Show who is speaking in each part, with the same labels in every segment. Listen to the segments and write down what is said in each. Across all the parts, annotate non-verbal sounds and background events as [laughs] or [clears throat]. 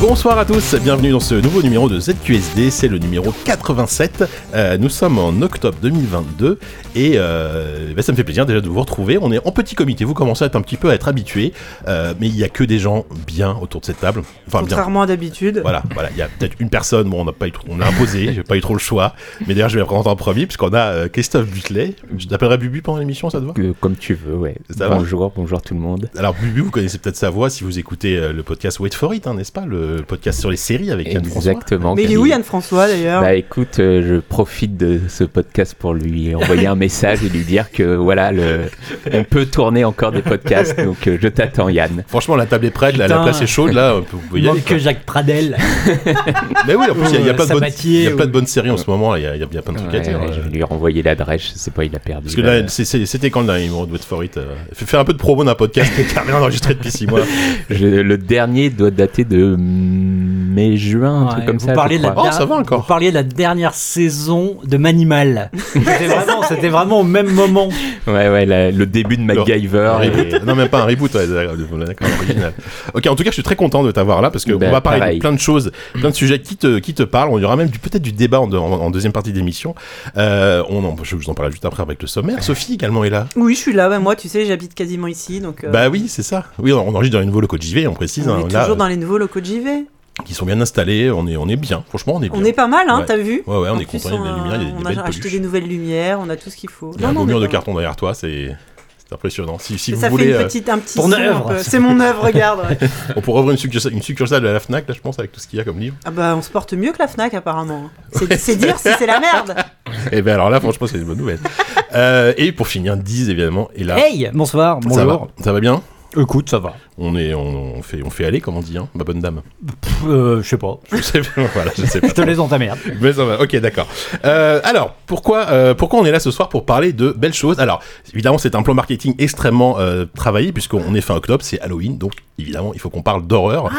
Speaker 1: Bonsoir à tous, bienvenue dans ce nouveau numéro de ZQSD, c'est le numéro 87. Euh, nous sommes en octobre 2022 et euh, bah, ça me fait plaisir déjà de vous retrouver. On est en petit comité, vous commencez à être un petit peu à être habitués, euh, mais il n'y a que des gens bien autour de cette table. Enfin, bien.
Speaker 2: Contrairement à d'habitude.
Speaker 1: Voilà, voilà, il y a peut-être une personne, bon, on a pas eu trop- on a imposé, j'ai pas eu trop le choix. Mais d'ailleurs, je vais la présenter en premier puisqu'on a euh, Christophe Butlet. Je t'appellerai Bubu pendant l'émission, ça te va
Speaker 3: Que- comme tu veux, ouais.
Speaker 1: Ça va
Speaker 3: bonjour, bonjour tout le monde.
Speaker 1: Alors Bubu, vous connaissez peut-être sa voix si vous écoutez euh, le podcast Wait for It, hein, n'est-ce pas Le podcast sur les séries avec Yann François.
Speaker 3: Exactement.
Speaker 2: Mais il est
Speaker 3: Camille.
Speaker 2: où Yann-François d'ailleurs
Speaker 3: Bah écoute, euh, je profite de ce podcast pour lui envoyer un message et lui dire que voilà, le... on peut tourner encore des podcasts, donc euh, je t'attends Yann.
Speaker 1: Franchement, la table est prête, la- la
Speaker 4: Putain.
Speaker 1: place est chaude, là, on peut- vous pouvez y aller.
Speaker 4: Manque que Jacques Pradel.
Speaker 1: quoi. [laughs] Mais oui, en plus, il y a- il y a,
Speaker 4: ou,
Speaker 1: plein de bonnes- il y a
Speaker 4: euh, Sabatier,
Speaker 1: plein de
Speaker 4: ou-
Speaker 1: bonnes séries en ce moment, là, il y a, il y a- il y a plein de trucs à
Speaker 3: Ouais,
Speaker 1: dire.
Speaker 3: ouais,
Speaker 1: euh.
Speaker 3: je vais lui renvoyer l'adresse, je sais pas, il a perdu.
Speaker 1: Parce que
Speaker 3: là.
Speaker 1: là, c'est- c'est- c'était quand le dernier numéro de Wait for It euh, fais- Faire un peu de promo d'un podcast qui est carrément enregistré depuis 6 mois.
Speaker 3: Je- le dernier doit dater de mai-juin, un
Speaker 4: Ouais,
Speaker 3: truc comme
Speaker 4: vous
Speaker 3: ça. je
Speaker 4: parliez de la
Speaker 3: crois.
Speaker 1: Oh, ça va encore.
Speaker 4: Vous parliez de la dernière saison de Manimal. C'était vraiment, c'était vraiment au même moment.
Speaker 3: Ouais, ouais, la- le début de
Speaker 1: Un
Speaker 3: MacGyver. euh, et-
Speaker 1: reboot. Non, même pas un reboot, ouais, d'accord, original. Ok, en tout cas, je suis très content de t'avoir là parce qu'on
Speaker 3: Bah,
Speaker 1: va parler de
Speaker 3: pareil.
Speaker 1: plein de choses, plein de sujets qui te, qui te parlent. On y aura même du- peut-être du débat en, de- en- en deuxième partie d'émission. Euh, on en, je vous en parlerai juste après avec le sommaire. Sophie également est là.
Speaker 2: Oui, je suis là. Bah, moi, tu sais, j'habite quasiment ici. Donc, euh,
Speaker 1: Bah oui, c'est ça. Oui, on enregistre dans les nouveaux locaux de JV, on précise.
Speaker 2: on
Speaker 1: hein,
Speaker 2: est
Speaker 1: là,
Speaker 2: toujours dans les nouveaux locaux de JV.
Speaker 1: qui sont bien installés. On est, on est bien. Franchement, on est bien.
Speaker 2: On est pas mal, hein,
Speaker 1: Ouais.
Speaker 2: t'as vu
Speaker 1: Ouais, ouais, on
Speaker 2: En
Speaker 1: est
Speaker 2: plus,
Speaker 1: content. Il y a
Speaker 2: on
Speaker 1: des lumières, il y a des
Speaker 2: on
Speaker 1: belles
Speaker 2: a acheté
Speaker 1: peluches.
Speaker 2: des nouvelles lumières, on a tout ce qu'il faut.
Speaker 1: Il y a un beau
Speaker 2: Non, non,
Speaker 1: mur
Speaker 2: on
Speaker 1: de
Speaker 2: est pas mal.
Speaker 1: carton derrière toi. C'est c'est impressionnant. Si, si
Speaker 2: Et
Speaker 1: vous
Speaker 2: ça
Speaker 1: voulez,
Speaker 2: fait
Speaker 1: euh,
Speaker 2: une petite, un petit
Speaker 4: Ton
Speaker 2: son,
Speaker 4: œuvre.
Speaker 2: un peu. C'est
Speaker 1: [laughs]
Speaker 2: mon œuvre, regarde. ouais.
Speaker 1: on pourrait ouvrir une succursale, une succursale de la Fnac, là, je pense, avec tout ce qu'il y a comme livre.
Speaker 4: [laughs]
Speaker 2: Ah bah, on se porte mieux que la Fnac apparemment. hein. C'est c'est dire si c'est la merde.
Speaker 1: Et ben alors là, franchement, c'est une bonne nouvelle. Euh, et pour finir, 10 évidemment. Et là,
Speaker 4: [laughs] Hey, bonsoir,
Speaker 1: ça
Speaker 4: bonjour.
Speaker 1: va, ça va bien
Speaker 4: Écoute, ça va.
Speaker 1: on, est, on, on fait, on fait aller, comme on dit, hein, ma bonne dame.
Speaker 4: Pff, euh, je sais pas.
Speaker 2: [laughs]
Speaker 1: Je sais pas, voilà, je sais pas.
Speaker 4: Je te laisse dans ta merde.
Speaker 1: Mais ça va, ok, d'accord. Euh, alors, pourquoi, euh, pourquoi on est là ce soir pour parler de belles choses Alors, évidemment, c'est un plan marketing extrêmement euh, travaillé, puisqu'on est fin octobre, c'est Halloween, donc évidemment, il faut qu'on parle d'horreur.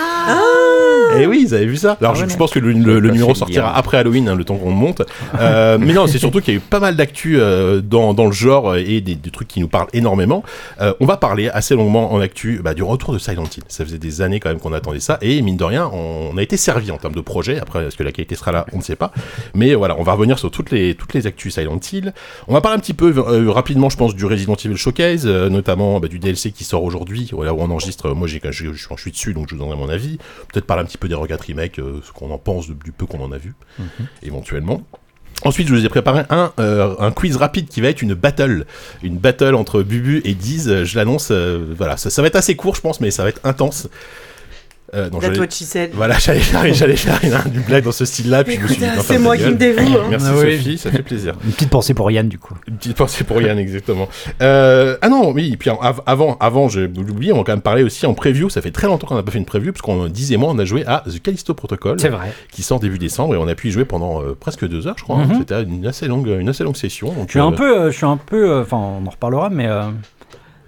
Speaker 1: Et oui, vous avez vu ça Alors, je, je pense que le, le- le
Speaker 3: Pas
Speaker 1: numéro
Speaker 3: fait
Speaker 1: sortira
Speaker 3: hier.
Speaker 1: après Halloween, hein, le temps qu'on monte. Euh, mais non, c'est surtout qu'il y a eu pas mal d'actu euh, dans, dans le genre euh, et des, des trucs qui nous parlent énormément. Euh, on va parler assez longuement en actu bah, du retour de Silent Hill. Ça faisait des années quand même qu'on attendait ça, et mine de rien, on, on a été servi en termes de projet. Après, est-ce que la qualité sera là On ne sait pas. Mais voilà, on va revenir sur toutes les, toutes les actus Silent Hill. On va parler un petit peu euh, rapidement, je pense, du Resident Evil Showcase, euh, notamment bah, du DLC qui sort aujourd'hui, voilà, où on enregistre. euh, Moi, j'ai, je, je- je suis dessus, donc je vous donnerai mon avis. Peut-être parler un petit peu des regards remake, euh, ce qu'on en pense, de- du peu qu'on en a vu, éventuellement. Ensuite, je vous ai préparé un, euh, un quiz rapide qui va être une battle. Une battle entre Bubu et Diz. euh, Je l'annonce, euh, voilà, ça, ça va être assez court, je pense, mais ça va être intense. Euh, non,
Speaker 2: That's
Speaker 1: j'allais-
Speaker 2: what she said.
Speaker 1: voilà, [laughs] j'allais faire, j'allais faire une, une blague dans ce style-là, puis je me suis dit,
Speaker 2: Écoute, hein,
Speaker 1: non,
Speaker 2: c'est
Speaker 1: ferme ta
Speaker 2: moi qui me
Speaker 1: gueule. [laughs]
Speaker 2: dévoue. hein.
Speaker 1: Merci
Speaker 4: Ah oui.
Speaker 1: Sophie, ça fait plaisir.
Speaker 4: Une petite pensée pour Yann, du coup.
Speaker 1: Une petite pensée pour Yann, exactement. Euh, ah non, oui, et puis en- av- avant, avant, je l'oublie, on va quand même parler aussi en preview. Ça fait très longtemps qu'on n'a pas fait une preview, parce qu'on disait moi, on a joué à The Callisto Protocol,
Speaker 4: C'est vrai.
Speaker 1: qui sort début décembre, et on a pu y jouer pendant euh, presque deux heures, je crois. hein.
Speaker 4: Mhm.
Speaker 1: C'était une assez longue, une assez longue session. Donc,
Speaker 4: Je suis
Speaker 1: euh,
Speaker 4: un peu, euh, je suis un peu, euh, enfin, on en reparlera, mais euh,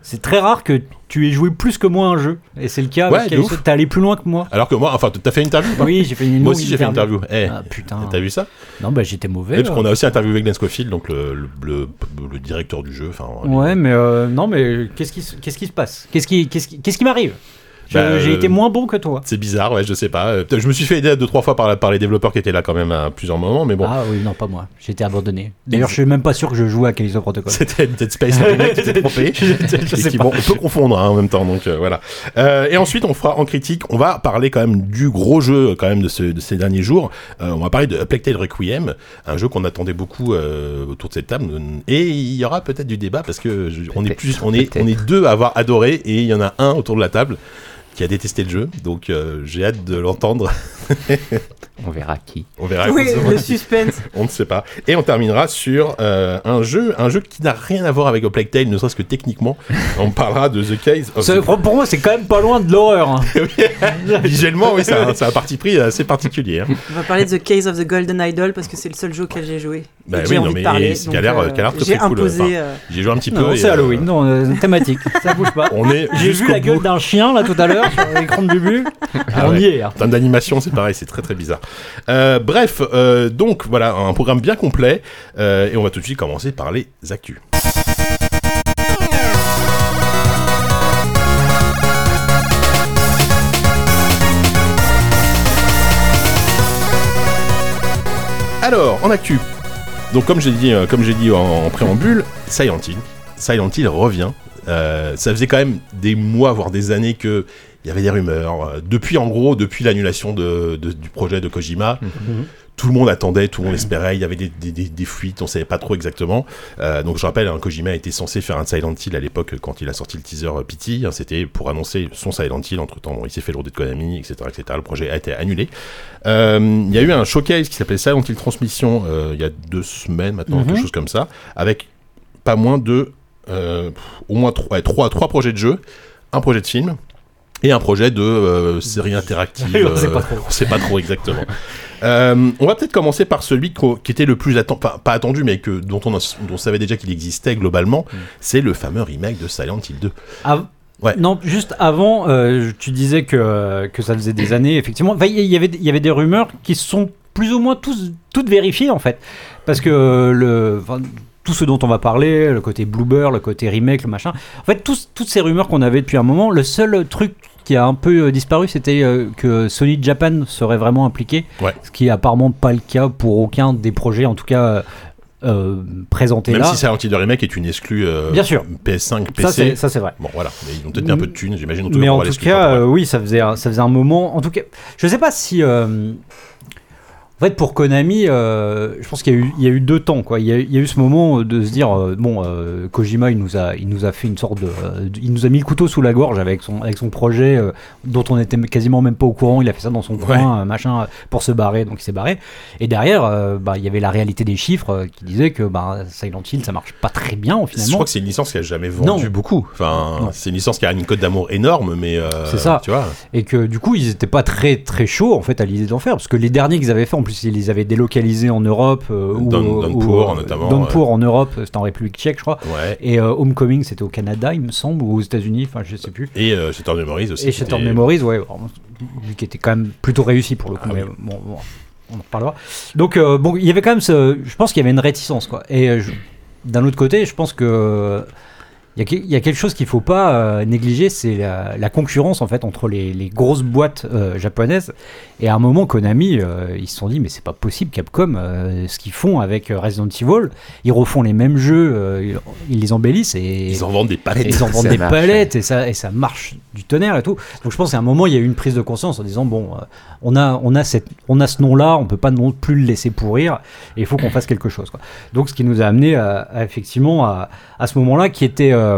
Speaker 4: c'est très rare que tu aies joué plus que moi à un jeu. Et c'est le cas.
Speaker 1: Ouais,
Speaker 4: avec
Speaker 1: de
Speaker 4: Calypso.
Speaker 1: ouf.
Speaker 4: T'es allé plus loin que moi.
Speaker 1: Alors que moi, enfin, t'as fait une interview ou pas
Speaker 4: Oui, j'ai fait une
Speaker 1: Moi
Speaker 4: longue
Speaker 1: aussi, j'ai fait une interview. Eh,
Speaker 4: Ah putain.
Speaker 1: T'as vu ça
Speaker 4: Non, bah j'étais mauvais.
Speaker 1: Et
Speaker 4: là.
Speaker 1: Parce qu'on a aussi interviewé Glenn Scofield, donc le, le, le- le directeur du jeu. Enfin,
Speaker 4: Ouais, mais euh, non, mais qu'est-ce qui, se- qu'est-ce qui se passe Qu'est-ce qui, qu'est-ce qui, qu'est-ce qui m'arrive Je-
Speaker 1: Bah,
Speaker 4: J'ai
Speaker 1: euh,
Speaker 4: été moins bon que toi.
Speaker 1: C'est bizarre, ouais, je sais pas. Euh, peut-être- Je me suis fait aider deux, trois fois par, la- par les développeurs qui étaient là quand même à plusieurs moments, mais bon.
Speaker 4: Ah oui, non, pas moi. J'ai été abandonné. D'ailleurs, je suis même pas sûr que je joue à Callisto
Speaker 1: [laughs]
Speaker 4: Protocol.
Speaker 1: C'était Dead Space, le mec qui s'est
Speaker 3: [laughs]
Speaker 1: trompé. Effectivement, on peut confondre hein, en même temps, donc euh, voilà. Euh, et ensuite, on fera en critique, on va parler quand même du gros jeu euh, quand même de, ce- de ces derniers jours. Euh, on va parler de A Plague Tale Requiem, un jeu qu'on attendait beaucoup euh, autour de cette table. Et il y aura peut-être du débat parce que je- on est
Speaker 3: Peut-être,
Speaker 1: plus, on est, on est
Speaker 3: peut-être.
Speaker 1: deux à avoir adoré et il y en a un autour de la table qui a détesté le jeu. Donc euh, j'ai hâte de l'entendre.
Speaker 3: On verra qui.
Speaker 1: On verra.
Speaker 2: Oui,
Speaker 1: On-
Speaker 2: le suspense.
Speaker 1: on ne sait pas. Et on terminera sur euh, un jeu, un jeu qui n'a rien à voir avec A Plague Tale, ne serait-ce que techniquement. On parlera de The Case. Of
Speaker 4: Ça,
Speaker 1: the...
Speaker 4: pour pour moi, c'est quand même pas loin de
Speaker 1: [laughs]
Speaker 4: l'horreur. hein.
Speaker 1: Visuellement, oui, c'est un, c'est un parti pris assez particulier. hein.
Speaker 2: On va parler de The Case of the Golden Idol parce que c'est le seul jeu auquel j'ai joué.
Speaker 1: Bah
Speaker 2: Et que
Speaker 1: oui,
Speaker 2: j'ai
Speaker 1: non,
Speaker 2: envie
Speaker 1: mais
Speaker 2: de parler.
Speaker 1: ce qui
Speaker 2: donc,
Speaker 1: a l'air-
Speaker 2: euh,
Speaker 1: qui a l'air très,
Speaker 2: J'ai
Speaker 1: très cool,
Speaker 2: imposé.
Speaker 1: enfin,
Speaker 2: euh,
Speaker 1: J'ai joué un petit
Speaker 4: Non,
Speaker 1: peu. et,
Speaker 4: c'est
Speaker 1: euh,
Speaker 4: Halloween, non, euh, thématique. Ça bouge pas.
Speaker 1: on est
Speaker 4: J'ai vu
Speaker 1: jusqu'au
Speaker 4: la gueule
Speaker 1: bout. Ah
Speaker 4: d'un chien là tout à l'heure sur l'écran de Bubu. on
Speaker 1: ouais.
Speaker 4: y est. hein.
Speaker 1: En termes d'animation, c'est pareil, c'est très très bizarre. Euh, bref, euh, donc voilà, un programme bien complet. euh, et on va tout de suite commencer par les actus. Alors, en actu. Donc, comme j'ai dit, euh, comme j'ai dit en, en préambule, Silent Hill. Silent Hill revient. Euh, ça faisait quand même des mois, voire des années que il y avait des rumeurs. Euh, Depuis, en gros, depuis l'annulation de- de- du projet de Kojima, tout le monde attendait, tout le monde espérait. Il y avait des, des- des- des fuites, on savait pas trop exactement. Euh, donc je rappelle, hein, Kojima était censé faire un Silent Hill à l'époque quand il a sorti le teaser euh, Pity. hein, C'était pour annoncer son Silent Hill. Entre temps, il s'est fait lourder de Konami, etc., etc. Le projet a été annulé. Euh, Il y a eu un showcase qui s'appelait Silent Hill Transmission euh, il y a deux semaines maintenant,
Speaker 4: Mhm.
Speaker 1: quelque chose comme ça, avec pas moins de euh, pff, au moins trois, ouais, trois, trois projets de jeu, un projet de film. Et un projet de euh, série interactive.
Speaker 4: [laughs] On sait pas
Speaker 1: euh,
Speaker 4: trop.
Speaker 1: [laughs] on sait pas trop exactement. Euh, on va peut-être commencer par celui qu'o- qui était le plus attendu, pas, pas attendu, mais que, dont, on, a- dont on savait déjà qu'il existait globalement.
Speaker 4: Mm.
Speaker 1: C'est le fameux remake de Silent Hill 2.
Speaker 4: Av-
Speaker 1: Ouais.
Speaker 4: Non, juste avant, euh, tu disais que, euh, que ça faisait des années, effectivement. Enfin, Il y, avait, il y avait des rumeurs qui sont plus ou moins tous, toutes vérifiées, en fait. Parce que euh, le, enfin, tout ce dont on va parler, le côté bloober, le côté remake, le machin, en fait, tous- toutes ces rumeurs qu'on avait depuis un moment, le seul truc qui a un peu euh, disparu, c'était euh, que Sony Japan serait vraiment impliqué,
Speaker 1: Ouais.
Speaker 4: ce qui est apparemment pas le cas pour aucun des projets, en tout cas euh, euh, présentés
Speaker 1: Même
Speaker 4: là.
Speaker 1: si Silent Hill 2 remake est une exclue euh,
Speaker 4: Bien sûr.
Speaker 1: PS5,
Speaker 4: ça, c'est
Speaker 1: PC.
Speaker 4: ça, c'est vrai.
Speaker 1: bon, voilà. Mais ils ont peut-être mis un peu de thunes, j'imagine. en tout cas,
Speaker 4: Mais
Speaker 1: pour
Speaker 4: en
Speaker 1: aller
Speaker 4: tout
Speaker 1: ce qu'ils font,
Speaker 4: cas,
Speaker 1: ouais.
Speaker 4: euh, oui, ça faisait, un, ça faisait un moment. En tout cas, je sais pas si. euh, en fait, pour Konami, euh, je pense qu'il y, a eu- il y a eu deux temps. Quoi. Il, y a, eu- il y a eu ce moment de se dire euh, bon, euh, Kojima, il nous, a, il nous a fait une sorte de. euh, il nous a mis le couteau sous la gorge avec son, avec son projet euh, dont on était quasiment même pas au courant. Il a fait ça dans son coin, euh, machin, euh, pour se barrer, donc il s'est barré. Et derrière, euh, bah, il y avait la réalité des chiffres euh, qui disait que bah, Silent Hill, ça marche pas très bien,
Speaker 1: Je
Speaker 4: finalement.
Speaker 1: crois que c'est une licence qui a jamais vendu
Speaker 4: Non.
Speaker 1: beaucoup. Enfin,
Speaker 4: Non.
Speaker 1: c'est une licence qui a une cote d'amour énorme, mais euh,
Speaker 4: C'est ça.
Speaker 1: Tu vois.
Speaker 4: et que du coup ils n'étaient pas très très chauds en fait à l'idée d'en faire parce que les derniers qu'ils avaient fait en plus ils les avaient délocalisés en Europe euh, ou
Speaker 1: Down-
Speaker 4: ou-
Speaker 1: Downpour,
Speaker 4: euh,
Speaker 1: notamment,
Speaker 4: Downpour en Europe c'était en République Tchèque je crois
Speaker 1: Ouais.
Speaker 4: et euh, Homecoming c'était au Canada il me semble ou aux États-Unis enfin je sais plus
Speaker 1: Et euh, Shutter Memories aussi.
Speaker 4: et
Speaker 1: c'était-
Speaker 4: Shutter Memories ouais vraiment, lui qui était quand même plutôt réussi pour le coup
Speaker 1: Ah
Speaker 4: mais bon, bon, on en reparlera donc euh, bon il y avait quand même ce je pense qu'il y avait une réticence quoi et euh, je- d'un autre côté je pense que euh, il y, a que- il y a quelque chose qu'il ne faut pas euh, négliger, c'est la, la concurrence en fait entre les, les grosses boîtes euh, japonaises. Et à un moment, Konami, euh, ils se sont dit mais c'est pas possible, Capcom, euh, ce qu'ils font avec euh, Resident Evil, ils refont les mêmes jeux, euh, ils, ils les embellissent et
Speaker 1: Ils en vendent des
Speaker 4: et
Speaker 1: palettes.
Speaker 4: ils en
Speaker 3: Ça
Speaker 4: vendent des
Speaker 3: marche,
Speaker 4: palettes et ça, et ça marche du tonnerre et tout. Donc je pense qu'à un moment, il y a eu une prise de conscience en disant bon, euh, on a, on a, cette, on a ce nom-là, on peut pas non plus le laisser pourrir et il faut qu'on fasse quelque chose. Quoi. Donc ce qui nous a amené à, à effectivement à, à ce moment-là qui était, euh,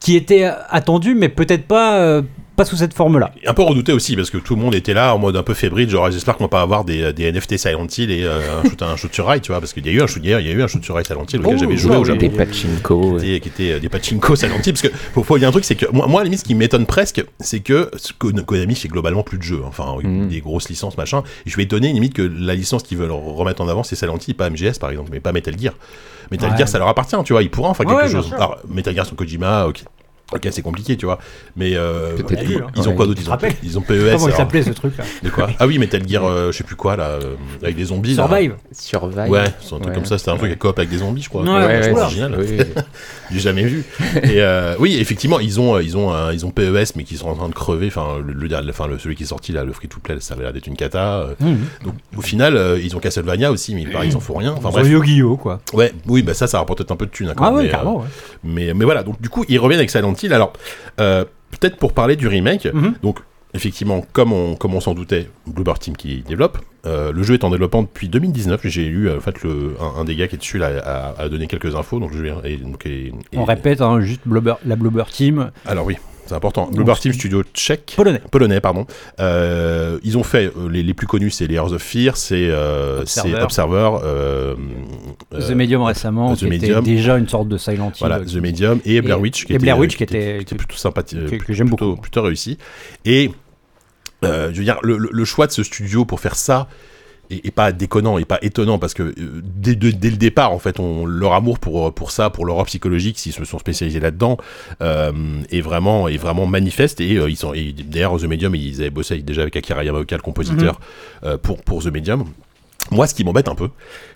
Speaker 4: qui était attendu, mais peut-être pas, euh, pas sous cette forme-là.
Speaker 1: un peu redouté aussi parce que tout le monde était là en mode un peu fébrile genre ah, j'espère qu'on va pas avoir des, des NFT Silent Hill et euh,
Speaker 4: [laughs]
Speaker 1: un, shoot, un shoot sur rail tu vois parce qu'il y a eu un shoot hier il y a eu un shoot sur rail Silent Hill auquel
Speaker 4: Oh,
Speaker 1: j'avais
Speaker 4: oui,
Speaker 1: joué au
Speaker 4: oui,
Speaker 1: Japon
Speaker 3: Des pachinko.
Speaker 1: qui était- qui était euh, des pachinko Silent Hill parce que faut, faut- il y a un truc c'est que moi, moi à la limite ce qui m'étonne presque c'est que ce que Konami fait globalement plus de jeux hein. enfin
Speaker 3: Mm.
Speaker 1: des grosses licences machin Et je vais étonner limite que la licence qu'ils veulent remettre en avant c'est Silent Hill pas MGS par exemple mais pas Metal Gear Metal
Speaker 4: Ouais.
Speaker 1: Gear ça leur appartient tu vois ils pourront en faire
Speaker 4: Ouais,
Speaker 1: quelque
Speaker 4: bien
Speaker 1: chose
Speaker 4: sûr.
Speaker 1: alors Metal Gear sur Kojima ok ok c'est compliqué tu vois mais euh,
Speaker 3: Peut-être
Speaker 1: ils,
Speaker 3: lui, hein.
Speaker 1: ils ont quoi
Speaker 3: Ouais.
Speaker 1: d'autre
Speaker 4: Tu te
Speaker 1: ils ont,
Speaker 4: rappelles
Speaker 1: ils ont PES
Speaker 4: Comment il
Speaker 1: alors.
Speaker 4: s'appelait
Speaker 1: [laughs]
Speaker 4: ce truc-là
Speaker 1: De
Speaker 4: [laughs]
Speaker 1: quoi Ah oui, Metal Gear, euh, je sais plus quoi, là, euh, avec des zombies. là.
Speaker 4: Survive.
Speaker 3: Survive.
Speaker 1: Ouais, c'est un truc comme ça, c'était un truc à coop avec des zombies, je crois.
Speaker 4: Ouais,
Speaker 1: Ouais,
Speaker 4: ouais,
Speaker 1: je
Speaker 4: ouais,
Speaker 1: crois,
Speaker 4: c'est
Speaker 1: original. J'ai jamais
Speaker 4: [laughs]
Speaker 1: vu. Et euh, oui, effectivement, ils ont, euh, ils ont, un- ils ont PES, mais qui sont en train de crever. Enfin, le, le dernier- enfin, le- celui qui est sorti là, le free to play, ça a l'air d'être une cata. euh.
Speaker 4: Mhm.
Speaker 1: Donc, au final, euh, ils ont Castlevania aussi, mais pareil, ils en font rien. Enfin bref,
Speaker 4: Yu-Gi-Oh quoi.
Speaker 1: ouais, oui, bah ça, ça rapporte peut-être un peu de thunes. hein, quand
Speaker 4: Ah
Speaker 1: même,
Speaker 4: ouais,
Speaker 1: mais, euh,
Speaker 4: carrément. ouais.
Speaker 1: mais, mais voilà, donc du coup, ils reviennent avec Silent Hill. Alors, euh, peut-être pour parler du remake,
Speaker 4: Mhm.
Speaker 1: donc effectivement, comme on, comme on s'en doutait, Bluebird Team qui développe, euh, le jeu est en développement depuis 2019. J'ai eu euh, en fait, le, un, un des gars qui est dessus là, a, a donné quelques infos. Donc, je vais, et, donc, et- et-
Speaker 4: On répète, hein, juste Blubber- la Blubber Team
Speaker 1: Alors, oui, c'est important. Bluebird Team Studio tchèque.
Speaker 4: polonais.
Speaker 1: Polonais, pardon. Euh, ils ont fait euh, les, les plus connus, c'est Layers of Fear, c'est euh, c'est
Speaker 4: Observer.
Speaker 1: Observer, euh,
Speaker 4: The
Speaker 1: euh,
Speaker 4: Medium récemment,
Speaker 1: The
Speaker 4: qui était
Speaker 1: Medium.
Speaker 4: déjà une sorte de Silent Hill.
Speaker 1: Voilà,
Speaker 4: euh,
Speaker 1: The Medium et Blair Witch, euh,
Speaker 4: et Blair Witch qui était-
Speaker 1: qui était plutôt sympathique,
Speaker 4: que- que j'aime
Speaker 1: plutôt,
Speaker 4: beaucoup.
Speaker 1: plutôt réussi. Et euh, je veux dire, le, le- le choix de ce studio pour faire ça est, est pas déconnant, et pas étonnant parce que euh, dès, de- dès le départ, en fait, on, leur amour pour pour ça, pour l'horreur psychologique, s'ils se sont spécialisés là-dedans, euh, est vraiment est vraiment manifeste. Et euh, ils sont
Speaker 4: Mm-hmm.
Speaker 1: et d'ailleurs The Medium, ils avaient bossé déjà avec Akira Yamaoka, le compositeur, euh, pour pour The Medium. Moi, ce qui m'embête un peu,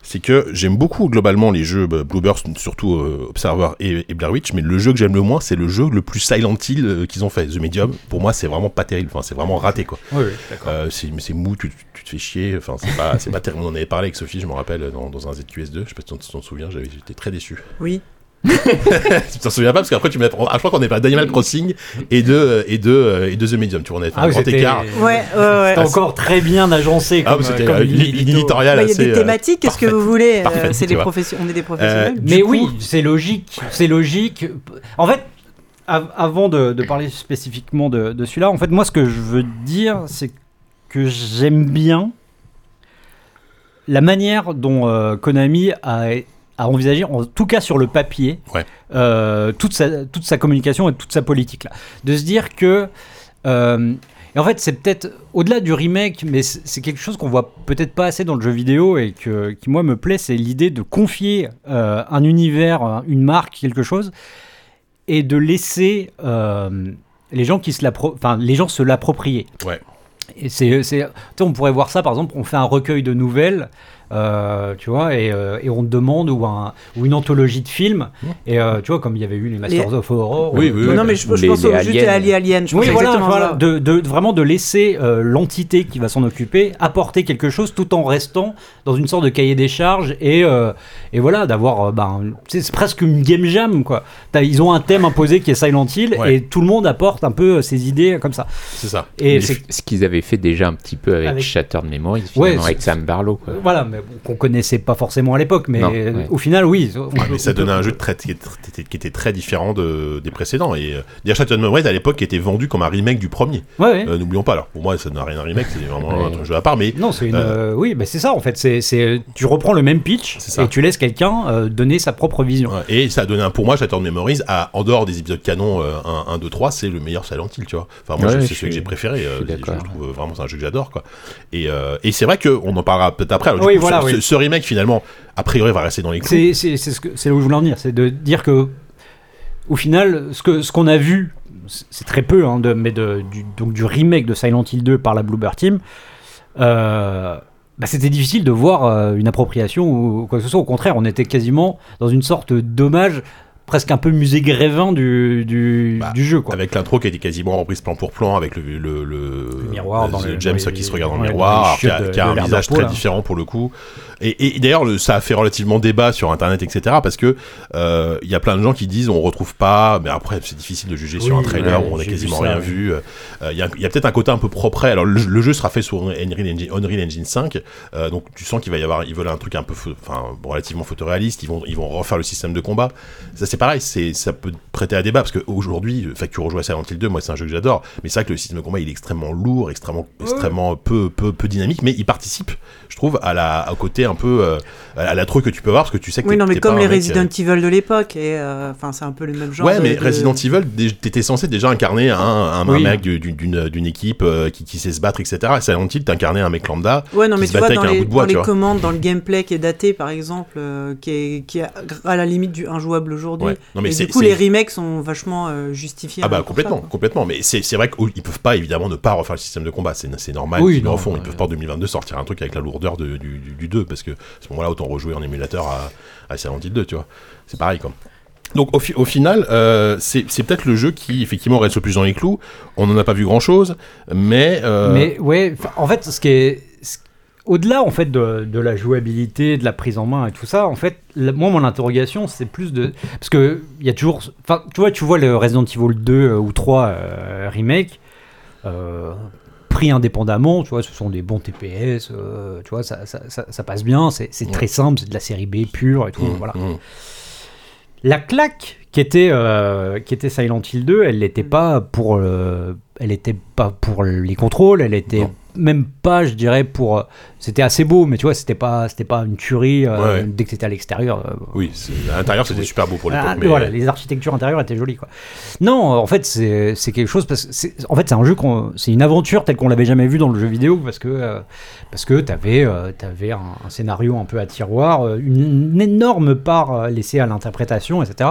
Speaker 1: c'est que j'aime beaucoup globalement les jeux bah, Bluebird, surtout euh, Observer et, et Blair Witch, mais le jeu que j'aime le moins, c'est le jeu le plus Silent Hill euh, qu'ils ont fait. The Medium, pour moi, c'est vraiment pas terrible. Enfin, c'est vraiment raté, quoi.
Speaker 4: Oui, oui, d'accord.
Speaker 1: Euh, c'est mais c'est mou, tu, tu- tu te fais chier. Enfin, c'est pas, c'est pas terrible. On en avait parlé avec Sophie, je me rappelle, dans, dans un ZQS2. Je sais pas si tu t'en- tu t'en souviens, j'avais- j'étais très déçu. [laughs]
Speaker 2: Oui.
Speaker 1: tu t'en souviens pas parce qu'après, tu m'as. ah, je crois qu'on est pas d'Animal Crossing et de, et, de, euh, et de The Medium. Tu vois, on
Speaker 2: Ah
Speaker 1: avait fait un
Speaker 4: Ah oui,
Speaker 1: grand
Speaker 4: c'était-
Speaker 1: écart.
Speaker 2: Ouais, ouais, ouais.
Speaker 4: c'était [laughs] encore très bien agencé.
Speaker 1: Ah,
Speaker 4: Comme,
Speaker 1: mais c'était
Speaker 4: comme
Speaker 1: euh,
Speaker 4: une
Speaker 1: l'i-
Speaker 4: édito.
Speaker 1: l'éditorial
Speaker 2: Bah, Il y a
Speaker 1: assez,
Speaker 2: des
Speaker 1: euh,
Speaker 2: thématiques, qu'est-ce que
Speaker 1: parfaite.
Speaker 2: vous voulez euh,
Speaker 1: Parfaite,
Speaker 2: C'est
Speaker 1: tu
Speaker 2: des
Speaker 1: vois. Euh,
Speaker 2: profession- On est des professionnels.
Speaker 4: Mais
Speaker 1: Du
Speaker 4: oui,
Speaker 1: coup-
Speaker 4: c'est logique, c'est logique. En fait, av- avant de, de parler spécifiquement de, de celui-là, en fait, moi, ce que je veux dire, c'est que j'aime bien la manière dont euh, Konami a, a envisagé, en tout cas sur le papier,
Speaker 1: Ouais.
Speaker 4: euh, toute, sa, toute sa communication et toute sa politique là, de se dire que euh, et en fait, c'est peut-être au-delà du remake, mais c'est c'est quelque chose qu'on voit peut-être pas assez dans le jeu vidéo et que, qui, moi, me plaît, c'est l'idée de confier euh, un univers, un- une marque, quelque chose, et de laisser euh, les gens qui se l'appro- enfin, les gens se l'approprier.
Speaker 1: Ouais.
Speaker 4: Et c'est, c'est- tu sais, on pourrait voir ça, par exemple, on fait un recueil de nouvelles, euh, tu vois, et, euh, et on te demande, ou, un- ou une anthologie de films, et euh, tu vois, comme il y avait eu les Masters of Horror.
Speaker 1: Mmh.
Speaker 4: euh,
Speaker 1: Oui, oui,
Speaker 4: ou- tu vois,
Speaker 1: oui.
Speaker 2: Non, mais je, je
Speaker 3: Les-
Speaker 2: pense
Speaker 3: les
Speaker 2: au juste
Speaker 3: aliens.
Speaker 2: Ali Alien. Je pense
Speaker 4: oui, voilà,
Speaker 2: exactement
Speaker 4: voilà.
Speaker 2: ça.
Speaker 4: De, de- de- vraiment de laisser euh, l'entité qui va s'en occuper apporter quelque chose tout en restant dans une sorte de cahier des charges et, euh, et voilà, d'avoir. euh, ben, c'est c'est presque une game jam, quoi. T'as- ils ont un thème imposé qui est Silent Hill
Speaker 1: Ouais.
Speaker 4: et tout le monde apporte un peu euh, ses idées euh, comme ça.
Speaker 1: C'est ça.
Speaker 4: Et
Speaker 3: Mais
Speaker 4: c'est-
Speaker 3: Ce qu'ils avaient fait déjà un petit peu avec,
Speaker 4: Avec-
Speaker 3: Shattered Memories, finalement,
Speaker 4: Ouais,
Speaker 3: avec
Speaker 4: c'est-
Speaker 3: Sam Barlow. quoi.
Speaker 4: euh, Voilà, mais bon, qu'on connaissait pas forcément à l'époque, mais
Speaker 3: Non,
Speaker 4: euh,
Speaker 3: ouais.
Speaker 4: au final, oui. on
Speaker 1: Ouais, Ah,
Speaker 4: peut-
Speaker 1: mais ça
Speaker 4: on peut-
Speaker 1: donnait un jeu de très- qui, était tr- qui était- qui était très différent de- des précédents. Et euh, Dear Shattered Memories, à l'époque, était vendu comme un remake du
Speaker 3: [laughs]
Speaker 1: premier.
Speaker 4: Ouais, ouais.
Speaker 1: Euh, N'oublions pas, alors pour moi, ça n'a rien à remake, c'est vraiment
Speaker 3: Ouais.
Speaker 1: un jeu à part, mais
Speaker 4: Non, c'est une.
Speaker 1: Euh,
Speaker 4: euh, oui, bah c'est ça en fait. C'est, c'est- tu reprends le même pitch
Speaker 1: C'est ça.
Speaker 4: et tu laisses quelqu'un euh, donner sa propre vision.
Speaker 1: Ouais, euh, Et ça a donné un, pour moi, Shattered Memories, à, en dehors des épisodes canon euh, 1, 1, 2, 3, c'est le meilleur Silent Hill, tu vois. Enfin, moi,
Speaker 3: Ouais,
Speaker 1: je- c'est
Speaker 3: je
Speaker 1: celui
Speaker 3: suis-
Speaker 1: que j'ai préféré.
Speaker 3: je
Speaker 1: euh,
Speaker 3: suis
Speaker 1: je,
Speaker 3: d'accord.
Speaker 1: trouve euh, vraiment, c'est un jeu que j'adore, quoi. Et, euh, et c'est vrai qu'on en parlera peut-être après. Alors, du
Speaker 4: Oui,
Speaker 1: coup,
Speaker 4: voilà,
Speaker 1: ce,
Speaker 4: oui.
Speaker 1: ce- ce remake, finalement, a priori, va rester dans les clous.
Speaker 4: C'est c'est- c'est ce que- c'est là où je voulais en venir, c'est de dire que, au final, ce qu'on ce qu'on a vu, c'est c'est très peu, hein, de, mais de, du, donc du remake de Silent Hill 2 par la Bluebird Team, euh, bah, c'était difficile de voir euh, une appropriation ou quoi que ce soit. Au contraire, on était quasiment dans une sorte d'hommage presque un peu musée grévin du, du,
Speaker 1: Bah,
Speaker 4: du jeu. Quoi.
Speaker 1: Avec l'intro qui était quasiment reprise plan pour plan, avec le, le, le,
Speaker 4: Le miroir dans
Speaker 1: le
Speaker 4: le-
Speaker 1: James
Speaker 4: dans les-
Speaker 1: qui se regarde dans le
Speaker 4: ouais, dans les
Speaker 1: miroir, qui
Speaker 4: chiottes
Speaker 1: a,
Speaker 4: de-
Speaker 1: qui a
Speaker 4: de hein.
Speaker 1: un
Speaker 4: l'air
Speaker 1: visage
Speaker 4: d'un pot,
Speaker 1: très
Speaker 4: là.
Speaker 1: différent pour le coup. Et, et d'ailleurs, le- ça a fait relativement débat sur Internet, etc. Parce que euh, il y a plein de gens qui disent on retrouve pas, mais après c'est difficile de juger sur
Speaker 4: Oui,
Speaker 1: un trailer
Speaker 4: ouais,
Speaker 1: où on a
Speaker 4: j'ai
Speaker 1: quasiment
Speaker 4: vu ça,
Speaker 1: rien
Speaker 4: ouais.
Speaker 1: vu. Euh, Il y a, il y a peut-être un côté un peu propre. hein. Alors le, le jeu sera fait sur Unreal Engine, Unreal Engine 5, euh, donc tu sens qu'il va y avoir, ils veulent un truc un peu, pho- enfin relativement photoréaliste. Ils vont, ils vont refaire le système de combat. Ça c'est pareil, c'est ça peut prêter à débat parce qu'aujourd'hui, fait que tu rejoues à Silent Hill 2, moi c'est un jeu que j'adore, mais c'est vrai que le système de combat il est extrêmement lourd, extrêmement, extrêmement peu, peu, peu dynamique, mais il participe, je trouve, à la, au côté un peu euh, à la truc que tu peux avoir parce que tu sais que
Speaker 2: Oui,
Speaker 1: t'es-
Speaker 2: non, mais
Speaker 1: t'es pas
Speaker 2: comme
Speaker 1: un
Speaker 2: les
Speaker 1: mec, euh,
Speaker 2: Resident Evil de l'époque, et euh, enfin, c'est un peu le même genre.
Speaker 1: Ouais,
Speaker 2: de-
Speaker 1: mais
Speaker 2: de-
Speaker 1: Resident Evil, dé- t'étais censé déjà incarner un, un, un
Speaker 4: Oui.
Speaker 1: mec du- du- d'une d'une équipe euh, qui, qui sait se battre, etc. Et Silent Hill, t'incarnais un mec lambda.
Speaker 2: Ouais, non,
Speaker 1: qui
Speaker 2: mais
Speaker 1: se
Speaker 2: tu vois,
Speaker 1: battait
Speaker 2: dans
Speaker 1: avec un
Speaker 2: les,
Speaker 1: bout de bois,
Speaker 2: dans
Speaker 1: tu
Speaker 2: les
Speaker 1: vois.
Speaker 2: commandes, dans le gameplay qui est daté, par exemple, euh, qui, est, qui est à la limite du injouable aujourd'hui.
Speaker 1: Ouais. Non, mais
Speaker 2: et
Speaker 1: c'est-
Speaker 2: du coup,
Speaker 1: c'est-
Speaker 2: les remakes sont vachement euh, justifiés.
Speaker 1: Ah bah
Speaker 2: pour ça,
Speaker 1: complètement,
Speaker 2: quoi.
Speaker 1: complètement. Mais c'est c'est vrai qu'ils peuvent pas évidemment ne pas refaire le système de combat, c'est c'est normal.
Speaker 4: Oui,
Speaker 1: qu'ils le
Speaker 4: non,
Speaker 1: refont.
Speaker 4: ouais.
Speaker 1: Ils peuvent pas en 2022 sortir un truc avec la lourdeur de- du, du, du 2 parce que à ce moment-là autant rejouer en émulateur à, à Silent Hill 2, tu vois. C'est pareil comme. Donc au, fi- au final, euh, c'est c'est peut-être le jeu qui effectivement reste le plus dans les clous. On n'en a pas vu grand-chose, mais, euh,
Speaker 4: Mais ouais, enfin, en fait, ce qui est. ce- Au-delà en fait de, de la jouabilité, de la prise en main et tout ça, en fait, la- moi mon interrogation c'est plus de parce que il y a toujours, enfin tu vois, tu vois le Resident Evil 2 euh, ou 3 euh, remake euh, pris indépendamment, tu vois, ce sont des bons TPS, euh, tu vois, ça, ça, ça- ça passe bien, c'est c'est très simple, c'est de la série B pure et tout,
Speaker 1: mm,
Speaker 4: voilà.
Speaker 1: mm.
Speaker 4: La claque qui était, euh, qui était Silent Hill 2, elle n'était
Speaker 1: Mm.
Speaker 4: pas pour le- elle était pas pour les contrôles, elle était
Speaker 1: Non.
Speaker 4: même pas, je dirais, pour. euh, C'était assez beau, mais tu vois, c'était pas, c'était pas une tuerie euh,
Speaker 1: Ouais.
Speaker 4: dès que t'étais à l'extérieur. euh,
Speaker 1: oui, c'est- à l'intérieur c'était
Speaker 4: Oui.
Speaker 1: super beau pour l'époque.
Speaker 4: ah,
Speaker 1: mais-
Speaker 4: voilà, les architectures intérieures étaient jolies quoi. Non, euh, en fait c'est c'est quelque chose parce que c'est en fait c'est un jeu qu'on c'est une aventure telle qu'on l'avait jamais vu dans le jeu vidéo parce que euh, parce que t'avais euh, t'avais un, un scénario un peu à tiroir, euh, une, une énorme part euh, laissée à l'interprétation, etc.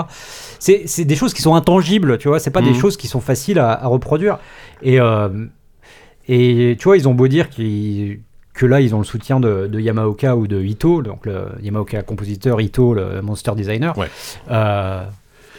Speaker 4: C'est c'est des choses qui sont intangibles, tu vois. C'est pas des
Speaker 1: Mhm.
Speaker 4: choses qui sont faciles à, à reproduire et euh, et tu vois ils ont beau dire qu'ils que là, ils ont le soutien de, de Yamaoka ou de Ito, donc le Yamaoka compositeur, Ito le monster designer.
Speaker 1: Ouais.
Speaker 4: Euh,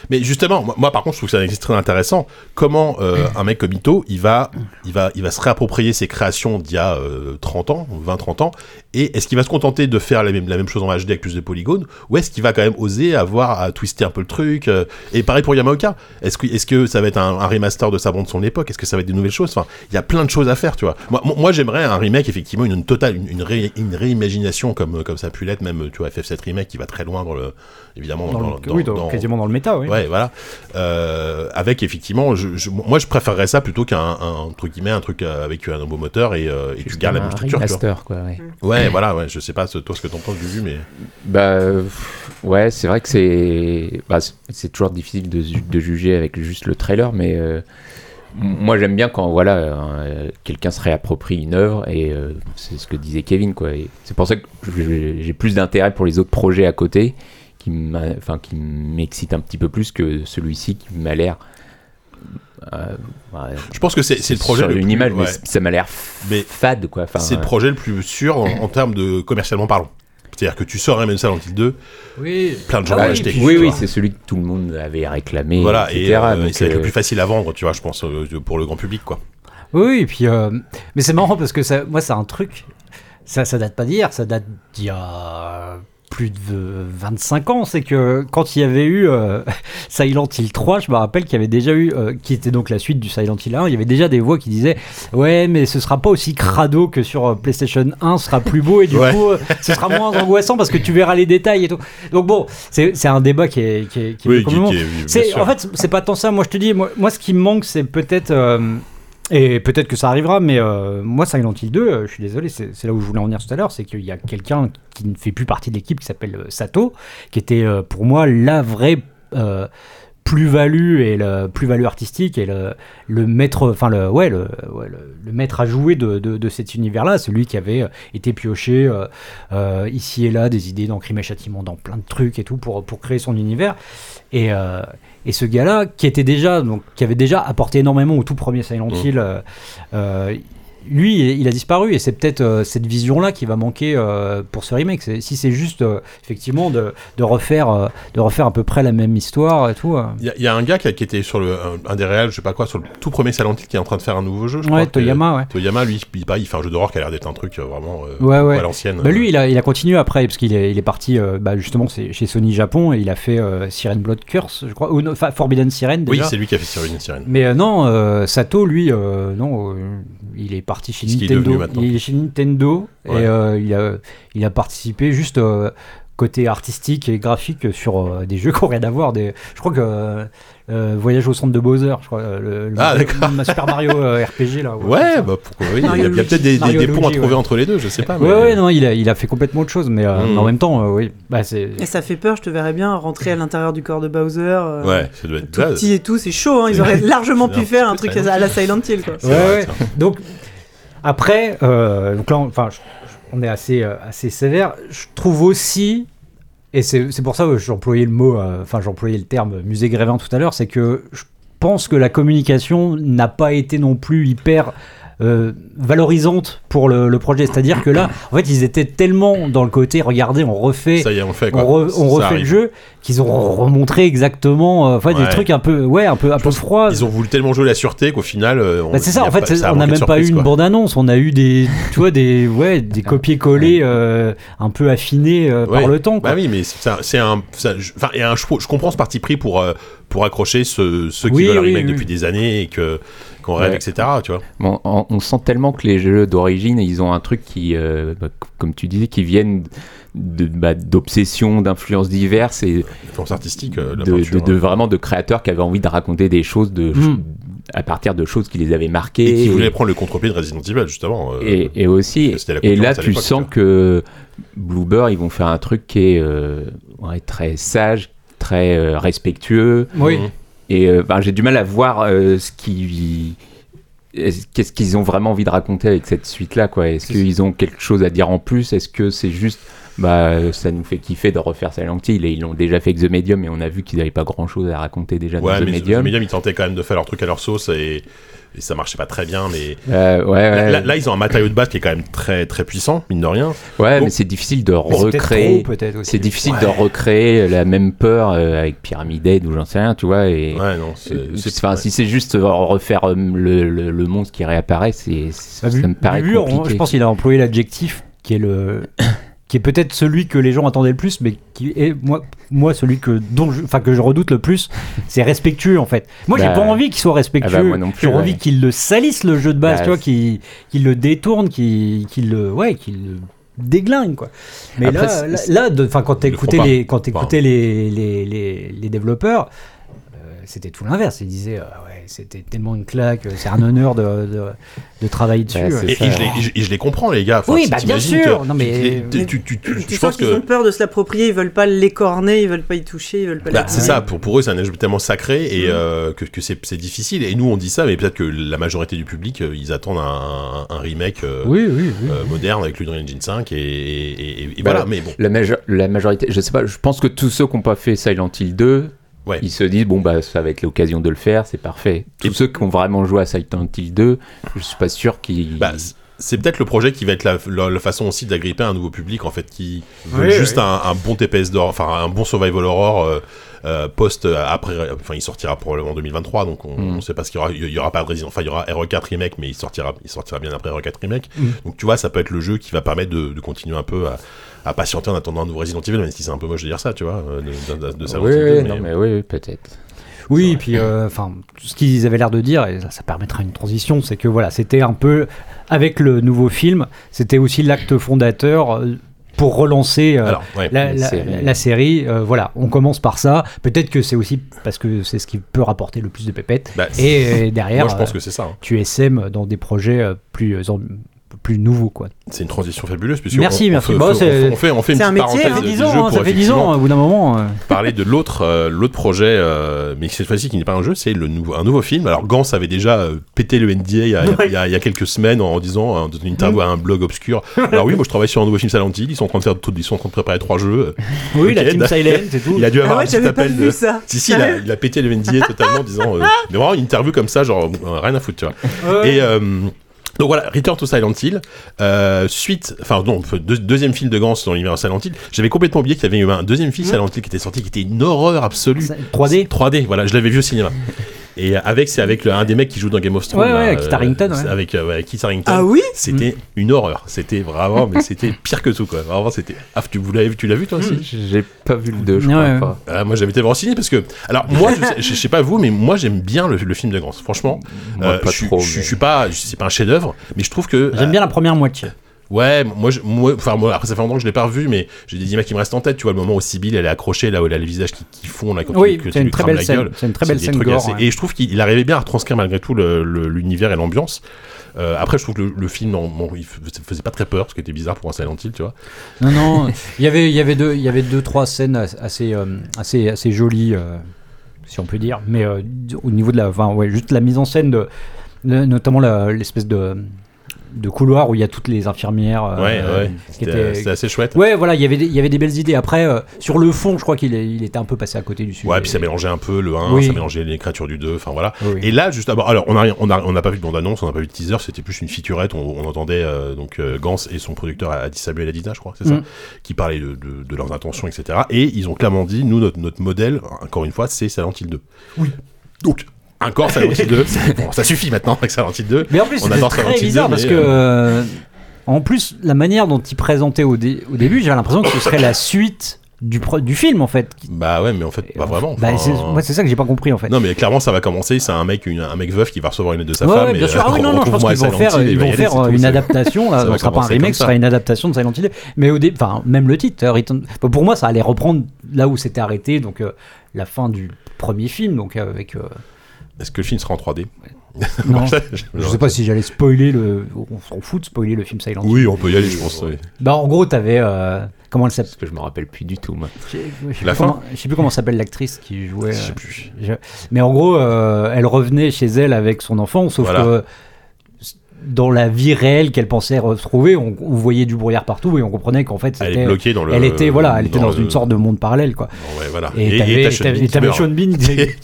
Speaker 1: Mais justement, moi, moi, par contre, je trouve que c'est un exercice très intéressant. Comment euh, un mec comme Ito, il va, il va, il va se réapproprier ses créations d'il y a euh, 30 ans, 20-30 ans, et est-ce qu'il va se contenter de faire la même, la même chose en HD avec plus de polygones, ou est-ce qu'il va quand même oser avoir à twister un peu le truc euh, Et pareil pour Yamaoka, est-ce que, est-ce que ça va être un, un remaster de sa bande de son époque Est-ce que ça va être des nouvelles choses Enfin, il y a plein de choses à faire, tu vois. Moi, moi, j'aimerais un remake, effectivement, une, une totale, une, une, ré- une réimagination comme, comme ça a pu l'être, même, tu vois, FF7 Remake qui va très loin dans le, évidemment,
Speaker 4: dans le-
Speaker 1: dans-
Speaker 4: oui,
Speaker 1: dans-
Speaker 4: dans-
Speaker 1: dans-
Speaker 4: quasiment dans le méta, oui.
Speaker 1: Ouais, voilà. Euh, avec effectivement, je, je- moi je préférerais ça plutôt qu'un un, entre guillemets, un truc euh, avec un nouveau moteur et, euh, et tu
Speaker 3: Juste
Speaker 1: gardes la
Speaker 3: un
Speaker 1: même structure. tu vois.
Speaker 3: remaster, quoi, ouais.
Speaker 1: Ouais, voilà, ouais, je sais pas ce- toi ce que t'en penses, Gugu, mais.
Speaker 3: Bah euh, pff, ouais, c'est vrai que c'est bah, c'est- c'est toujours difficile de, ju- de juger avec juste le trailer, mais euh, m- moi j'aime bien quand voilà euh, quelqu'un se réapproprie une œuvre et euh, c'est ce que disait Kevin quoi. Et C'est pour ça que j'ai j'ai plus d'intérêt pour les autres projets à côté qui m'a- enfin qui m'excitent un petit peu plus que celui-ci qui m'a l'air euh, ouais,
Speaker 1: Je pense que c'est c'est le projet.
Speaker 3: sur
Speaker 1: le
Speaker 3: une
Speaker 1: plus-
Speaker 3: image, mais
Speaker 1: ouais.
Speaker 3: c- ça m'a l'air f-
Speaker 1: Mais
Speaker 3: fade quoi. Enfin, euh,
Speaker 1: c'est le projet le plus sûr en, en termes de commercialement parlant. C'est-à-dire que tu sors un même Silent Hill 2,
Speaker 4: Oui.
Speaker 1: plein de gens
Speaker 3: Ah
Speaker 1: l'ont
Speaker 3: oui,
Speaker 1: acheté.
Speaker 3: puis-
Speaker 1: tu
Speaker 3: oui, oui,
Speaker 1: vois.
Speaker 3: c'est celui que tout le monde avait réclamé,
Speaker 1: Voilà,
Speaker 3: etc.
Speaker 1: et, euh,
Speaker 3: donc,
Speaker 1: et c'est
Speaker 3: euh,
Speaker 1: le plus facile à vendre, tu vois, je pense, euh, pour le grand public, quoi.
Speaker 4: Oui, et puis. euh, mais c'est marrant parce que ça, moi, c'est un truc. Ça, ça date pas d'hier, ça date d'il y a plus de 25 ans. C'est que quand il y avait eu euh, [laughs] Silent Hill 3, je me rappelle qu'il y avait déjà eu. euh, qui était donc la suite du Silent Hill 1, il y avait déjà des voix qui disaient Ouais, mais ce sera pas aussi crado que sur euh, PlayStation 1, ce sera plus beau et du
Speaker 1: Ouais.
Speaker 4: coup, euh, ce sera moins angoissant parce que tu verras les détails et tout. Donc bon, c'est c'est un débat qui est. Qui est- qui est
Speaker 1: Oui, qui-
Speaker 4: complètement-
Speaker 1: qui est- bien
Speaker 4: c'est-
Speaker 1: sûr.
Speaker 4: en fait, c'est pas tant ça. Moi, je te dis, moi, moi, ce qui me manque, c'est peut-être. euh, et peut-être que ça arrivera, mais euh, moi, Silent Hill 2, euh, je suis désolé, c'est c'est là où je voulais en venir tout à l'heure, c'est qu'il y a quelqu'un qui ne fait plus partie de l'équipe qui s'appelle euh, Sato, qui était euh, pour moi la vraie euh, plus-value et la plus-value artistique et le, le maître, enfin le ouais le, ouais, le, le maître à jouer de, de, de cet univers-là, celui qui avait euh, été pioché euh, euh, ici et là des idées dans Crime et Châtiment, dans plein de trucs et tout pour pour créer son univers et euh, et ce gars-là, qui était déjà, donc, qui avait déjà apporté énormément au tout premier Silent
Speaker 1: Mhm.
Speaker 4: Hill, euh, euh, lui, il a disparu et c'est peut-être euh, cette vision-là qui va manquer euh, pour ce remake. C'est- Si c'est juste, euh, effectivement, de, de refaire, euh, de refaire à peu près la même histoire et tout. euh.
Speaker 1: Il y, a- il y a un gars qui, a- qui était sur le, un, un des réels, je sais pas quoi, sur le tout premier Silent Hill qui est en train de faire un nouveau jeu. Je crois
Speaker 4: Ouais,
Speaker 1: que-
Speaker 4: Toyama, ouais.
Speaker 1: Toyama, lui, il, bah, il fait un jeu d'horreur qui a l'air d'être un truc euh, vraiment euh,
Speaker 4: Ouais, ouais.
Speaker 1: à l'ancienne.
Speaker 4: Bah lui, il a, il a continué après, parce qu'il est, il est parti euh, bah, justement c'est chez Sony Japon et il a fait euh, Siren Blood Curse, je crois, ou non, enfin Forbidden Siren
Speaker 1: oui,
Speaker 4: déjà.
Speaker 1: c'est lui qui a fait Sirène et Sirène.
Speaker 4: Mais euh, non, euh, Sato, lui, euh, non, euh, il est parti chez
Speaker 1: Ce qu'il est
Speaker 4: Nintendo.
Speaker 1: devenu maintenant.
Speaker 4: il est chez Nintendo
Speaker 1: Ouais.
Speaker 4: et euh, il, a, il a participé juste euh, côté artistique et graphique sur euh, des jeux qu'on rien à voir. Des, je crois que euh, Voyage au centre de Bowser, je crois, euh, le, le-
Speaker 1: Ah, d'accord.
Speaker 4: le Super Mario
Speaker 1: [laughs]
Speaker 4: euh, RPG là.
Speaker 1: Ouais, bah pourquoi oui, Il y a- il y a,
Speaker 2: Mario Luigi.
Speaker 1: peut-être des, des-
Speaker 4: Mario
Speaker 1: des ponts à
Speaker 4: Luigi,
Speaker 1: trouver
Speaker 4: ouais.
Speaker 1: entre les deux, je sais pas.
Speaker 4: Ouais,
Speaker 1: mais-
Speaker 4: ouais, non, il a, il a fait complètement autre chose, mais, euh,
Speaker 1: Mm.
Speaker 4: mais en même temps, euh, oui, bah, c'est.
Speaker 2: Et ça fait peur, je te verrais bien rentrer à l'intérieur du corps de Bowser. euh,
Speaker 1: Ouais, ça doit être
Speaker 2: Tout
Speaker 1: ça.
Speaker 2: petit et tout, c'est chaud, hein, ils auraient largement
Speaker 1: C'est un
Speaker 2: pu faire un
Speaker 1: petit peu
Speaker 2: truc à la Silent Hill quoi.
Speaker 1: C'est
Speaker 4: Ouais,
Speaker 1: vrai,
Speaker 4: ouais.
Speaker 1: tiens.
Speaker 4: Donc après, euh, donc là, on- enfin, je- je- on est assez euh, assez sévère. Je trouve aussi, et c'est c'est pour ça que j'employais le mot, euh, enfin j'employais le terme musée grévin tout à l'heure, c'est que je pense que la communication n'a pas été non plus hyper euh, valorisante pour le, le projet. C'est-à-dire que là, en fait, ils étaient tellement dans le côté, regardez, on refait
Speaker 1: Ça y est, on le fait quoi.
Speaker 4: on, re- on
Speaker 1: Ça
Speaker 4: refait
Speaker 1: arrive.
Speaker 4: le jeu, qu'ils ont remontré exactement euh, enfin,
Speaker 1: Ouais.
Speaker 4: des trucs un peu, ouais, un peu, un peu froids.
Speaker 1: Ils ont voulu tellement jouer la sûreté qu'au final. euh, on-
Speaker 4: Bah, c'est ça,
Speaker 1: il y a
Speaker 4: en fait,
Speaker 1: pas-
Speaker 4: c'est-
Speaker 1: ça a
Speaker 4: on n'a
Speaker 1: manqué de
Speaker 4: même pas eu
Speaker 1: surprise,
Speaker 4: une
Speaker 1: quoi.
Speaker 4: bande-annonce, on a eu
Speaker 1: [laughs]
Speaker 4: des, tu vois, des, ouais, des copier-coller euh, un peu affinés euh,
Speaker 1: Ouais.
Speaker 4: par le temps. Quoi.
Speaker 1: Bah oui, mais c'est un- c'est un. ça- je- Enfin, et un- je, je comprends ce parti pris pour, euh, pour accrocher ceux, ceux qui
Speaker 4: Oui,
Speaker 1: veulent un
Speaker 4: oui,
Speaker 1: remake
Speaker 4: oui.
Speaker 1: depuis des années et que- qu'on rêve,
Speaker 3: Ouais.
Speaker 1: etc. Tu vois.
Speaker 3: Bon, on, on sent tellement que les jeux d'origine, ils ont un truc qui, euh, bah, c- comme tu disais, qui viennent de- bah, d'obsessions, d'influences diverses et
Speaker 1: Défense artistique,
Speaker 3: de,
Speaker 1: euh, la
Speaker 3: de-
Speaker 1: peinture,
Speaker 3: de-
Speaker 1: hein.
Speaker 3: vraiment de créateurs qui avaient envie de raconter des choses de,
Speaker 4: Mm.
Speaker 3: à partir de choses qui les avaient marquées.
Speaker 1: Et qui voulait prendre le contre-pied de Resident Evil, justement. euh,
Speaker 3: Et, et aussi,
Speaker 1: Parce que c'était la
Speaker 3: et là
Speaker 1: concurrence à
Speaker 3: tu
Speaker 1: l'époque,
Speaker 3: sens
Speaker 1: tu
Speaker 3: que Bluebird, ils vont faire un truc qui est euh, ouais, très sage, très euh, respectueux.
Speaker 4: Oui.
Speaker 1: Mhm.
Speaker 3: Et euh, ben, j'ai du mal à voir euh, ce qui est-ce- qu'est-ce qu'ils ont vraiment envie de raconter avec cette suite là quoi. Est-ce qu'ils ont quelque chose à dire en plus Est-ce que c'est juste bah, ça nous fait kiffer de refaire Silent Hill. Et ils l'ont déjà fait avec The Medium, et on a vu qu'ils n'avaient pas grand chose à raconter déjà
Speaker 1: ouais,
Speaker 3: dans The
Speaker 1: mais
Speaker 3: Medium.
Speaker 1: ils tentaient quand même de faire leur truc à leur sauce et, et ça marchait pas très bien. Mais
Speaker 3: Euh, ouais,
Speaker 1: là,
Speaker 3: ouais,
Speaker 1: là- là, ils ont un matériau de base qui est quand même très très puissant, mine de rien.
Speaker 3: ouais
Speaker 1: bon.
Speaker 3: mais c'est difficile de
Speaker 4: Mais c'est peut-être
Speaker 3: recréer.
Speaker 4: trop, peut-être aussi.
Speaker 3: C'est difficile de
Speaker 1: Ouais.
Speaker 3: recréer la même peur euh, avec Pyramid Head ou j'en sais rien, tu vois. Et,
Speaker 1: Ouais, non,
Speaker 3: Euh,
Speaker 1: c'est. c'est-
Speaker 3: enfin,
Speaker 1: ouais.
Speaker 3: Si c'est juste euh, refaire euh, le, le, le monstre qui réapparaît, c'est, c'est- ça
Speaker 4: Bah, Bu-
Speaker 3: me paraît
Speaker 4: Bubu, on-
Speaker 3: compliqué.
Speaker 4: je pense qu'il a employé l'adjectif qui est le [coughs] qui est peut-être celui que les gens attendaient le plus, mais qui est moi, moi celui que dont je, enfin que je redoute le plus, c'est respectueux en fait. Moi
Speaker 3: Bah,
Speaker 4: j'ai pas envie qu'il soit respectueux,
Speaker 3: ah bah, moi non plus,
Speaker 4: j'ai envie
Speaker 3: ouais.
Speaker 4: qu'il le salisse le jeu de base,
Speaker 3: Bah,
Speaker 4: tu vois, qu'il qu'il le détourne, qu'il qu'il le ouais, qu'il le déglingue quoi. Mais
Speaker 3: Après,
Speaker 4: là,
Speaker 3: c'est-
Speaker 4: là, là, de- enfin quand
Speaker 1: Ils le
Speaker 4: t'écoutais
Speaker 1: font pas.
Speaker 4: les quand t'écoutais
Speaker 1: Enfin.
Speaker 4: les, les, les, les développeurs euh, c'était tout l'inverse. Ils disaient, euh, ouais, c'était tellement une claque, euh, c'est un honneur de, de, de travailler dessus.
Speaker 3: Ouais, c'est
Speaker 1: Et,
Speaker 3: ça.
Speaker 1: et je les, et je- et je les comprends, les gars. Enfin,
Speaker 4: Oui,
Speaker 1: tu-
Speaker 4: bah, bien
Speaker 1: t'imagines
Speaker 4: sûr.
Speaker 1: que-
Speaker 4: Non, mais-
Speaker 1: tu- tu- tu- tu-
Speaker 2: Tu
Speaker 1: je
Speaker 2: sens
Speaker 1: pense
Speaker 2: qu'ils ont
Speaker 1: que.
Speaker 2: peur de se l'approprier, ils veulent pas l'écorner, ils veulent pas y toucher, ils veulent pas.
Speaker 1: Bah,
Speaker 2: la-
Speaker 1: c'est ça, pour, pour eux c'est un jeu tellement sacré et euh, que, que c'est c'est difficile. Et nous on dit ça, mais peut-être que la majorité du public euh, ils attendent un, un remake euh,
Speaker 4: Oui, oui, oui.
Speaker 1: euh, moderne avec l'Unreal Engine 5 et, et- et- et
Speaker 3: Bah,
Speaker 1: voilà. Mais bon,
Speaker 3: La, majo- la majorité, je sais pas, je pense que tous ceux qui n'ont pas fait Silent Hill 2,
Speaker 1: Ouais.
Speaker 3: ils se disent, bon, bah, ça va être l'occasion de le faire, c'est parfait. Tous
Speaker 1: Et-
Speaker 3: ceux qui ont vraiment joué à Silent Hill 2, je suis pas sûr qu'ils.
Speaker 1: bah, c'est- c'est peut-être le projet qui va être la, la- la façon aussi d'agripper un nouveau public en fait qui veut
Speaker 4: Oui,
Speaker 1: juste Un, un bon TPS d'or, enfin un bon survival horror. euh, euh, post euh, après enfin il sortira probablement en 2023 donc on,
Speaker 3: Mm.
Speaker 1: on sait pas ce qu'il y aura il y aura pas de Resident enfin il y aura RE4 remake mais il sortira il sortira bien après RE4 remake
Speaker 4: Mm.
Speaker 1: donc tu vois ça peut être le jeu qui va permettre de, de continuer un peu à, à patienter en attendant un nouveau Resident Evil même si c'est un peu moche de dire ça tu vois euh, de, de, de, de Silent
Speaker 3: oui,
Speaker 1: Hill deux,
Speaker 3: oui,
Speaker 1: mais-
Speaker 3: non, mais oui, oui, peut-être.
Speaker 4: Oui, et puis, euh, enfin, tout ce qu'ils avaient l'air de dire, et ça, ça permettra une transition, c'est que voilà, c'était un peu, avec le nouveau film, c'était aussi l'acte fondateur euh, pour relancer. euh,
Speaker 1: alors ouais
Speaker 4: la,
Speaker 3: La
Speaker 4: la-
Speaker 3: série.
Speaker 4: la série, euh, voilà, on commence par ça. Peut-être que c'est aussi parce que c'est ce qui peut rapporter le plus de pépettes.
Speaker 1: Bah,
Speaker 3: E
Speaker 4: Et euh, derrière,
Speaker 1: moi je pense
Speaker 4: euh,
Speaker 1: que c'est ça hein.
Speaker 4: tu SM dans des projets euh, plus, euh, plus nouveaux, quoi.
Speaker 1: c'est une transition fabuleuse puisque
Speaker 4: Merci,
Speaker 1: on, on
Speaker 4: merci.
Speaker 1: fait-
Speaker 4: Bon,
Speaker 1: on
Speaker 4: c'est-
Speaker 1: fait, on fait on fait une
Speaker 2: c'est un
Speaker 1: petite
Speaker 2: métier,
Speaker 1: parenthèse
Speaker 2: hein,
Speaker 1: de-
Speaker 4: dix
Speaker 1: du jeu
Speaker 4: ans,
Speaker 1: pour
Speaker 4: ça fait 10
Speaker 1: effectivement
Speaker 4: ans, au bout d'un moment.
Speaker 1: parler de l'autre euh, l'autre projet euh, mais cette fois-ci qui n'est pas un jeu c'est le nouveau un nouveau film alors Gans avait déjà euh, pété le NDA il y a, il y a- il y a quelques semaines en disant euh, dans une
Speaker 2: Mm.
Speaker 1: interview à un blog obscur alors oui moi je travaille sur un nouveau film Silent Hill ils sont en train de faire tout- ils sont en train de préparer trois jeux
Speaker 4: Oui,
Speaker 1: la
Speaker 4: la
Speaker 1: Team
Speaker 4: Team
Speaker 1: [laughs]
Speaker 4: Silent et tout.
Speaker 1: bah, il a dû
Speaker 2: Ah
Speaker 1: avoir
Speaker 2: ouais,
Speaker 1: un petit
Speaker 2: j'avais pas
Speaker 1: appel
Speaker 2: vu
Speaker 1: de
Speaker 2: ça.
Speaker 1: si si il a, il a pété le NDA totalement en
Speaker 4: [laughs]
Speaker 1: disant euh, mais vraiment une interview comme ça genre euh, rien à foutre tu vois et euh, donc voilà, Return to Silent Hill, euh, suite, enfin non, deux- deuxième film de Gans dans l'univers Silent Hill. J'avais complètement oublié qu'il y avait eu un deuxième
Speaker 4: Mm.
Speaker 1: film Silent Hill qui était sorti, qui était une horreur absolue.
Speaker 4: 3D
Speaker 1: 3D, voilà, je l'avais vu au cinéma. Et avec, c'est avec le- un des mecs qui joue dans Game of Thrones.
Speaker 4: Ouais,
Speaker 1: là,
Speaker 4: ouais, Kit Harington, ouais. Mm.
Speaker 1: Avec euh, ouais, Kit Harington.
Speaker 2: Ah oui
Speaker 1: C'était une horreur. C'était vraiment, mais c'était pire que tout, quoi. Vraiment, c'était. Ah, tu vous l'avez- tu l'as vu, toi
Speaker 4: Mm,
Speaker 1: aussi
Speaker 3: J'ai pas vu le 2, je
Speaker 4: Ouais,
Speaker 3: crois
Speaker 4: ouais.
Speaker 3: pas.
Speaker 1: Ah, Moi, j'avais été voir au ciné parce que. Alors, moi,
Speaker 4: [laughs]
Speaker 1: je sais, je sais pas vous, mais moi, j'aime bien le, le film de Gans. Franchement,
Speaker 3: Moi,
Speaker 1: Euh,
Speaker 3: pas
Speaker 1: je, suis-
Speaker 3: trop,
Speaker 1: je suis-
Speaker 3: mais-
Speaker 1: je suis pas. je- C'est pas un chef-d'œuvre, mais je trouve que. euh,
Speaker 4: J'aime bien la première moitié.
Speaker 1: Ouais, moi, je- moi, enfin, moi, après, ça fait longtemps que je l'ai pas revu, mais j'ai des images qui me restent en tête. Tu vois, le moment où Sibyl, elle est accrochée, là où elle a le visage qui, qui fond, là, quand tu-
Speaker 4: Oui,
Speaker 1: que tu
Speaker 4: c'est une
Speaker 1: lui
Speaker 4: très
Speaker 1: crames
Speaker 4: belle
Speaker 1: la
Speaker 4: scène.
Speaker 1: gueule.
Speaker 4: C'est une très
Speaker 1: C'est
Speaker 4: belle
Speaker 1: des
Speaker 4: scène
Speaker 1: trucs
Speaker 4: gore.
Speaker 1: assez-
Speaker 4: ouais.
Speaker 1: Et je trouve qu'il arrivait bien à retranscrire malgré tout le- le- l'univers et l'ambiance. Euh, après, je trouve que le, le film, non, bon, il f- faisait pas très peur, ce qui était bizarre pour un Silent Hill, tu vois.
Speaker 4: Non, non, il y avait, il y avait deux, il y avait deux, trois scènes as- assez, euh, assez, assez jolies, euh, si on peut dire. Mais euh, au niveau de la, enfin, ouais, juste la mise en scène de, de- notamment la- l'espèce de, de couloir où il y a toutes les infirmières. euh,
Speaker 1: Ouais, ouais.
Speaker 4: qui
Speaker 1: C'était
Speaker 4: étaient-
Speaker 1: c'était assez chouette.
Speaker 4: Ouais, voilà, il y avait, des- il y avait des belles idées. Après, euh, sur le fond, je crois qu'il est- il était un peu passé à côté du sujet.
Speaker 1: Ouais, puis ça mélangeait un peu le 1,
Speaker 4: Oui.
Speaker 1: ça mélangeait les créatures du 2, enfin voilà.
Speaker 4: Oui.
Speaker 1: Et là, juste d'abord, alors on n'a rien- on a, on n'a pas vu de bande-annonce, on n'a pas vu de teaser, c'était plus une featurette, on, on entendait euh, donc euh, Gans et son producteur Adi Samuel Adida, je crois, c'est ça,
Speaker 4: Mm.
Speaker 1: qui parlaient de, de- de leurs intentions, etc. Et ils ont clairement dit, nous, notre, notre modèle, encore une fois, c'est Silent Hill 2. Oui. Donc, encore Silent Hill
Speaker 4: [laughs]
Speaker 1: 2, Bon, ça suffit maintenant avec Silent Hill 2.
Speaker 4: Mais en plus,
Speaker 1: On
Speaker 4: c'était
Speaker 1: adore Silent
Speaker 4: très
Speaker 1: Hill
Speaker 4: bizarre
Speaker 1: 2,
Speaker 4: parce
Speaker 1: mais,
Speaker 4: que. euh, En plus, la manière dont il présentait au, dé- au début, j'avais l'impression que ce serait la suite du, pro- du film en fait. qui-
Speaker 1: Bah ouais, mais en fait, pas vraiment.
Speaker 4: Bah,
Speaker 1: enfin,
Speaker 4: c'est- moi, c'est ça que j'ai pas compris en fait.
Speaker 1: Non mais clairement ça va commencer, c'est un mec une- un mec veuf qui va recevoir une aide de sa
Speaker 4: Ouais, ouais,
Speaker 1: femme.
Speaker 4: bien
Speaker 1: et,
Speaker 4: sûr. Ah oui,
Speaker 1: euh,
Speaker 4: non, non, je pense
Speaker 1: retrouve-moi
Speaker 4: qu'ils vont
Speaker 1: Silent
Speaker 4: faire,
Speaker 1: Hill, et
Speaker 4: ils
Speaker 1: il va y
Speaker 4: vont
Speaker 1: aller,
Speaker 4: faire euh,
Speaker 1: c'est tout,
Speaker 4: une
Speaker 1: c'est-
Speaker 4: adaptation. Là,
Speaker 1: ça va
Speaker 4: ce sera pas un
Speaker 1: commencer comme
Speaker 4: remake, ce
Speaker 1: ça.
Speaker 4: sera une adaptation de Silent Hill. Mais au dé- enfin, même le titre, euh, Return- enfin, pour moi, ça allait reprendre là où c'était arrêté, donc euh, la fin du premier film, donc euh, avec.
Speaker 1: [laughs]
Speaker 4: euh,
Speaker 1: Est-ce que le film sera en 3D
Speaker 4: non,
Speaker 1: [laughs] Je
Speaker 4: je sais pas si j'allais spoiler le. On s'en fout de spoiler le film Silent Hill.
Speaker 1: Oui, on peut y aller, je pense. oui.
Speaker 4: Bah, en gros, t'avais. euh, comment elle s'appelle
Speaker 3: Parce que je me rappelle plus du tout, moi.
Speaker 4: Je je sais
Speaker 1: La
Speaker 4: plus
Speaker 1: fin
Speaker 4: comment- Je sais plus comment s'appelle l'actrice qui jouait.
Speaker 1: Je sais
Speaker 4: euh,
Speaker 1: plus.
Speaker 4: je- Mais en gros, euh, elle revenait chez elle avec son enfant, sauf
Speaker 1: Voilà.
Speaker 4: que dans la vie réelle qu'elle pensait retrouver, on, on voyait du brouillard partout et on comprenait qu'en fait
Speaker 1: Elle
Speaker 4: c'était.
Speaker 1: est bloquée dans le.
Speaker 4: elle était voilà, elle était dans
Speaker 1: le-
Speaker 4: une sorte de monde parallèle quoi.
Speaker 1: Ouais, voilà.
Speaker 4: Et, t'avais-
Speaker 1: t'as Sean
Speaker 4: t'avais-
Speaker 1: Bean qui
Speaker 4: t'avais
Speaker 1: meurt.
Speaker 4: Sean Bean.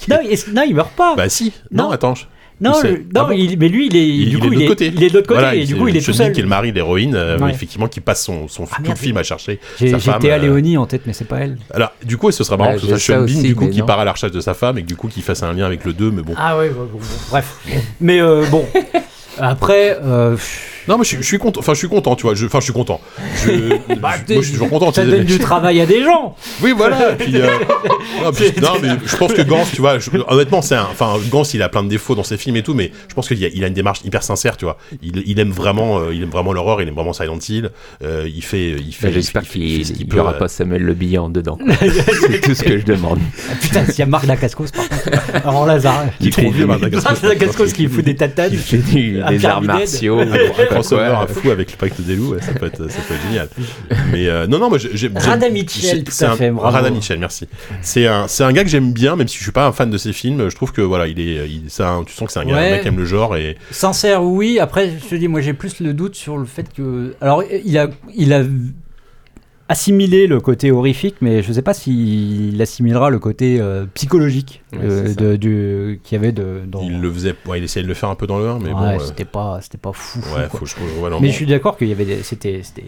Speaker 4: non, il, non, il meurt pas.
Speaker 1: [laughs] Bah si. Non,
Speaker 4: Non.
Speaker 1: attends. je-
Speaker 4: non,
Speaker 1: c'est-
Speaker 4: le- non,
Speaker 1: ah bon
Speaker 4: il- mais lui, il est,
Speaker 1: Il,
Speaker 4: du
Speaker 1: il
Speaker 4: coup,
Speaker 1: est de l'autre côté.
Speaker 4: Il est de l'autre côté
Speaker 1: Voilà,
Speaker 4: et du coup, il est
Speaker 1: Sean
Speaker 4: tout
Speaker 1: Bean
Speaker 4: seul.
Speaker 1: qui est le mari de l'héroïne, euh,
Speaker 4: Ouais. Ah,
Speaker 1: effectivement, qui passe son, son tout le
Speaker 4: merde.
Speaker 1: film à chercher.
Speaker 4: J'ai-
Speaker 1: sa femme,
Speaker 4: J'étais à
Speaker 1: euh,
Speaker 4: Léonie en tête, mais c'est pas elle.
Speaker 1: Alors, du coup, ce sera marrant
Speaker 3: Ouais,
Speaker 1: que ce soit
Speaker 3: Bah, j'ai ça
Speaker 1: Sean Bean,
Speaker 3: aussi,
Speaker 1: du coup,
Speaker 3: mais
Speaker 1: qui
Speaker 3: non.
Speaker 1: part à la recherche de sa femme et que, du coup, qui fasse un lien avec le 2, mais bon.
Speaker 4: Ah ouais, bon, bon, bon, bref. Mais euh, bon, après, euh, pff,
Speaker 1: Non, mais je, suis- je suis content. Enfin, je suis content, tu vois. Je- Enfin, je suis content.
Speaker 4: [laughs]
Speaker 1: Je, moi, je suis toujours content.
Speaker 4: Bah, ça
Speaker 1: tu sais,
Speaker 4: donne
Speaker 1: mais- [laughs]
Speaker 4: du travail à des gens.
Speaker 1: Oui, voilà. et puis,
Speaker 4: [laughs]
Speaker 1: euh, non, puis- non, mais je pense que Gans, tu vois, je- honnêtement, c'est un. Enfin, Gans, il a plein de défauts dans ses films et tout, mais je pense qu'il y a, il a une démarche hyper sincère, tu vois. Il, il aime vraiment, euh, il aime vraiment l'horreur, il aime vraiment Silent Hill. euh, il fait, il fait.
Speaker 3: Enfin, J'espère
Speaker 1: il fait- il fait ce
Speaker 3: qu'il
Speaker 1: qu'il
Speaker 3: n'y
Speaker 1: peut,
Speaker 3: aura
Speaker 1: euh,
Speaker 3: pas Samuel Le Bihan
Speaker 1: [laughs]
Speaker 3: dedans. [laughs] quoi. C'est tout ce que je demande.
Speaker 4: Ah, [laughs] putain, s'il y a Marc Dacascos, par contre. Alors Lazare. [laughs]
Speaker 1: Il est trop vieux, Marc
Speaker 3: [laughs]
Speaker 1: Dacascos.
Speaker 4: Marc Dacascos qui fout des tatanes.
Speaker 3: Il fait du-
Speaker 4: Un
Speaker 3: des arts
Speaker 4: pyramide.
Speaker 3: martiaux. ou
Speaker 1: un
Speaker 3: quoi,
Speaker 1: crossover
Speaker 3: quoi.
Speaker 1: à fou avec le pacte des loups, ouais, ça, peut être, ça peut être
Speaker 3: [laughs]
Speaker 1: génial. Mais euh, non, non, moi j'ai- j'aime. j'aime-
Speaker 4: Radha Mitchell,
Speaker 1: c'est-
Speaker 4: tout
Speaker 1: c'est
Speaker 4: à
Speaker 1: un-
Speaker 4: fait, bravo.
Speaker 1: Radha Mitchell, merci. C'est un, c'est un gars que j'aime bien, même si je suis pas un fan de ses films. Je trouve que voilà, il est, il, c'est un- tu sens que c'est un gars, un
Speaker 4: Ouais.
Speaker 1: mec qui aime le genre et
Speaker 4: Sincère, oui. Après, je te dis, moi, j'ai plus le doute sur le fait que. Alors, il a, il a assimilé le côté horrifique, mais je ne sais pas s'il assimilera le côté euh, psychologique
Speaker 3: Ouais,
Speaker 4: euh,
Speaker 3: c'est ça.
Speaker 4: de- du- qu'il y avait de, dans.
Speaker 1: il le faisait. ouais, il essayait de le faire un peu dans le 1, mais
Speaker 4: Ouais,
Speaker 1: bon. euh,
Speaker 4: c'était pas, c'était pas fou. fou,
Speaker 1: ouais,
Speaker 4: quoi.
Speaker 1: faut que je trouve. Ouais, non,
Speaker 4: mais
Speaker 1: bon.
Speaker 4: je suis d'accord qu'il y avait, des, c'était, c'était-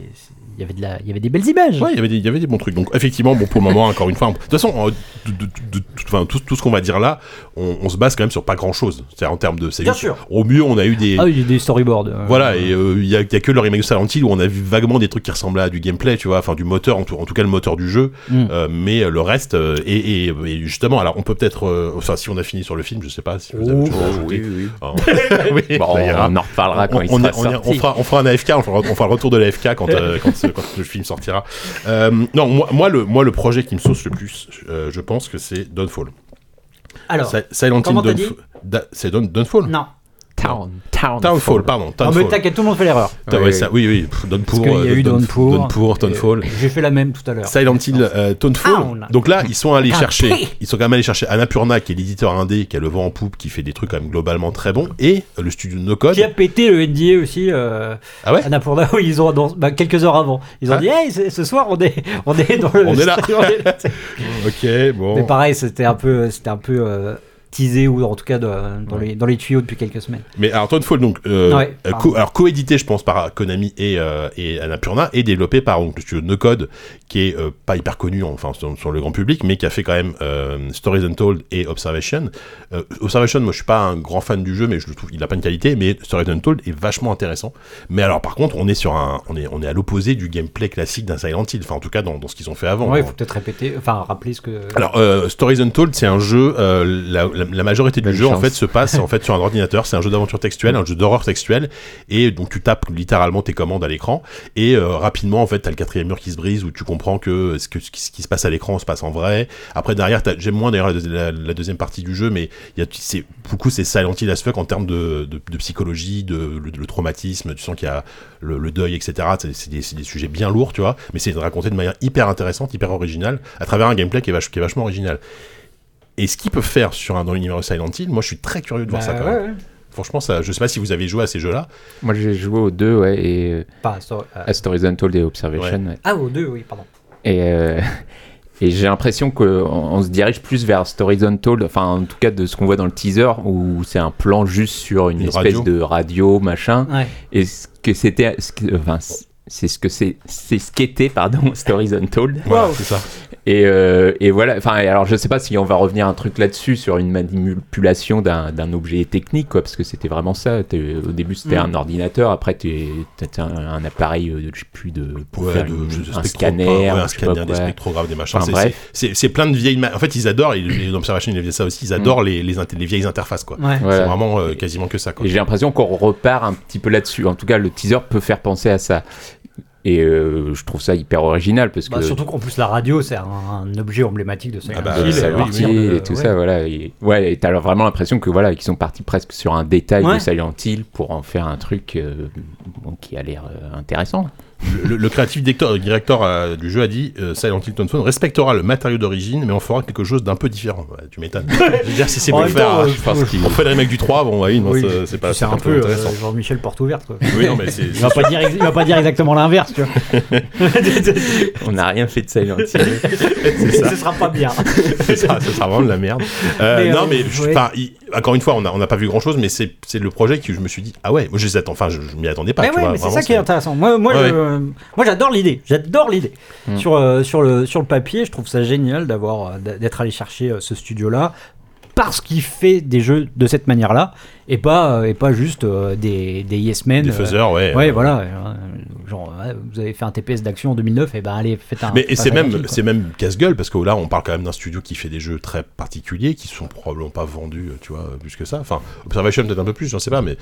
Speaker 4: il y avait de la, il y avait des belles images.
Speaker 1: Ouais, il y avait des, il y avait des bons trucs. Donc effectivement, bon pour le moment, encore une fois, on- de toute façon, on- de- de- de- de- enfin, tout, tout ce qu'on va dire là, on, on se base quand même sur pas grand chose. C'est en termes de, c'est
Speaker 2: Bien
Speaker 1: juste-
Speaker 2: sûr.
Speaker 1: Au mieux, on a eu des,
Speaker 4: Ah, il y a des storyboards. euh.
Speaker 1: Voilà, et il n'y a, y a que le remake de Silent Hill où on a vu vaguement des trucs qui ressemblaient à du gameplay, tu vois, enfin du moteur, en tout, en tout cas le moteur du jeu,
Speaker 4: Mm.
Speaker 1: Euh, mais euh, le reste, euh, et, et- et justement, alors on peut peut-être, euh, enfin si on a fini sur le film, je sais pas si vous avez autre chose à
Speaker 3: Oh, Oui,
Speaker 1: ajouter.
Speaker 3: oui.
Speaker 1: Hein.
Speaker 3: Bon,
Speaker 1: [laughs] oui,
Speaker 3: on,
Speaker 1: ça ira.
Speaker 3: en reparlera quand
Speaker 1: on,
Speaker 3: il
Speaker 1: on
Speaker 3: sera
Speaker 1: a- on a- on
Speaker 3: sorti.
Speaker 1: fera, on fera un AFK, on fera, on fera le retour de l'AFK quand, euh, quand, ce- quand le film sortira. Euh, non, moi, moi, le, moi, le projet qui me sauce le plus, euh, je pense que c'est Downfall.
Speaker 4: Alors,
Speaker 1: Si- Silent Hill
Speaker 4: comment t'as
Speaker 1: Downf-
Speaker 4: dit
Speaker 1: Da- C'est Down- Downfall
Speaker 4: non.
Speaker 3: Town, town,
Speaker 1: Townfall, pardon.
Speaker 4: Non, Ah, mais
Speaker 1: Townfall.
Speaker 4: t'inquiète, tout le monde fait l'erreur.
Speaker 1: Ah ouais,
Speaker 3: Ouais.
Speaker 1: ça, oui, oui, pff, Downpour,
Speaker 4: Parce qu'il y a
Speaker 1: euh,
Speaker 4: eu
Speaker 1: Down-
Speaker 4: Downpour.
Speaker 1: Downpour, Townfall.
Speaker 4: Et euh, Ah, J'ai fait la même tout à l'heure.
Speaker 1: Silent Hill euh, Townfall.
Speaker 4: Town.
Speaker 1: Donc là, ils sont allés
Speaker 4: Capri.
Speaker 1: chercher, ils sont quand même allés chercher Annapurna, qui est l'éditeur indé, qui a le vent en poupe, qui fait des trucs quand même globalement très bons, et euh, le studio No Code.
Speaker 4: Qui a pété le NDA aussi euh,
Speaker 1: Ah ouais
Speaker 4: Annapurna, oui, ils ont annoncé- bah, quelques heures avant. Ils ont
Speaker 1: Ah.
Speaker 4: dit Hey, ce ce soir, on est, on est dans le.
Speaker 1: On est là.
Speaker 4: on est là.
Speaker 1: Ok, [laughs]
Speaker 4: Mais
Speaker 1: bon.
Speaker 4: pareil, c'était un peu, c'était un peu euh, teasé ou en tout cas de- dans, les, dans les tuyaux depuis quelques semaines.
Speaker 1: Mais alors Townfall, donc, euh,
Speaker 4: Ouais,
Speaker 1: euh,
Speaker 4: pardon.
Speaker 1: co- alors co-édité, je pense, par Konami et, euh, et Annapurna, et développé par donc, le studio No Code, qui est euh, pas hyper connu, enfin, sur, sur le grand public, mais qui a fait quand même euh, Stories Untold et Observation. Euh, Observation, moi, je suis pas un grand fan du jeu, mais je le trouve, il a pas une qualité, mais Stories Untold est vachement intéressant. Mais alors, par contre, on est sur un, on est, on est à l'opposé du gameplay classique d'un Silent Hill, enfin, en tout cas, dans, dans ce qu'ils ont fait avant. hein.
Speaker 4: ouais, il
Speaker 1: Dans-
Speaker 4: faut peut-être répéter, enfin rappeler ce que.
Speaker 1: alors, euh, Stories Untold, c'est un jeu. euh, la, la- la majorité du
Speaker 3: Bonne
Speaker 1: jeu, en
Speaker 3: chance.
Speaker 1: fait, se passe en fait sur un ordinateur. C'est un jeu d'aventure textuelle, un jeu d'horreur textuelle, et donc tu tapes littéralement tes commandes à l'écran. Et euh, rapidement, en fait, t'as le quatrième mur qui se brise où tu comprends que euh, ce, que, ce qui, ce qui se passe à l'écran se passe en vrai. Après, derrière, t'as- j'aime moins d'ailleurs la, deuxi- la- la deuxième partie du jeu, mais il y a c'est beaucoup c'est Silent Hill as fuck en termes de, de, de psychologie, de le, le traumatisme. Tu sens qu'il y a le, le deuil, etc. C'est- C'est des, c'est des sujets bien lourds, tu vois, mais c'est raconté de manière hyper intéressante, hyper originale, à travers un gameplay qui est, vache- qui est vachement original. Et ce qu'ils peuvent faire sur un, dans l'univers de Silent Hill, moi je suis très curieux de voir
Speaker 4: Bah,
Speaker 1: ça quand
Speaker 4: ouais,
Speaker 1: même.
Speaker 4: ouais.
Speaker 1: Franchement, ça, je sais pas si vous avez joué à ces jeux-là.
Speaker 3: Moi, j'ai joué aux deux, ouais, et euh,
Speaker 4: Pas, sorry, euh,
Speaker 3: à Stories Untold et Observation. ouais.
Speaker 4: ah, aux deux, oui, pardon.
Speaker 3: Et, euh, et j'ai l'impression qu'on on se dirige plus vers Stories Untold, enfin en tout cas de ce qu'on voit dans le teaser, où c'est un plan juste sur une,
Speaker 1: Une
Speaker 3: espèce
Speaker 1: radio.
Speaker 3: de radio, machin.
Speaker 4: Ouais.
Speaker 3: Et ce que c'était... ce que- Enfin, c'est ce que c'est, c'est ce qu'était, pardon, [laughs] Stories Untold.
Speaker 1: Voilà, c'est ça.
Speaker 3: Et, euh, et voilà, enfin, et alors je sais pas si on va revenir à un truc là-dessus, sur une manipulation d'un d'un objet technique, quoi, parce que c'était vraiment ça. T'es- Au début, c'était
Speaker 4: Mm.
Speaker 3: un ordinateur, après, t'es- t'as un, un appareil, euh, je sais plus, de, pour
Speaker 1: Ouais,
Speaker 3: faire
Speaker 1: de-
Speaker 3: une-
Speaker 1: je-
Speaker 3: un
Speaker 1: spectro-
Speaker 3: scanner,
Speaker 1: ouais, un
Speaker 3: je sais pas
Speaker 1: scanner, des
Speaker 3: quoi.
Speaker 1: spectrographes, des machins.
Speaker 3: Enfin,
Speaker 1: C'est-
Speaker 3: bref.
Speaker 1: c'est- c'est- c'est plein de vieilles. ma- En fait, ils adorent, et les observations, ils faisaient ça aussi, ils adorent
Speaker 3: Mm.
Speaker 1: les, les, inté- les vieilles interfaces, quoi.
Speaker 4: Ouais.
Speaker 3: Voilà.
Speaker 1: C'est vraiment euh, quasiment que ça, quoi.
Speaker 3: Mm. Et j'ai l'impression qu'on repart un petit peu là-dessus. En tout cas, le teaser peut faire penser à ça. Et euh, je trouve ça hyper original parce que
Speaker 4: Bah, surtout qu'en plus la radio c'est un, un objet emblématique de Silent
Speaker 1: Ah bah,
Speaker 3: de
Speaker 1: oui,
Speaker 4: Hill,
Speaker 1: ça,
Speaker 4: à
Speaker 1: oui,
Speaker 4: partir
Speaker 3: Silent
Speaker 4: de-
Speaker 3: Hill et tout
Speaker 4: ouais.
Speaker 3: ça, voilà. Et, ouais, et t'as alors vraiment l'impression que voilà, qu'ils sont partis presque sur un détail
Speaker 4: Ouais.
Speaker 3: de Silent Hill pour en faire un truc euh, bon, qui a l'air euh, intéressant.
Speaker 1: le, le créatif directeur, directeur, euh, du jeu a dit euh, Silent Hill Town Phone respectera le matériau d'origine, mais on fera quelque chose d'un peu différent. Ouais, tu
Speaker 4: [laughs]
Speaker 1: m'étonnes. Je veux dire, si c'est
Speaker 4: En
Speaker 1: pour
Speaker 4: même
Speaker 1: faire,
Speaker 4: temps,
Speaker 1: euh,
Speaker 4: euh,
Speaker 1: je pense qu'il- pour faire le remake du 3, bon, oui, non,
Speaker 4: Oui,
Speaker 1: ça- c'est pas
Speaker 4: C'est
Speaker 1: pas
Speaker 4: un
Speaker 1: très
Speaker 4: peu
Speaker 1: intéressant.
Speaker 4: euh, Jean-Michel Porte ouverte. Quoi.
Speaker 1: Oui, non, mais c'est.
Speaker 4: [laughs] Il va pas dire, ex- il va pas dire exactement l'inverse, tu vois.
Speaker 3: On n'a rien fait de Silent Hill.
Speaker 1: c'est ça. Ah,
Speaker 4: Ce sera pas bien.
Speaker 1: ce sera, ce sera vraiment de la merde. Euh,
Speaker 4: Mais, euh,
Speaker 1: non, mais je-
Speaker 4: ouais.
Speaker 1: enfin, il- encore une fois, on n'a on a pas vu grand chose, mais c'est c'est le projet que je me suis dit ah ouais, moi, je les attends. Enfin, je, je m'y attendais pas.
Speaker 4: Mais
Speaker 1: tu
Speaker 4: ouais,
Speaker 1: vois,
Speaker 4: mais c'est
Speaker 1: vraiment,
Speaker 4: ça qui est intéressant. Moi, moi,
Speaker 1: Ouais, Hmm.
Speaker 4: je- moi, j'adore l'idée. J'adore l'idée. Sur, euh, sur, le, sur le papier, je trouve ça génial d'avoir, euh, d'être allé chercher euh, ce studio-là parce qu'il fait des jeux de cette manière-là et pas, euh, et pas juste euh, des, des yes men.
Speaker 1: des
Speaker 4: euh,
Speaker 1: faiseurs, ouais.
Speaker 4: ouais, voilà. euh, genre, ouais, vous avez fait un TPS d'action en 2009, et ben allez, faites un.
Speaker 1: Mais et
Speaker 4: faites un
Speaker 1: c'est
Speaker 4: Silent Hill,
Speaker 1: même,
Speaker 4: quoi.
Speaker 1: c'est même casse-gueule parce que là, on parle quand même d'un studio qui fait des jeux très particuliers qui sont probablement pas vendus, euh, tu vois, euh, plus que ça. Enfin, Observation peut-être un peu plus, j'en sais pas, mais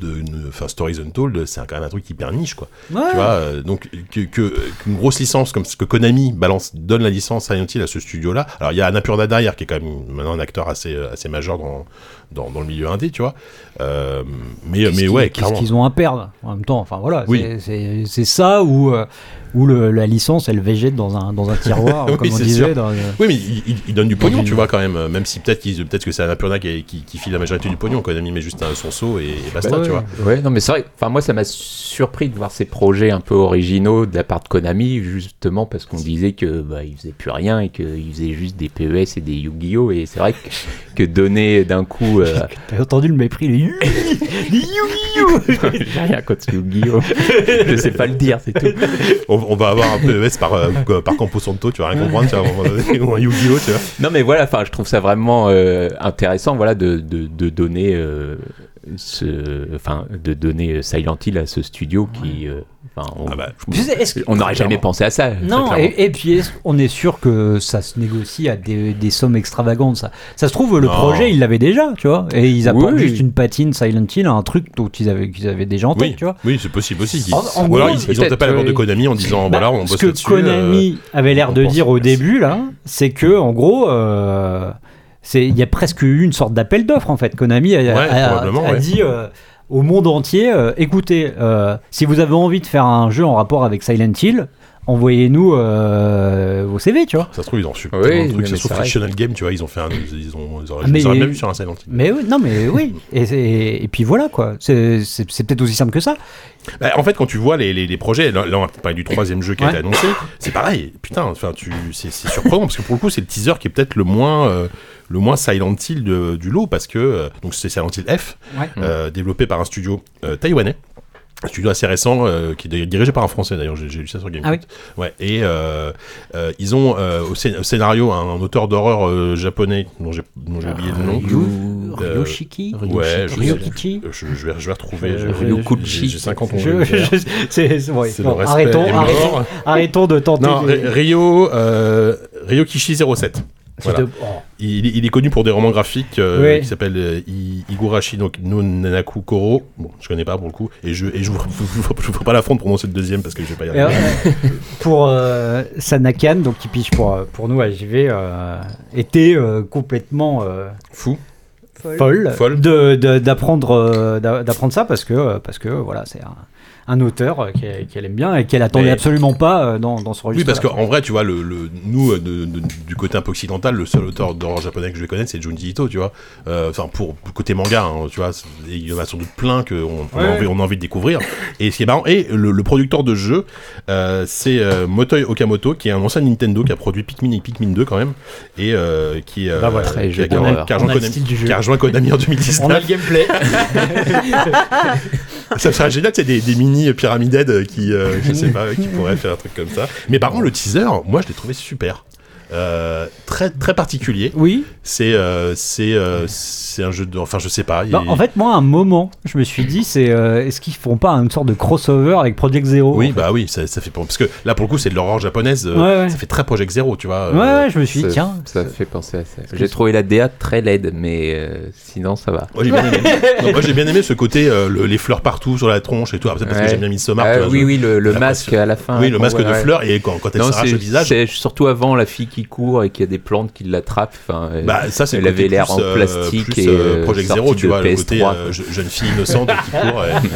Speaker 1: de, une- enfin, Stories Untold, c'est quand même un truc hyper niche, quoi.
Speaker 4: Ouais.
Speaker 1: Tu vois, euh, donc que, que- qu'une grosse licence comme ce que Konami balance, donne la licence Silent Hill à ce studio-là. Alors il y a Annapurna derrière qui est quand même maintenant un acteur assez euh, assez majeur dans dans, dans le milieu indé, tu vois. Euh, mais
Speaker 4: Qu'est-ce
Speaker 1: mais
Speaker 4: qu'ils-
Speaker 1: ouais,
Speaker 4: qu'est-ce
Speaker 1: clairement.
Speaker 4: qu'ils ont à perdre en même temps Enfin voilà,
Speaker 1: Oui.
Speaker 4: c'est- c'est c'est ça où, euh, où le- la licence elle végète dans un, dans un tiroir,
Speaker 1: [laughs] Oui,
Speaker 4: comme on
Speaker 1: c'est
Speaker 4: disait.
Speaker 1: sûr.
Speaker 4: dans euh, le-
Speaker 1: Oui, mais ils il, donnent du pognon,
Speaker 4: Dans
Speaker 1: tu
Speaker 4: une-
Speaker 1: vois, quand même. euh, Même si peut-être qu'ils- peut-être que c'est Annapurna qui, qui, qui file la majorité du pognon, Konami met juste un, son seau et, et
Speaker 4: Bah
Speaker 1: basta, tu vois.
Speaker 3: [laughs] Ouais, non, mais c'est vrai. Enfin, moi, ça m'a surpris de voir ces projets un peu originaux de la part de Konami, justement parce qu'on disait que bah, ils faisaient plus rien et qu'ils faisaient juste des PES et des Yu-Gi-Oh. Et c'est vrai que, que donner d'un coup, [laughs] euh,
Speaker 4: T'as entendu le mépris, les Yuhi Les Yuhi
Speaker 3: j'ai rien contre Yu-Gi-Oh. Je sais pas le dire, c'est tout.
Speaker 1: On, on va avoir un PES par, euh, quoi, par Campo Santo, tu vas rien comprendre, tu vois, à un moment donné, [laughs] ou un Yu-Gi-Oh, tu vois.
Speaker 3: Non, mais voilà. Enfin, je trouve ça vraiment euh, intéressant, voilà, de, de, de donner euh, ce, enfin, de donner euh, Silent Hill à ce studio qui, euh, enfin, on-
Speaker 1: Ah bah,
Speaker 4: Tu sais, est-ce que-
Speaker 3: on n'aurait jamais pensé à ça. très
Speaker 4: Non,
Speaker 3: clairement.
Speaker 4: et, et puis est-ce- on est sûr que ça se négocie à des, des sommes extravagantes. Ça, ça se trouve, le
Speaker 1: Non.
Speaker 4: projet, ils l'avaient déjà, tu vois. Et ils apportent
Speaker 3: Oui.
Speaker 4: juste une patine Silent Hill à un truc dont ils avaient, qu'ils avaient déjà en tête,
Speaker 1: oui,
Speaker 4: tu vois.
Speaker 1: oui c'est possible aussi. qu'ils-
Speaker 4: En- en
Speaker 1: ou alors,
Speaker 4: gros,
Speaker 1: ils, ils ont
Speaker 3: peut-être,
Speaker 1: tapé à la porte de
Speaker 3: oui.
Speaker 1: Konami en disant, voilà,
Speaker 4: Bah,
Speaker 1: on
Speaker 4: ce
Speaker 1: bosse
Speaker 4: que
Speaker 1: là-dessus. euh,
Speaker 4: Konami avait l'air
Speaker 1: on
Speaker 4: de
Speaker 1: pense
Speaker 4: dire au
Speaker 1: merci.
Speaker 4: début là, c'est que en gros, euh, c'est il y a presque eu une sorte d'appel d'offres en fait. Konami a, a-
Speaker 1: probablement,
Speaker 4: a
Speaker 1: ouais.
Speaker 4: dit euh, au monde entier, euh, écoutez, euh, si vous avez envie de faire un jeu en rapport avec Silent Hill, envoyez-nous euh, vos CV, tu vois.
Speaker 1: Ça se trouve, ils ont su
Speaker 3: Oui,
Speaker 1: plein de
Speaker 3: mais
Speaker 1: trucs. Ça se
Speaker 3: c'est
Speaker 1: trouve,
Speaker 3: vrai.
Speaker 1: Fictional Game, tu vois, ils ont fait un. Ils ont. Ils auraient,
Speaker 4: Ah, Mais-
Speaker 1: ils auraient même eu sur un Silent Hill.
Speaker 4: Mais oui, non, mais oui. Et, c'est- et puis voilà quoi. C'est c'est- c'est peut-être aussi simple que ça.
Speaker 1: Bah, en fait, quand tu vois les, les, les projets, là, là, on va peut-être parler du troisième jeu qui a
Speaker 4: Ouais.
Speaker 1: été annoncé, c'est pareil. Putain, enfin, tu, c'est, c'est surprenant parce que pour le coup, c'est le teaser qui est peut-être le moins, euh, le moins Silent Hill de- du lot parce que euh, donc c'est Silent Hill F,
Speaker 4: Ouais.
Speaker 1: euh, développé par un studio euh, taïwanais. Un studio assez récent euh, qui est di- dirigé par un français d'ailleurs, j'ai, j'ai lu ça sur Game
Speaker 4: Ah oui.
Speaker 1: Ouais, et euh, euh, ils ont euh, au, scén- au scénario un, un auteur d'horreur euh, japonais dont j'ai, dont j'ai oublié le nom.
Speaker 4: Ryu-
Speaker 1: Euh,
Speaker 4: Ryoshiki,
Speaker 1: ouais, je-
Speaker 4: Ryokichi.
Speaker 1: Euh, Je, je vais, je vais retrouver.
Speaker 4: Je-
Speaker 1: je-
Speaker 4: je-
Speaker 1: Ryukuchi. J'ai 50 ans.
Speaker 4: Euh, Je- je- c'est- c'est- ouais.
Speaker 1: hein. C'est
Speaker 4: Bon,
Speaker 1: le respect
Speaker 4: arrêtons,
Speaker 1: est mort.
Speaker 4: arrêtons, Arrêtons de tenter.
Speaker 1: Non,
Speaker 4: des-
Speaker 1: Ri- Rio, euh, Rio Kishi 07.
Speaker 4: C'était-
Speaker 1: Voilà.
Speaker 4: oh.
Speaker 1: Il, il est connu pour des romans graphiques euh,
Speaker 4: Oui.
Speaker 1: qui s'appellent euh, I- Higurashi no, no Nanaku Koro. Bon, je connais pas pour le coup. Et je et je vous, [laughs] vous- vous- je vous ferai pas l'affront de prononcer le deuxième parce que je vais pas y
Speaker 4: Et, euh,
Speaker 1: arriver.
Speaker 4: pour euh, Sanakan, donc qui pige pour, euh, pour nous à JV, euh, était euh, complètement euh,
Speaker 1: Fou.
Speaker 4: folle,
Speaker 1: Folle.
Speaker 4: de- de- d'apprendre euh, d'a- d'apprendre ça parce que, euh, parce que voilà, c'est un, un auteur euh, qu'elle qu'elle aime bien et qu'elle attendait
Speaker 1: Mais-
Speaker 4: absolument pas euh, dans, dans ce
Speaker 1: Oui,
Speaker 4: registre.
Speaker 1: parce qu'en vrai, tu vois, le, le- nous, euh, de- de- du côté un peu occidental, le seul auteur d'horreur japonais que je vais connaître, c'est Junji Ito, tu vois. Euh, Enfin, pour pour côté manga, hein, tu vois, c'est- et il y en a sans doute plein qu'on on a,
Speaker 4: Ouais.
Speaker 1: envie- on a envie de découvrir. Et ce qui est marrant, et le, le producteur de jeu, euh, c'est euh, Motoi Okamoto, qui est un ancien Nintendo, qui a produit Pikmin et Pikmin 2 quand même, et euh, qui, euh,
Speaker 4: Bah voilà.
Speaker 1: qui,
Speaker 3: Très
Speaker 1: a-
Speaker 3: jeu
Speaker 1: qui a-
Speaker 3: d'horreur.
Speaker 1: qui a
Speaker 4: On a
Speaker 1: rejoint
Speaker 4: le
Speaker 1: Konami-
Speaker 4: style du jeu.
Speaker 1: qui a rejoint Konami en 2019.
Speaker 4: On a le gameplay.
Speaker 1: Ça serait génial, c'est des, des mini pyramides qui, euh, je sais pas, qui pourraient faire un truc comme ça. Mais par contre, le teaser, moi, je l'ai trouvé super. Euh, très très particulier.
Speaker 4: Oui,
Speaker 1: C'est euh, c'est euh, c'est un jeu de. Enfin, je sais pas. il-
Speaker 4: Bah, en fait, moi, à un moment, je me suis dit, c'est euh, est-ce qu'ils font pas une sorte de crossover avec Project Zero
Speaker 1: oui,
Speaker 4: en fait
Speaker 1: bah oui, ça, ça fait pour- parce que là pour le coup, c'est de l'horreur japonaise. euh,
Speaker 4: Ouais, ouais.
Speaker 1: Ça fait très Project Zero, tu vois.
Speaker 4: Ouais,
Speaker 1: euh,
Speaker 4: ouais, je me suis dit,
Speaker 3: ça,
Speaker 4: tiens.
Speaker 3: ça fait penser à ça. J'ai trouvé la DA très laide, mais euh, sinon ça va.
Speaker 1: Moi j'ai bien, aimé- Non, moi, j'ai bien aimé ce côté euh, le- les fleurs partout sur la tronche et tout. Ah, Peut-être parce que
Speaker 3: Ouais.
Speaker 1: j'aime bien Midsommar.
Speaker 3: Ah,
Speaker 1: tu vois,
Speaker 3: oui,
Speaker 1: je-
Speaker 3: oui, le, le
Speaker 1: la
Speaker 3: masque
Speaker 1: pression.
Speaker 3: à la fin.
Speaker 1: Oui, le masque
Speaker 3: Ouais,
Speaker 1: de
Speaker 3: ouais.
Speaker 1: fleurs et quand, quand elle
Speaker 3: Non,
Speaker 1: s'arrache
Speaker 3: c'est
Speaker 1: le visage.
Speaker 3: c'est surtout avant la fille qui court et qu'il y a des plantes qui l'attrapent. Enfin, euh,
Speaker 1: Bah, ça, c'est
Speaker 3: elle
Speaker 1: le
Speaker 3: avait
Speaker 1: côté
Speaker 3: l'air
Speaker 1: plus,
Speaker 3: en
Speaker 1: euh,
Speaker 3: plastique
Speaker 1: plus,
Speaker 3: et, euh,
Speaker 1: Project
Speaker 3: sortie
Speaker 1: Zero, tu
Speaker 3: de
Speaker 1: vois, le
Speaker 3: PS3,
Speaker 1: côté
Speaker 3: quoi.
Speaker 1: euh, je- jeune fille innocente
Speaker 3: [laughs]
Speaker 1: qui court. et-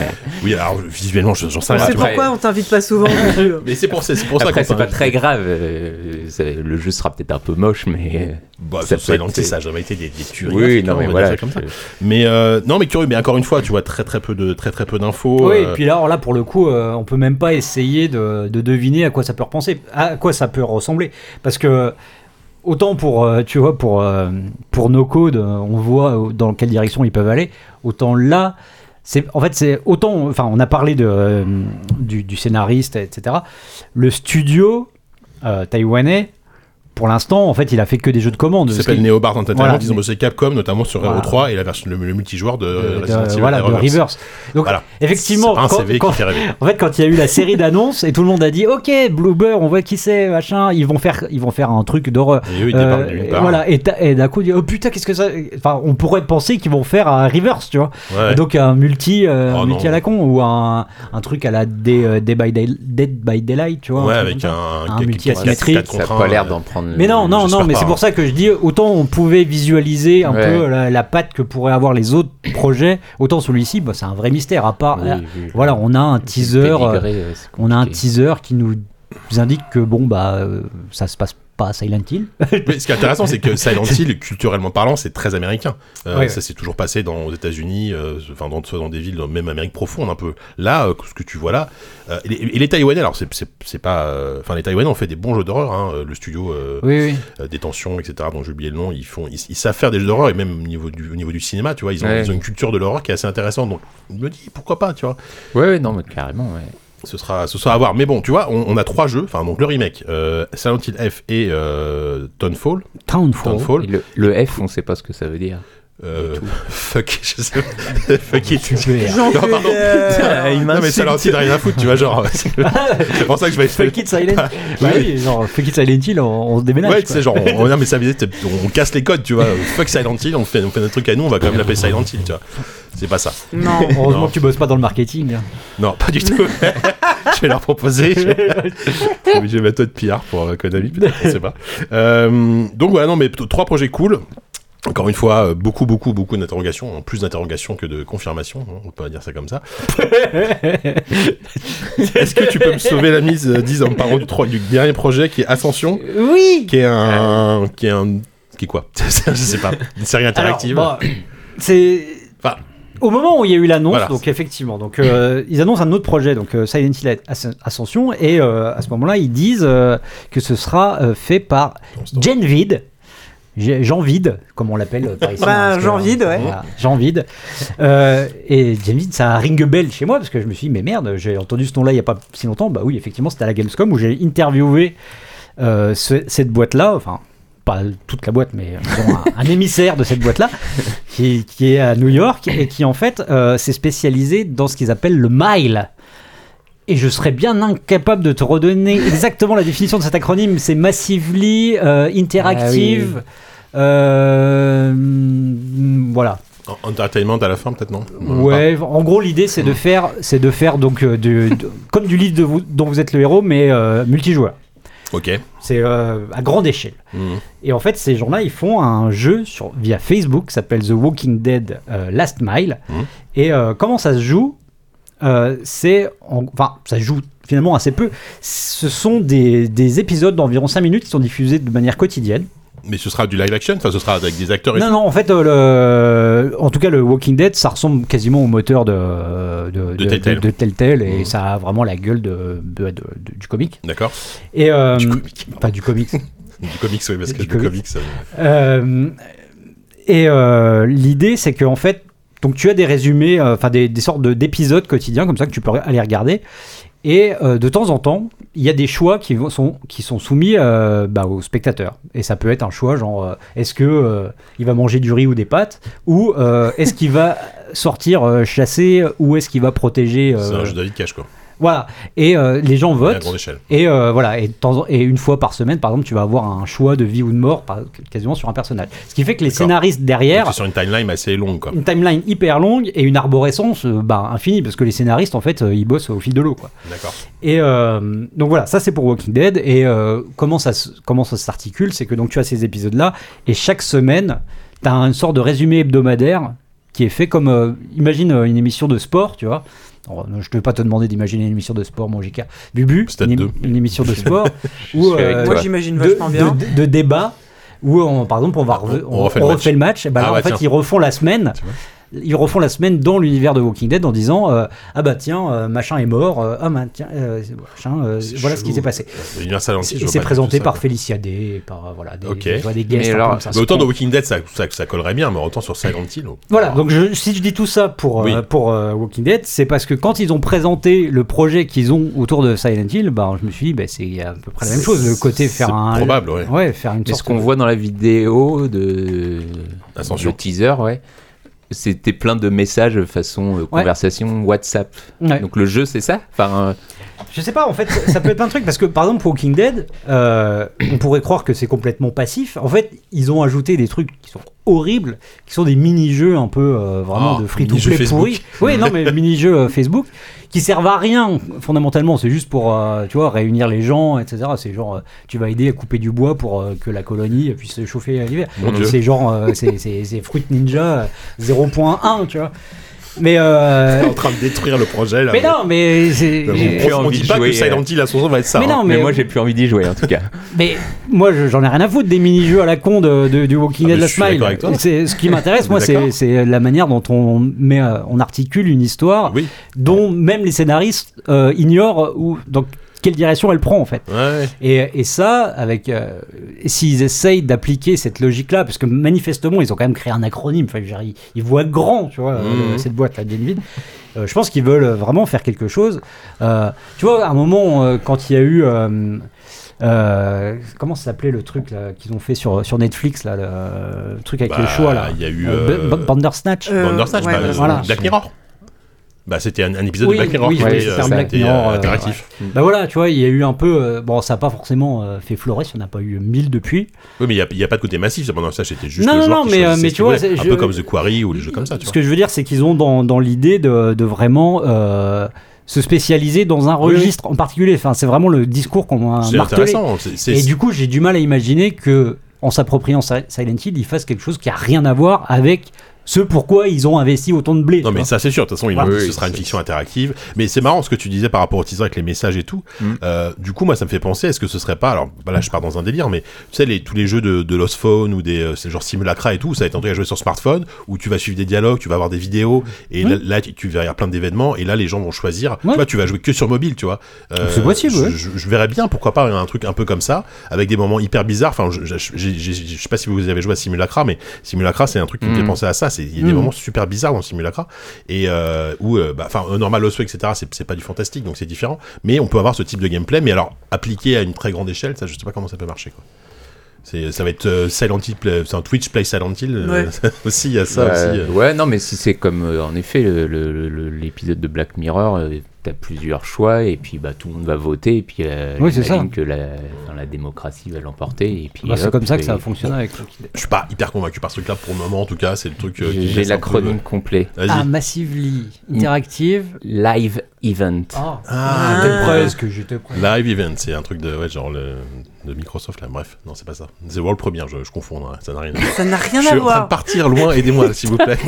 Speaker 1: Oui, alors visuellement, je- j'en sais
Speaker 2: On
Speaker 1: rien.
Speaker 2: sait
Speaker 1: tu vois.
Speaker 3: Après-
Speaker 2: pourquoi on t'invite pas souvent. non plus.
Speaker 1: Mais c'est pour, c'est c'est pour
Speaker 3: Après,
Speaker 1: ça
Speaker 3: c'est
Speaker 1: qu'on t'a-
Speaker 3: pas très grave. euh, c'est- le jeu sera peut-être un peu moche, mais.
Speaker 1: Bah,
Speaker 3: Ça
Speaker 1: ça,
Speaker 3: peut
Speaker 1: Silent
Speaker 3: être-
Speaker 1: Hill, ça a jamais été des, des tueries.
Speaker 3: oui,
Speaker 1: effectivement,
Speaker 3: non,
Speaker 1: on
Speaker 3: mais
Speaker 1: va
Speaker 3: voilà.
Speaker 1: dire ça comme ça.
Speaker 3: je-
Speaker 1: Mais euh, non, mais curieux. Mais encore une fois, tu vois, très très peu de très très peu d'infos.
Speaker 4: Oui,
Speaker 1: euh,
Speaker 4: et puis là, alors là, pour le coup, euh, on peut même pas essayer de, de deviner à quoi ça peut repenser, à quoi ça peut ressembler, parce que autant pour euh, tu vois pour euh, pour nos codes, euh, on voit dans quelle direction ils peuvent aller, autant là, c'est en fait c'est autant, enfin, on a parlé de euh, du, du scénariste, etc. Le studio euh, taïwanais, pour l'instant, en fait, il a fait que des jeux de commande.
Speaker 1: qui
Speaker 4: parce
Speaker 1: s'appelle
Speaker 4: qu'il-
Speaker 1: Neo Bar Entertainment.
Speaker 4: Voilà,
Speaker 1: ils ont
Speaker 4: mais-
Speaker 1: bossé Capcom, notamment sur
Speaker 4: Voilà.
Speaker 1: Hero 3 et la version, le, le multijoueur de,
Speaker 4: de-
Speaker 1: euh,
Speaker 4: de-
Speaker 1: Resident Evil.
Speaker 4: voilà, de
Speaker 1: Reverse.
Speaker 4: Reverse. Donc,
Speaker 1: Voilà.
Speaker 4: effectivement,
Speaker 1: C'est pas un
Speaker 4: quand-
Speaker 1: CV
Speaker 4: quand-
Speaker 1: qui fait rêver.
Speaker 4: En fait, quand il y a eu la série d'annonces et tout le monde a dit OK, Bloober, on voit qui c'est, machin, ils vont faire, ils vont faire un truc d'horreur.
Speaker 1: Et eux, ils débarquent
Speaker 4: Euh,
Speaker 1: d'une
Speaker 4: et
Speaker 1: part.
Speaker 4: voilà, et, ta- et d'un coup, on dit, oh putain, qu'est-ce que ça. Enfin, on pourrait penser qu'ils vont faire un reverse, tu vois.
Speaker 1: Ouais.
Speaker 4: Donc, un multi, euh,
Speaker 1: Oh,
Speaker 4: un multi
Speaker 1: non.
Speaker 4: à la con ou un, un truc à la Day, euh, Day by Day- Dead by Daylight, tu vois.
Speaker 1: Ouais,
Speaker 4: truc
Speaker 1: avec
Speaker 4: comme
Speaker 1: un,
Speaker 4: ça.
Speaker 1: un
Speaker 4: Un multi asymétrique,
Speaker 1: quatre- quatre
Speaker 3: Ça
Speaker 1: contre
Speaker 3: a pas
Speaker 1: un,
Speaker 3: l'air
Speaker 1: euh,
Speaker 3: d'en prendre.
Speaker 4: Mais non, non, non,
Speaker 1: j'espère
Speaker 4: mais
Speaker 1: pas,
Speaker 4: c'est
Speaker 1: hein.
Speaker 4: pour ça que je dis autant on pouvait visualiser un
Speaker 3: Ouais.
Speaker 4: peu la, la patte que pourraient avoir les autres projets, autant celui-ci, bah, c'est un vrai mystère. À part,
Speaker 3: Oui, oui.
Speaker 4: voilà, on a un teaser. euh,
Speaker 3: Dénigré, euh, c'est
Speaker 4: On a un
Speaker 3: compliqué.
Speaker 4: teaser qui nous indique que bon bah euh, ça se passe pas à Silent Hill.
Speaker 1: Mais ce qui est intéressant, c'est
Speaker 4: [laughs]
Speaker 1: que Silent Hill, culturellement parlant, c'est très américain. Euh,
Speaker 4: Ouais,
Speaker 1: ça s'est toujours passé dans, aux États-Unis, euh, enfin dans, dans des villes, dans- même Amérique profonde un peu. Là, euh, ce que tu vois là, euh, et, les, et les Taïwanais, alors c'est c'est- c'est pas, euh, enfin les Taïwanais ont fait des bons jeux d'horreur. hein, euh, le studio euh,
Speaker 4: [laughs] Oui, oui.
Speaker 1: euh, Détention, etc. dont j'ai oublié le nom, ils font, ils, ils savent faire des jeux d'horreur et même au niveau du, au niveau du cinéma, tu vois, ils ont,
Speaker 3: Ouais.
Speaker 1: ils ont une culture de l'horreur qui est assez intéressante. Donc, je me dis pourquoi pas, tu vois.
Speaker 3: Ouais, ouais, non, mais carrément, ouais.
Speaker 1: Ce sera, ce sera à voir. Mais bon, tu vois, on, on a trois jeux, enfin donc le remake, euh, Silent Hill F et euh, Townfall.
Speaker 4: Townfall.
Speaker 1: Townfall.
Speaker 3: Et Le, le F, on sait pas ce que ça veut dire.
Speaker 1: Euh, [laughs] fuck, je sais pas. [laughs] fuck it.
Speaker 4: Super.
Speaker 1: [laughs]
Speaker 2: Jean
Speaker 1: Non, pardon. [laughs]
Speaker 2: Fuller.
Speaker 4: Bah
Speaker 1: Non, mais ça leur dit de rien à foutre, tu vois,
Speaker 4: [laughs]
Speaker 1: genre. c'est pour ça que je vais
Speaker 4: Fuck it Silent. Bah
Speaker 1: Oui.
Speaker 4: oui, genre Fuck it Silent Hill, on, on se déménage.
Speaker 1: Ouais,
Speaker 4: quoi.
Speaker 1: tu sais, genre, on, on- non, mais ça veut dire, t'es- on casse les codes, tu vois. Fuck Silent Hill, on fait, on fait notre truc à nous, on va quand même l'appeler Silent Hill, tu vois. C'est pas ça. [laughs]
Speaker 2: Non.
Speaker 4: Heureusement
Speaker 1: Non.
Speaker 4: que tu bosses pas dans le marketing. hein. [laughs]
Speaker 1: Non, pas du tout. [laughs] je vais leur proposer. Je vais- je vais mettre de PR pour euh, Konami, peut-être, on sait pas. Euh, donc voilà, non, mais plutôt trois projets cool. Encore une fois, euh, beaucoup, beaucoup, beaucoup d'interrogations, en plus d'interrogations que de confirmations, hein, on peut dire ça comme ça. Est-ce que tu peux me sauver la mise, euh, Diz, en me parlant du, tro- du dernier projet qui est Ascension,
Speaker 4: Oui.
Speaker 1: qui est un... qui est un... qui est quoi [laughs] Je sais pas. Une série interactive.
Speaker 4: bah, c'est
Speaker 1: Enfin.
Speaker 4: au moment où il y a eu l'annonce,
Speaker 1: Voilà.
Speaker 4: donc effectivement, donc euh, ils annoncent un autre projet, donc euh, Silent Hill Asc- Ascension, et euh, à ce moment-là, ils disent euh, que ce sera euh, fait par Jen Vide. J'ai- Jean Vide, comme on l'appelle euh, par ici.
Speaker 2: Bah,
Speaker 4: parce que,
Speaker 2: Jean
Speaker 4: euh,
Speaker 2: Vide, ouais.
Speaker 4: voilà, Jean Vide. Euh, et Jean Vide, ça a ring a bell chez moi, parce que je me suis dit, mais merde, j'ai entendu ce nom-là il n'y a pas si longtemps. Bah oui, effectivement, c'était à la Gamescom où j'ai interviewé euh, ce- cette boîte-là, enfin, pas toute la boîte, mais euh, disons, un, un émissaire de cette boîte-là, qui, qui est à New York et qui, en fait, euh, s'est spécialisé dans ce qu'ils appellent le mile. Et je serais bien incapable de te redonner exactement la définition de cet acronyme. C'est massively euh,
Speaker 2: Ah
Speaker 4: interactive. euh, mm, voilà.
Speaker 1: En- Entertainment à la fin, peut-être, non
Speaker 4: Ouais. En gros, l'idée, c'est de faire, c'est de faire donc euh, du- de- comme du lead de vous- dont vous êtes le héros, mais euh, multijoueur.
Speaker 1: Pas. Ok.
Speaker 4: C'est euh, à grande échelle.
Speaker 1: Mhm.
Speaker 4: Et en fait, ces gens-là, ils font un jeu sur, via Facebook qui s'appelle The Walking Dead euh, Last Mile.
Speaker 1: Mhm.
Speaker 4: Et euh, comment ça se joue Euh, C'est. en- Enfin, ça se joue finalement assez peu. Ce sont des, des épisodes d'environ 5 minutes qui sont diffusés de manière quotidienne.
Speaker 1: Mais ce sera du live action, enfin ce sera avec des acteurs et
Speaker 4: Non, non, en fait, euh, le- en tout cas, le Walking Dead, ça ressemble quasiment au moteur de, de,
Speaker 1: De Telltale.
Speaker 4: de Telltale, et
Speaker 1: Mhm.
Speaker 4: ça a vraiment la gueule de, de- de- de- du comic.
Speaker 1: tout. D'accord
Speaker 4: Et, euh,
Speaker 1: Du comic.
Speaker 4: Pas du comic,
Speaker 1: Du comics, oui, parce que
Speaker 4: Du
Speaker 1: du
Speaker 4: comics.
Speaker 1: comics. euh,
Speaker 4: Euh, et euh, l'idée, c'est que en fait, donc tu as des résumés, euh, enfin des, des sortes de- d'épisodes quotidiens comme ça que tu peux aller regarder. Et euh, de temps en temps, il y a des choix qui vont- sont, qui sont soumis euh, bah, aux spectateurs. Et ça peut être un choix genre, euh, est-ce que euh, il va manger du riz ou des pâtes Ou euh, est-ce qu'il va sortir euh, chasser Ou est-ce qu'il va protéger
Speaker 1: C'est
Speaker 4: euh,
Speaker 1: un jeu David Cage, quoi.
Speaker 4: Voilà. Et euh, les gens
Speaker 1: à
Speaker 4: votent.
Speaker 1: grande échelle.
Speaker 4: Et euh, voilà, et, de temps en- et une fois par semaine, par exemple, tu vas avoir un choix de vie ou de mort par- quasiment sur un personnage. Ce qui fait que les
Speaker 1: D'accord.
Speaker 4: scénaristes
Speaker 1: Donc,
Speaker 4: derrière,
Speaker 1: C'est sur une timeline assez longue, quoi.
Speaker 4: une timeline hyper longue et une arborescence euh, bah, infinie, parce que les scénaristes, en fait, euh, ils bossent au fil de l'eau. quoi.
Speaker 1: D'accord.
Speaker 4: Et euh, donc voilà, ça c'est pour Walking Dead. Et euh, comment ça se- comment ça s'articule C'est que donc tu as ces épisodes-là, et chaque semaine, tu as une sorte de résumé hebdomadaire qui est fait comme, euh, imagine euh, une émission de sport, tu vois. Oh, non, je ne vais pas te demander d'imaginer une émission de sport, mon JK. Bubu,
Speaker 1: Stade
Speaker 4: une,
Speaker 1: deux.
Speaker 4: une
Speaker 3: [laughs]
Speaker 4: émission de sport
Speaker 3: Je
Speaker 4: où
Speaker 3: suis avec
Speaker 4: euh,
Speaker 2: Moi,
Speaker 3: toi.
Speaker 2: j'imagine
Speaker 4: de,
Speaker 2: vachement bien.
Speaker 4: de- de débat où on, par exemple on va
Speaker 1: Ah,
Speaker 4: re-
Speaker 1: on- on
Speaker 4: on-
Speaker 1: refait le
Speaker 4: on
Speaker 1: match.
Speaker 4: refait le match et bah là,
Speaker 1: Ah ouais,
Speaker 4: en fait
Speaker 1: tiens.
Speaker 4: ils refont la semaine
Speaker 1: Tu vois.
Speaker 4: ils refont la semaine dans l'univers de Walking Dead en disant euh, ah bah tiens euh, machin est mort euh, ah bah tiens euh, machin euh,
Speaker 1: C'est
Speaker 4: voilà ce qui
Speaker 1: chelou.
Speaker 4: s'est passé
Speaker 1: L'univers Silent Hill, je
Speaker 4: et
Speaker 1: vois
Speaker 4: c'est
Speaker 1: pas
Speaker 4: présenté
Speaker 1: tout ça,
Speaker 4: par
Speaker 1: quoi.
Speaker 4: Félicia Day et par euh, voilà des,
Speaker 1: Ok.
Speaker 4: des- voilà, des guests
Speaker 3: Mais
Speaker 4: un peu
Speaker 3: alors-
Speaker 4: comme ça.
Speaker 1: Mais autant dans Walking Dead, ça, ça, ça collerait bien, mais autant sur Silent Hill. oh.
Speaker 4: Voilà, donc je- si je dis tout ça pour, euh,
Speaker 1: Oui.
Speaker 4: pour euh, Walking Dead, c'est parce que quand ils ont présenté le projet qu'ils ont autour de Silent Hill, bah, je me suis dit, bah, c'est à peu près la même chose, le côté
Speaker 1: C'est
Speaker 4: faire un...
Speaker 1: probable, ouais.
Speaker 4: faire une
Speaker 3: Mais ce
Speaker 4: sorte
Speaker 3: qu'on
Speaker 4: de-
Speaker 3: voit dans la vidéo de
Speaker 1: Ascension.
Speaker 3: le teaser, ouais, c'était plein de messages façon euh, conversation WhatsApp.
Speaker 4: Ouais.
Speaker 3: Donc le jeu, c'est ça Enfin, euh,
Speaker 4: Je sais pas, en fait, ça peut être un truc parce que par exemple, pour Walking Dead, euh, on pourrait croire que c'est complètement passif. En fait, ils ont ajouté des trucs qui sont horribles, qui sont des mini-jeux un peu euh, vraiment
Speaker 1: Ah,
Speaker 4: de free-to-play
Speaker 1: mini-jeux Facebook.
Speaker 4: pourris. Oui, non, mais mini-jeux euh, Facebook qui servent à rien fondamentalement. C'est juste pour, euh, tu vois, réunir les gens, etc. C'est genre, euh, tu vas aider à couper du bois pour euh, que la colonie puisse se chauffer à l'hiver.
Speaker 1: Mon Dieu.
Speaker 4: C'est genre, euh, c'est- c'est c'est Fruit Ninja euh, 0.1, tu vois. Mais
Speaker 1: [laughs]
Speaker 4: euh,
Speaker 1: en train de détruire le projet là.
Speaker 4: mais non, mais c'est-
Speaker 1: Mais
Speaker 3: j'ai plus
Speaker 1: on, on
Speaker 3: envie
Speaker 1: dit
Speaker 3: de
Speaker 1: pas
Speaker 3: jouer,
Speaker 1: que Silent Hill à son sens va être ça.
Speaker 4: Mais
Speaker 1: hein.
Speaker 4: non,
Speaker 3: mais,
Speaker 4: mais euh,
Speaker 3: moi, j'ai plus envie d'y jouer en tout
Speaker 4: [laughs]
Speaker 3: cas.
Speaker 4: Mais moi, je- j'en ai rien à foutre des mini-jeux à la con de, de- du Walking
Speaker 1: Ah,
Speaker 4: Dead
Speaker 1: mais
Speaker 4: la
Speaker 1: je suis
Speaker 4: Smile.
Speaker 1: d'accord avec toi.
Speaker 4: C'est ce qui m'intéresse,
Speaker 1: On [laughs]
Speaker 4: moi,
Speaker 1: est d'accord.
Speaker 4: c'est c'est la manière dont on met, euh, on articule une histoire
Speaker 1: Oui.
Speaker 4: dont même les scénaristes euh, ignorent où, dans quelle direction elle prend en fait.
Speaker 1: Ouais.
Speaker 4: Et, et ça, avec euh, s'ils essayent d'appliquer cette logique-là, parce que manifestement, ils ont quand même créé un acronyme. Enfin, je veux dire, ils, ils voient grand, tu vois, euh,
Speaker 1: Mhm.
Speaker 4: cette boîte là, bien vide. Euh, je pense qu'ils veulent vraiment faire quelque chose. Euh, tu vois, à un moment, euh, quand il y a eu euh, euh, comment ça s'appelait le truc là, qu'ils ont fait sur, sur Netflix là, le, le truc avec
Speaker 1: Bah,
Speaker 4: les choix là,
Speaker 1: Il y a eu
Speaker 3: ben,
Speaker 4: Euh,
Speaker 1: euh,
Speaker 4: B- B- Bandersnatch.
Speaker 2: Euh,
Speaker 1: Bandersnatch,
Speaker 2: ouais,
Speaker 1: bah,
Speaker 2: voilà.
Speaker 1: euh,
Speaker 4: Voilà.
Speaker 1: Black Mirror. Bah, c'était un, un épisode
Speaker 4: Oui,
Speaker 1: de Black Mirror
Speaker 4: oui,
Speaker 1: qui
Speaker 3: oui,
Speaker 1: était,
Speaker 3: c'est
Speaker 1: euh,
Speaker 3: un
Speaker 4: Black
Speaker 1: c'était, euh,
Speaker 4: Mirror, euh,
Speaker 1: interactif.
Speaker 4: Bah voilà, tu vois, il y a eu un peu. euh, bon, ça n'a pas forcément euh, fait florer, on n'a pas eu mille depuis.
Speaker 1: Oui, mais il n'y a, pas de côté massif. ça, Pendant ça, c'était juste.
Speaker 4: Non,
Speaker 1: le
Speaker 4: non,
Speaker 1: joueur
Speaker 4: non,
Speaker 1: qui
Speaker 4: mais,
Speaker 1: choisissait
Speaker 4: euh,
Speaker 1: ce
Speaker 4: mais tu
Speaker 1: qu'il
Speaker 4: vois,
Speaker 1: voulait.
Speaker 4: c'est-
Speaker 1: un
Speaker 4: je-
Speaker 1: peu comme The Quarry ou les jeux comme ça. Tu
Speaker 4: Ce
Speaker 1: vois.
Speaker 4: que je veux dire, c'est qu'ils ont dans, dans l'idée de, de vraiment euh, se spécialiser dans un
Speaker 1: Oui, oui.
Speaker 4: registre en particulier. Enfin, c'est vraiment le discours qu'on a
Speaker 1: C'est
Speaker 4: martelé.
Speaker 1: intéressant. c'est- c'est-
Speaker 4: Et du coup, j'ai du mal à imaginer que, en s'appropriant Si- Silent Hill, ils fassent quelque chose qui a rien à voir avec ce pourquoi ils ont investi autant de blé.
Speaker 1: Non
Speaker 4: tu
Speaker 1: mais
Speaker 4: vois.
Speaker 1: ça c'est sûr, de toute façon il
Speaker 3: Ouais.
Speaker 1: nous dit que
Speaker 3: Oui,
Speaker 1: ce sera une
Speaker 3: c'est-
Speaker 1: fiction interactive. Mais c'est marrant ce que tu disais par rapport au teaser avec les messages et tout.
Speaker 3: Mm.
Speaker 1: Euh, du coup moi ça me fait penser, est-ce que ce serait pas, alors bah, là je pars dans un délire, mais tu sais les, tous les jeux de, de Lost Phone ou des euh, c'est genre Simulacra et tout, ça va être un truc à jouer sur smartphone où tu vas suivre des dialogues, tu vas avoir des vidéos et là, là, tu, tu vas y avoir plein d'événements et là les gens vont choisir. Tu
Speaker 4: Ouais.
Speaker 1: vois tu vas jouer que sur mobile tu vois. Euh,
Speaker 4: C'est possible,
Speaker 1: je,
Speaker 4: ouais.
Speaker 1: je, je verrais bien pourquoi pas un truc un peu comme ça avec des moments hyper bizarres. Enfin je, je, je- je- je- je sais pas si vous avez joué à Simulacra mais Simulacra c'est un truc qui me fait
Speaker 3: Mm.
Speaker 1: penser à ça. C'est- Il y a des
Speaker 4: Mm.
Speaker 1: moments super bizarres dans Simulacra et euh, où euh, bah, enfin un normal osso etc c'est c'est pas du fantastique donc c'est différent mais on peut avoir ce type de gameplay mais alors appliqué à une très grande échelle ça je sais pas comment ça peut marcher quoi c'est ça va être euh, Silent Hill play- c'est un Twitch play Silent Hill euh, [laughs] aussi il y a ça
Speaker 3: Bah,
Speaker 1: aussi euh.
Speaker 3: Ouais, non, mais si c'est comme euh, en effet le- le- le- l'épisode de Black Mirror, euh, t'as plusieurs choix et puis bah tout le monde va voter et puis euh,
Speaker 4: Oui, c'est
Speaker 3: j'imagine
Speaker 4: ça.
Speaker 3: que la, enfin, la démocratie va l'emporter et puis.
Speaker 4: Bah, c'est
Speaker 3: hop,
Speaker 4: comme ça que ça
Speaker 3: et-
Speaker 4: a fonctionné avec Walking Dead.
Speaker 1: je suis pas hyper convaincu par ce truc là pour le moment en tout cas c'est le truc euh, qui me
Speaker 3: J'ai
Speaker 1: laisse un
Speaker 3: l'acronyme complet.
Speaker 1: peu- vas-y
Speaker 4: Ah, Massively Interactive.
Speaker 3: Live Event.
Speaker 4: Ah,
Speaker 1: Ah,
Speaker 4: j'étais
Speaker 1: d'accord.
Speaker 4: presque, j'étais presque.
Speaker 1: Live Event, c'est un truc de, ouais, genre le, de Microsoft là, bref, non c'est pas ça. C'est World Premiere, je, je confonds, hein, ça n'a rien à voir.
Speaker 2: Ça n'a rien
Speaker 1: Je
Speaker 2: à
Speaker 1: suis en train de
Speaker 2: voir.
Speaker 1: partir loin, aidez-moi s'il vous
Speaker 2: [laughs]
Speaker 1: plaît.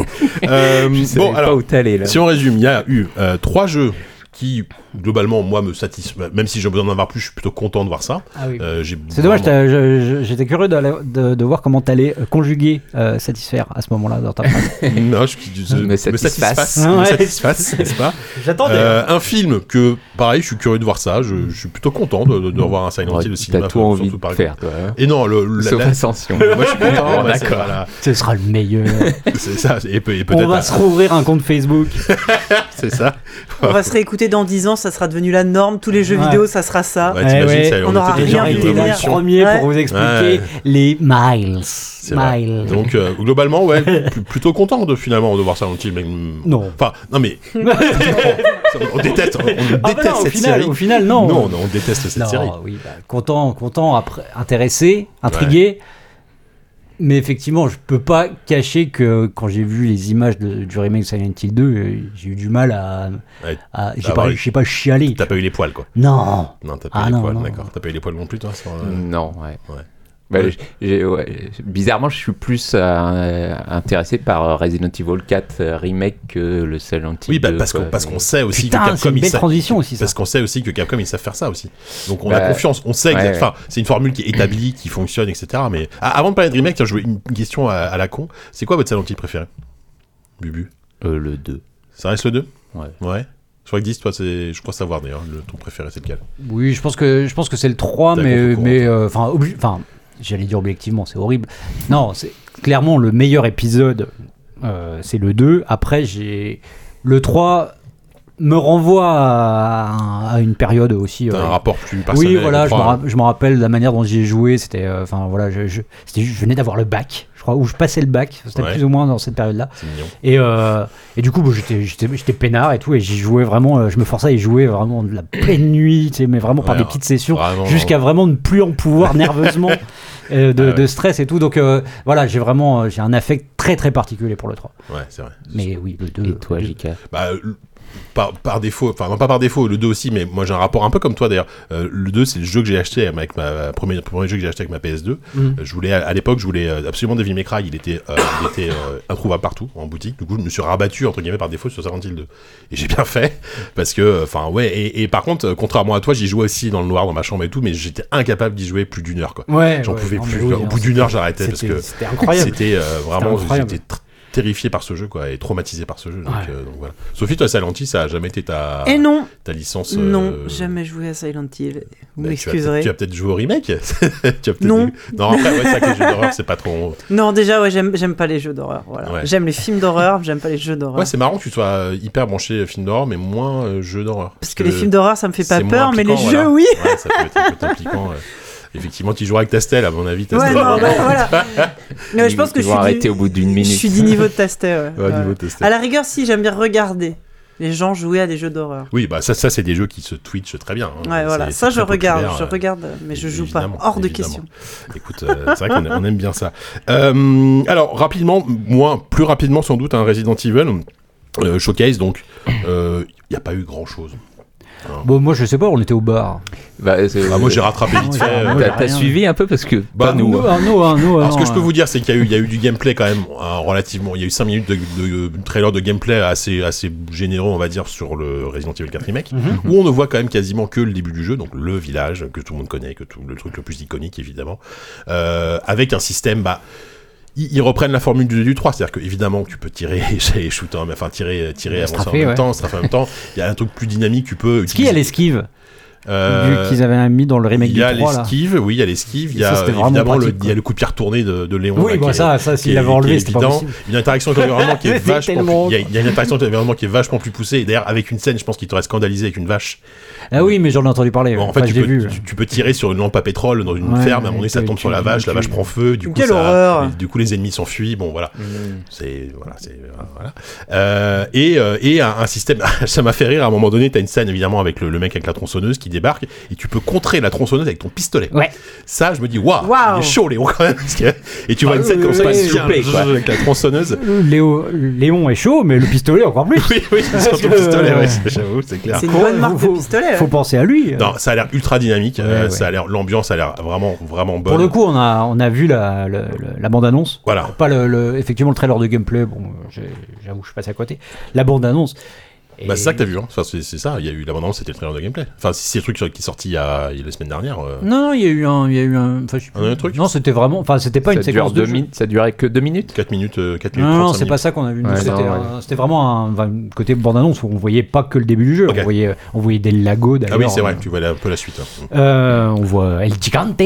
Speaker 1: Euh,
Speaker 3: Je savais
Speaker 1: bon,
Speaker 3: pas
Speaker 1: alors,
Speaker 3: où t'allais là.
Speaker 1: Si on résume, il y a eu euh, trois jeux qui, globalement, moi, me satisfont. Même si j'ai besoin d'en avoir plus, je suis plutôt content de voir ça.
Speaker 4: Ah oui.
Speaker 1: Euh, j'ai
Speaker 4: C'est dommage,
Speaker 1: vraiment-
Speaker 4: t'as- je- je- j'étais curieux d'aller- de, de voir comment t'allais euh, conjuguer euh, satisfaire à ce moment-là
Speaker 1: [laughs]
Speaker 4: dans ta phrase.
Speaker 1: Non, je, je- je-
Speaker 3: [laughs] Me
Speaker 1: me
Speaker 3: satisfasse.
Speaker 1: satisfasse. [laughs]
Speaker 4: Ah
Speaker 1: me
Speaker 4: ouais.
Speaker 1: satisfasse, n'est-ce pas
Speaker 2: Oh,
Speaker 4: J'attendais.
Speaker 1: Euh, Un film que, pareil, je suis curieux de voir ça. Je, je suis plutôt content de, de, de revoir un Silent Hill au cinéma.
Speaker 3: T'as tout
Speaker 1: surtout
Speaker 3: envie de
Speaker 1: par-
Speaker 3: faire, toi. hein.
Speaker 1: Et non, le, la-
Speaker 3: Sauf
Speaker 1: la- [laughs]
Speaker 3: Ascension.
Speaker 1: moi, je suis content.
Speaker 3: [laughs] Bon,
Speaker 1: bah, c'est-
Speaker 3: d'accord.
Speaker 1: voilà.
Speaker 4: Ce sera le meilleur.
Speaker 1: C'est ça. Et, peut- et [laughs]
Speaker 4: On
Speaker 1: peut-être,
Speaker 4: va se rouvrir un compte Facebook.
Speaker 1: c'est ça.
Speaker 2: On va se réécouter dans 10 ans, ça sera devenu la norme. Tous les jeux
Speaker 4: Ouais.
Speaker 2: vidéo, ça sera ça.
Speaker 1: Ouais, t'imagines,
Speaker 4: ouais.
Speaker 1: ça,
Speaker 2: Ah, On aura
Speaker 1: était
Speaker 4: Les
Speaker 1: déjà
Speaker 4: gens
Speaker 2: rien
Speaker 1: dans
Speaker 2: vu
Speaker 4: étaient les
Speaker 1: l'évolution.
Speaker 4: premiers
Speaker 2: Ouais.
Speaker 4: pour vous expliquer
Speaker 1: Ouais.
Speaker 4: les miles.
Speaker 1: C'est vrai.
Speaker 4: Miles.
Speaker 1: Donc euh, globalement,
Speaker 4: [laughs]
Speaker 1: ouais, pl- plutôt content de finalement de voir Silent Hill. mais, mm,
Speaker 4: Non.
Speaker 1: Enfin, non mais
Speaker 4: [laughs]
Speaker 1: on déteste, on déteste
Speaker 4: Ah bah non, au
Speaker 1: cette
Speaker 4: final-
Speaker 1: série.
Speaker 4: Au final, non.
Speaker 1: Non, non, on déteste cette
Speaker 4: Non,
Speaker 1: série.
Speaker 4: oui, bah, content, content, après, intéressé, intrigué. Mais effectivement, je peux pas cacher que quand j'ai vu les images de- du remake Silent Hill 2, euh, j'ai eu du mal à.
Speaker 1: Ouais.
Speaker 4: à- j'ai
Speaker 1: Ah
Speaker 4: pas,
Speaker 1: ouais.
Speaker 4: j'ai pas chialé.
Speaker 1: T'as pas eu les poils, quoi.
Speaker 4: Non.
Speaker 1: Non, t'as pas
Speaker 4: Ah
Speaker 1: eu les
Speaker 4: non, Mm.
Speaker 1: poils,
Speaker 4: non.
Speaker 1: d'accord. T'as pas eu les poils non plus, toi. sur, euh,
Speaker 3: Non, ouais.
Speaker 1: Ouais.
Speaker 3: Bah,
Speaker 1: Ouais.
Speaker 3: j'ai- ouais, Bizarrement, je suis plus euh, intéressé par Resident Evil 4 euh, remake que le Silent Hill.
Speaker 1: Oui, bah,
Speaker 3: 2,
Speaker 1: parce qu'on
Speaker 3: quoi.
Speaker 1: parce qu'on sait aussi que
Speaker 4: Putain, c'est
Speaker 1: Capcom
Speaker 4: une
Speaker 1: ils
Speaker 4: belle
Speaker 1: savent-
Speaker 4: transition aussi, ça.
Speaker 1: parce qu'on sait aussi que Capcom ils savent faire ça aussi. Donc on
Speaker 3: Bah,
Speaker 1: a confiance, on sait.
Speaker 3: ouais,
Speaker 1: exact-
Speaker 3: ouais.
Speaker 1: Enfin, c'est une formule qui est établie, qui fonctionne, etc. Mais Ah, avant de parler de remake, tiens, je voulais une question à, à la con. C'est quoi votre Silent Hill préféré, Bubu
Speaker 3: Euh, le 2.
Speaker 1: Ça reste le 2
Speaker 3: Ouais.
Speaker 1: Ouais. Je crois que 10, toi, c'est... je crois savoir d'ailleurs, le... ton préféré, c'est lequel
Speaker 4: Oui, je pense que je pense que c'est le 3,
Speaker 1: T'as
Speaker 4: mais
Speaker 1: contre-courant,
Speaker 4: mais euh, enfin obli- enfin, j'allais dire objectivement, c'est horrible. Non, c'est clairement le meilleur épisode. euh, c'est le 2. Après, j'ai le 3 me renvoie à, un- à une période aussi.
Speaker 1: T'as
Speaker 4: euh,
Speaker 1: un rapport plus personnel hein.
Speaker 4: oui, voilà, je
Speaker 1: crois.
Speaker 4: me ra- je me rappelle de la manière dont j'y ai joué. C'était, euh, enfin voilà, je, je, c'était juste- je venais d'avoir le bac, je crois, ou je passais le bac. C'était
Speaker 1: Ouais.
Speaker 4: plus ou moins dans cette période-là.
Speaker 1: C'est mignon.
Speaker 4: Et, euh, et du coup, bon, j'étais, j'étais, j'étais peinard et tout, et j'y jouais vraiment, euh, je me forçais à y jouer vraiment de la pleine nuit, tu sais, mais vraiment par
Speaker 1: Ouais,
Speaker 4: des petites sessions,
Speaker 1: vraiment.
Speaker 4: jusqu'à vraiment ne plus
Speaker 1: [laughs]
Speaker 4: en pouvoir nerveusement euh, de,
Speaker 1: Ah ouais.
Speaker 4: de stress et tout. Donc euh, voilà, j'ai vraiment, euh, j'ai un affect très très particulier pour le 3.
Speaker 1: Ouais, c'est vrai.
Speaker 4: Mais oui, le 2.
Speaker 1: Euh,
Speaker 3: Et toi, JK
Speaker 1: Bah, le- par, par défaut, enfin non pas par défaut, le 2 aussi, mais moi j'ai un rapport un peu comme toi d'ailleurs. Euh, le 2 c'est le jeu que j'ai acheté avec ma euh, premier, premier jeu que j'ai acheté avec ma PS2.
Speaker 4: Mm.
Speaker 1: Euh, Je voulais à à l'époque je voulais euh, absolument Devil May Cry, il était, euh, il était euh, introuvable partout en boutique. Du coup je me suis rabattu entre guillemets par défaut sur Silent Hill 2. Et j'ai bien fait [laughs] parce que euh, enfin ouais et, et par contre euh, contrairement à toi j'y jouais aussi dans le noir dans ma chambre et tout, mais j'étais incapable d'y jouer plus d'une heure quoi.
Speaker 4: Ouais,
Speaker 1: J'en
Speaker 4: ouais,
Speaker 1: pouvais
Speaker 4: non, mais
Speaker 1: plus.
Speaker 4: oui,
Speaker 1: quoi. Au
Speaker 4: hein,
Speaker 1: bout d'une heure j'arrêtais parce
Speaker 4: c'était-
Speaker 1: que
Speaker 4: c'était incroyable.
Speaker 1: c'était euh, vraiment,
Speaker 4: C'était incroyable.
Speaker 1: j'étais tr- terrifié par ce jeu quoi, et traumatisé par ce jeu. Donc,
Speaker 4: Ouais.
Speaker 1: euh, donc voilà. Sophie, toi, Silent Hill, ça a jamais été ta,
Speaker 2: Et non,
Speaker 1: ta licence euh,
Speaker 2: non, jamais joué à Silent Hill. Vous
Speaker 1: bah, tu as peut-être-
Speaker 2: m'excuserez.
Speaker 1: Tu as peut-être joué au remake [laughs] Tu as peut-être
Speaker 2: Non.
Speaker 1: dû- Non, après, ouais, c'est vrai que les jeux d'horreur, c'est pas trop.
Speaker 2: Non, déjà, ouais, j'aime j'aime pas les jeux d'horreur. Voilà.
Speaker 1: Ouais.
Speaker 2: J'aime les films d'horreur, j'aime pas les jeux d'horreur.
Speaker 1: Ouais, c'est marrant que tu sois euh, hyper branché film d'horreur, mais moins euh, jeu d'horreur.
Speaker 2: Parce que les films d'horreur, ça me fait pas
Speaker 1: c'est moins
Speaker 2: peur, mais les
Speaker 1: impliquant,
Speaker 2: jeux,
Speaker 1: voilà. [laughs]
Speaker 2: oui.
Speaker 1: Ouais, ça peut être un peu impliquant. euh. Effectivement, tu joueras avec Tastel, à mon avis.
Speaker 2: Ouais,
Speaker 1: Tastel, [laughs]
Speaker 2: non,
Speaker 1: vraiment.
Speaker 2: ouais, voilà. Mais je pense que
Speaker 3: Ils
Speaker 2: je
Speaker 3: vont
Speaker 2: suis,
Speaker 3: arrêter
Speaker 2: du...
Speaker 3: au bout d'une
Speaker 2: je
Speaker 3: minute.
Speaker 2: suis
Speaker 1: [laughs]
Speaker 2: du niveau de Tastet. ouais.
Speaker 1: Ouais,
Speaker 2: Ouais.
Speaker 1: niveau Tastel.
Speaker 2: À la rigueur, si, j'aime bien regarder les gens jouer à des jeux d'horreur.
Speaker 1: Oui, bah ça, ça c'est des jeux qui se twitchent très bien. hein.
Speaker 2: Ouais, voilà.
Speaker 1: C'est-
Speaker 2: Ça,
Speaker 1: c'est
Speaker 2: je
Speaker 1: très
Speaker 2: regarde,
Speaker 1: populaire,
Speaker 2: je
Speaker 1: euh.
Speaker 2: regarde, mais je joue pas.
Speaker 1: Évidemment,
Speaker 2: Hors de
Speaker 1: évidemment.
Speaker 2: question.
Speaker 1: [laughs] Écoute, euh, c'est vrai qu'on on aime bien ça. Euh, alors, rapidement, moins, plus rapidement sans doute, un Resident Evil euh, Showcase, donc il n'y a pas eu grand chose.
Speaker 4: Bon, moi je sais pas, on était au bar.
Speaker 3: [laughs] Bah, c'est-
Speaker 1: Ah, moi j'ai rattrapé vite fait.
Speaker 4: Ah,
Speaker 1: euh,
Speaker 4: moi,
Speaker 3: T'as
Speaker 4: j'ai
Speaker 3: t'as
Speaker 4: rien.
Speaker 3: suivi un peu parce que
Speaker 1: Bah,
Speaker 3: pas nous.
Speaker 4: Non,
Speaker 3: hein.
Speaker 4: ah, non, ah, non, ah,
Speaker 1: alors, ce que
Speaker 4: non,
Speaker 1: je
Speaker 4: ah.
Speaker 1: peux vous dire, c'est qu'il y, a eu- il y a eu du gameplay quand même, hein, relativement. Il y a eu 5 minutes de, de- de trailer de gameplay assez, assez généraux, on va dire, sur le Resident Evil 4 Remake,
Speaker 4: Mhm.
Speaker 1: où on ne voit quand même quasiment que le début du jeu, donc le village, que tout le monde connaît, que tout le truc le plus iconique, évidemment, euh, avec un système, bah. Ils ils reprennent la formule du, du 3, c'est-à-dire que évidemment tu peux tirer, [laughs] j'ai shooter, mais enfin tirer, tirer, avancer en
Speaker 4: Straffer,
Speaker 1: même
Speaker 4: ouais.
Speaker 1: temps, straffer en même temps. Il y a un truc plus dynamique, tu peux.
Speaker 4: Est-ce qu'il y a l'esquive
Speaker 1: Euh,
Speaker 4: vu qu'ils avaient mis dans le remake
Speaker 1: il y a
Speaker 4: du 3 là
Speaker 1: l'esquive, oui, il y a l'esquive, il y
Speaker 4: Et ça,
Speaker 1: a
Speaker 4: c'était
Speaker 1: euh,
Speaker 4: vraiment
Speaker 1: évidemment le,
Speaker 4: pratique,
Speaker 1: il y a le coup de pierre tourné de, de Léon. là,
Speaker 4: Oui,
Speaker 1: qui
Speaker 4: bon,
Speaker 1: est-
Speaker 4: ça, ça,
Speaker 1: qui
Speaker 4: s'il
Speaker 1: est-
Speaker 4: l'avait
Speaker 1: qui est
Speaker 4: enlevé, c'était pas
Speaker 1: évident.
Speaker 4: possible.
Speaker 1: Une interaction avec l'environnement
Speaker 4: [laughs]
Speaker 1: qui est
Speaker 4: C'était
Speaker 1: vachement plus,
Speaker 4: tellement
Speaker 1: il y a- il y a une interaction avec l'environnement qui est vachement plus poussée. Et d'ailleurs, avec une scène, je pense qu'il t'aurait scandalisé avec une vache.
Speaker 4: Ah oui, mais j'en ai entendu parler.
Speaker 1: Bon, en
Speaker 4: Enfin,
Speaker 1: fait,
Speaker 4: je
Speaker 1: tu
Speaker 4: l'ai
Speaker 1: peux,
Speaker 4: vu.
Speaker 1: tu, tu peux tirer sur une lampe à pétrole dans une
Speaker 4: Ouais,
Speaker 1: ferme. À un moment donné,
Speaker 4: et
Speaker 1: ça
Speaker 4: tu-
Speaker 1: tombe
Speaker 4: tu-
Speaker 1: sur la
Speaker 4: tu-
Speaker 1: vache, la
Speaker 4: tu-
Speaker 1: vache prend feu. Du coup,
Speaker 2: Quelle
Speaker 1: ça,
Speaker 2: horreur.
Speaker 1: du coup, les ennemis s'enfuient. Bon, voilà.
Speaker 4: Mm.
Speaker 1: C'est voilà, c'est voilà. Euh, et euh, et un, un système. [laughs] ça m'a fait rire. À un moment donné, t'as une scène évidemment avec le, le mec avec la tronçonneuse qui débarque et tu peux contrer la tronçonneuse avec ton pistolet.
Speaker 4: Ouais.
Speaker 1: Ça, je me dis waouh,
Speaker 2: Waouh.
Speaker 1: il est chaud Léon quand même. parce que- Et tu vois
Speaker 3: Ah
Speaker 1: une
Speaker 3: oui,
Speaker 1: scène
Speaker 3: oui,
Speaker 1: comme ça,
Speaker 3: oui,
Speaker 1: il se
Speaker 3: oui.
Speaker 1: tient,
Speaker 3: Chopé, quoi.
Speaker 1: avec la tronçonneuse.
Speaker 4: Le Léo, Léon est chaud, mais le pistolet encore [laughs] plus.
Speaker 1: [laughs] Oui, oui, sur
Speaker 4: Parce
Speaker 1: ton
Speaker 4: que- euh,
Speaker 1: pistolet, ouais, j'avoue, c'est clair.
Speaker 2: C'est une
Speaker 4: Faut-
Speaker 2: bonne marque de
Speaker 4: faut-
Speaker 2: pistolet.
Speaker 4: Faut
Speaker 2: ouais.
Speaker 4: penser à lui.
Speaker 1: Non, ça a l'air ultra dynamique. euh,
Speaker 4: Ouais, ouais.
Speaker 1: Ça a l'air, l'ambiance a l'air vraiment, vraiment bonne.
Speaker 4: Pour le coup, on a, on a vu la, le- le- la bande-annonce.
Speaker 1: Voilà.
Speaker 4: Pas le, le- effectivement le trailer de gameplay, bon, euh, j'ai- j'avoue, je passe à côté. La bande-annonce. Et-
Speaker 1: Bah, c'est ça que t'as vu, hein. Enfin, c'est, c'est ça. Il y a eu l'abondance, c'était le trailer de gameplay. Enfin, c'est le truc sur- qui est sorti il y a, il y a la semaine dernière. euh.
Speaker 4: Non, non, il y a eu un. Il y a eu un, enfin, je sais
Speaker 1: Un autre truc
Speaker 4: Non, c'était vraiment. Enfin, c'était pas
Speaker 3: Ça
Speaker 4: une
Speaker 3: dure
Speaker 4: séquence de
Speaker 3: deux
Speaker 4: jeu.
Speaker 3: minutes- Ça durait que deux minutes
Speaker 1: 4 minutes, euh, 4
Speaker 4: Non,
Speaker 1: minutes.
Speaker 4: non, non,
Speaker 1: 35
Speaker 4: c'est pas
Speaker 1: minutes.
Speaker 4: ça qu'on a vu. Nous,
Speaker 3: Ouais,
Speaker 4: c'était
Speaker 3: non,
Speaker 4: un- c'était vraiment un, enfin, un côté bande-annonce où on voyait pas que le début du jeu.
Speaker 1: Ok.
Speaker 4: On, voyait, on voyait des lagos d'ailleurs.
Speaker 1: Ah oui, c'est vrai, tu vois là, un peu la suite. hein.
Speaker 4: Euh, on voit El Gigante.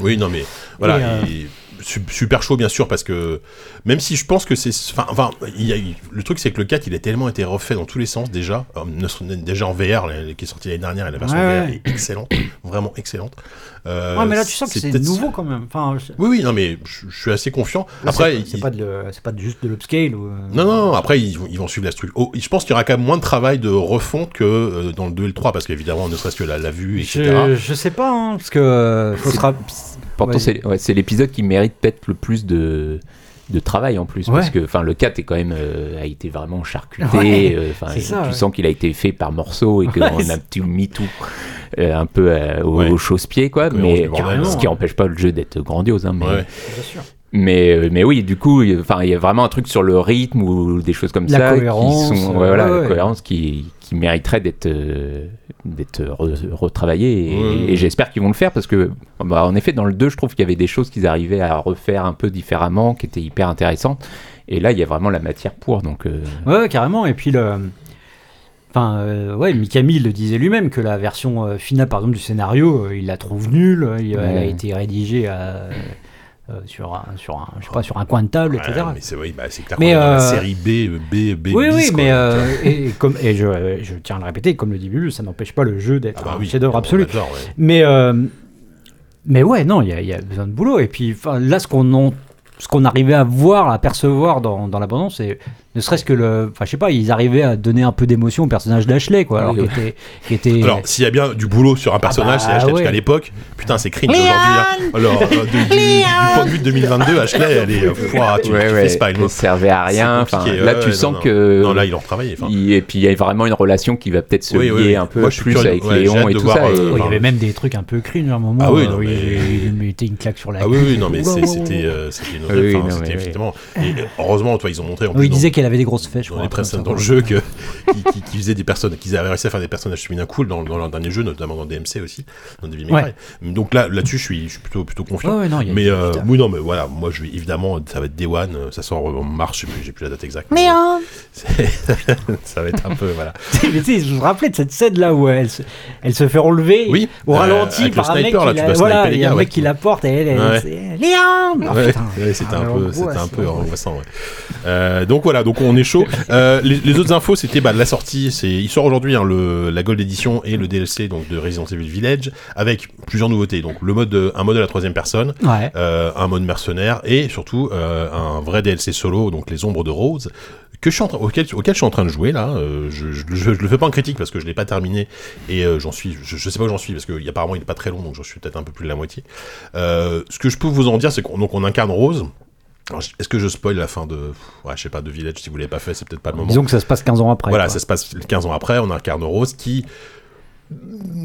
Speaker 1: Oui, non, mais voilà.
Speaker 4: Et, euh,
Speaker 1: et su- super chaud, bien sûr, parce que même si je pense que c'est. Enfin, enfin, il y a eu- le truc, c'est que le 4, il a tellement été refait dans tous les sens déjà. Euh, ne serait- déjà en VR, la- qui est sorti l'année dernière, et la version
Speaker 4: Ouais,
Speaker 1: VR
Speaker 4: ouais.
Speaker 1: est excellente, [coughs] vraiment excellente. Euh,
Speaker 4: Ouais, mais là, tu sens que c'est
Speaker 1: peut-être-
Speaker 4: nouveau quand même. Enfin, je-
Speaker 1: Oui, oui, non, mais je je suis assez confiant.
Speaker 4: c'est
Speaker 1: Après,
Speaker 4: pas- c'est
Speaker 1: il-
Speaker 4: pas, de le- c'est pas de- juste de l'upscale. Ou... euh,
Speaker 1: non, non, non, après, ils, vont- ils vont suivre la structure. Oh, je pense qu'il y aura quand même moins de travail de refonte que euh, dans le 2 et le 3, parce qu'évidemment, ne serait-ce que la, la vue, etc.
Speaker 4: Je, je sais pas, hein, parce que euh, faut se
Speaker 3: C'est-
Speaker 4: rapp-
Speaker 3: Pourtant,
Speaker 4: Ouais.
Speaker 3: c'est ouais, c'est l'épisode qui mérite peut-être le plus de de travail en plus
Speaker 4: Ouais.
Speaker 3: parce que enfin le 4 est quand même euh, a été vraiment charcuté
Speaker 4: Ouais,
Speaker 3: euh, enfin,
Speaker 4: c'est ça,
Speaker 3: tu
Speaker 4: ouais.
Speaker 3: sens qu'il a été fait par morceaux et qu'on
Speaker 4: Ouais,
Speaker 3: a
Speaker 4: c'est-
Speaker 3: tout mis tout euh, un peu euh, au,
Speaker 1: Ouais.
Speaker 3: au chausse-pied quoi
Speaker 1: Cohérence
Speaker 3: mais
Speaker 1: du bordel,
Speaker 3: carrément, ce
Speaker 1: hein.
Speaker 3: qui empêche pas le jeu d'être grandiose hein, mais
Speaker 1: Ouais.
Speaker 4: Bien sûr.
Speaker 3: mais, euh, mais oui du coup il- enfin il y a vraiment un truc sur le rythme ou des choses comme
Speaker 4: La
Speaker 3: ça
Speaker 4: cohérence,
Speaker 3: qui sont ouais,
Speaker 4: euh,
Speaker 3: voilà
Speaker 4: ouais,
Speaker 3: la
Speaker 4: ouais.
Speaker 3: cohérence qui qui mériterait d'être euh, d'être re- retravaillée et,
Speaker 1: Ouais.
Speaker 3: et j'espère qu'ils vont le faire parce que bah, en effet dans le 2 je trouve qu'il y avait des choses qu'ils arrivaient à refaire un peu différemment qui étaient hyper intéressantes et là il y a vraiment la matière pour donc euh,
Speaker 4: Ouais, ouais, carrément. Et puis le. Enfin, euh, ouais, Mikami le disait lui-même que la version euh, finale, par exemple, du scénario, euh, il la trouve nulle. euh, il- Elle a
Speaker 3: Ouais.
Speaker 4: été rédigée à, euh, sur, un, sur, un, je sais pas, sur un coin de table,
Speaker 1: Ouais,
Speaker 4: etc.
Speaker 1: mais c'est oui, bah, c'est clair
Speaker 4: Mais,
Speaker 1: qu'on est dans la
Speaker 4: euh,
Speaker 1: série B, euh, B, B.
Speaker 4: Oui,
Speaker 1: bis,
Speaker 4: oui,
Speaker 1: quoi. [laughs]
Speaker 4: mais euh, et, et comme et je, euh, je tiens à le répéter, comme le dit Lulu, ça n'empêche pas le jeu d'être
Speaker 1: Ah bah
Speaker 4: un
Speaker 1: oui,
Speaker 4: chef-d'œuvre
Speaker 1: on
Speaker 4: absolu.
Speaker 1: adore, ouais.
Speaker 4: Mais euh, mais ouais, non, il y, a- il y a besoin de boulot. Et puis enfin, là, ce qu'on en- ce qu'on arrivait à voir, à percevoir dans, dans l'abondance, c'est ne serait-ce que le, enfin je sais pas, ils arrivaient à donner un peu d'émotion au personnage d'Ashley, quoi, alors
Speaker 3: Oui,
Speaker 4: qu'il était, qui était
Speaker 1: Alors, s'il y a bien du boulot sur un personnage,
Speaker 4: bah,
Speaker 1: c'est Ashley, parce
Speaker 4: ouais.
Speaker 1: qu'à l'époque, putain, c'est cringe aujourd'hui. hein. Alors, euh, de- du, du point de vue de 2022, Ashley, elle est. euh, ouah, tu, tu fais spine.
Speaker 3: il servait à rien
Speaker 1: C'est
Speaker 3: enfin
Speaker 1: compliqué,
Speaker 3: là
Speaker 1: ouais,
Speaker 3: tu
Speaker 1: ouais,
Speaker 3: sens
Speaker 1: non,
Speaker 3: que
Speaker 1: Non, là, ils l'ont retravaillé. enfin.
Speaker 3: il- et puis il y a vraiment une relation qui va peut-être se
Speaker 1: Oui,
Speaker 3: lier
Speaker 1: oui, oui.
Speaker 3: un peu
Speaker 1: Moi, je suis
Speaker 3: plus
Speaker 1: curieux,
Speaker 3: avec
Speaker 1: ouais, j'ai
Speaker 3: Léon
Speaker 1: hâte
Speaker 3: et
Speaker 1: de
Speaker 3: tout
Speaker 1: voir,
Speaker 3: ça. et-
Speaker 1: euh,
Speaker 4: Oh, il y
Speaker 1: Enfin,
Speaker 4: avait même des trucs un peu cringe à un moment.
Speaker 1: Ah oui,
Speaker 4: euh,
Speaker 1: non,
Speaker 4: où il-
Speaker 1: mais-
Speaker 4: il lui mettait une claque sur la
Speaker 1: Ah
Speaker 4: gueule.
Speaker 1: oui, oui, non, mais c'est-
Speaker 4: Ouah,
Speaker 1: c'était euh, c'était une autre.
Speaker 3: Oui,
Speaker 1: enfin,
Speaker 3: non,
Speaker 1: c'était
Speaker 3: mais oui.
Speaker 1: effectivement. Et euh, heureusement, toi, ils ont montré en
Speaker 4: ouah.
Speaker 1: plus
Speaker 4: il
Speaker 1: dans-
Speaker 4: disait qu'elle avait des grosses fesses, je
Speaker 1: dans
Speaker 4: crois.
Speaker 1: les
Speaker 4: un truc
Speaker 1: personnes dans
Speaker 4: [laughs] comme
Speaker 1: le
Speaker 4: ça.
Speaker 1: jeu que, qui, qui- qui faisaient des personnes qu'ils avaient réussi à faire des personnages féminins cool dans, dans leur dernier jeu notamment dans DMC aussi dans Devil May
Speaker 4: Ouais.
Speaker 1: Cry. donc là là-dessus je suis je suis plutôt plutôt confiant
Speaker 4: Ouais, ouais, non, il y a-
Speaker 1: mais euh,
Speaker 4: putain.
Speaker 1: oui non mais voilà moi je vais évidemment ça va être Day One euh, ça sort en mars je sais plus- j'ai plus la date exacte mais C'est- [laughs] ça va être un peu voilà
Speaker 4: Mais tu sais, je vous rappelais de cette scène là où elle se, elle se fait enlever
Speaker 1: Oui,
Speaker 4: au
Speaker 1: euh,
Speaker 4: ralenti
Speaker 1: avec
Speaker 4: par
Speaker 1: le
Speaker 4: un mec
Speaker 1: sniper,
Speaker 4: qui
Speaker 1: là, tu
Speaker 4: la,
Speaker 1: dois
Speaker 4: voilà,
Speaker 1: sniper les
Speaker 4: il y a
Speaker 1: gars,
Speaker 4: un
Speaker 1: ouais.
Speaker 4: mec qui la porte et elle, elle,
Speaker 1: Ouais.
Speaker 4: c'est Léon Ah,
Speaker 1: Ouais,
Speaker 4: putain.
Speaker 1: ouais, c'était
Speaker 4: Ah,
Speaker 1: un
Speaker 4: mais
Speaker 1: peu,
Speaker 4: on
Speaker 1: c'était
Speaker 4: voit,
Speaker 1: un
Speaker 4: c'est
Speaker 1: peu
Speaker 4: bon.
Speaker 1: angoissant. ouais. Euh, donc voilà, donc on est
Speaker 4: [laughs]
Speaker 1: chaud. Euh, les, les autres infos, c'était bah, la sortie. C'est, il sort aujourd'hui hein, le, la Gold Edition et le DLC donc de Resident Evil Village avec plusieurs nouveautés. Donc le mode, euh, un mode à la troisième personne,
Speaker 4: Ouais.
Speaker 1: euh, un mode mercenaire et surtout euh, un vrai DLC solo, donc les Ombres de Rose. Que je suis en train- auquel, auquel je suis en train de jouer là, Euh, je, je, je- je le fais pas en critique parce que je l'ai pas terminé et euh, j'en suis, je, je sais pas où j'en suis parce que y a- apparemment il est pas très long donc j'en suis peut-être un peu plus de la moitié. Euh, ce que je peux vous en dire, c'est qu'on donc, on incarne Rose. Alors, je- Est-ce que je spoil la fin de, pff, ouais, je sais pas, de Village si vous l'avez pas fait, c'est peut-être pas le moment.
Speaker 4: Disons que ça se passe 15 ans après.
Speaker 1: voilà,
Speaker 4: quoi.
Speaker 1: ça se passe 15 ans après, on incarne Rose qui,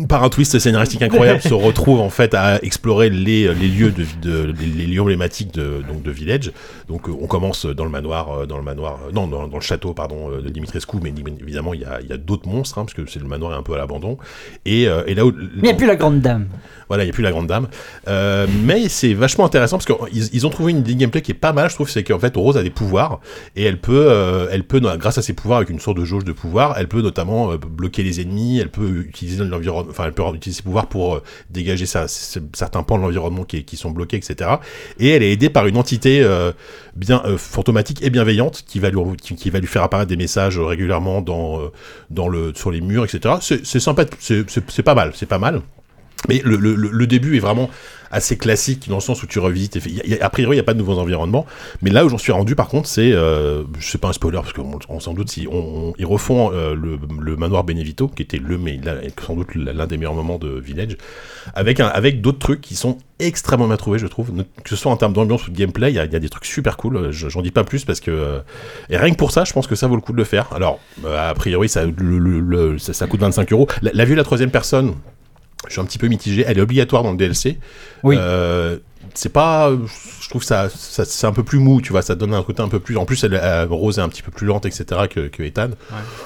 Speaker 1: par un twist scénaristique incroyable, se retrouve en fait à explorer les, les lieux de, de- les, les lieux emblématiques de, donc de Village. Donc euh, on commence dans le manoir, euh, dans le manoir, euh, non, dans, dans le château pardon euh, de Dimitrescu, mais évidemment il y a, il y a d'autres monstres hein, parce que c'est le manoir est un peu à l'abandon. Et, euh, et là où
Speaker 4: Mais il n'y a plus la grande dame.
Speaker 1: voilà, il n'y a plus la grande dame. Euh, mais c'est vachement intéressant parce qu'ils ils ont trouvé une ligne gameplay qui est pas mal, je trouve. C'est qu'en fait, Rose a des pouvoirs et elle peut, euh, elle peut, no- grâce à ses pouvoirs, avec une sorte de jauge de pouvoir, elle peut notamment euh, bloquer les ennemis, elle peut utiliser l'environnement, enfin, elle peut utiliser ses pouvoirs pour euh, dégager sa- c- certains pans de l'environnement qui, qui sont bloqués, etc. Et elle est aidée par une entité euh, bien euh, fantomatique et bienveillante qui va, lui, qui, qui va lui faire apparaître des messages euh, régulièrement dans, euh, dans le, sur les murs, etc. C'est c'est sympa, c'est c'est- c'est pas mal, c'est pas mal. Mais le, le, le- le début est vraiment assez classique dans le sens où tu revisites. et fait- il y a- il y a, a priori, il n'y a pas de nouveaux environnements. Mais là où j'en suis rendu, par contre, c'est. Euh, je sais pas un spoiler, parce qu'on on s'en doute, si on, on- ils refont euh, le, le manoir Benevito, qui était le, mais, la- sans doute l'un des meilleurs moments de Village, avec, un, avec d'autres trucs qui sont extrêmement bien trouvés, je trouve. Ne- Que ce soit en termes d'ambiance ou de gameplay, il y a, il y a des trucs super cool. Euh, Je- J'en dis pas plus parce que. euh, et rien que pour ça, je pense que ça vaut le coup de le faire. Alors, euh, a priori, ça, le- le- le- ça, ça coûte 25 euros. La, la vue de la troisième personne. Je suis un petit peu mitigé. Elle est obligatoire dans le DLC.
Speaker 4: Oui.
Speaker 1: Euh, c'est pas. Je trouve ça, ça- c'est un peu plus mou, tu vois. Ça donne un côté un peu plus. En plus, elle, euh, Rose est un petit peu plus lente, etc. que, que Ethan.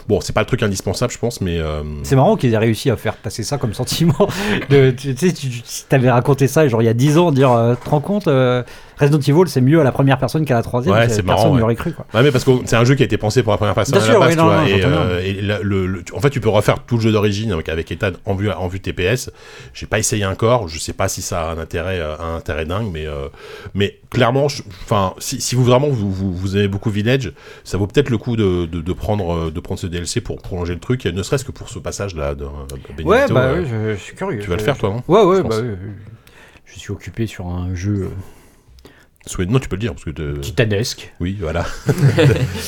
Speaker 1: Bon, c'est pas le truc indispensable, je pense, mais. euh,
Speaker 4: C'est marrant qu'ils aient réussi à faire passer ça comme sentiment. De, tu tu sais, tu- si t'avais raconté ça, genre il y a 10 ans, dire euh, Tu te rends compte, euh, Resident Evil, c'est mieux à la première personne qu'à la troisième.
Speaker 1: Ouais,
Speaker 4: ça,
Speaker 1: c'est marrant,
Speaker 4: Personne n'y
Speaker 1: ouais.
Speaker 4: aurait cru. Quoi.
Speaker 1: Ouais, mais parce que c'est un jeu qui a été pensé pour la première personne
Speaker 4: Bien
Speaker 1: à la
Speaker 4: sûr,
Speaker 1: base,
Speaker 4: oui,
Speaker 1: tu
Speaker 4: non,
Speaker 1: vois,
Speaker 4: non,
Speaker 1: et,
Speaker 4: j'entends bien.
Speaker 1: euh, et là, le, le- tu- en fait, tu peux refaire tout le jeu d'origine avec, avec Ethan en vue, en vue TPS. J'ai pas essayé encore. Je sais pas si ça a un intérêt, euh, un intérêt dingue, mais, euh, mais clairement, je- enfin, si, si vous vraiment vous, vous, vous aimez beaucoup Village, ça vaut peut-être le coup de, de, de prendre, euh, de prendre ce DLC pour prolonger le truc, et ne serait-ce que pour ce passage-là. de- de
Speaker 4: Ouais,
Speaker 1: Benedetto,
Speaker 4: bah
Speaker 1: euh,
Speaker 4: oui, je, je suis curieux.
Speaker 1: Tu vas le
Speaker 4: Je-
Speaker 1: faire, toi, non
Speaker 4: Ouais, ouais,
Speaker 1: je
Speaker 4: bah
Speaker 1: pense.
Speaker 4: oui. oui. Je suis occupé sur un jeu
Speaker 1: Souhait- Non, tu peux le dire, parce que. te-
Speaker 4: titanesque.
Speaker 1: Oui,
Speaker 4: [laughs]
Speaker 1: voilà.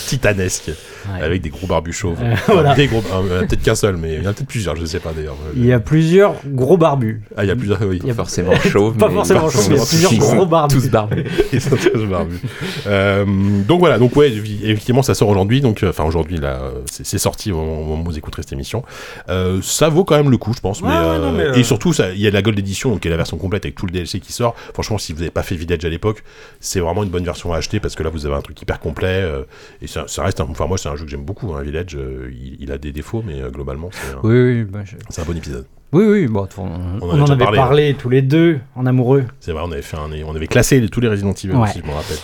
Speaker 1: Titanesque,
Speaker 4: Ouais.
Speaker 1: avec des gros barbus chauves.
Speaker 4: Euh, [laughs] voilà.
Speaker 1: Des gros. ah, euh, peut-être qu'un seul, mais il y en a peut-être plusieurs, je sais pas d'ailleurs.
Speaker 4: Il y a plusieurs gros barbus.
Speaker 1: Ah, il y a plusieurs, oui.
Speaker 4: Il y a-
Speaker 3: forcément chauve.
Speaker 4: Pas forcément chauve, mais
Speaker 3: [laughs]
Speaker 4: plusieurs gros barbus.
Speaker 3: Tous barbus.
Speaker 1: [laughs] Ils sont tous barbus. Euh, donc voilà, donc ouais, évi- effectivement, ça sort aujourd'hui. Donc, euh, enfin aujourd'hui, là, euh, c'est c'est sorti au moment au moment où vous écouterez cette émission. Euh, ça vaut quand même le coup, je pense.
Speaker 5: Ouais,
Speaker 1: mais,
Speaker 5: ouais,
Speaker 1: euh,
Speaker 5: non, mais, euh,
Speaker 1: Et surtout, ça- il y a la Gold Edition, donc qui est la version complète avec tout le DLC qui sort. Franchement, si vous n'avez pas fait Village à l'époque, c'est vraiment une bonne version à acheter parce que là, vous avez un truc hyper complet. euh, et ça, ça reste, un, enfin moi, c'est un jeu que j'aime beaucoup. Hein, Village, euh, il, il a des défauts, mais euh, globalement, c'est un,
Speaker 4: Oui, oui, bah, je-
Speaker 1: c'est un bon épisode.
Speaker 4: oui, oui. Bon, on, on
Speaker 1: en a
Speaker 4: en
Speaker 1: déjà
Speaker 4: avait
Speaker 1: parlé, hein.
Speaker 4: parlé, tous les deux en amoureux.
Speaker 1: C'est vrai, on avait fait un, on avait classé les- tous les Resident Evil,
Speaker 4: Ouais.
Speaker 1: si je me rappelle.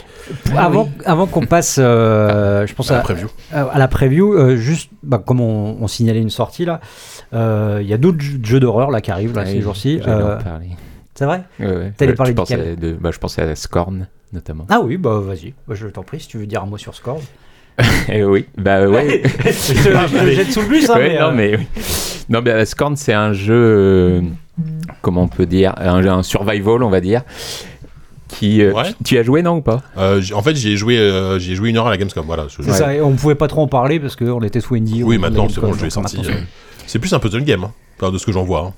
Speaker 4: avant, avant qu'on passe, euh, je pense
Speaker 1: À la
Speaker 4: à-
Speaker 1: preview.
Speaker 4: Euh, à la preview, euh, juste bah, comme on, on signalait une sortie là, euh, il y a d'autres jeux jeux d'horreur là qui arrivent
Speaker 3: Ah
Speaker 4: là, Bah, ces jours-ci.
Speaker 3: J'allais
Speaker 4: Euh,
Speaker 3: en parler.
Speaker 4: c'est vrai
Speaker 3: Ouais, ouais.
Speaker 4: t'allais
Speaker 3: Ouais,
Speaker 4: parler
Speaker 3: je pensais
Speaker 4: duquel
Speaker 3: de- bah, Je pensais à Scorn, notamment.
Speaker 4: Ah oui, bah vas-y, Bah, je t'en prie si tu veux dire un mot sur Scorn.
Speaker 3: [laughs] Eh oui, bah [laughs] ouais.
Speaker 4: [laughs] je te- je te jette sous le bus, hein,
Speaker 3: Ouais,
Speaker 4: mais,
Speaker 3: non,
Speaker 4: euh,
Speaker 3: mais oui. Non, mais, euh, Scorn, c'est un jeu, euh, comment on peut dire, un, un survival, on va dire, qui... euh,
Speaker 1: Ouais.
Speaker 3: tu, tu y as joué, non, ou pas
Speaker 1: Euh, j'ai- en fait, j'ai joué, euh, j'ai joué une heure à la Gamescom. Voilà. ce
Speaker 4: c'est
Speaker 1: jeu.
Speaker 4: ça, et on pouvait pas trop en parler parce qu'on était sous NDA.
Speaker 1: Oui,
Speaker 4: on
Speaker 1: maintenant
Speaker 4: avait
Speaker 1: c'est
Speaker 4: une
Speaker 1: bon,
Speaker 4: com,
Speaker 1: je l'ai
Speaker 4: donc
Speaker 1: sorti.
Speaker 4: maintenant,
Speaker 1: euh. C'est plus un puzzle game, hein, enfin, de ce que j'en vois. hein.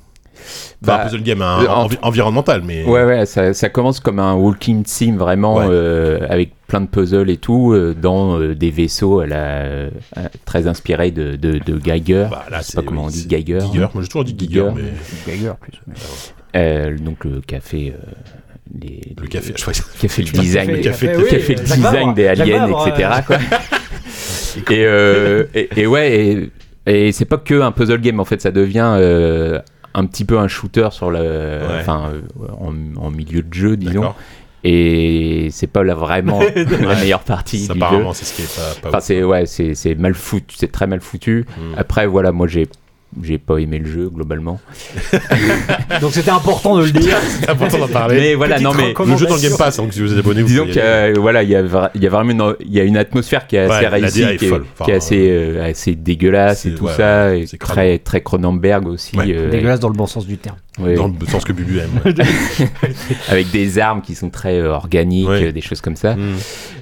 Speaker 1: Enfin, un
Speaker 3: Bah,
Speaker 1: puzzle game hein,
Speaker 3: euh, en-
Speaker 1: envi- environnemental, mais.
Speaker 3: Ouais, ouais, ça, ça commence comme un walking sim vraiment,
Speaker 1: Ouais.
Speaker 3: euh, avec plein de puzzles et tout, euh, dans euh, des vaisseaux à la, euh, à- très inspirés de, de, de Geiger.
Speaker 1: Bah, là,
Speaker 3: je sais pas
Speaker 1: c'est-
Speaker 3: comment on
Speaker 1: oui,
Speaker 3: dit,
Speaker 1: c'est
Speaker 3: Geiger. hein.
Speaker 1: Giger. Moi, j'ai toujours dit Giger,
Speaker 3: Giger.
Speaker 1: mais
Speaker 4: c'est Geiger, plus.
Speaker 3: Euh, donc le café. euh, les,
Speaker 1: le café. Je crois que-
Speaker 3: café le design,
Speaker 1: Le
Speaker 3: le
Speaker 1: café-
Speaker 3: café,
Speaker 1: le
Speaker 3: le design des aliens, etc. quoi. et, euh, et, et ouais, et, et c'est pas que un puzzle game en fait, ça devient euh, un petit peu un shooter sur le, enfin, euh, en, en milieu de jeu, disons.
Speaker 1: D'accord.
Speaker 3: Et c'est pas
Speaker 1: [laughs]
Speaker 3: là vraiment la meilleure partie
Speaker 1: Ça,
Speaker 3: du jeu.
Speaker 1: Apparemment, c'est ce qui est pas- pas.
Speaker 3: Enfin, c'est ouais, c'est c'est mal foutu, c'est très mal foutu.
Speaker 1: Hmm.
Speaker 3: Après, voilà, moi j'ai j'ai pas aimé le jeu globalement.
Speaker 4: Donc c'était important de le dire.
Speaker 1: C'est important d'en parler.
Speaker 3: Mais voilà,
Speaker 4: petite
Speaker 3: non mais
Speaker 1: Le jeu dans le Game Pass, donc si vous vous abonnez, vous
Speaker 3: Disons
Speaker 1: pouvez y
Speaker 3: qu'il y
Speaker 1: aller.
Speaker 3: a, voilà, il y a, vra- il y a vraiment une, il y a une atmosphère qui est assez
Speaker 1: Ouais, la
Speaker 3: réussie,
Speaker 1: DA est
Speaker 3: qui, est,
Speaker 1: folle. Enfin,
Speaker 3: qui est assez, euh, assez dégueulasse
Speaker 1: c'est-
Speaker 3: et tout
Speaker 1: ouais,
Speaker 3: ça,
Speaker 1: ouais,
Speaker 3: et
Speaker 1: c'est
Speaker 3: très, très Cronenberg aussi,
Speaker 1: Ouais.
Speaker 3: euh,
Speaker 4: Dégueulasse dans le bon sens du terme.
Speaker 3: ouais,
Speaker 1: Dans le sens que Bubu aime.
Speaker 3: [laughs] avec des armes qui sont très euh, organiques,
Speaker 1: Ouais.
Speaker 3: euh, des choses comme ça.
Speaker 1: Mm.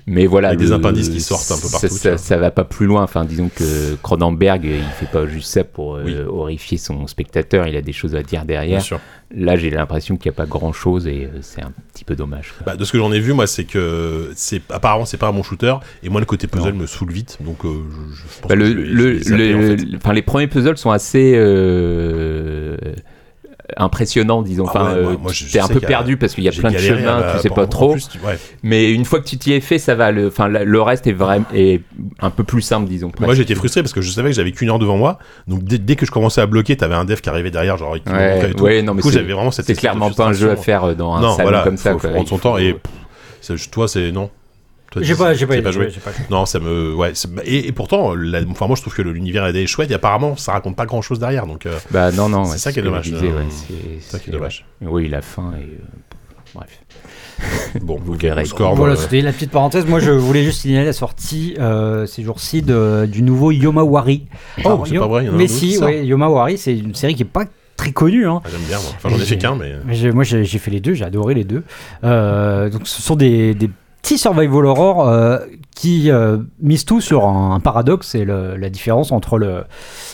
Speaker 3: Mais voilà,
Speaker 1: Et des appendices qui sortent un peu
Speaker 3: ça-
Speaker 1: partout, tu vois.
Speaker 3: Ça, ça va pas plus loin. Enfin, disons que Cronenberg, euh, il fait pas juste ça pour euh,
Speaker 1: Oui.
Speaker 3: horrifier son spectateur. Il a des choses à dire
Speaker 1: Bien
Speaker 3: derrière.
Speaker 1: sûr.
Speaker 3: Là, j'ai l'impression qu'il n'y a pas grand chose et euh, c'est un petit peu dommage. quoi.
Speaker 1: Bah, de ce que j'en ai vu, moi, c'est que c'est apparemment c'est pas mon shooter, et moi le côté puzzle me saoule vite, donc euh, je, je pense
Speaker 3: Bah,
Speaker 1: que
Speaker 3: le,
Speaker 1: je vais- je
Speaker 3: le-
Speaker 1: vais zapper, en
Speaker 3: le-
Speaker 1: fait.
Speaker 3: le- enfin, les premiers puzzles sont assez euh, impressionnants, disons.
Speaker 1: Ah
Speaker 3: Enfin,
Speaker 1: ouais, moi-
Speaker 3: euh,
Speaker 1: moi, je- je
Speaker 3: t'es un
Speaker 1: sais
Speaker 3: peu
Speaker 1: qu'il y a-
Speaker 3: perdu parce qu'il y a
Speaker 1: J'ai
Speaker 3: plein de
Speaker 1: galéré à
Speaker 3: chemins,
Speaker 1: la-
Speaker 3: tu sais
Speaker 1: en-
Speaker 3: pas
Speaker 1: en
Speaker 3: trop.
Speaker 1: plus, tu- ouais.
Speaker 3: Mais une fois que tu t'y es fait, ça va. Le, enfin, la- le reste est vraiment est un peu plus simple, disons.
Speaker 1: Moi j'étais frustré parce que je savais que j'avais qu'une heure devant moi, donc dès, dès que je commençais à bloquer, t'avais un dev qui arrivait derrière, genre avec
Speaker 3: Ouais,
Speaker 1: mon cas et tout.
Speaker 3: ouais, non, mais
Speaker 1: du coup
Speaker 3: c'est-
Speaker 1: j'avais vraiment cette
Speaker 3: C'est
Speaker 1: espèce de
Speaker 3: clairement pas un jeu à
Speaker 1: frustration.
Speaker 3: faire euh, dans un
Speaker 1: Non,
Speaker 3: salon
Speaker 1: voilà,
Speaker 3: comme ça.
Speaker 1: faut,
Speaker 3: quoi.
Speaker 1: faut prendre son
Speaker 3: Il faut-
Speaker 1: temps et pff, ça, je- toi c'est non. Toi,
Speaker 4: J'ai
Speaker 1: c'est-
Speaker 4: pas, j'ai pas,
Speaker 1: c'est
Speaker 4: aimé,
Speaker 1: joué.
Speaker 4: j'ai pas-
Speaker 1: Non, ça me ouais. c'est- bah, Et, et pourtant, la- enfin moi je trouve que l'univers est chouette. Et apparemment, ça raconte pas grand chose derrière, donc euh,
Speaker 3: Bah non, non.
Speaker 1: C'est
Speaker 3: ouais,
Speaker 1: ça qui est
Speaker 3: ce que
Speaker 1: dommage,
Speaker 3: je disais,
Speaker 1: euh,
Speaker 3: ouais,
Speaker 1: c'est ça qui est dommage.
Speaker 3: Oui, la fin et. euh, Bref.
Speaker 1: Bon,
Speaker 3: Vous
Speaker 1: ok,
Speaker 3: verrez.
Speaker 1: score.
Speaker 4: voilà,
Speaker 1: bah, ouais.
Speaker 4: c'était la petite parenthèse. Moi, je voulais juste signaler la sortie euh, ces jours-ci de- du nouveau Yomawari.
Speaker 1: Oh, c'est
Speaker 4: Yo-
Speaker 1: pas vrai. il y en a un
Speaker 4: Mais
Speaker 1: autre qui
Speaker 4: si,
Speaker 1: sort.
Speaker 4: ouais, Yomawari, c'est une série qui est pas très connue. Hein.
Speaker 1: Ah, J'aime bien. Moi. Enfin, j'en ai fait qu'un, mais
Speaker 4: Mais j'ai- moi, j'ai j'ai fait les deux, j'ai adoré les deux. Euh, donc, ce sont des, des petits survival horror euh, qui euh, misent tout sur un, un paradoxe et le- la différence entre le,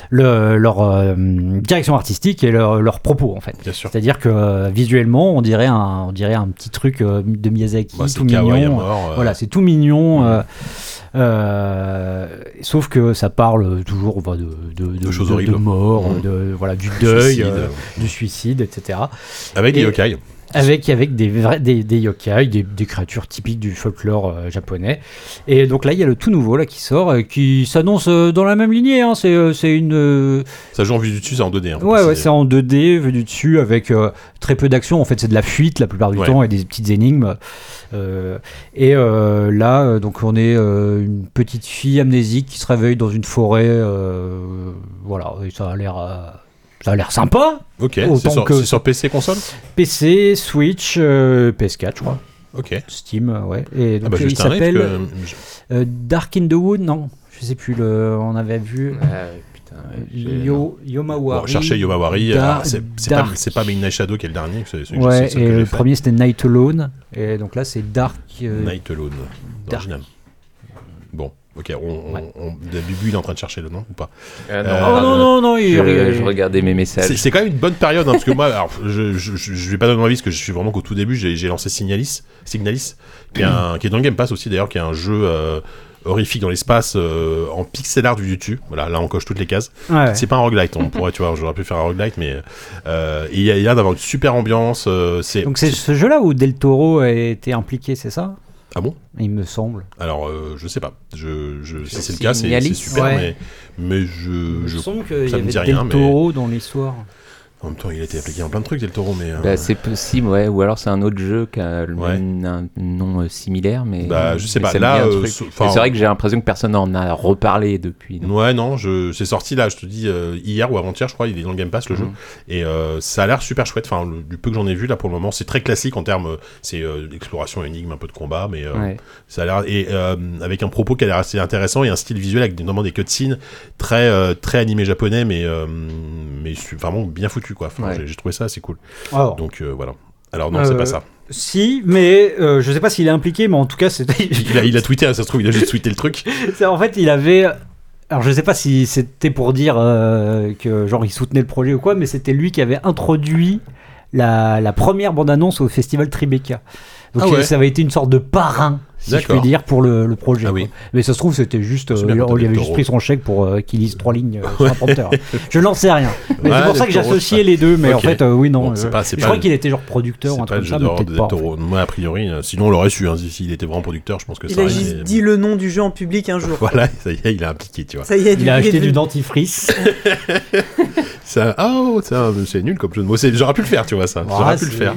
Speaker 4: le- leur euh, direction artistique et leur, leurs propos, en fait.
Speaker 1: bien sûr.
Speaker 4: C'est-à-dire que euh, visuellement, on dirait un, on dirait un petit truc euh, de Miyazaki,
Speaker 1: Bah, c'est
Speaker 4: tout mignon.
Speaker 1: kawaii à mort. euh,
Speaker 4: Voilà, c'est tout mignon. euh, euh, sauf que ça parle toujours bah, de, de, de-
Speaker 1: choses
Speaker 4: de-
Speaker 1: horribles.
Speaker 4: de mort,
Speaker 1: Mmh.
Speaker 4: de,
Speaker 1: [laughs]
Speaker 4: voilà, du deuil,
Speaker 1: suicide.
Speaker 4: euh, du suicide, etc.
Speaker 1: Avec des
Speaker 4: Et-
Speaker 1: yokai.
Speaker 4: Avec, avec des, vrais, des, des yokai, des, des créatures typiques du folklore euh, japonais. Et donc là, il y a le tout nouveau là, qui sort, euh, qui s'annonce euh, dans la même lignée. hein. C'est euh, c'est une. euh,
Speaker 1: Ça joue en vue du dessus, c'est en 2D. hein.
Speaker 4: Ouais, ouais, c'est en 2D, vu du dessus, avec euh, très peu d'action. En fait, c'est de la fuite la plupart du
Speaker 1: Ouais.
Speaker 4: temps et des petites énigmes. Euh, et euh, là, euh, donc, on est euh, une petite fille amnésique qui se réveille dans une forêt. euh, voilà, et ça a l'air. euh, Ça a l'air sympa.
Speaker 1: Ok, c'est
Speaker 4: Autant
Speaker 1: sur,
Speaker 4: que-
Speaker 1: c'est sur PC console
Speaker 4: PC, Switch, euh, PS4, je crois.
Speaker 1: Ok.
Speaker 4: Steam, euh, ouais. Et
Speaker 1: Ah
Speaker 4: donc,
Speaker 1: bah,
Speaker 4: euh, il
Speaker 1: juste un
Speaker 4: s'appelle
Speaker 1: que...
Speaker 4: euh, Dark in the Wood, non Je sais plus, le, on avait vu.
Speaker 3: putain,
Speaker 4: euh,
Speaker 3: j'ai-
Speaker 4: Yo, Yomawari.
Speaker 1: Bon, cherchez Yomawari,
Speaker 4: Dar-
Speaker 1: alors, c'est c'est pas,
Speaker 4: Dark.
Speaker 1: c'est pas Midnight Shadow qui est le dernier, c'est celui
Speaker 4: Ouais,
Speaker 1: c'est celui
Speaker 4: et
Speaker 1: que j'ai
Speaker 4: le
Speaker 1: fait.
Speaker 4: premier c'était Night Alone. Et donc là, c'est Dark. euh,
Speaker 1: Night Alone, l'original. Bon, ok, on, on,
Speaker 4: Ouais.
Speaker 1: on- Bubu il est en train de chercher le nom ou pas
Speaker 3: Ah,
Speaker 1: Euh,
Speaker 4: Oh non, non, non, il
Speaker 3: Je,
Speaker 4: il-
Speaker 3: je regardais mes messages.
Speaker 1: C'est c'est quand même une bonne période, hein, parce que moi, alors, je, je, je, je vais pas donner mon avis, parce que je suis vraiment qu'au tout début, j'ai j'ai lancé Signalis, Signalis qui, est un- qui est dans le Game Pass aussi d'ailleurs, qui est un jeu euh, horrifique dans l'espace, euh, en pixel art du YouTube. Voilà, là on coche toutes les cases.
Speaker 4: Ouais.
Speaker 1: C'est pas un roguelite, on pourrait, tu vois, j'aurais pu faire un roguelite, mais euh, il y a il y a l'air d'avoir une super ambiance. euh, c'est
Speaker 4: Donc c'est ce jeu-là où Del Toro a été impliqué, c'est ça
Speaker 1: Ah bon
Speaker 4: Il me semble.
Speaker 1: Alors, euh, je sais pas. Je, je, si
Speaker 3: Je
Speaker 1: c'est le cas, c'est
Speaker 3: signalise.
Speaker 1: c'est super,
Speaker 4: Ouais.
Speaker 1: mais, mais Euh, je,
Speaker 4: il
Speaker 1: je-
Speaker 4: me semble qu'il y
Speaker 1: ça me
Speaker 4: avait
Speaker 1: dit
Speaker 4: Del
Speaker 1: rien, mais-
Speaker 4: Toro dans l'histoire.
Speaker 1: En même temps, il a été appliqué en plein de trucs, Del Toro, mais. euh,
Speaker 3: Bah, c'est possible, ouais. Ou alors c'est un autre jeu qui a le
Speaker 1: Ouais.
Speaker 3: même un nom euh, similaire, mais.
Speaker 1: Bah, je sais
Speaker 3: mais
Speaker 1: pas,
Speaker 3: ça me
Speaker 1: là,
Speaker 3: dit un
Speaker 1: euh,
Speaker 3: truc.
Speaker 1: so-
Speaker 3: Mais
Speaker 1: enfin-
Speaker 3: c'est vrai que j'ai l'impression que personne n'en a reparlé depuis. donc.
Speaker 1: Ouais, non, je, c'est sorti là, je te dis, euh, hier ou avant-hier, je crois, il est dans le Game Pass, le jeu.
Speaker 3: Mhm.
Speaker 1: Et euh, ça a l'air super chouette. Enfin, le- du peu que j'en ai vu, là, pour le moment, c'est très classique en termes. euh, C'est euh, exploration, énigme, un peu de combat, mais. euh,
Speaker 3: Ouais.
Speaker 1: Ça a l'air et euh, avec un propos qui a l'air assez intéressant et un style visuel avec des- notamment des cutscenes très euh, très animé japonais mais euh, mais je suis vraiment bien foutu quoi. Enfin,
Speaker 3: Ouais.
Speaker 1: j'ai- j'ai trouvé ça assez cool.
Speaker 4: Alors,
Speaker 1: Donc euh, voilà. Alors non, c'est
Speaker 4: Euh,
Speaker 1: pas ça.
Speaker 4: si, mais euh, je sais pas s'il est impliqué, mais en tout cas, c'était.
Speaker 1: Il a, il a tweeté, hein, ça se trouve, il a juste tweeté le
Speaker 4: [laughs]
Speaker 1: truc.
Speaker 4: C'est- en fait, il avait. Alors, je sais pas si c'était pour dire euh, que, genre, il soutenait le projet ou quoi, mais c'était lui qui avait introduit la, la première bande-annonce au festival Tribeca. Donc,
Speaker 1: Ah ouais.
Speaker 4: euh, ça avait été une sorte de parrain, si je
Speaker 1: D'accord.
Speaker 4: puis dire, pour le, le projet.
Speaker 1: Ah
Speaker 4: quoi.
Speaker 1: oui.
Speaker 4: Mais ça se trouve, c'était juste.
Speaker 1: C'est
Speaker 4: euh,
Speaker 1: bien
Speaker 4: il-
Speaker 1: quand
Speaker 4: on lui
Speaker 1: t'as
Speaker 4: avait
Speaker 1: des
Speaker 4: juste
Speaker 1: taureaux.
Speaker 4: pris son chèque pour euh, qu'il lise trois lignes euh, sur
Speaker 1: [laughs]
Speaker 4: un prompteur. je n'en sais rien. Mais
Speaker 1: Ouais,
Speaker 4: c'est pour ça
Speaker 1: des
Speaker 4: que j'associais
Speaker 1: taureaux,
Speaker 4: les deux, mais en
Speaker 1: Ok.
Speaker 4: fait, euh, oui, non.
Speaker 1: Bon, c'est
Speaker 4: euh,
Speaker 1: pas- c'est
Speaker 4: je
Speaker 1: pas
Speaker 4: crois
Speaker 1: le-
Speaker 4: qu'il était genre producteur ou
Speaker 1: C'est
Speaker 4: un
Speaker 1: pas le jeu
Speaker 4: truc comme ça, mais
Speaker 1: d'horreur
Speaker 4: peut-être
Speaker 1: de
Speaker 4: pas.
Speaker 1: Toro. Moi, a priori, euh, sinon on l'aurait su. hein, S'il était vraiment producteur, je pense que
Speaker 2: Il
Speaker 1: ça
Speaker 2: a
Speaker 1: aurait
Speaker 2: juste
Speaker 1: été- [laughs]
Speaker 2: dit le nom du jeu en public un jour.
Speaker 1: Voilà, ça y est, il a impliqué, tu vois.
Speaker 2: Ça y est,
Speaker 4: Il a
Speaker 2: est
Speaker 4: acheté du
Speaker 2: devenu-
Speaker 4: dentifrice.
Speaker 1: Ça, oh, ça, c'est nul comme jeu de mots. C'est- J'aurais pu le faire, tu vois, ça.
Speaker 4: Ah,
Speaker 1: J'aurais pu le
Speaker 4: c'est-
Speaker 1: faire.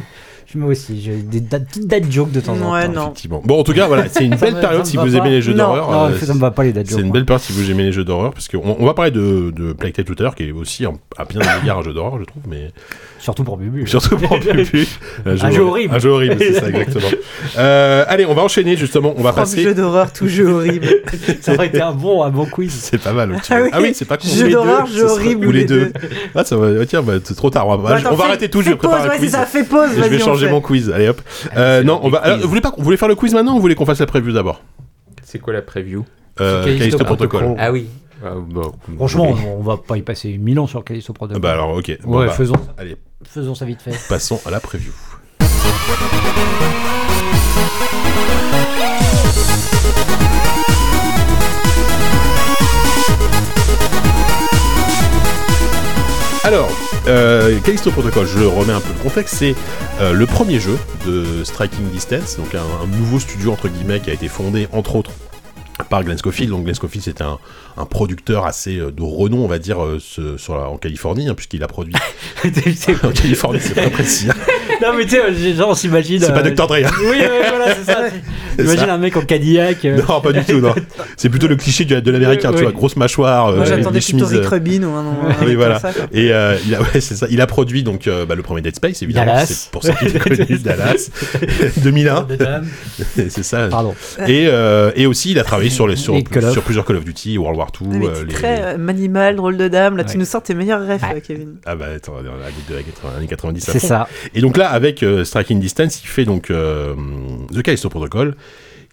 Speaker 4: Je- Moi aussi, j'ai des da- petites date jokes de temps en temps.
Speaker 2: Ouais, non.
Speaker 1: Effectivement. Bon, en tout cas, voilà, c'est une
Speaker 4: Ça
Speaker 1: belle
Speaker 4: me-
Speaker 1: période
Speaker 4: ça
Speaker 1: si
Speaker 4: me va
Speaker 1: vous
Speaker 4: pas.
Speaker 1: aimez les jeux
Speaker 2: Non,
Speaker 1: d'horreur.
Speaker 4: Non,
Speaker 1: euh,
Speaker 4: ça me va pas les dates.
Speaker 1: C'est une belle période si vous aimez les jeux d'horreur, parce qu'on on va parler de, de Plague Tale tout à l'heure, qui est aussi en- à bien des égards un jeu d'horreur, je trouve,
Speaker 2: [laughs]
Speaker 1: mais
Speaker 4: Surtout pour Bubu.
Speaker 1: surtout pour Bubu.
Speaker 4: Un jeu horrible.
Speaker 1: Un jeu horrible, c'est
Speaker 2: [laughs]
Speaker 1: ça, exactement. Euh, allez, on va enchaîner justement, on va
Speaker 2: Oh, jeu
Speaker 1: passer.
Speaker 2: d'horreur, tout jeu
Speaker 1: [laughs]
Speaker 2: horrible.
Speaker 4: [laughs] Ça aurait été un bon, un bon quiz.
Speaker 1: C'est pas
Speaker 2: [laughs]
Speaker 1: mal. le petit
Speaker 2: Ah
Speaker 1: jeu.
Speaker 2: oui.
Speaker 1: Ah oui, c'est pas con.
Speaker 2: Jeu
Speaker 1: Ou les
Speaker 2: d'horreur,
Speaker 1: deux,
Speaker 2: jeu
Speaker 1: ce serait-
Speaker 2: horrible,
Speaker 1: Ou les deux. Ah, ça va. C'est trop tard. On va,
Speaker 2: Bah, attends,
Speaker 1: on va
Speaker 2: fais-
Speaker 1: arrêter tout. Je
Speaker 2: fais
Speaker 1: vais préparer
Speaker 2: pause,
Speaker 1: un
Speaker 2: ouais,
Speaker 1: quiz.
Speaker 2: c'est ça, fais pause.
Speaker 1: Et je
Speaker 2: vas-y,
Speaker 1: vais
Speaker 2: on
Speaker 1: changer
Speaker 2: fait.
Speaker 1: mon quiz. Allez hop. Euh,
Speaker 3: c'est
Speaker 1: non,
Speaker 3: le
Speaker 1: on va.
Speaker 3: quiz.
Speaker 1: alors, vous voulez pas, vous voulez faire le quiz maintenant ou vous voulez qu'on fasse la preview d'abord
Speaker 3: C'est quoi la preview
Speaker 1: [laughs] Euh,
Speaker 4: Callisto
Speaker 1: Callisto
Speaker 4: Protocol.
Speaker 1: Protocol.
Speaker 3: Ah oui. Ah, bon.
Speaker 4: Franchement, on, on va pas y passer mille ans sur Callisto Protocol.
Speaker 1: Bah alors, ok. Bon,
Speaker 4: ouais,
Speaker 1: bah,
Speaker 4: faisons,
Speaker 1: Allez,
Speaker 4: faisons ça vite fait. [laughs]
Speaker 1: passons à la preview. Alors, euh, Callisto Protocol, je remets un peu le contexte, c'est euh, le premier jeu de Striking Distance, donc un, un nouveau studio entre guillemets qui a été fondé entre autres par Glenn Scofield. Donc Glenn Scofield c'était un, un producteur assez euh, de renom, on va dire, euh, ce- sur la- en Californie, hein, puisqu'il a produit [laughs] en Californie, c'est très précis. hein.
Speaker 4: non, mais tu sais, j'ai- genre, on s'imagine.
Speaker 1: C'est pas
Speaker 4: euh,
Speaker 1: Dr. Dre. hein.
Speaker 4: Oui, ouais, voilà, c'est ça.
Speaker 1: [laughs] C'est
Speaker 4: Imagine
Speaker 1: ça.
Speaker 4: un mec en Cadillac. euh,
Speaker 1: Non, pas du tout, non. C'est plutôt le cliché du- de l'américain,
Speaker 4: Ouais,
Speaker 1: tu vois,
Speaker 4: ouais.
Speaker 1: grosse mâchoire, euh,
Speaker 2: Moi, j'attendais
Speaker 1: des
Speaker 2: plutôt
Speaker 1: chemises.
Speaker 2: Rick Rubin ou un nom. un nom
Speaker 1: Oui,
Speaker 2: comme
Speaker 1: voilà.
Speaker 2: ça, quoi.
Speaker 1: Et euh, il, a, ouais, c'est ça. il a produit donc euh, bah, le premier Dead Space, évidemment.
Speaker 4: Dallas.
Speaker 1: C'est pour ça qu'il est
Speaker 4: [laughs]
Speaker 1: connu, Dallas. [laughs] 2001,
Speaker 4: de dame.
Speaker 1: [laughs] c'est ça.
Speaker 4: Pardon.
Speaker 1: Et, euh, et aussi, il a travaillé sur, les, sur,
Speaker 4: Et Call of.
Speaker 1: sur plusieurs Call of Duty, World War II.
Speaker 2: Ah, mais
Speaker 1: euh,
Speaker 2: t'es
Speaker 1: les-
Speaker 2: très euh, manimal, drôle de dame. Là, tu
Speaker 4: Ouais.
Speaker 2: nous sors tes meilleurs rêves,
Speaker 4: Ouais.
Speaker 1: [laughs]
Speaker 2: là, Kevin.
Speaker 1: Ah bah attends, on est à la de années 90. à
Speaker 4: C'est
Speaker 1: fond.
Speaker 4: ça.
Speaker 1: Et donc là, avec euh, Striking Distance, il fait donc euh, The Callisto Protocol,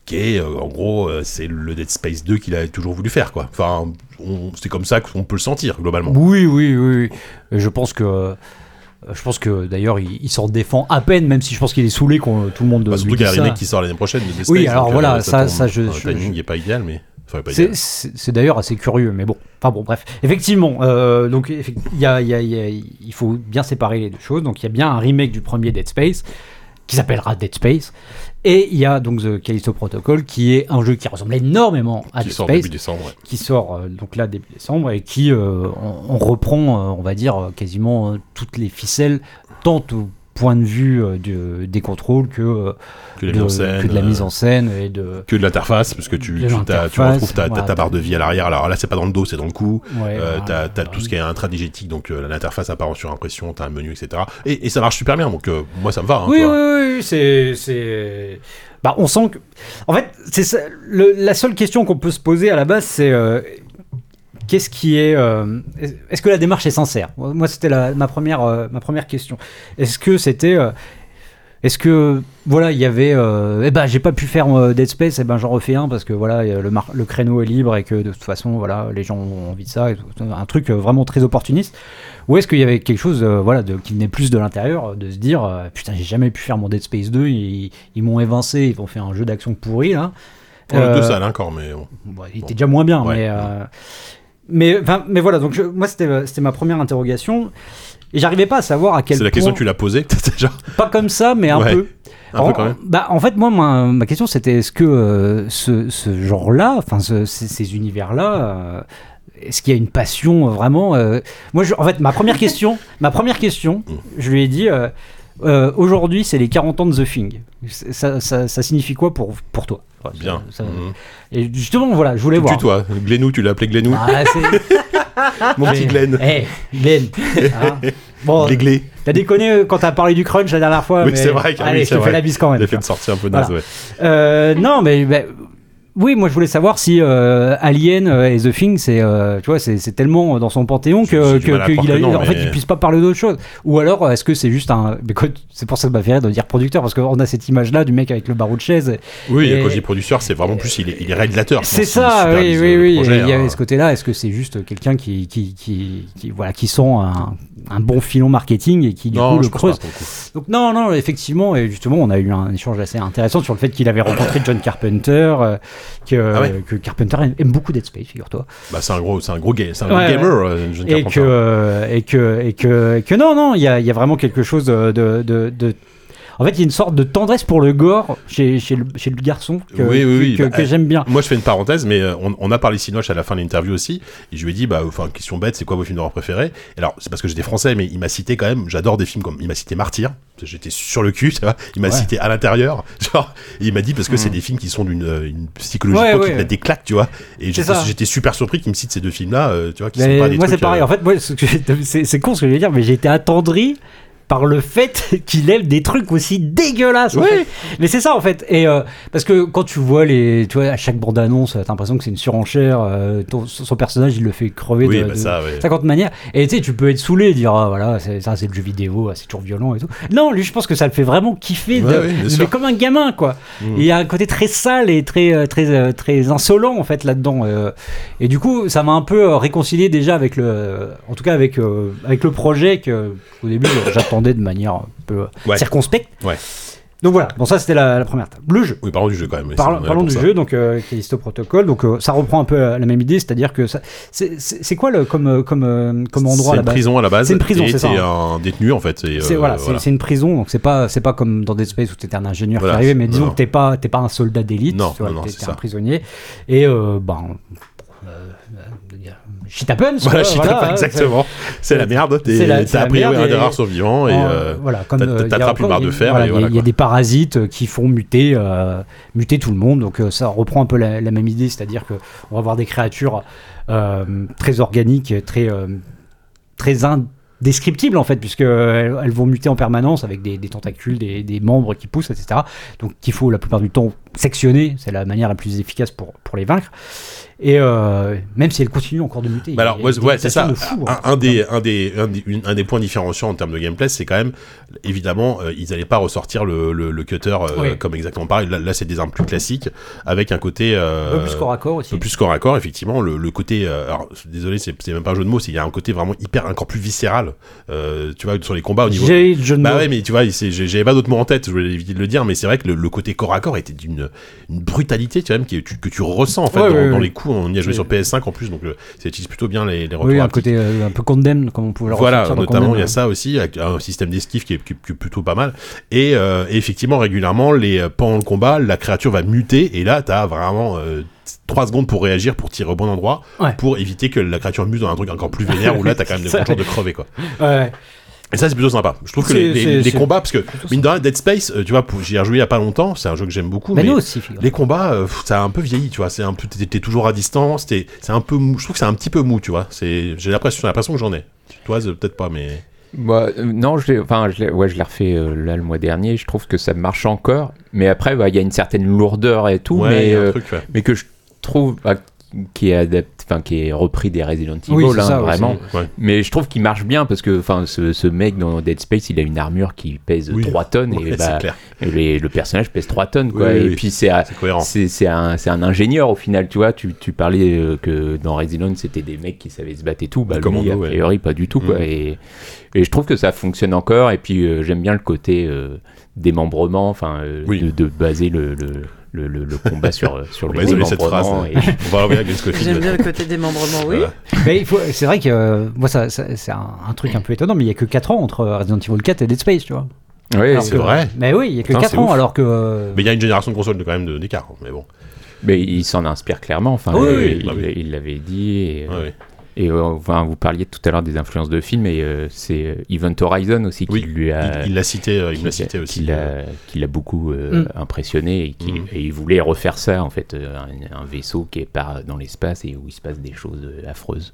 Speaker 1: qui est, euh, en gros, euh, c'est le Dead Space 2 qu'il a toujours voulu faire, quoi. Enfin, on- c'est comme ça qu'on peut le sentir, globalement.
Speaker 4: Oui, oui, oui. oui. Et Je pense que. euh, Je pense que d'ailleurs il, il s'en défend à peine, même si je pense qu'il est saoulé qu'on tout le monde.
Speaker 1: Bah,
Speaker 4: lui
Speaker 1: surtout
Speaker 4: dit
Speaker 1: qu'il y a un
Speaker 4: ça.
Speaker 1: remake qui sort l'année prochaine de Dead Space.
Speaker 4: Oui, alors
Speaker 1: donc, euh,
Speaker 4: voilà, ça-
Speaker 1: tombe.
Speaker 4: ça, je-
Speaker 1: Enfin,
Speaker 4: je-
Speaker 1: Le timing
Speaker 4: je-
Speaker 1: n'est pas idéal, mais... Enfin, pas idéal.
Speaker 4: C'est- C'est c'est d'ailleurs assez curieux, mais bon. Enfin bon, bref. Effectivement, euh, donc effe- il y a- il y a- il y a- il faut bien séparer les deux choses. Donc il y a bien un remake du premier Dead Space qui s'appellera Dead Space, et il y a donc The Callisto Protocol qui est un jeu qui ressemble énormément à
Speaker 1: Qui
Speaker 4: Dead
Speaker 1: sort
Speaker 4: Space,
Speaker 1: début décembre, ouais.
Speaker 4: qui sort euh, donc là début décembre et qui euh, on, on reprend, euh, on va dire euh, quasiment euh, toutes les ficelles tant au point de vue euh, du- des contrôles que, euh,
Speaker 1: Que la
Speaker 4: de,
Speaker 1: mise en scène,
Speaker 4: que de la
Speaker 1: euh,
Speaker 4: mise en scène et de.
Speaker 1: que de l'interface, parce que tu, tu,
Speaker 4: De
Speaker 1: t'as- tu
Speaker 4: l'interface,
Speaker 1: retrouves ta, ta-
Speaker 4: voilà.
Speaker 1: ta barre de vie à l'arrière. Alors là, c'est pas dans le dos, c'est dans le cou.
Speaker 4: Ouais,
Speaker 1: Euh,
Speaker 4: voilà,
Speaker 1: t'as t'as
Speaker 4: voilà.
Speaker 1: tout ce qui est intradigétique, donc euh, l'interface apparaît en surimpression, t'as un menu, etc. Et, et ça marche super bien, donc euh, moi ça me va. hein,
Speaker 4: oui,
Speaker 1: tu vois.
Speaker 4: oui, oui, oui, c'est, c'est- Bah, on sent que. En fait, c'est ça- le- la seule question qu'on peut se poser à la base, c'est. euh, Qu'est-ce qui est euh, Est-ce que la démarche est sincère Moi, c'était la- ma première euh, ma première question. Est-ce que c'était euh, Est-ce que voilà, il y avait euh, eh ben j'ai pas pu faire euh, Dead Space, eh ben j'en refais un parce que voilà euh, le, mar- le créneau est libre et que de toute façon voilà les gens ont envie de ça, et tout, un truc euh, vraiment très opportuniste. Ou est-ce qu'il y avait quelque chose euh, voilà, de- qui venait plus de l'intérieur, euh, de se dire euh, putain, j'ai jamais pu faire mon Dead Space 2, ils, ils m'ont évincé, ils ont fait un jeu d'action pourri là.
Speaker 1: Pour le
Speaker 4: Euh,
Speaker 1: deux salles encore, mais bon.
Speaker 4: Bon, il était déjà moins bien,
Speaker 1: Ouais.
Speaker 4: mais, euh, mais, enfin, mais voilà, donc je- moi c'était euh, c'était ma première interrogation. Et j'arrivais pas à savoir à quel
Speaker 1: c'est
Speaker 4: point.
Speaker 1: la question que tu l'as posée, [laughs] déjà.
Speaker 4: Pas comme ça, mais un
Speaker 1: Ouais.
Speaker 4: peu.
Speaker 1: Un peu
Speaker 4: En-
Speaker 1: quand même.
Speaker 4: Bah, en fait, moi, ma, ma question, c'était est-ce que euh, ce, ce genre-là, enfin, ce- ces, ces univers-là, euh, est-ce qu'il y a une passion euh, vraiment euh, Moi, je- en fait, ma première question, ma première question,
Speaker 1: Mm.
Speaker 4: je lui ai dit euh, euh, aujourd'hui, c'est les 40 ans de The Thing. C'est- Ça, ça- ça signifie quoi pour, pour toi Ouais, ça-
Speaker 1: Bien.
Speaker 4: ça-
Speaker 1: Mhm.
Speaker 4: Et justement, voilà, je voulais
Speaker 1: Tu
Speaker 4: voir.
Speaker 1: tutoies. Glenou, tu l'as appelé Glenou.
Speaker 4: Ah,
Speaker 1: [laughs]
Speaker 4: c'est-
Speaker 1: Mon petit Glen.
Speaker 4: Eh,
Speaker 1: [laughs]
Speaker 4: Glen. Ah. Bon,
Speaker 1: Gléglé.
Speaker 4: t'as déconné euh, quand t'as parlé du crunch la dernière fois.
Speaker 1: Oui,
Speaker 4: mais-
Speaker 1: c'est vrai. car-
Speaker 4: Allez,
Speaker 1: oui,
Speaker 4: je
Speaker 1: c'est
Speaker 4: te
Speaker 1: vrai.
Speaker 4: fais la bise quand même.
Speaker 1: Il a fait une sortie un peu naze,
Speaker 4: Voilà. Euh, non, mais bah, oui, moi je voulais savoir si euh, Alien euh, et The Thing, c'est euh, tu vois, c'est c'est tellement dans son panthéon que
Speaker 1: J'ai du mal
Speaker 4: que-
Speaker 1: à
Speaker 4: qu'il
Speaker 1: croire
Speaker 4: a-
Speaker 1: que non,
Speaker 4: en fait
Speaker 1: mais-
Speaker 4: il puisse pas parler d'autre chose. Ou alors est-ce que c'est juste un mais quoi, c'est pour ça que ça m'a fait rire de dire producteur parce qu'on a cette image là du mec avec le barreau de chaise.
Speaker 1: Oui,
Speaker 4: Et-
Speaker 1: quand je dis producteur, c'est vraiment plus, il est, il est réalisateur. je
Speaker 4: C'est
Speaker 1: pense, il
Speaker 4: ça, oui,
Speaker 1: supervise
Speaker 4: oui,
Speaker 1: le
Speaker 4: oui.
Speaker 1: projet,
Speaker 4: Et Il y
Speaker 1: hein.
Speaker 4: a ce côté-là. Est-ce que c'est juste quelqu'un qui, qui, qui, qui- voilà, qui sent un, un bon filon marketing et qui du
Speaker 1: Non,
Speaker 4: coup
Speaker 1: je
Speaker 4: le
Speaker 1: pense
Speaker 4: creuse
Speaker 1: pas, pour le coup.
Speaker 4: Donc non, non, effectivement, et justement, on a eu un échange assez intéressant sur le fait qu'il avait rencontré John Carpenter, euh, que,
Speaker 1: Ah ouais
Speaker 4: que Carpenter aime, aime beaucoup Dead Space, figure-toi,
Speaker 1: Bah, c'est un gros, c'est un gros, ga- c'est un
Speaker 4: Ouais,
Speaker 1: gros
Speaker 4: ouais.
Speaker 1: gamer, euh, John
Speaker 4: et que,
Speaker 1: Carpenter.
Speaker 4: euh, et que, et que, et que non, non, il y a, il y a vraiment quelque chose de, de, de- de- en fait, il y a une sorte de tendresse pour le gore chez, chez, le, chez le garçon que,
Speaker 1: Oui, oui,
Speaker 4: que-
Speaker 1: oui,
Speaker 4: que-
Speaker 1: bah,
Speaker 4: que j'aime bien.
Speaker 1: Moi, je fais une parenthèse, mais euh, on, on a parlé Sinoche à la fin de l'interview aussi, et je lui ai dit, bah, enfin, question bête, c'est quoi vos films d'horreur préférés Et Alors, c'est parce que j'étais français, mais il m'a cité quand même, j'adore des films comme, il m'a cité Martyr, j'étais sur le cul, tu vois, il m'a
Speaker 4: Ouais. Mm.
Speaker 1: cité à l'intérieur, [laughs] genre, et il m'a dit parce que c'est des films qui sont d'une euh, une psychologie
Speaker 4: Ouais,
Speaker 1: pop qui
Speaker 4: ouais.
Speaker 1: te mettent des claques, tu vois, et j'étais
Speaker 4: ça.
Speaker 1: j'étais super surpris qu'il me cite ces deux films-là, euh, tu vois, qui
Speaker 4: Mais
Speaker 1: sont pas des
Speaker 4: moi, c'est
Speaker 1: trucs,
Speaker 4: pareil.
Speaker 1: euh,
Speaker 4: En fait, moi, ce que j'ai- [laughs] c'est c'est con ce que je vais dire, mais j'ai été attendri par le fait [laughs] qu'il aime des trucs aussi dégueulasses. en
Speaker 1: Ouais.
Speaker 4: fait. Mais c'est ça en fait. Et euh, parce que quand tu vois les, tu vois, à chaque bande annonce, t'as l'impression que c'est une surenchère. euh, ton- son personnage, il le fait crever
Speaker 1: oui,
Speaker 4: de,
Speaker 1: bah,
Speaker 4: de
Speaker 1: ça, ouais.
Speaker 4: 50 manières. Et tu sais, tu peux être saoulé, dire ah voilà, c'est- ça c'est le jeu vidéo, ah, c'est toujours violent et tout. Non, lui, je pense que ça le fait vraiment kiffer, de-
Speaker 1: Ouais, ouais, bien
Speaker 4: mais
Speaker 1: sûr. Mm.
Speaker 4: comme un gamin quoi. Il y a un côté très sale et très euh, très euh, très insolent en fait là-dedans. euh. Et du coup, ça m'a un peu euh, réconcilié déjà avec le, en tout cas avec euh, avec le projet que au début euh, j'attendais de manière un peu euh,
Speaker 1: Ouais.
Speaker 4: circonspecte.
Speaker 1: Ouais.
Speaker 4: Donc voilà. Bon, ça c'était la, la première table. Le jeu.
Speaker 1: Oui, parlons du jeu quand même. mais
Speaker 4: Parlons-
Speaker 1: c'est- on est là
Speaker 4: parlons
Speaker 1: pour
Speaker 4: du
Speaker 1: ça.
Speaker 4: jeu, donc euh, Callisto Protocol. Donc euh, ça reprend un peu la, la même idée, c'est-à-dire que ça, c'est, c'est- c'est quoi le comme euh, comme euh, comme endroit
Speaker 1: C'est
Speaker 4: là
Speaker 1: une prison à la base.
Speaker 4: C'est une prison,
Speaker 1: et
Speaker 4: c'est ça,
Speaker 1: t'es
Speaker 4: hein.
Speaker 1: un détenu en fait. et,
Speaker 4: C'est
Speaker 1: euh,
Speaker 4: voilà, c'est- c'est une prison, donc c'est pas c'est pas comme dans Dead Space où t'étais un ingénieur
Speaker 1: Voilà,
Speaker 4: qui arrivait, mais disons
Speaker 1: non.
Speaker 4: que t'es pas t'es pas un soldat d'élite,
Speaker 1: Non,
Speaker 4: tu vois,
Speaker 1: non, non,
Speaker 4: t'es
Speaker 1: c'est
Speaker 4: t'es
Speaker 1: ça.
Speaker 4: un prisonnier. Et euh, ben euh, euh, shit happens,
Speaker 1: Voilà,
Speaker 4: quoi,
Speaker 1: je suis
Speaker 4: voilà,
Speaker 1: d'accord,
Speaker 4: hein,
Speaker 1: exactement. C'est la merde. t'es-
Speaker 4: c'est la- c'est
Speaker 1: T'as
Speaker 4: la
Speaker 1: appris
Speaker 4: merde
Speaker 1: ouais, un
Speaker 4: et-
Speaker 1: des rares survivants
Speaker 4: c'est-
Speaker 1: et
Speaker 4: en-
Speaker 1: euh,
Speaker 4: voilà, comme
Speaker 1: t'a-
Speaker 4: euh, il y a
Speaker 1: t'attrapes une
Speaker 4: encore-
Speaker 1: barre de fer
Speaker 4: voilà,
Speaker 1: et
Speaker 4: il y a-
Speaker 1: voilà,
Speaker 4: il y a
Speaker 1: quoi.
Speaker 4: des parasites euh, qui font muter euh, muter tout le monde, donc euh, ça reprend un peu la, la même idée, c'est-à-dire que on va avoir des créatures euh, très organiques, très euh, très indescriptibles en fait, puisque elles, elles vont muter en permanence avec des, des tentacules, des, des membres qui poussent, etc. Donc qu'il faut la plupart du temps sectionner, c'est la manière la plus efficace pour, pour les vaincre. Et euh, même si elles continuent encore de muter.
Speaker 1: Bah alors,
Speaker 4: il y a
Speaker 1: ouais,
Speaker 4: des
Speaker 1: ouais, c'est ça.
Speaker 4: mutations de fou, hein.
Speaker 1: un, un des, un, des, un, des, une- un des points différenciants en termes de gameplay, c'est quand même, évidemment, euh, ils n'allaient pas ressortir le, le, le cutter euh,
Speaker 4: Oui.
Speaker 1: comme exactement pareil. Là, là, c'est des armes plus classiques, avec un côté...
Speaker 4: Un
Speaker 1: euh,
Speaker 4: peu plus corps à corps
Speaker 1: un
Speaker 4: aussi.
Speaker 1: peu plus corps à corps, effectivement, le, le côté, euh, alors désolé, c'est c'est même pas un jeu de mots, c'est- il y a un côté vraiment hyper, encore plus viscéral, euh, tu vois, sur les combats au niveau.
Speaker 4: J'ai je ne
Speaker 1: Bah ouais, mais tu vois, c'est- j'ai- j'avais pas d'autres mots en tête, je voulais éviter de le dire, mais c'est vrai que le, le côté corps à corps était d'une une brutalité, tu vois, même, qui, tu- que tu ressens en fait
Speaker 4: Ouais,
Speaker 1: dans,
Speaker 4: ouais,
Speaker 1: dans
Speaker 4: ouais.
Speaker 1: les coups. On y a joué
Speaker 4: Ouais.
Speaker 1: sur PS5 en plus, donc euh, ça utilise plutôt bien les, les retours
Speaker 4: Oui, un
Speaker 1: haptiques.
Speaker 4: côté euh, un peu condemn, comme on pouvait le
Speaker 1: Voilà,
Speaker 4: ressentir dans
Speaker 1: notamment
Speaker 4: Condemn.
Speaker 1: il y a ça aussi, avec un système d'esquive qui, est- qui est qui est plutôt pas mal. Et, euh, et effectivement, régulièrement, les, euh, pendant le combat, la créature va muter, et là, t'as vraiment euh, trois secondes pour réagir, pour tirer au bon endroit,
Speaker 4: Ouais. [laughs]
Speaker 1: pour éviter que la créature mute dans un truc encore plus vénère, où là, t'as quand même des
Speaker 4: Ça,
Speaker 1: grandes chances de crever, quoi.
Speaker 4: Ouais.
Speaker 1: Et ça, c'est plutôt sympa. Je trouve que
Speaker 4: C'est-
Speaker 1: les, les-
Speaker 4: c'est-
Speaker 1: les
Speaker 4: c'est-
Speaker 1: combats, parce que, mine de rien, Dead Space, euh, tu vois, pour- j'y ai rejoué il y a pas longtemps, c'est un jeu que j'aime beaucoup,
Speaker 4: Mais
Speaker 1: mais
Speaker 4: nous aussi, figure.
Speaker 1: les combats, euh, pff, ça a un peu vieilli, tu vois. C'est un peu, t'es, t'es toujours à distance, t'es- c'est un peu mou. Je trouve que c'est un petit peu mou, tu vois. C'est, j'ai l'impression, j'ai l'impression que j'en ai. Toi, c'est peut-être pas, mais.
Speaker 3: Bah, euh, non, je l'ai, enfin, je l'ai- ouais, je l'ai refait euh, là le mois dernier. Je trouve que ça marche encore, mais après, bah, il y a une certaine lourdeur et tout,
Speaker 1: ouais, il
Speaker 3: mais,
Speaker 1: y a un
Speaker 3: euh,
Speaker 1: truc, ouais.
Speaker 3: mais que je trouve bah, qui est adapté, enfin, qui est repris des Resident Evil,
Speaker 4: Oui, c'est
Speaker 3: hein,
Speaker 4: ça, ouais,
Speaker 3: vraiment.
Speaker 1: Ouais.
Speaker 3: Mais je trouve qu'il marche bien parce que, enfin, ce, ce mec dans Dead Space, il a une armure qui pèse
Speaker 1: Oui.
Speaker 3: 3 tonnes
Speaker 1: Ouais, [laughs]
Speaker 3: et
Speaker 1: c'est
Speaker 3: bah,
Speaker 1: clair,
Speaker 3: les- le personnage pèse 3 tonnes, quoi.
Speaker 1: Oui, oui,
Speaker 3: et
Speaker 1: oui.
Speaker 3: puis c'est à-
Speaker 1: c'est cohérent.
Speaker 3: c'est c'est un, c'est un ingénieur au final, tu vois. Tu, tu parlais euh, que dans Resident c'était des mecs qui savaient se battre et tout. Bah,
Speaker 1: Des
Speaker 3: lui,
Speaker 1: commandos,
Speaker 3: a
Speaker 1: ouais.
Speaker 3: priori, pas du tout. Quoi.
Speaker 1: Mm.
Speaker 3: Et, et je trouve que ça fonctionne encore. Et puis euh, j'aime bien le côté euh, démembrement, enfin, euh,
Speaker 1: Oui.
Speaker 3: de, de baser le, le, le, le- le combat sur, euh,
Speaker 1: [laughs]
Speaker 3: sur
Speaker 1: Bon,
Speaker 3: le
Speaker 1: bah, désolé, cette phrase.
Speaker 3: démembrement.
Speaker 1: [laughs]
Speaker 3: et-
Speaker 1: On va revenir à Glen Scofield.
Speaker 2: J'aime bien le côté démembrement, oui.
Speaker 1: Voilà.
Speaker 4: Mais il faut- c'est vrai que euh, moi, ça, ça- c'est un, un truc un peu étonnant, mais il y a que 4 ans entre Resident Evil 4 et Dead Space, tu vois.
Speaker 3: Ouais,
Speaker 4: Alors
Speaker 1: c'est
Speaker 4: que-
Speaker 1: vrai.
Speaker 4: Mais oui, il y a que
Speaker 1: Putain,
Speaker 4: 4
Speaker 1: c'est
Speaker 4: ans,
Speaker 1: ouf.
Speaker 4: alors que. euh,
Speaker 1: Mais il y a une génération de consoles de- quand même de- d'écart, hein, mais bon.
Speaker 3: mais il s'en inspire clairement. Enfin,
Speaker 1: Oui,
Speaker 3: euh,
Speaker 1: oui,
Speaker 3: il
Speaker 1: bah oui.
Speaker 3: il l'avait dit. Et,
Speaker 1: Ouais, ouais.
Speaker 3: et, euh, enfin, vous parliez tout à l'heure des influences de films. Et euh, c'est euh, Event Horizon aussi qui
Speaker 1: Oui,
Speaker 3: lui a.
Speaker 1: Il il l'a cité, euh, il me
Speaker 3: qui
Speaker 1: l'a
Speaker 3: l'a-
Speaker 1: cité
Speaker 3: qui
Speaker 1: aussi.
Speaker 3: l'a- qui l'a beaucoup euh,
Speaker 4: Mm.
Speaker 3: impressionné et, qui,
Speaker 1: Mm.
Speaker 3: et il voulait refaire ça en fait, euh, un, un vaisseau qui est par dans l'espace et où il se passe des choses euh, affreuses.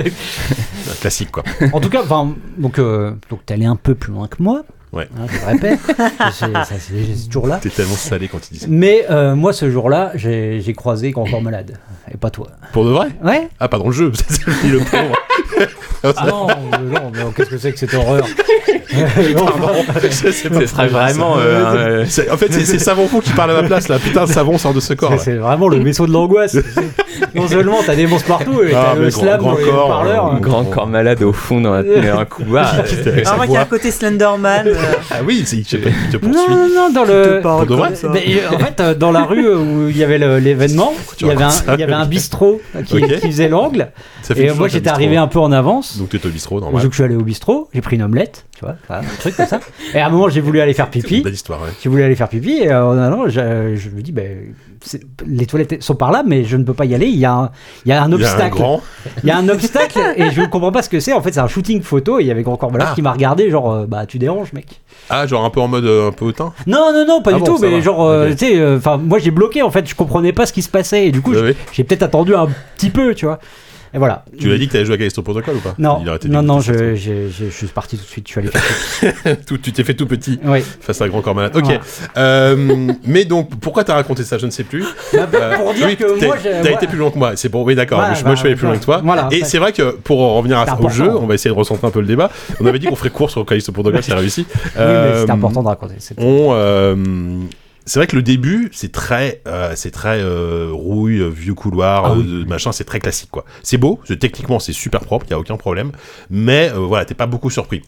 Speaker 1: Un classique, quoi.
Speaker 4: En tout cas, enfin, donc, euh, donc t'es allé un peu plus loin que moi.
Speaker 1: Ouais.
Speaker 4: Hein, je
Speaker 1: [laughs]
Speaker 4: le répète. c'est, ça, c'est- c'est toujours là.
Speaker 1: T'es tellement salé quand il dit ça.
Speaker 4: Mais euh, moi, ce jour-là, j'ai, j'ai croisé Grand Corps Malade. Et pas toi.
Speaker 1: Pour de vrai
Speaker 4: Ouais
Speaker 1: Ah, pas dans le jeu, [laughs] c'est le pauvre.
Speaker 4: Ah non, euh, non, mais qu'est-ce que c'est que
Speaker 1: [laughs]
Speaker 4: cette [laughs] horreur
Speaker 1: Pardon, c'est- c'est pas-
Speaker 3: Ce serait vraiment.
Speaker 1: C'est- En fait, c'est c'est Savon Fou qui parle à ma place, là. Putain, Savon sort de ce corps.
Speaker 4: C'est,
Speaker 1: là.
Speaker 4: c'est vraiment le vaisseau
Speaker 1: [laughs]
Speaker 4: de l'angoisse. non seulement t'as des monstres partout, et t'as
Speaker 1: Ah, mais
Speaker 4: le
Speaker 1: grand-
Speaker 4: slam
Speaker 1: grand
Speaker 4: dans les
Speaker 1: corps,
Speaker 4: parleurs.
Speaker 1: euh,
Speaker 3: grand corps malade au fond dans un couloir. Euh,
Speaker 2: Alors, moi, il y a un côté Slenderman. euh,
Speaker 1: Ah oui, c'est- il te il te
Speaker 4: Non,
Speaker 1: poursuit.
Speaker 4: non, non, dans le.
Speaker 2: te
Speaker 1: Pour
Speaker 2: parle
Speaker 1: de
Speaker 2: comme
Speaker 1: vrai
Speaker 2: ça.
Speaker 4: Mais, euh, en fait, euh, dans la rue où il y avait le- l'événement,
Speaker 1: tu
Speaker 4: il y avait un,
Speaker 1: racontes ça
Speaker 4: il y avait un
Speaker 1: Ok.
Speaker 4: bistrot qui,
Speaker 1: Ok.
Speaker 4: qui faisait l'angle.
Speaker 1: Ça fait
Speaker 4: Et
Speaker 1: toujours
Speaker 4: moi,
Speaker 1: que t'as
Speaker 4: j'étais
Speaker 1: le
Speaker 4: arrivé
Speaker 1: bistrot.
Speaker 4: un peu en avance.
Speaker 1: Donc, t'es au bistrot,
Speaker 4: Donc,
Speaker 1: normal.
Speaker 4: je suis allé au bistrot, j'ai pris une omelette, tu vois, voilà, un truc comme ça. Et à un moment, j'ai voulu aller faire
Speaker 1: C'est une
Speaker 4: pipi.
Speaker 1: belle histoire, ouais.
Speaker 4: J'ai voulu aller faire pipi et euh, en allant, je, je me dis, ben, c'est- les toilettes sont par là, mais je ne peux pas y aller. Il y a un, il y a un
Speaker 1: Il y a un
Speaker 4: obstacle.
Speaker 1: grand.
Speaker 4: Il y a un obstacle et je ne comprends pas ce que c'est. En fait, c'est un shooting photo et il y avait Grand Corps Malade
Speaker 1: Ah.
Speaker 4: qui m'a regardé, genre, euh, bah, tu déranges, mec.
Speaker 1: Ah, genre un peu en mode euh, un peu hautain.
Speaker 4: Non, non, non, pas
Speaker 1: Ah
Speaker 4: du
Speaker 1: bon,
Speaker 4: tout,
Speaker 1: ça
Speaker 4: mais
Speaker 1: va.
Speaker 4: genre, euh,
Speaker 1: Ok.
Speaker 4: tu sais, enfin, moi j'ai bloqué en fait, je comprenais pas ce qui se passait et du coup,
Speaker 1: Ouais,
Speaker 4: j'ai-
Speaker 1: ouais.
Speaker 4: j'ai peut-être attendu un petit peu, tu vois. Et voilà.
Speaker 1: Tu l'as dit que t'avais joué à Callisto Protocol ou pas
Speaker 4: Non,
Speaker 1: Il aurait été
Speaker 4: non, non,
Speaker 1: dégoûté,
Speaker 4: je, je- je- je suis parti tout de suite, je
Speaker 1: [laughs]
Speaker 4: suis allé.
Speaker 1: ça. [laughs] Tout- Tu t'es fait tout petit
Speaker 4: oui.
Speaker 1: face à un grand corps malade. Ok.
Speaker 4: Ouais.
Speaker 1: Euh, mais donc, pourquoi t'as raconté ça Je ne sais plus.
Speaker 4: Bah,
Speaker 1: Euh,
Speaker 4: pour dire
Speaker 1: oui,
Speaker 4: que
Speaker 1: t'es-
Speaker 4: moi, j'ai-
Speaker 1: t'as
Speaker 4: moi-
Speaker 1: été plus loin que moi. C'est bon, oui, d'accord.
Speaker 4: Voilà,
Speaker 1: moi, je- moi, je suis allé
Speaker 4: bah,
Speaker 1: plus loin que toi.
Speaker 4: voilà,
Speaker 1: et
Speaker 4: ça-
Speaker 1: c'est vrai que pour en revenir
Speaker 4: C'est
Speaker 1: à, au
Speaker 4: important.
Speaker 1: jeu, on va essayer de recentrer un peu le débat. On avait dit qu'on ferait court sur Callisto Protocol, c'est réussi.
Speaker 4: [laughs] Oui, mais
Speaker 1: Euh,
Speaker 4: c'était important de raconter. c'est-
Speaker 1: on, euh, c'est vrai que le début, c'est très, euh, c'est très euh, rouille, euh, vieux couloir,
Speaker 4: Ah
Speaker 1: euh,
Speaker 4: oui.
Speaker 1: de- machin, c'est très classique quoi. C'est beau, c'est- techniquement c'est super propre, il y a aucun problème, mais euh, voilà, t'es pas beaucoup surpris.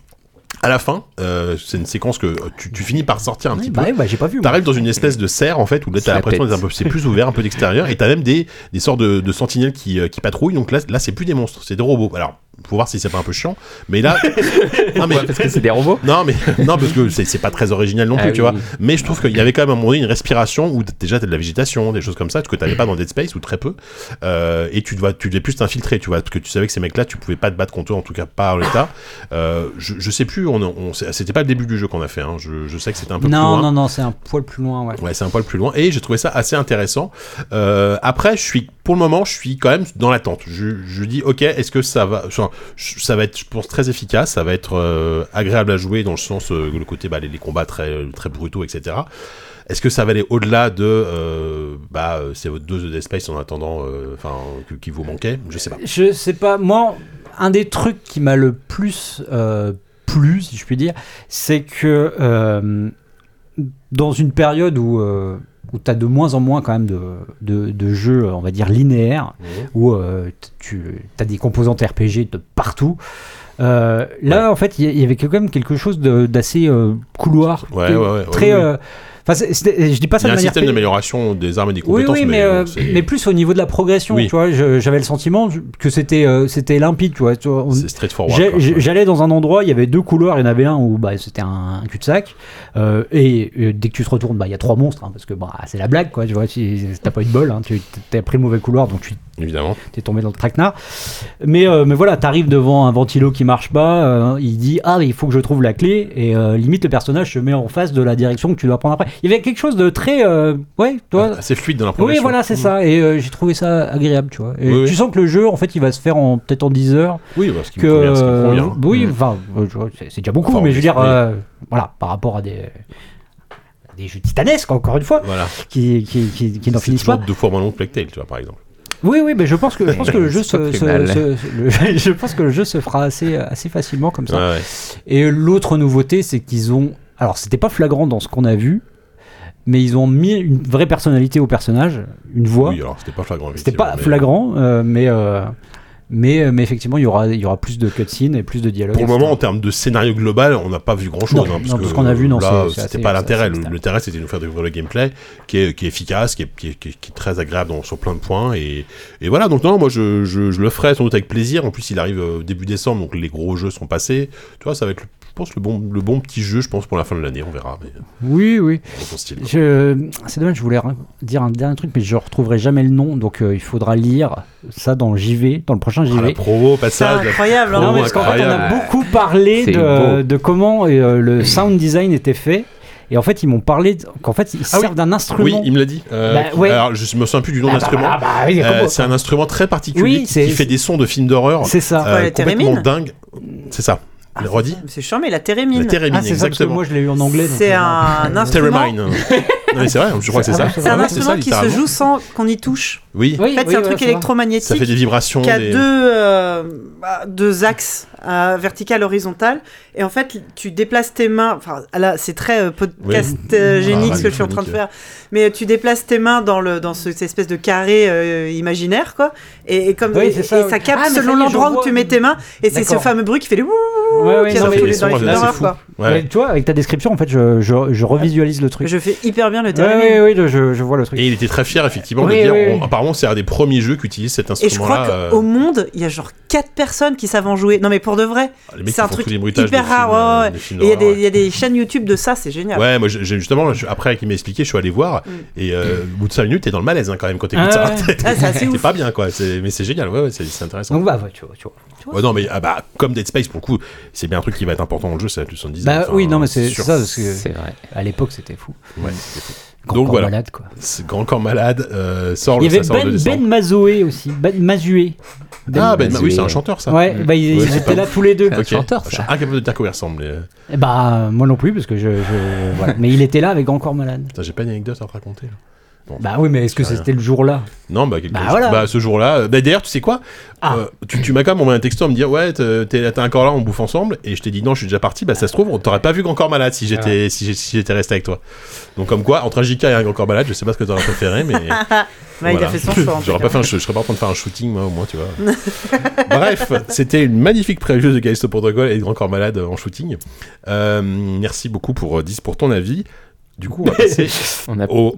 Speaker 1: À la fin, euh, c'est une séquence que euh, tu, tu finis par sortir un petit
Speaker 4: Bah,
Speaker 1: peu.
Speaker 4: ouais, bah, j'ai pas vu. moi.
Speaker 1: T'arrives dans une espèce de serre en fait où là
Speaker 3: Ça
Speaker 1: t'as l'impression
Speaker 3: pète.
Speaker 1: d'être un peu c'est plus ouvert, un peu d'extérieur et t'as même des, des sortes de, de sentinelles qui, euh, qui patrouillent donc là là c'est plus des monstres, c'est des robots. Alors faut voir si c'est pas un peu chiant, mais
Speaker 3: [laughs]
Speaker 1: là non mais
Speaker 3: parce que c'est des robots.
Speaker 1: non, mais non, parce que c'est c'est pas très original non
Speaker 3: Ah
Speaker 1: plus, tu
Speaker 3: oui.
Speaker 1: vois. Mais je trouve qu'il y avait quand même à un moment donné une respiration où t- déjà t'as de la végétation, des choses comme ça, ce que t'avais pas dans Dead Space ou très peu. Euh, et tu devais, tu devais plus t'infiltrer, tu vois, parce que tu savais que ces mecs-là, tu pouvais pas te battre contre eux, en tout cas pas en l'état. Euh, je, je sais plus, on, on, c'était pas le début du jeu qu'on a fait. Hein. Je, je sais que c'était un peu plus
Speaker 4: Non,
Speaker 1: loin.
Speaker 4: non, non, c'est un poil plus loin, ouais.
Speaker 1: Ouais, c'est un poil plus loin. Et j'ai trouvé ça assez intéressant. Euh, après, je suis, pour le moment, je suis quand même dans l'attente. Je, je dis, ok, est-ce que ça va, enfin, je- ça va être, je pense, très efficace, ça va être euh, agréable à jouer dans le sens, euh, le côté, bah, les, les combats très, très brutaux, etc. Est-ce que ça va aller au-delà de, euh, bah, euh, c'est votre dose de Dead Space en attendant, euh, enfin, que- qui vous manquait Je sais pas.
Speaker 4: Je sais pas, moi, un des trucs qui m'a le plus euh, plu, si je puis dire, c'est que euh, dans une période où, euh, où tu as de moins en moins quand même de, de, de jeux, on va dire, linéaires, où euh, t- tu as des composantes RPG de partout. Euh, là, en fait, il y- il y avait quand même quelque chose de- d'assez euh, couloir,
Speaker 1: Ouais,
Speaker 4: qui-
Speaker 1: ouais, ouais,
Speaker 4: très.
Speaker 1: ouais.
Speaker 4: euh, enfin, c'est- c'était- je dis pas
Speaker 1: Il
Speaker 4: ça
Speaker 1: y a
Speaker 4: de
Speaker 1: un
Speaker 4: manière
Speaker 1: système
Speaker 4: pé-
Speaker 1: d'amélioration des armes et des
Speaker 4: oui,
Speaker 1: compétences,
Speaker 4: oui, mais,
Speaker 1: bon,
Speaker 4: euh,
Speaker 1: c'est-
Speaker 4: mais plus au niveau de la progression,
Speaker 1: Oui.
Speaker 4: tu vois, je- j'avais le sentiment que c'était euh, c'était limpide, tu vois. Tu vois, on-
Speaker 1: c'est straightforward.
Speaker 4: j'ai-
Speaker 1: quoi.
Speaker 4: j'ai- J'allais dans un endroit, il y avait deux couloirs, il y en avait un où bah, c'était un cul-de-sac, euh, et euh, dès que tu te retournes, bah, il y a trois monstres, hein, parce que bah, c'est la blague, quoi, tu vois, si t'as pas eu de bol, hein, tu t'as pris le mauvais couloir, donc tu
Speaker 1: évidemment.
Speaker 4: t'es tombé dans le traquenard. Mais, euh, mais voilà, t'arrives devant un ventilo qui marche pas, euh, il dit Ah, mais il faut que je trouve la clé, et euh, limite le personnage se met en face de la direction que tu dois prendre après. Il y avait quelque chose de très. euh, ouais, toi.
Speaker 1: Assez Bah, fluide dans la
Speaker 4: Oui,
Speaker 1: progression. Mm.
Speaker 4: voilà, c'est ça. Et euh, j'ai trouvé ça agréable, tu vois. Et
Speaker 1: Oui,
Speaker 4: tu
Speaker 1: oui.
Speaker 4: sens que le jeu, en fait, il va se faire en peut-être en 10 heures.
Speaker 1: Oui, bah, ce qui
Speaker 4: Que,
Speaker 1: me convient, ce qui me convient.
Speaker 4: euh, oui,
Speaker 1: Mm.
Speaker 4: enfin, euh, je vois, c'est c'est déjà beaucoup,
Speaker 1: Enfin,
Speaker 4: mais je veux dire,
Speaker 1: oui.
Speaker 4: euh, voilà, par rapport à des, à des jeux titanesques, encore une fois,
Speaker 1: Voilà.
Speaker 4: qui, qui, qui, qui n'en
Speaker 1: C'est
Speaker 4: finissent pas.
Speaker 1: toujours deux fois moins long que Plague Tale, tu vois, par exemple.
Speaker 4: Oui, oui, mais je pense que je pense que le jeu
Speaker 3: C'est pas
Speaker 4: se,
Speaker 3: plus
Speaker 4: se-
Speaker 3: mal.
Speaker 4: se- le- [laughs] je pense que le jeu se fera assez assez facilement comme ça.
Speaker 1: Ouais, ouais.
Speaker 4: Et l'autre nouveauté, c'est qu'ils ont alors c'était pas flagrant dans ce qu'on a vu, mais ils ont mis une vraie personnalité au personnage, une voix.
Speaker 1: Oui, alors c'était pas flagrant.
Speaker 4: c'était pas
Speaker 1: effectivement, mais-
Speaker 4: flagrant, euh, mais euh, mais mais effectivement, il y aura il y aura plus de cutscenes et plus de dialogues.
Speaker 1: Pour le
Speaker 4: etc.
Speaker 1: moment, en termes de scénario global, on n'a pas vu grand chose.
Speaker 4: Non, non, parce qu'on a vu, non,
Speaker 1: là,
Speaker 4: c'est- c'est
Speaker 1: c'était
Speaker 4: assez-
Speaker 1: pas
Speaker 4: c'est
Speaker 1: l'intérêt.
Speaker 4: assez
Speaker 1: Le-
Speaker 4: stable.
Speaker 1: L'intérêt, c'était de nous faire découvrir le gameplay qui est, qui est efficace, qui est, qui, est, qui est- qui est très agréable dans- sur plein de points. Et, et voilà, donc non, moi je, je- je le ferai sans doute avec plaisir. En plus, il arrive euh, début décembre, donc les gros jeux sont passés. Tu vois, ça va être, le- je pense, le bon, le bon petit jeu, je pense, pour la fin de l'année. On verra, mais dans
Speaker 4: Oui, oui.
Speaker 1: son style.
Speaker 4: Je- C'est dommage, je voulais ra- dire un dernier truc, mais je retrouverai jamais le nom, donc euh, il faudra lire ça dans JV, dans le prochain
Speaker 1: Ah, la
Speaker 4: JV.
Speaker 1: promo, au
Speaker 2: C'est
Speaker 1: passage. la-
Speaker 2: incroyable,
Speaker 1: Oh,
Speaker 4: Non,
Speaker 2: hein.
Speaker 4: mais parce qu'en fait, on a
Speaker 1: incroyable.
Speaker 4: beaucoup parlé
Speaker 3: C'est
Speaker 4: de,
Speaker 3: beau.
Speaker 4: de comment euh, le sound design était fait. Et en fait, ils m'ont parlé de- qu'en fait, ils
Speaker 1: Ah oui.
Speaker 4: servent d'un
Speaker 1: Oui,
Speaker 4: instrument.
Speaker 1: il me l'a dit. Euh,
Speaker 4: Bah,
Speaker 1: qui-
Speaker 4: ouais.
Speaker 1: Alors, je me souviens plus du nom
Speaker 4: Ah
Speaker 1: de
Speaker 4: bah,
Speaker 1: l'instrument.
Speaker 4: ah bah, oui,
Speaker 1: Euh,
Speaker 4: comment-
Speaker 1: c'est un instrument très particulier
Speaker 4: Oui,
Speaker 1: qui-
Speaker 4: c'est-
Speaker 1: qui fait des sons de films d'horreur. euh,
Speaker 4: C'est ça.
Speaker 2: Ouais, la
Speaker 1: complètement
Speaker 2: térémine.
Speaker 1: dingue. C'est ça.
Speaker 2: Ah,
Speaker 1: le redit
Speaker 2: C'est chiant, mais la
Speaker 1: La
Speaker 2: térémine.
Speaker 1: térémine,
Speaker 4: Ah, c'est ça, parce que
Speaker 1: exactement.
Speaker 4: moi, je l'ai eu en anglais. donc,
Speaker 2: C'est
Speaker 4: euh,
Speaker 2: un instrument.
Speaker 1: Térémine. Non, mais c'est vrai, je crois que c'est
Speaker 4: Ah,
Speaker 1: ça.
Speaker 4: bah, c'est
Speaker 2: C'est un
Speaker 1: Ouais, ça,
Speaker 2: instrument qui se
Speaker 1: littéralement.
Speaker 2: joue sans qu'on y touche.
Speaker 1: Oui,
Speaker 4: Oui,
Speaker 2: En fait,
Speaker 4: oui,
Speaker 2: c'est un truc
Speaker 4: oui, ça va.
Speaker 1: ça fait
Speaker 2: électromagnétique
Speaker 1: des vibrations.
Speaker 2: qui a
Speaker 1: des-
Speaker 2: deux, euh, bah, deux axes, euh, vertical, horizontal. Et en fait, tu déplaces tes mains. Enfin, là, c'est très euh, podcast euh,
Speaker 1: Ah,
Speaker 2: génique ce
Speaker 1: radiophonique.
Speaker 2: que je suis en train de faire. Mais euh, tu déplaces tes mains dans, le, dans ce- cette espèce de carré euh, imaginaire, quoi. Et, et comme,
Speaker 4: Oui,
Speaker 2: et-
Speaker 4: c'est
Speaker 2: et
Speaker 4: ça,
Speaker 2: ça,
Speaker 4: oui.
Speaker 2: capte
Speaker 4: Ah, mais
Speaker 2: selon
Speaker 4: ça y est,
Speaker 2: l'endroit
Speaker 4: je
Speaker 2: où tu
Speaker 4: vois.
Speaker 2: mets tes mains. Et c'est ce
Speaker 4: D'accord. Ah
Speaker 2: fameux bruit qui fait les wouh
Speaker 4: Ouais, ouais,
Speaker 2: qui est
Speaker 1: non,
Speaker 2: dans
Speaker 1: mais
Speaker 2: tous
Speaker 1: les
Speaker 2: les dans les
Speaker 1: sons,
Speaker 2: films
Speaker 1: là, c'est
Speaker 2: d'horreur,
Speaker 1: fou.
Speaker 2: quoi.
Speaker 1: Ouais.
Speaker 4: mais tu vois, avec ta description, en fait, je, je, je revisualise le truc.
Speaker 2: Je fais hyper bien le
Speaker 4: Ouais,
Speaker 2: térémine.
Speaker 4: ouais, ouais, je- je, je vois le truc.
Speaker 1: Et il était très fier, effectivement,
Speaker 4: Oui,
Speaker 1: de dire.
Speaker 4: oui,
Speaker 1: on-
Speaker 4: oui.
Speaker 1: Apparemment, c'est un des premiers jeux qui utilise cet
Speaker 2: Et je crois
Speaker 1: instrument-là.
Speaker 2: qu'au
Speaker 1: euh,
Speaker 2: monde, il y a genre 4 personnes qui savent en jouer. Non, mais pour de vrai.
Speaker 1: les mecs
Speaker 2: c'est
Speaker 1: qui
Speaker 2: un
Speaker 1: font
Speaker 2: truc
Speaker 1: tous les bruitages
Speaker 2: hyper
Speaker 1: des
Speaker 2: rare,
Speaker 1: films, euh,
Speaker 2: ouais,
Speaker 1: des films
Speaker 2: Et il y, a
Speaker 1: d'horreur,
Speaker 2: des- il y a des chaînes YouTube de ça, c'est génial.
Speaker 1: Ouais, moi j'ai j'ai- justement, je- après qu'il m'ait expliqué, je suis allé voir et euh, au bout de 5 minutes, t'es dans le malaise hein, quand même quand t'écoutes
Speaker 4: Ah,
Speaker 1: ça. [laughs]
Speaker 4: ouais.
Speaker 2: Mm. Ah, c'est assez
Speaker 1: T'es
Speaker 2: ouf.
Speaker 1: pas bien quoi, C'est- mais c'est génial, ouais, ouais, c'est c'est intéressant.
Speaker 4: Donc, bah, ouais, tu vois. Tu vois.
Speaker 1: Ouais, non, mais ah, bah, comme Dead Space pour le coup, c'est bien un truc qui va être important dans le jeu, ça va être le 70.
Speaker 4: Bah oui, non, mais c'est
Speaker 1: sûr.
Speaker 4: ça, parce que
Speaker 3: C'est vrai.
Speaker 4: à l'époque, c'était fou.
Speaker 1: Ouais, c'est fou.
Speaker 4: Grand
Speaker 1: Donc
Speaker 4: corps
Speaker 1: voilà.
Speaker 4: malade, quoi.
Speaker 1: C'est Grand Corps Malade, euh, sort
Speaker 4: Il y
Speaker 1: le
Speaker 4: avait
Speaker 1: ça sort le
Speaker 4: Ben,
Speaker 1: décembre.
Speaker 4: ben Mazoué aussi. Ben Mazué.
Speaker 1: ah, ben,
Speaker 3: Mazoué.
Speaker 1: oui, c'est un chanteur ça.
Speaker 4: Ouais, bah, ils,
Speaker 1: Ouais,
Speaker 4: ils
Speaker 1: c'est pas
Speaker 4: étaient là tous les deux.
Speaker 3: un
Speaker 1: Ok.
Speaker 3: chanteur, ça.
Speaker 1: Je suis incapable de dire à quoi il ressemble. mais, euh,
Speaker 4: Eh Bah, moi non plus, parce que je. je- voilà. Mais il était là avec Grand Corps Malade.
Speaker 1: putain, j'ai pas d'anecdote à te raconter. là.
Speaker 4: Bah oui, mais est-ce que
Speaker 1: C'est
Speaker 4: c'était le jour-là
Speaker 1: Non, bah, quelque
Speaker 4: Bah,
Speaker 1: chose.
Speaker 4: voilà.
Speaker 1: Bah, ce jour-là. euh, Bah, d'ailleurs, tu sais quoi
Speaker 4: Ah.
Speaker 1: Euh, Tu, tu m'as quand même envoyé un texto en me dire Ouais, t'es t'es- t'es encore là, on bouffe ensemble. Et je t'ai dit Non, je suis déjà parti. Bah, ça se trouve, on t'aurait pas vu Grand Corps Malade si j'étais si j'ai- si j'étais resté avec toi. Donc, comme quoi, entre un JK et un Grand Corps Malade, je sais pas ce que t'aurais préféré, mais.
Speaker 3: [laughs]
Speaker 2: Ouais, Il
Speaker 1: Voilà.
Speaker 2: a fait son
Speaker 1: [laughs]
Speaker 2: choix. en tout
Speaker 1: hein. J'aurais
Speaker 2: cas.
Speaker 1: pas fait un, je serais pas en train de faire un shooting, moi, au moins, tu
Speaker 2: [laughs]
Speaker 1: vois. Bref, c'était une magnifique preview de Callisto Protocol et de Grand Corps Malade euh, en shooting. Euh, merci beaucoup pour euh, 10 pour ton avis. Du coup, on va
Speaker 3: [laughs]
Speaker 1: passer
Speaker 3: On n'a
Speaker 1: au.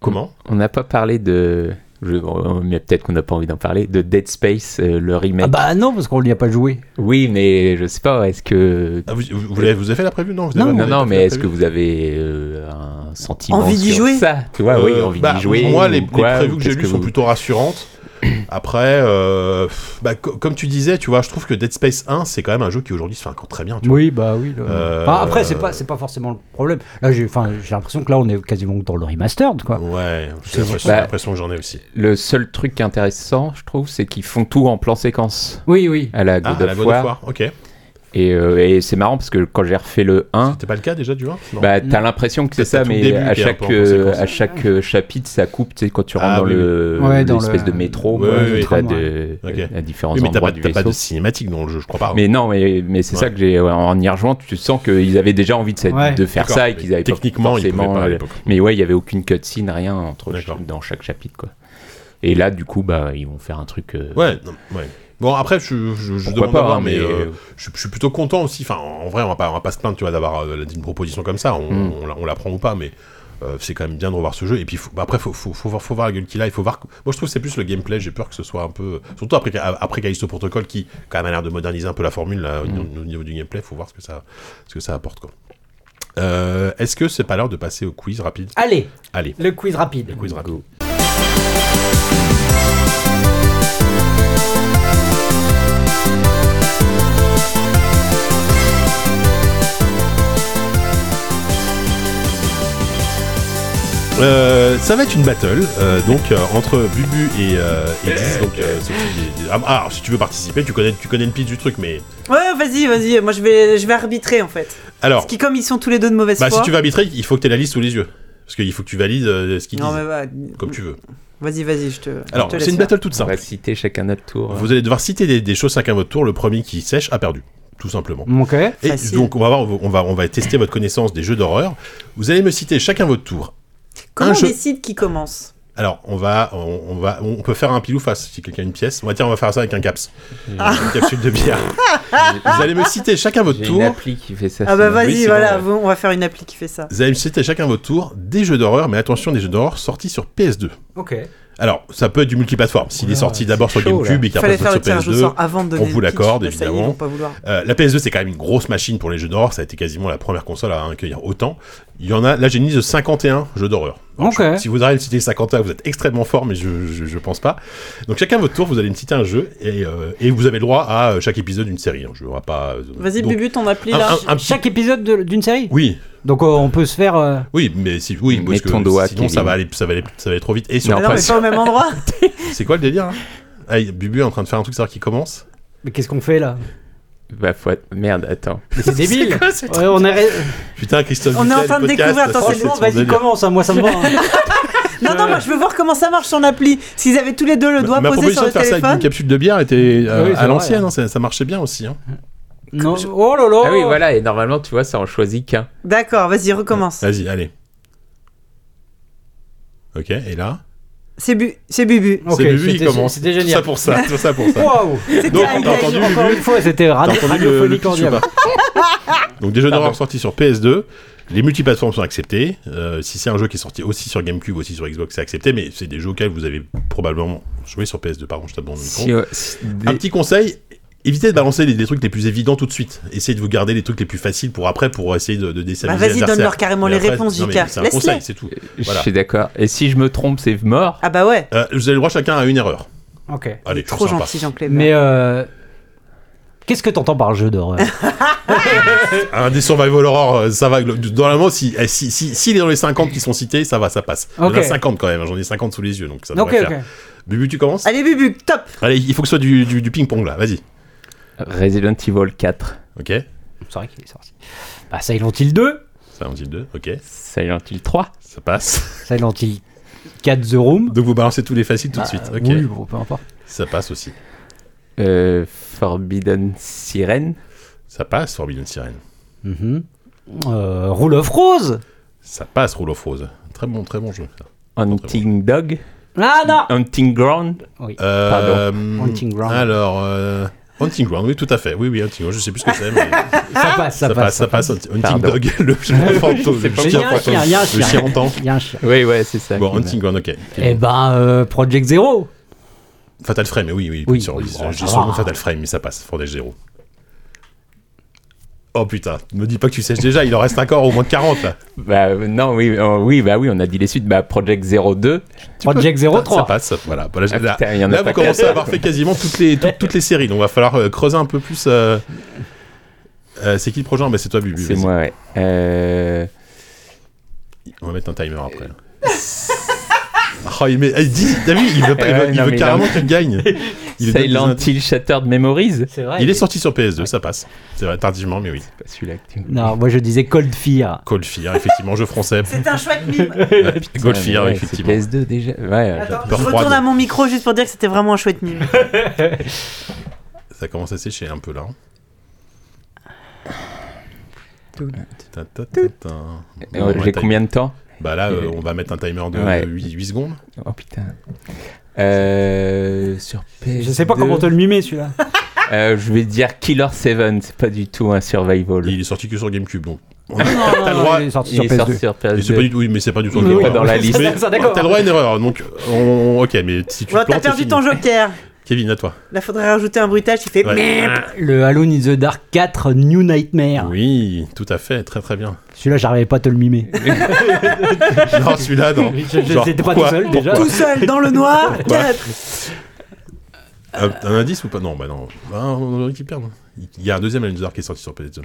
Speaker 1: Comment
Speaker 3: on n'a pas parlé de. je- euh, mais peut-être qu'on n'a pas envie d'en parler. De Dead Space, euh, le remake.
Speaker 4: Ah bah non, parce qu'on n'y a pas joué.
Speaker 3: Oui, mais je sais pas, est-ce que.
Speaker 1: Ah, vous, vous, vous l'avez- vous avez fait la preview Non, vous avez
Speaker 4: Non,
Speaker 1: pas- vous
Speaker 3: Non,
Speaker 1: avez
Speaker 3: non,
Speaker 1: pas fait
Speaker 3: mais
Speaker 1: la
Speaker 3: est-ce que
Speaker 1: preview
Speaker 3: vous avez euh, un sentiment
Speaker 2: Envie d'y
Speaker 3: sur
Speaker 2: jouer
Speaker 3: ça Tu vois, oui,
Speaker 1: Euh,
Speaker 3: envie
Speaker 1: bah,
Speaker 3: d'y jouer.
Speaker 1: Moi,
Speaker 3: ou
Speaker 1: les, les
Speaker 3: quoi,
Speaker 1: previews
Speaker 3: ou
Speaker 1: que j'ai
Speaker 3: qu'est-ce
Speaker 1: lues sont
Speaker 3: vous-
Speaker 1: plutôt
Speaker 3: [clears throat]
Speaker 1: rassurantes. Après, euh, pff, bah, co- comme tu disais, tu vois, je trouve que Dead Space 1, c'est quand même un jeu qui aujourd'hui se fait encore très bien. Tu vois.
Speaker 4: Oui, bah oui. le-
Speaker 1: Euh,
Speaker 3: Ah,
Speaker 4: Enfin, après, c'est pas, c'est pas forcément le problème. Là, j'ai enfin, j'ai l'impression que là, on est quasiment dans le remastered, quoi.
Speaker 1: Ouais, j'ai l'impression
Speaker 3: Bah,
Speaker 1: j'ai l'impression que j'en ai aussi.
Speaker 3: Le seul truc intéressant, je trouve, c'est qu'ils font tout en plan séquence
Speaker 4: Oui, oui.
Speaker 3: à la God,
Speaker 1: Ah, à la
Speaker 3: of,
Speaker 1: God
Speaker 3: War.
Speaker 1: of War, ok.
Speaker 3: Et, euh, et c'est marrant parce que quand j'ai refait le 1,
Speaker 1: C'était pas le cas déjà du 1 Non.
Speaker 3: Hein Bah, t'as
Speaker 4: Mm.
Speaker 3: l'impression que
Speaker 1: Peut-être
Speaker 3: c'est ça,
Speaker 1: au
Speaker 3: mais
Speaker 1: début,
Speaker 3: à
Speaker 1: t'es un
Speaker 3: chaque,
Speaker 1: peu en
Speaker 3: euh,
Speaker 1: conséquence.
Speaker 3: à chaque euh, chapitre, ça coupe, tu sais, quand tu rentres
Speaker 1: Ah,
Speaker 3: dans
Speaker 1: oui,
Speaker 3: le
Speaker 4: Ouais, dans
Speaker 3: l'espèce
Speaker 4: le-
Speaker 3: de métro,
Speaker 1: Oui,
Speaker 3: quoi,
Speaker 1: oui, oui.
Speaker 3: tu vois, de,
Speaker 1: Ok.
Speaker 3: euh, à différents
Speaker 1: Oui, mais t'as
Speaker 3: endroits
Speaker 1: pas,
Speaker 3: du
Speaker 1: t'as pas
Speaker 3: vaisseau.
Speaker 1: de cinématique dans le jeu, je crois pas.
Speaker 3: Mais non, mais, mais c'est
Speaker 1: Oh. Ouais.
Speaker 3: ça que j'ai. ouais, En y rejoignant, tu sens qu'ils avaient déjà envie de, cette-
Speaker 4: Ouais.
Speaker 3: de faire
Speaker 1: D'accord.
Speaker 3: ça et qu'ils avaient pas
Speaker 1: Techniquement, ils pouvaient
Speaker 3: forcément,
Speaker 1: pas à
Speaker 3: euh,
Speaker 1: l'époque.
Speaker 3: Mais ouais, il y avait aucune cutscene, rien entre
Speaker 1: D'accord.
Speaker 3: dans chaque chapitre, quoi. Et là, du coup, bah, ils vont faire un truc. euh,
Speaker 1: Ouais, non, ouais. Bon, après, je, je, je
Speaker 3: Pourquoi
Speaker 1: demande
Speaker 3: pas,
Speaker 1: à voir,
Speaker 3: hein,
Speaker 1: mais,
Speaker 3: mais,
Speaker 1: euh,
Speaker 3: euh,
Speaker 1: je, je suis plutôt content aussi. Enfin, en vrai, on va pas, on va pas se plaindre, tu vois, d'avoir euh, une proposition comme ça. On,
Speaker 3: Mm.
Speaker 1: on la, on la prend ou pas, mais euh, c'est quand même bien de revoir ce jeu. Et puis, faut- bah, après, faut, faut, faut voir, faut voir la gueule qu'il a. Il faut voir. que- Moi, je trouve que c'est plus le gameplay. J'ai peur que ce soit un peu, surtout après, après Callisto Protocol, qui quand même a l'air de moderniser un peu la formule là, au niveau- au niveau du gameplay. Faut voir ce que ça, ce que ça apporte, quoi. Euh, Est-ce que c'est pas l'heure de passer au quiz rapide
Speaker 4: Allez,
Speaker 1: Allez,
Speaker 4: le quiz rapide.
Speaker 1: le quiz rapide. Euh, ça va être une battle, euh, donc euh, entre Bubu et, euh, et Diz, donc euh, c'est qui- ah, ah, alors, si tu veux participer, tu connais, tu connais le pitch du truc, mais
Speaker 2: Ouais, vas-y, vas-y. Moi, je vais, je vais arbitrer en fait.
Speaker 1: alors,
Speaker 2: Parce que comme ils sont tous les deux de mauvaise
Speaker 1: bah,
Speaker 2: foi.
Speaker 1: si tu veux arbitrer, il faut que tu aies la liste sous les yeux, parce qu'il faut que tu valides euh, ce qu'ils disent,
Speaker 2: Non, mais bah,
Speaker 1: comme tu veux.
Speaker 2: Vas-y, vas-y, je te. je
Speaker 1: Alors,
Speaker 2: te laisse
Speaker 1: c'est une
Speaker 2: faire.
Speaker 1: battle toute
Speaker 3: On
Speaker 1: simple.
Speaker 3: va citer chacun notre tour.
Speaker 1: Vous allez devoir citer des, des choses chacun à votre tour. Le premier qui sèche a perdu, tout simplement.
Speaker 4: Ok.
Speaker 1: Et
Speaker 2: Facile.
Speaker 1: donc, on va, voir, on, va, on va tester votre connaissance des jeux d'horreur. Vous allez me citer chacun votre tour.
Speaker 2: Comment
Speaker 1: un
Speaker 2: on
Speaker 1: jeu.
Speaker 2: décide qui commence
Speaker 1: Alors, on va, on, on va, on peut faire un pile ou face si quelqu'un a une pièce. On va dire, on va faire ça avec un caps,
Speaker 2: Ah.
Speaker 1: une capsule de bière.
Speaker 3: [laughs]
Speaker 1: Vous allez me citer chacun votre
Speaker 3: J'ai
Speaker 1: tour.
Speaker 3: une appli qui fait ça.
Speaker 2: Ah bah
Speaker 3: sinon.
Speaker 2: vas-y,
Speaker 1: oui, c'est
Speaker 2: voilà,
Speaker 1: bon,
Speaker 2: vous- on va faire une appli qui fait ça.
Speaker 1: Vous allez me citer chacun votre tour des jeux d'horreur, mais attention, des jeux d'horreur sortis sur PS2.
Speaker 4: Ok.
Speaker 1: Alors, ça peut être du multiplateforme. S'il est
Speaker 4: Oula,
Speaker 1: sorti
Speaker 4: c'est
Speaker 1: d'abord sur
Speaker 4: chaud, là.
Speaker 1: GameCube et
Speaker 2: Fallait
Speaker 1: qu'après
Speaker 2: faire le
Speaker 1: sorti sur
Speaker 2: tirage au
Speaker 1: PS2.
Speaker 2: sort avant de donner
Speaker 1: on vous
Speaker 2: le pitch,
Speaker 1: l'accorde,
Speaker 2: mais ça y est, ils vont
Speaker 1: évidemment.
Speaker 2: pas vouloir.
Speaker 1: euh, la PS2, c'est quand même une grosse machine pour les jeux d'horreur. Ça a été quasiment la première console à accueillir autant. Il y en a, là, j'ai une liste de 51 jeux d'horreur. Alors,
Speaker 4: Ok.
Speaker 1: je- Si vous arrivez à me citer 51, vous êtes extrêmement fort, mais je, je, je pense pas. Donc, chacun votre tour, vous allez me citer un jeu et, euh, et vous avez le droit à euh, chaque épisode d'une série. hein. Je ne pas. euh,
Speaker 2: Vas-y,
Speaker 1: donc,
Speaker 2: Bubu, ton appli
Speaker 1: un-
Speaker 2: là.
Speaker 1: un- un petit-
Speaker 4: Chaque épisode de- d'une série
Speaker 1: Oui,
Speaker 4: Donc euh, on peut se faire. euh,
Speaker 1: oui, mais si, oui,
Speaker 3: Mets
Speaker 1: parce que
Speaker 3: ton doigt,
Speaker 1: sinon ça
Speaker 3: Kevin.
Speaker 1: va aller, ça va aller, ça va aller trop vite. Et
Speaker 3: Non,
Speaker 1: sur
Speaker 2: Ah non, mais
Speaker 3: passe.
Speaker 2: pas au
Speaker 1: [laughs]
Speaker 2: même endroit.
Speaker 1: c'est quoi le délire hein Ah, il- Bubu est en train de faire un truc, c'est-à-dire qu'il commence.
Speaker 4: Mais qu'est-ce qu'on fait là
Speaker 3: Bah, faut être- Merde, attends.
Speaker 4: Mais c'est
Speaker 1: [laughs]
Speaker 4: débile
Speaker 1: quoi, ce
Speaker 4: Ouais, on, est...
Speaker 1: Putain, Christophe.
Speaker 2: On est en
Speaker 1: Dutel,
Speaker 2: train de
Speaker 1: podcast,
Speaker 2: découvrir,
Speaker 1: ça,
Speaker 2: attends, c'est
Speaker 1: c'est
Speaker 4: bon,
Speaker 1: son
Speaker 4: vas-y,
Speaker 1: délire.
Speaker 4: commence, hein, moi ça me
Speaker 1: [laughs]
Speaker 4: va. hein. [laughs]
Speaker 2: non, non, moi je veux voir comment ça marche son appli. S'ils avaient tous les deux le doigt
Speaker 1: Ma
Speaker 2: posé
Speaker 1: proposition de
Speaker 2: sur le
Speaker 1: faire ça avec une
Speaker 2: téléphone.
Speaker 1: capsule de bière était euh,
Speaker 4: Oui, c'est
Speaker 1: à
Speaker 4: vrai,
Speaker 1: l'ancienne,
Speaker 4: hein.
Speaker 1: hein, ça, ça marchait bien aussi. hein.
Speaker 4: Non, Oh là là
Speaker 3: Ah oui, voilà, et normalement, tu vois, ça en choisit qu'un.
Speaker 2: D'accord, vas-y, recommence.
Speaker 1: Vas-y, allez. Ok, et là
Speaker 2: C'est bu... c'est Bubu.
Speaker 4: Ok,
Speaker 1: C'est lui qui
Speaker 4: c'était-
Speaker 1: commence.
Speaker 4: C'était
Speaker 1: Tout ça
Speaker 4: génial.
Speaker 1: pour ça, tout ça pour ça.
Speaker 4: [laughs] Waouh
Speaker 1: Donc,
Speaker 2: un
Speaker 1: on t'a
Speaker 2: gage.
Speaker 1: entendu,
Speaker 4: Encore
Speaker 1: Bubu
Speaker 4: une fois, c'était
Speaker 1: T'as
Speaker 4: radio-
Speaker 1: entendu le- le
Speaker 4: radiophonique en
Speaker 1: pitch ou
Speaker 4: diable.
Speaker 1: pas
Speaker 4: [laughs]
Speaker 1: Donc, des jeux d'horreur
Speaker 3: Pardon.
Speaker 1: sortis sur PS2, les multiplateformes sont acceptées. Euh, si c'est un jeu qui est sorti aussi sur GameCube, aussi sur Xbox, c'est accepté, mais c'est des jeux auxquels vous avez probablement joué sur PS2. Pardon, je tape dans le micro.
Speaker 3: Si, euh, si-
Speaker 1: Un petit conseil, évitez de balancer les, les trucs les plus évidents tout de suite. Essayez de vous garder les trucs les plus faciles pour après, pour essayer de, de
Speaker 2: Bah
Speaker 1: déstabiliser
Speaker 2: vas-y,
Speaker 1: l'adversaire.
Speaker 2: donne-leur carrément
Speaker 1: Mais
Speaker 2: les
Speaker 1: après,
Speaker 2: réponses,
Speaker 1: non, mais
Speaker 2: Jika.
Speaker 1: C'est un conseil,
Speaker 2: Laisse-les.
Speaker 1: c'est tout.
Speaker 3: Je
Speaker 1: Voilà.
Speaker 3: suis d'accord. Et si je me trompe, c'est mort.
Speaker 2: Ah bah ouais,
Speaker 1: Euh, vous avez le droit chacun à une erreur.
Speaker 4: Ok.
Speaker 1: Allez,
Speaker 2: trop
Speaker 1: sympa.
Speaker 2: gentil Jean Clément.
Speaker 4: Mais euh, qu'est-ce que t'entends par jeu d'horreur
Speaker 1: Un des survival horror, euh, ça va. Normalement, si, eh, si, si, s'il est dans les 50 qui sont cités, ça va, ça passe. Il y en a
Speaker 4: Ok.
Speaker 1: 50 quand même, hein, j'en ai 50 sous les yeux, donc ça
Speaker 4: Ok,
Speaker 1: devrait
Speaker 4: ok.
Speaker 1: faire. Bubu, tu commences
Speaker 2: Allez Bubu, top
Speaker 1: Allez, il faut que ce soit du, du- du ping-pong là, vas-y.
Speaker 3: Resident Evil 4,
Speaker 1: Ok,
Speaker 4: C'est vrai qu'il est sorti. Bah, Silent Hill 2,
Speaker 1: ça on dit 2, ok,
Speaker 3: Silent Hill 3,
Speaker 1: ça passe. [laughs]
Speaker 4: Silent Hill 4 The Room.
Speaker 1: Donc vous balancez tous les faciles tout de suite,
Speaker 4: Bah,
Speaker 1: ok,
Speaker 4: Oui, bon, peu importe.
Speaker 1: ça passe aussi.
Speaker 3: euh, Forbidden Siren,
Speaker 1: Ça passe, Forbidden Siren.
Speaker 4: Mhm. Euh, Rule of Rose
Speaker 1: Ça passe, Rule of Rose. Très bon, très bon jeu.
Speaker 3: Hunting Dog,
Speaker 4: Ah non
Speaker 3: Hunting Ground,
Speaker 1: Euh,
Speaker 4: Hunting Ground.
Speaker 1: Alors, euh, Hunting Ground, oui, tout à fait. Oui, oui, Hunting Ground, je sais plus ce que c'est, mais
Speaker 4: Ça passe, ça,
Speaker 1: ça, passe, ça passe. Hunting
Speaker 3: Pardon.
Speaker 1: Dog, [laughs] le chien fantôme.
Speaker 3: Je sais pas
Speaker 1: le
Speaker 4: Il y
Speaker 1: chien
Speaker 4: a un
Speaker 1: fantôme.
Speaker 4: chien, il y a un
Speaker 1: Le chien
Speaker 4: chien. [laughs]
Speaker 1: hantant.
Speaker 4: Il y a un chien.
Speaker 3: oui, ouais, c'est ça.
Speaker 1: Bon, Hunting Ground, ok.
Speaker 4: Eh ben, euh, Project Zero.
Speaker 1: Fatal Frame, mais oui, oui,
Speaker 4: Oui,
Speaker 1: sur-
Speaker 4: oui,
Speaker 1: sur-
Speaker 4: bon,
Speaker 1: j'ai
Speaker 4: ça
Speaker 1: sur
Speaker 4: va.
Speaker 1: mon Fatal Frame, mais ça passe, Fordage Zero. Oh putain, me dis pas que tu sèches déjà, il en reste encore au moins 40 là.
Speaker 3: Bah, euh, non, oui, euh, oui, bah oui, on a dit les suites. Bah, Project 02,
Speaker 4: Project
Speaker 1: Ça, ça
Speaker 4: 03.
Speaker 1: passe, ça- voilà. Voilà, j'ai-
Speaker 3: Ah,
Speaker 1: là,
Speaker 3: putain, il y en a
Speaker 1: là,
Speaker 3: pas
Speaker 1: vous commencez
Speaker 3: quatre.
Speaker 1: à avoir fait quasiment toutes les, toutes, toutes les séries, donc va falloir euh, creuser un peu plus. euh, euh, c'est qui le prochain bah, C'est toi, Bubu.
Speaker 3: c'est
Speaker 1: vas-y.
Speaker 3: moi, ouais. Euh,
Speaker 1: On va mettre un timer après. [laughs] oh, il met. eh, dis- T'as vu, il veut, pas- il veut-
Speaker 3: Ouais,
Speaker 1: il
Speaker 3: non,
Speaker 1: veut
Speaker 3: mais
Speaker 1: carrément
Speaker 3: il a-
Speaker 1: qu'il gagne. Il est
Speaker 3: Silent
Speaker 1: peut-être-
Speaker 3: Hill Shattered Memories,
Speaker 4: C'est vrai.
Speaker 1: il est sorti sur PS2, ça passe. C'est vrai, tardivement, mais oui.
Speaker 3: c'est pas celui-là que tu me
Speaker 4: Non, moi je disais Cold Fear.
Speaker 1: Cold Fear, effectivement, jeu
Speaker 3: [laughs]
Speaker 1: français.
Speaker 2: C'est un chouette mime
Speaker 1: Ouais, Cold
Speaker 3: Ouais,
Speaker 1: Fear,
Speaker 3: ouais,
Speaker 1: effectivement.
Speaker 3: C'est PS2 déjà. Ouais,
Speaker 4: Ah,
Speaker 3: euh,
Speaker 2: Attends,
Speaker 1: peur
Speaker 2: je
Speaker 1: froide.
Speaker 2: retourne à mon micro juste pour dire que c'était vraiment un chouette
Speaker 1: [laughs]
Speaker 2: mime.
Speaker 1: Ça commence à sécher un peu là. hein. Ta, ta, ta, ta. Bon,
Speaker 3: euh,
Speaker 1: on va
Speaker 3: J'ai
Speaker 1: timer.
Speaker 3: combien de temps
Speaker 1: Bah là, euh, on va mettre un timer de
Speaker 3: Ouais.
Speaker 1: 8, secondes.
Speaker 3: Oh putain. Euh, sur PS2.
Speaker 4: Je sais pas comment te le [laughs] mimer celui-là.
Speaker 3: Euh, je vais dire Killer 7, c'est pas du tout un survival.
Speaker 1: Il est sorti que sur GameCube, donc. On a-
Speaker 4: Non, non,
Speaker 1: t'as le
Speaker 4: non,
Speaker 1: droit.
Speaker 4: hein. il est sorti
Speaker 3: Il
Speaker 4: sur
Speaker 3: est
Speaker 4: PS2.
Speaker 3: sorti sur
Speaker 1: Mais
Speaker 3: PS2.
Speaker 1: c'est pas du tout, oui, mais c'est pas du tout.
Speaker 4: Oui,
Speaker 1: un
Speaker 4: oui,
Speaker 1: erreur.
Speaker 3: dans la
Speaker 1: [laughs]
Speaker 3: liste.
Speaker 1: Mais
Speaker 4: Ça, d'accord.
Speaker 1: T'as le droit à une erreur, donc on... ok, mais si tu te
Speaker 2: Bon, T'as
Speaker 1: plantes, c'est
Speaker 2: perdu
Speaker 1: fini.
Speaker 2: ton joker.
Speaker 1: Kevin, à toi.
Speaker 2: Là faudrait rajouter un bruitage qui fait...
Speaker 1: Ouais.
Speaker 4: Le Alone in the Dark 4 New Nightmare.
Speaker 1: Oui, tout à fait, très très
Speaker 4: [laughs]
Speaker 1: bien.
Speaker 4: Celui-là, j'arrivais pas à te le mimer.
Speaker 1: Non, celui-là, non.
Speaker 4: Je- je-
Speaker 1: Genre,
Speaker 4: J'étais pas tout
Speaker 1: pourquoi
Speaker 4: seul déjà.
Speaker 2: Tout seul dans le
Speaker 1: [laughs]
Speaker 2: noir.
Speaker 1: Pourquoi
Speaker 2: quatre.
Speaker 1: Un, un indice ou pas Non, bah non. Bah, on aurait qu'il perde. Il y a un deuxième Alien Dark qui est sorti sur PS2.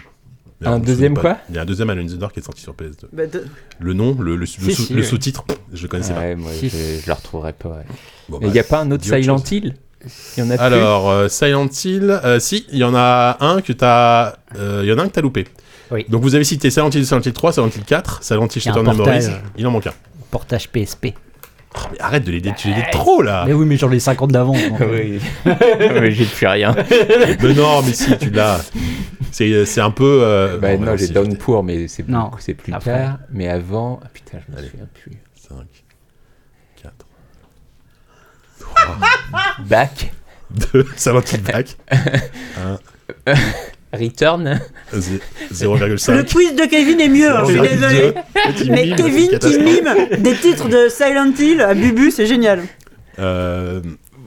Speaker 1: Mais alors,
Speaker 5: Un
Speaker 1: je
Speaker 5: deuxième
Speaker 1: connais pas.
Speaker 5: quoi
Speaker 1: Il y a un deuxième Alan in the Dark qui est sorti sur PS2.
Speaker 2: Bah, de-
Speaker 1: Le nom, le, le- le
Speaker 5: Si,
Speaker 1: sous-
Speaker 5: si,
Speaker 1: le
Speaker 5: ouais.
Speaker 1: sous-titre, je le connaissais
Speaker 3: Ouais, moi, je,
Speaker 5: Si.
Speaker 3: je la retrouverai pas. ouais.
Speaker 1: pas. Bon,
Speaker 5: Mais il
Speaker 1: bah,
Speaker 5: n'y a pas un autre
Speaker 1: dis autre
Speaker 5: Silent
Speaker 1: chose.
Speaker 5: Hill Il y en a
Speaker 1: Alors, euh, Silent Hill, euh, si, il y en a un que t'as, euh, il y en a un que t'as loupé.
Speaker 4: Oui.
Speaker 1: Donc vous avez cité Silent Hill, Silent Hill 3, Silent Hill 4, Silent Hill
Speaker 4: y a
Speaker 1: Shattered
Speaker 4: un portage.
Speaker 1: Memories, il en manque un.
Speaker 4: Portage PSP.
Speaker 1: Ah, mais arrête de les détruire trop là
Speaker 4: Mais oui, mais genre les 50
Speaker 1: [laughs]
Speaker 4: d'avant. donc, euh,
Speaker 3: [laughs]
Speaker 5: [laughs]
Speaker 3: Oui. mais j'ai plus rien.
Speaker 1: Mais non, mais si, tu l'as. C'est c'est un peu... euh,
Speaker 3: bah,
Speaker 1: bon,
Speaker 3: non,
Speaker 1: bah,
Speaker 3: j'ai
Speaker 1: c'est-
Speaker 3: Downpour, mais c'est
Speaker 4: Non,
Speaker 3: beaucoup- c'est plus
Speaker 4: après.
Speaker 3: tard. Mais avant. Ah, putain, je me
Speaker 1: Allez.
Speaker 3: souviens plus.
Speaker 1: 5, 4,
Speaker 3: Back.
Speaker 1: 2, [laughs] Silent Hill Back,
Speaker 3: Return.
Speaker 1: zé-
Speaker 2: Le
Speaker 1: 0,5.
Speaker 2: quiz de Kevin est mieux, hein, je suis désolé.
Speaker 1: Petit
Speaker 2: Mais
Speaker 1: mime,
Speaker 2: Kevin qui
Speaker 1: catastrophe.
Speaker 2: mime des titres de Silent Hill à Bubu, c'est génial.
Speaker 1: Euh,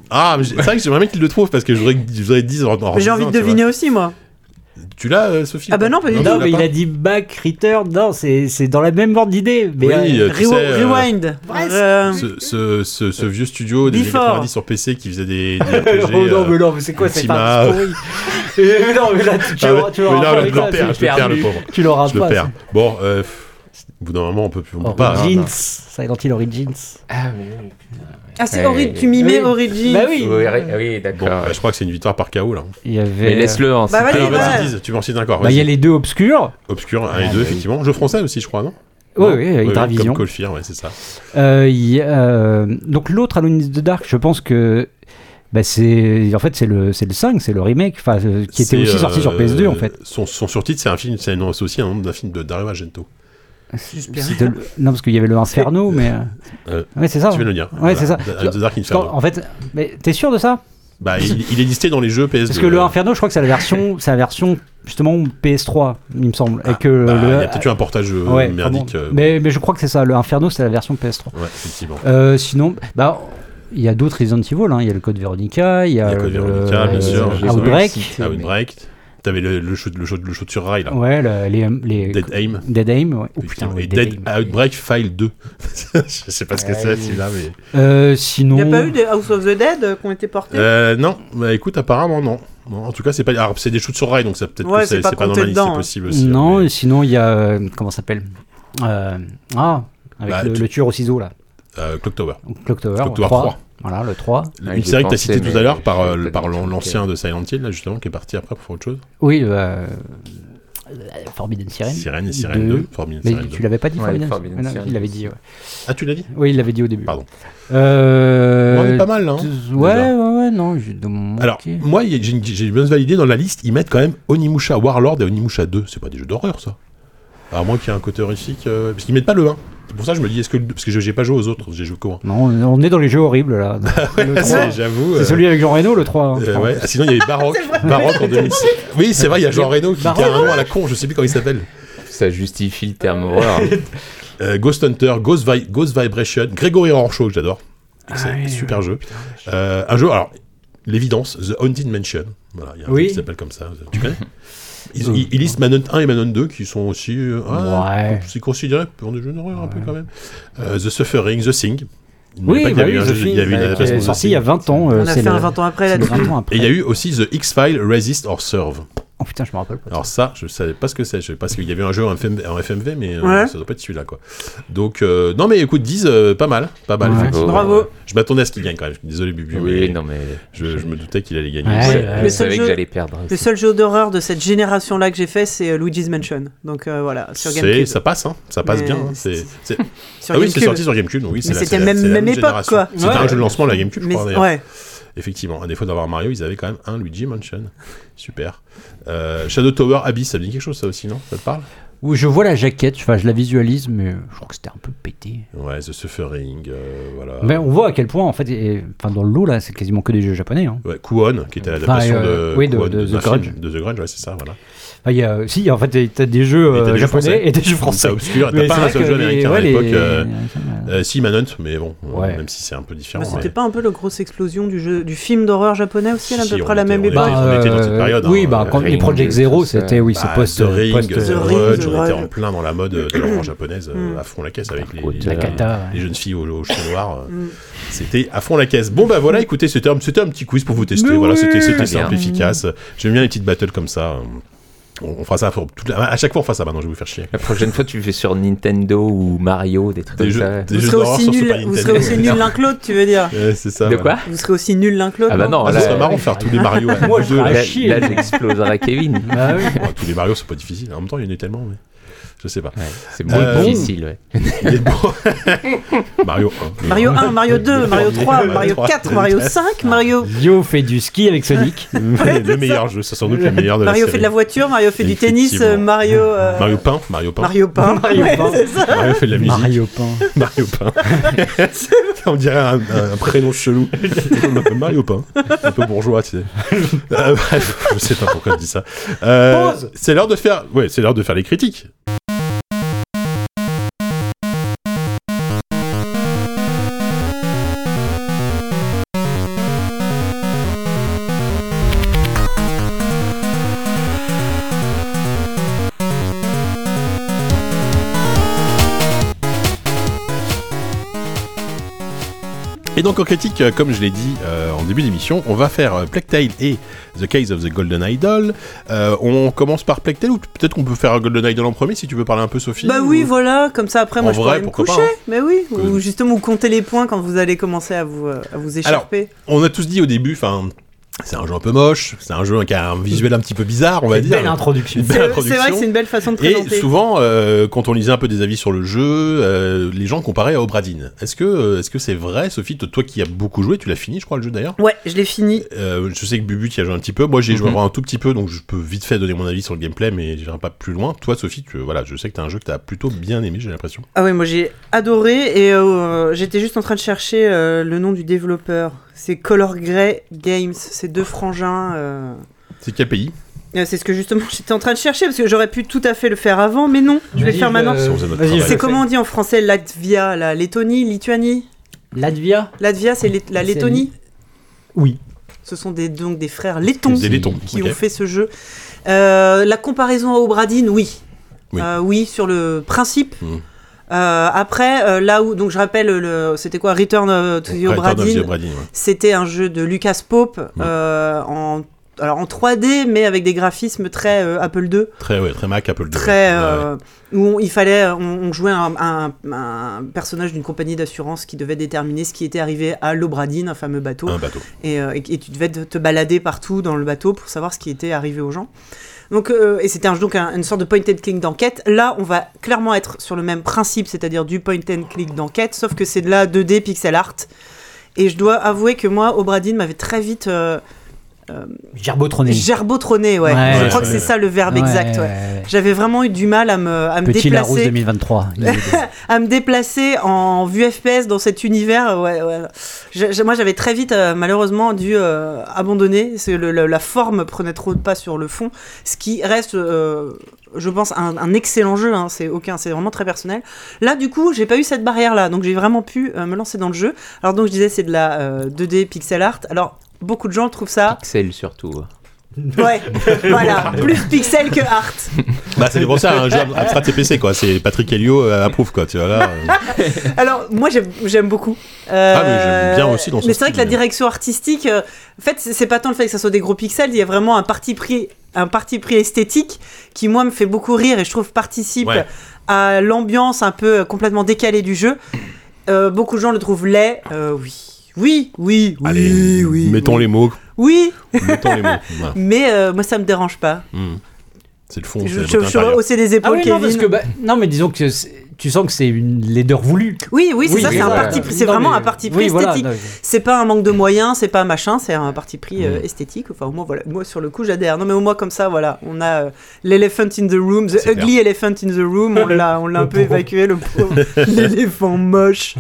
Speaker 1: Ah, mais j'ai- c'est vrai que j'aimerais bien qu'il le trouve parce que je voudrais, je voudrais dire. en- en
Speaker 2: J'ai envie
Speaker 1: disant, tu
Speaker 2: de
Speaker 1: vois.
Speaker 2: deviner aussi, moi.
Speaker 1: Tu l'as, euh, Sophie
Speaker 2: Ah bah non, pas du tout.
Speaker 1: tu
Speaker 4: Non,
Speaker 1: l'as
Speaker 4: mais il
Speaker 1: pas
Speaker 4: a dit back, return. Non, c'est c'est dans la même ordre d'idée. Mais
Speaker 1: Oui,
Speaker 4: euh,
Speaker 1: euh, tu
Speaker 2: Rew-
Speaker 1: sais, euh,
Speaker 2: Rewind.
Speaker 4: Bref.
Speaker 2: Euh,
Speaker 1: ce, ce, ce, ce vieux studio des années
Speaker 2: Before.
Speaker 1: 90 sur PC qui faisait
Speaker 4: [laughs]
Speaker 1: des, des
Speaker 4: oh
Speaker 1: RPG.
Speaker 4: non,
Speaker 1: euh,
Speaker 4: mais non, mais c'est quoi cette
Speaker 1: Ultima.
Speaker 4: farce pourrie
Speaker 1: [laughs]
Speaker 4: Euh, mais Non, mais là, tu, tu
Speaker 1: ah ouais,
Speaker 4: l'auras- tu l'auras
Speaker 1: mais là,
Speaker 4: pas,
Speaker 1: je
Speaker 4: mais
Speaker 1: le perds,
Speaker 4: ça, c'est-
Speaker 1: je le perds, le
Speaker 3: perdu.
Speaker 1: pauvre.
Speaker 4: Tu l'auras
Speaker 1: Je le
Speaker 4: pas.
Speaker 1: perds. Bon, euh, pff, au bout d'un moment, on peut plus. On peut pas. hein.
Speaker 4: Origins. Silent Hill Origins.
Speaker 3: Ah, mais oui.
Speaker 2: Ah, c'est
Speaker 3: Ouais.
Speaker 2: Origin, tu mimais
Speaker 4: Oui.
Speaker 2: Origin.
Speaker 4: Bah oui.
Speaker 3: Oui, ré- oui,
Speaker 1: Bon,
Speaker 3: d'accord.
Speaker 1: bah, je crois que c'est une victoire par KO là.
Speaker 2: Ah,
Speaker 4: Il y avait.
Speaker 3: mais laisse-le
Speaker 5: hein,
Speaker 3: en
Speaker 2: Bah,
Speaker 1: Alors,
Speaker 2: vas-y,
Speaker 1: vas-y,
Speaker 2: ouais.
Speaker 1: dis, tu m'en cites encore.
Speaker 4: Bah, il y a
Speaker 1: vas-y.
Speaker 4: les deux obscurs.
Speaker 1: Obscur 1 et 2,
Speaker 3: Ah, bah oui.
Speaker 1: effectivement. Jeu français aussi, je crois, non
Speaker 4: Oui,
Speaker 1: Non.
Speaker 4: oui,
Speaker 1: Oui, oui,
Speaker 4: Hydravision.
Speaker 1: Comme Cold Fear, ouais, c'est ça.
Speaker 4: Euh, il y a, euh, donc l'autre Alone in the Dark, je pense que bah, c'est en fait c'est le c'est le 5, c'est le remake, enfin euh, qui était
Speaker 1: C'est,
Speaker 4: aussi sorti sur
Speaker 1: euh,
Speaker 4: PS2 en fait.
Speaker 1: Son, son surtitre, c'est un film, c'est non, c'est aussi un nom d'un film de Dario Argento.
Speaker 4: C'était le- Non parce qu'il y avait le Inferno, mais euh,
Speaker 1: Euh,
Speaker 4: ouais c'est ça.
Speaker 1: Tu viens de le dire.
Speaker 4: Ouais, c'est ça.
Speaker 1: Voilà, The Dark
Speaker 4: Parce qu'en-
Speaker 1: Inferno.
Speaker 4: en fait, mais t'es sûr de ça
Speaker 1: Bah, il, il est listé dans les jeux PS2.
Speaker 4: Parce que le Inferno, je crois que c'est la version, c'est la version justement PS3, il me semble, et que
Speaker 1: Bah, Il y
Speaker 4: le
Speaker 1: a peut-être eu un portage euh,
Speaker 4: ouais,
Speaker 1: merdique.
Speaker 4: pardon.
Speaker 1: euh,
Speaker 4: mais, mais je crois que c'est ça. Le Inferno, c'est la version PS3.
Speaker 1: Ouais, effectivement.
Speaker 4: Euh, sinon, bah il y a d'autres Resident Evil. hein. Il y a le Code Veronica, il y a,
Speaker 1: Il y a Code
Speaker 4: le-
Speaker 3: Ah,
Speaker 4: euh,
Speaker 1: Veronica,
Speaker 3: euh,
Speaker 1: bien sûr,
Speaker 4: le
Speaker 1: je sais.
Speaker 4: Outbreak.
Speaker 1: Ah, Windbreak. T'avais le, le, shoot, le, shoot, le shoot sur rail, là.
Speaker 4: Ouais, le- les, les
Speaker 1: Dead Aim.
Speaker 4: Dead Aim, ouais. Oh, putain,
Speaker 1: effectivement.
Speaker 4: ouais,
Speaker 1: et
Speaker 4: Dead
Speaker 1: Dead Ah,
Speaker 4: Aim.
Speaker 1: Outbreak File 2. [laughs] je sais pas ce que c'est, celui-là, mais.
Speaker 4: Euh,
Speaker 2: Il
Speaker 4: sinon,
Speaker 2: n'y a pas eu des House of the Dead euh, qui ont été portés
Speaker 1: Euh, non, bah écoute, apparemment, non. Non, en tout cas, c'est pas. Alors, c'est des shoots sur rail, donc ça peut-être
Speaker 2: Ouais,
Speaker 1: que
Speaker 2: c'est
Speaker 1: c'est
Speaker 2: pas
Speaker 1: c'est pas dans
Speaker 2: compté
Speaker 1: ma liste,
Speaker 2: dedans,
Speaker 1: c'est
Speaker 2: hein.
Speaker 1: possible aussi.
Speaker 4: non,
Speaker 1: mais-
Speaker 4: et sinon il y a euh, comment ça s'appelle Euh, Ah, avec
Speaker 1: Bah,
Speaker 4: le,
Speaker 1: tu-
Speaker 4: le tueur au ciseau là,
Speaker 1: Euh, Clock Tower.
Speaker 4: donc Clock Tower,
Speaker 1: Clock Tower
Speaker 4: 3.
Speaker 1: 3.
Speaker 4: Voilà le 3.
Speaker 3: Ouais,
Speaker 1: Une
Speaker 3: j'y ai
Speaker 1: série que t'as
Speaker 3: Ah, pensé,
Speaker 1: citée tout
Speaker 3: mais
Speaker 1: à l'heure
Speaker 3: je
Speaker 1: par,
Speaker 3: savais
Speaker 1: euh,
Speaker 3: pas du
Speaker 1: par
Speaker 3: tout
Speaker 1: l'an-
Speaker 3: lequel.
Speaker 1: l'ancien de Silent Hill, là, justement, qui est parti après pour autre chose.
Speaker 4: Oui, euh, euh, Forbidden Siren.
Speaker 1: Sirène et Sirène 2. Forbidden
Speaker 4: Mais
Speaker 1: Sirène 2.
Speaker 4: tu l'avais pas dit
Speaker 3: Ouais,
Speaker 4: Forbidden,
Speaker 3: Forbidden
Speaker 4: Siren.
Speaker 3: Siren.
Speaker 4: Il l'avait dit. ouais.
Speaker 1: Ah, tu l'as dit
Speaker 4: Oui, il l'avait dit au début.
Speaker 1: Pardon.
Speaker 4: Euh,
Speaker 1: On est pas mal, là. hein.
Speaker 4: deux- ouais,
Speaker 1: déjà.
Speaker 4: ouais, ouais, non. j'ai- dans mon-
Speaker 1: Alors,
Speaker 4: ok.
Speaker 1: moi, il y a- j'ai une- j'ai une bonne validée dans la liste. Ils mettent quand même Onimusha Warlord et Onimusha 2. C'est pas des jeux d'horreur, ça. À moins qu'il y ait un côté horrifique. euh, Parce qu'ils mettent pas le 1. C'est pour ça que je me dis, est-ce que le 2 Parce que je- j'ai pas joué aux autres, j'ai joué qu'au 1.
Speaker 4: Non, on est dans les jeux
Speaker 1: [laughs]
Speaker 4: horribles là. Le 3.
Speaker 1: C'est-
Speaker 4: C'est
Speaker 1: J'avoue. euh,
Speaker 4: celui avec Jean Reno, le 3. hein, je
Speaker 1: euh,
Speaker 4: crois.
Speaker 1: ouais. Ah, sinon, il y [laughs] avait Baroque. Baroque en 2006. Oui, c'est vrai, il y a Jean Reno qui, qui a un nom à la con, je sais plus comment il s'appelle.
Speaker 3: Ça justifie le terme horreur. hein.
Speaker 1: Euh, Ghost Hunter, Ghost, Vi- Ghost Vibration, Grégory Rorschach, que j'adore.
Speaker 4: Ah
Speaker 1: C'est un super jeu. Euh, un jeu, alors, l'évidence, The Haunted Mansion. Voilà, il y a un
Speaker 4: Oui.
Speaker 1: jeu qui s'appelle comme ça. euh, Tu connais ils, ils- ils listent Manon 1 et Manon 2 qui sont aussi. euh, ah,
Speaker 4: Ouais.
Speaker 1: C'est considéré pour des jeux d'horreur un peu quand même. Euh, The Suffering, The Thing. Il n'y
Speaker 4: Oui,
Speaker 1: avait pas-
Speaker 4: bah
Speaker 1: il y
Speaker 4: oui,
Speaker 1: avait un
Speaker 4: The
Speaker 1: jeu- il y
Speaker 4: Thing,
Speaker 1: avait une
Speaker 4: euh, qui
Speaker 1: adaptation
Speaker 4: est
Speaker 1: de The
Speaker 4: sorti
Speaker 1: Thing.
Speaker 4: il y a 20 ans. euh,
Speaker 2: On a fait
Speaker 4: c'est le-
Speaker 2: un 20 ans après
Speaker 4: c'est le
Speaker 2: là-dessus.
Speaker 4: 20 ans après.
Speaker 1: Et il y a eu aussi The X-File, Resist or Serve.
Speaker 4: Oh putain, je me rappelle pas.
Speaker 1: Alors ça, je savais pas ce que c'est. Je sais pas ce qu'il y avait un jeu en, FM en FMV, mais euh,
Speaker 2: Ouais.
Speaker 1: ça doit pas être celui-là, quoi. Donc euh, non, mais écoute, 10, euh, pas mal, pas mal.
Speaker 4: Ouais.
Speaker 1: effectivement.
Speaker 2: Bravo.
Speaker 1: Je m'attendais à ce qu'il gagne quand même. Désolé, Bubu,
Speaker 3: oui,
Speaker 1: mais
Speaker 3: non, mais.
Speaker 1: je, je me doutais qu'il allait gagner.
Speaker 4: Ouais,
Speaker 1: C'est-
Speaker 4: ouais.
Speaker 3: Je
Speaker 2: Le seul
Speaker 3: savais que
Speaker 2: jeu-
Speaker 3: j'allais perdre.
Speaker 2: Le seul jeu d'horreur de cette génération-là que j'ai fait, c'est euh, Luigi's Mansion. Donc euh, voilà, sur
Speaker 1: C'est,
Speaker 2: GameCube.
Speaker 1: ça passe, hein, ça passe
Speaker 2: Mais
Speaker 1: bien. hein,
Speaker 2: c'est-
Speaker 1: c'est- c'est-
Speaker 2: Sur
Speaker 1: Ah oui,
Speaker 2: GameCube.
Speaker 1: c'est sorti sur GameCube, donc oui, c'est
Speaker 2: Mais
Speaker 1: la-
Speaker 2: c'était
Speaker 1: c'est la-
Speaker 2: même-
Speaker 1: c'est la
Speaker 2: même époque,
Speaker 1: génération.
Speaker 2: quoi.
Speaker 1: C'était
Speaker 4: Ouais.
Speaker 1: un jeu de lancement, la GameCube, je
Speaker 2: Mais-
Speaker 1: crois. d'ailleurs. Ah,
Speaker 2: ouais.
Speaker 1: Effectivement, à défaut d'avoir Mario, ils avaient quand même un Luigi Mansion. Super. Euh, Shadow Tower Abyss, ça me dit quelque chose, ça aussi, non Ça te parle
Speaker 4: Où euh, je vois la jaquette, enfin je la visualise, mais je crois que c'était un peu pété.
Speaker 1: Ouais, The Suffering, euh, voilà.
Speaker 2: Ben
Speaker 4: Mais on voit à quel point, en fait, et- enfin dans le lot là, c'est quasiment que des jeux japonais. hein.
Speaker 1: Ouais, Kuon, qui était l'adaptation
Speaker 4: Enfin, euh,
Speaker 1: de,
Speaker 4: oui, de-
Speaker 1: Kuon,
Speaker 4: de The
Speaker 1: d'un film,
Speaker 4: Grudge.
Speaker 1: de The Grudge, ouais, c'est ça, voilà.
Speaker 4: Enfin, il y a, si, en fait, t'as des jeux
Speaker 1: Et t'as
Speaker 4: euh,
Speaker 1: des jeux
Speaker 4: japonais
Speaker 1: français.
Speaker 4: et des jeux
Speaker 1: Ça
Speaker 4: français.
Speaker 1: obscur, t'as
Speaker 4: Mais
Speaker 1: pas
Speaker 4: c'est
Speaker 1: un
Speaker 4: vrai
Speaker 1: seul
Speaker 4: que
Speaker 1: jeu
Speaker 4: les-
Speaker 1: américain à
Speaker 4: ouais, les-
Speaker 1: l'époque. euh,
Speaker 4: ouais.
Speaker 1: euh, si, Manhunt, mais bon, euh,
Speaker 4: Ouais.
Speaker 1: même si c'est un peu différent.
Speaker 2: Mais C'était
Speaker 1: ouais.
Speaker 2: pas un peu la grosse explosion du jeu, du film d'horreur japonais aussi, à
Speaker 1: Si,
Speaker 2: peu
Speaker 1: si,
Speaker 2: près
Speaker 1: on
Speaker 2: la
Speaker 1: était-
Speaker 2: même
Speaker 1: on était-
Speaker 2: époque
Speaker 1: on était dans cette période,
Speaker 4: Bah, oui,
Speaker 1: hein,
Speaker 4: bah,
Speaker 1: euh,
Speaker 4: quand les
Speaker 3: Ring,
Speaker 4: Project Zero,
Speaker 3: tout ça.
Speaker 4: c'était, oui, c'est
Speaker 1: Bah,
Speaker 4: post,
Speaker 1: The Ring,
Speaker 4: post- euh,
Speaker 1: The
Speaker 2: Ring,
Speaker 1: Grudge,
Speaker 2: The
Speaker 1: on était
Speaker 2: Grudge.
Speaker 1: en plein dans la mode euh,
Speaker 2: [coughs]
Speaker 1: de l'horreur japonaise, euh,
Speaker 2: Mm.
Speaker 1: à fond la caisse avec les,
Speaker 3: Grudge,
Speaker 1: les-
Speaker 4: la cata.
Speaker 1: les jeunes filles au, au cheveux noirs. euh,
Speaker 2: Mm.
Speaker 1: C'était à fond la caisse. Bon, bah voilà, écoutez, c'était un, c'était un petit quiz pour vous tester.
Speaker 4: Mais
Speaker 1: voilà,
Speaker 4: oui.
Speaker 1: c'était, c'était
Speaker 3: Très
Speaker 1: simple,
Speaker 3: bien.
Speaker 1: efficace. J'aime bien les petites battles comme ça. euh, On, on fera ça pour toute la- à chaque fois on fera ça maintenant. Je vais vous faire chier.
Speaker 3: La prochaine fois, tu fais sur Nintendo ou Mario, des trucs
Speaker 1: Des
Speaker 3: comme
Speaker 1: jeux,
Speaker 3: ça.
Speaker 1: des
Speaker 2: Vous
Speaker 1: jeux
Speaker 2: serez
Speaker 1: d'horreur
Speaker 2: aussi
Speaker 1: sur Super
Speaker 2: nuls vous serez
Speaker 1: Nintendo.
Speaker 2: aussi nuls l'un que l'autre, tu veux dire
Speaker 1: Ouais, c'est ça.
Speaker 3: De
Speaker 1: Ah, ouais.
Speaker 3: quoi
Speaker 2: Vous serez aussi nuls l'un que l'autre
Speaker 3: Ah bah non,
Speaker 1: ah,
Speaker 3: là,
Speaker 1: Ce serait marrant
Speaker 4: ouais.
Speaker 1: de faire tous les
Speaker 3: [laughs]
Speaker 1: Mario. ouais.
Speaker 4: Moi, je
Speaker 1: Ouais,
Speaker 4: Ah,
Speaker 3: Là,
Speaker 4: chier.
Speaker 3: là, j'exploserai Kevin.
Speaker 4: Bah oui.
Speaker 1: [laughs] tous les Mario, c'est pas difficile. En même temps, il y en a tellement, mais je sais pas.
Speaker 3: Ouais, c'est moins
Speaker 1: Euh,
Speaker 3: difficile, ouais.
Speaker 1: Il est
Speaker 3: [laughs]
Speaker 1: beau. Mario 1.
Speaker 2: Mario 1, Mario 2, Mario 3, Mario 4, Mario 5, Mario.
Speaker 4: Yo fait du ski
Speaker 1: [laughs]
Speaker 4: avec Sonic.
Speaker 1: [laughs] le meilleur jeu, c'est sans doute le meilleur de Ah, la
Speaker 2: Mario
Speaker 1: série.
Speaker 2: fait de la voiture, Mario fait du tennis, euh,
Speaker 1: Effectivement.
Speaker 2: Mario. euh,
Speaker 1: Mario Pain, [laughs] Mario Pain.
Speaker 2: Mario Pain.
Speaker 4: Mario
Speaker 2: Ouais,
Speaker 4: Pain.
Speaker 2: c'est ça.
Speaker 1: Mario fait de la musique.
Speaker 4: Mario Pain.
Speaker 1: [laughs] Mario Pain. On dirait un, un- un prénom chelou. On m'appelle Mario Pain. Un peu bourgeois, tu sais. [laughs] Euh, bref, je sais pas pourquoi je dis ça. Euh,
Speaker 4: Pause
Speaker 1: c'est l'heure de faire. Ouais, c'est l'heure de faire les critiques. Et donc en critique, euh, comme je l'ai dit euh, en début d'émission, on va faire euh, Plague Tale et The Case of the Golden Idol. Euh, on commence par Plague Tale ou peut-être qu'on peut faire Golden Idol en premier si tu veux parler un peu Sophie.
Speaker 2: Bah
Speaker 1: ou-
Speaker 2: oui, voilà, comme ça après
Speaker 1: En
Speaker 2: moi je
Speaker 1: vrai,
Speaker 2: pourrais me
Speaker 1: pourquoi
Speaker 2: coucher.
Speaker 1: pas, hein.
Speaker 2: Mais oui,
Speaker 1: Que-
Speaker 2: ou justement vous comptez les points quand vous allez commencer à vous, euh, à vous écharper.
Speaker 1: On a tous dit au début, enfin, c'est un jeu un peu moche, c'est un jeu qui a un visuel un petit peu bizarre, on va dire.
Speaker 4: Belle introduction.
Speaker 1: Une belle
Speaker 2: C'est- c'est vrai que
Speaker 1: introduction.
Speaker 2: c'est une belle façon de
Speaker 1: Et
Speaker 2: présenter.
Speaker 1: souvent, euh, quand on lisait un peu des avis sur le jeu, euh, les gens comparaient à Obradine. Est-ce que euh, est-ce que c'est vrai, Sophie, t- toi qui as beaucoup joué, tu l'as fini, je crois, le jeu d'ailleurs
Speaker 2: Ouais, je l'ai fini.
Speaker 1: Euh, je sais que Bubu qui a joué un petit peu, moi j'ai joué
Speaker 3: Mhm.
Speaker 1: vraiment un tout petit peu, donc je peux vite fait donner mon avis sur le gameplay, mais j'irai pas plus loin. Toi, Sophie, tu, voilà, je sais que t'as un jeu que t'as plutôt bien aimé, j'ai l'impression.
Speaker 2: Ah ouais, moi j'ai adoré et euh, j'étais juste en train de chercher euh, le nom du développeur. C'est Color Grey Games, c'est deux frangins. euh,
Speaker 1: C'est quel pays
Speaker 2: euh, C'est ce que justement [laughs] j'étais en train de chercher parce que j'aurais pu tout à fait le faire avant, mais non, je vais le faire maintenant.
Speaker 1: euh, Si on faisait notre
Speaker 4: Vas-y,
Speaker 1: travail.
Speaker 4: euh, je
Speaker 2: C'est
Speaker 4: le
Speaker 2: comment on dit en français Latvia, la Lettonie, Lituanie
Speaker 4: fais. Latvia
Speaker 2: Latvia, c'est la- la
Speaker 4: C'est-
Speaker 2: Lettonie
Speaker 4: Oui.
Speaker 2: Ce sont des, donc des frères lettons
Speaker 1: Des Lettons,
Speaker 2: qui
Speaker 1: ok.
Speaker 2: ont fait ce jeu. Euh, la comparaison à Obradine, oui.
Speaker 1: Oui.
Speaker 2: Euh, oui, sur le principe.
Speaker 1: Mm.
Speaker 2: Euh, après, euh, là où, donc je rappelle, le, c'était quoi Return euh, to the
Speaker 1: Return of the
Speaker 2: Obradine
Speaker 1: Obradine, ouais.
Speaker 2: C'était un jeu de Lucas Pope
Speaker 1: Mm.
Speaker 2: euh, en, alors en 3D, mais avec des graphismes très euh, Apple II
Speaker 1: Très, ouais, très Mac, Apple II.
Speaker 2: très
Speaker 1: Ouais, ouais.
Speaker 2: euh, où on- il fallait on, on jouait un, un- un personnage d'une compagnie d'assurance qui devait déterminer ce qui était arrivé à l'Obradine, un fameux bateau,
Speaker 1: Un bateau.
Speaker 2: et, euh, et- et tu devais te te balader partout dans le bateau pour savoir ce qui était arrivé aux gens. Donc euh, et c'était un- donc un- une sorte de point and click d'enquête. Là, on va clairement être sur le même principe, c'est-à-dire du point and click d'enquête, sauf que c'est de la 2D pixel art. Et je dois avouer que moi, Obradine m'avait très vite euh,
Speaker 4: Gerbotronné.
Speaker 2: gerbotronné, ouais.
Speaker 4: Ouais,
Speaker 2: je
Speaker 1: ouais,
Speaker 2: crois que
Speaker 1: ouais.
Speaker 2: c'est ça le verbe exact, ouais. J'avais vraiment eu du mal à me, à me
Speaker 4: Petit Larousse
Speaker 2: déplacer. [laughs]
Speaker 4: 2023. Il y a des-
Speaker 2: à me déplacer en vue FPS dans cet univers. euh, Ouais, ouais. Je- je- moi, j'avais très vite, euh, malheureusement, dû euh, abandonner. C'est le- le- la forme prenait trop de pas sur le fond. Ce qui reste, euh, je pense, un, un excellent jeu. hein, c'est aucun, c'est vraiment très personnel. Là, du coup, j'ai pas eu cette barrière-là, donc j'ai vraiment pu euh, me lancer dans le jeu. Alors, donc, je disais, c'est de la euh, 2D pixel art. Alors. Beaucoup de gens trouvent
Speaker 3: [laughs]
Speaker 2: ça,
Speaker 3: Pixel surtout.
Speaker 2: ouais, voilà, plus pixel que art.
Speaker 1: Bah, c'est pour ça, un jeu abstrait TPC, quoi. C'est Patrick Helio euh, approuve, quoi. Tu vois, là, euh,
Speaker 2: Alors, moi, j'aime- j'aime beaucoup. Euh,
Speaker 1: Ah, mais j'aime bien aussi dans ce
Speaker 2: Mais c'est vrai
Speaker 1: style,
Speaker 2: que la
Speaker 1: mais-
Speaker 2: direction artistique, euh, en fait, c'est c'est pas tant le fait que ça soit des gros pixels, il y a vraiment un parti pris un parti pris esthétique qui moi me fait beaucoup rire et je trouve participe
Speaker 1: Ouais.
Speaker 2: à l'ambiance un peu euh, complètement décalée du jeu. Euh, beaucoup de gens le trouvent laid, Euh, oui. Oui, oui, oui,
Speaker 1: allez,
Speaker 2: oui.
Speaker 1: mettons
Speaker 2: oui.
Speaker 1: les mots.
Speaker 2: Oui,
Speaker 1: Mettons les mots. Ouais.
Speaker 2: mais euh, moi ça me dérange pas.
Speaker 1: Mm. C'est le fond. c'est
Speaker 2: Je,
Speaker 1: la
Speaker 2: je,
Speaker 1: beauté
Speaker 2: je
Speaker 1: intérieure.
Speaker 2: haussais des
Speaker 4: Ah
Speaker 2: épaules,
Speaker 4: oui, non, parce
Speaker 2: Kevin.
Speaker 4: que, bah, non, mais disons que c'est- tu sens que c'est une laideur voulue.
Speaker 2: Oui, oui, c'est ça,
Speaker 3: oui,
Speaker 2: c'est un
Speaker 3: voilà.
Speaker 2: parti pris- c'est
Speaker 4: Non,
Speaker 2: vraiment
Speaker 4: mais-
Speaker 2: un parti pris
Speaker 4: oui, voilà,
Speaker 2: esthétique.
Speaker 4: non,
Speaker 2: C'est pas un manque de moyens, c'est pas un machin, c'est un parti pris euh,
Speaker 1: Mm.
Speaker 2: esthétique. Enfin, au moins, voilà. Moi, sur le coup, j'adhère. Non, mais au moins, comme ça, voilà. On a euh, l'elephant in the room, the
Speaker 1: C'est
Speaker 2: ugly elephant in the room. On l'a, on l'a un
Speaker 4: Le
Speaker 2: peu
Speaker 4: pauvre.
Speaker 2: évacué, le
Speaker 1: [laughs]
Speaker 2: pauvre. L'éléphant moche.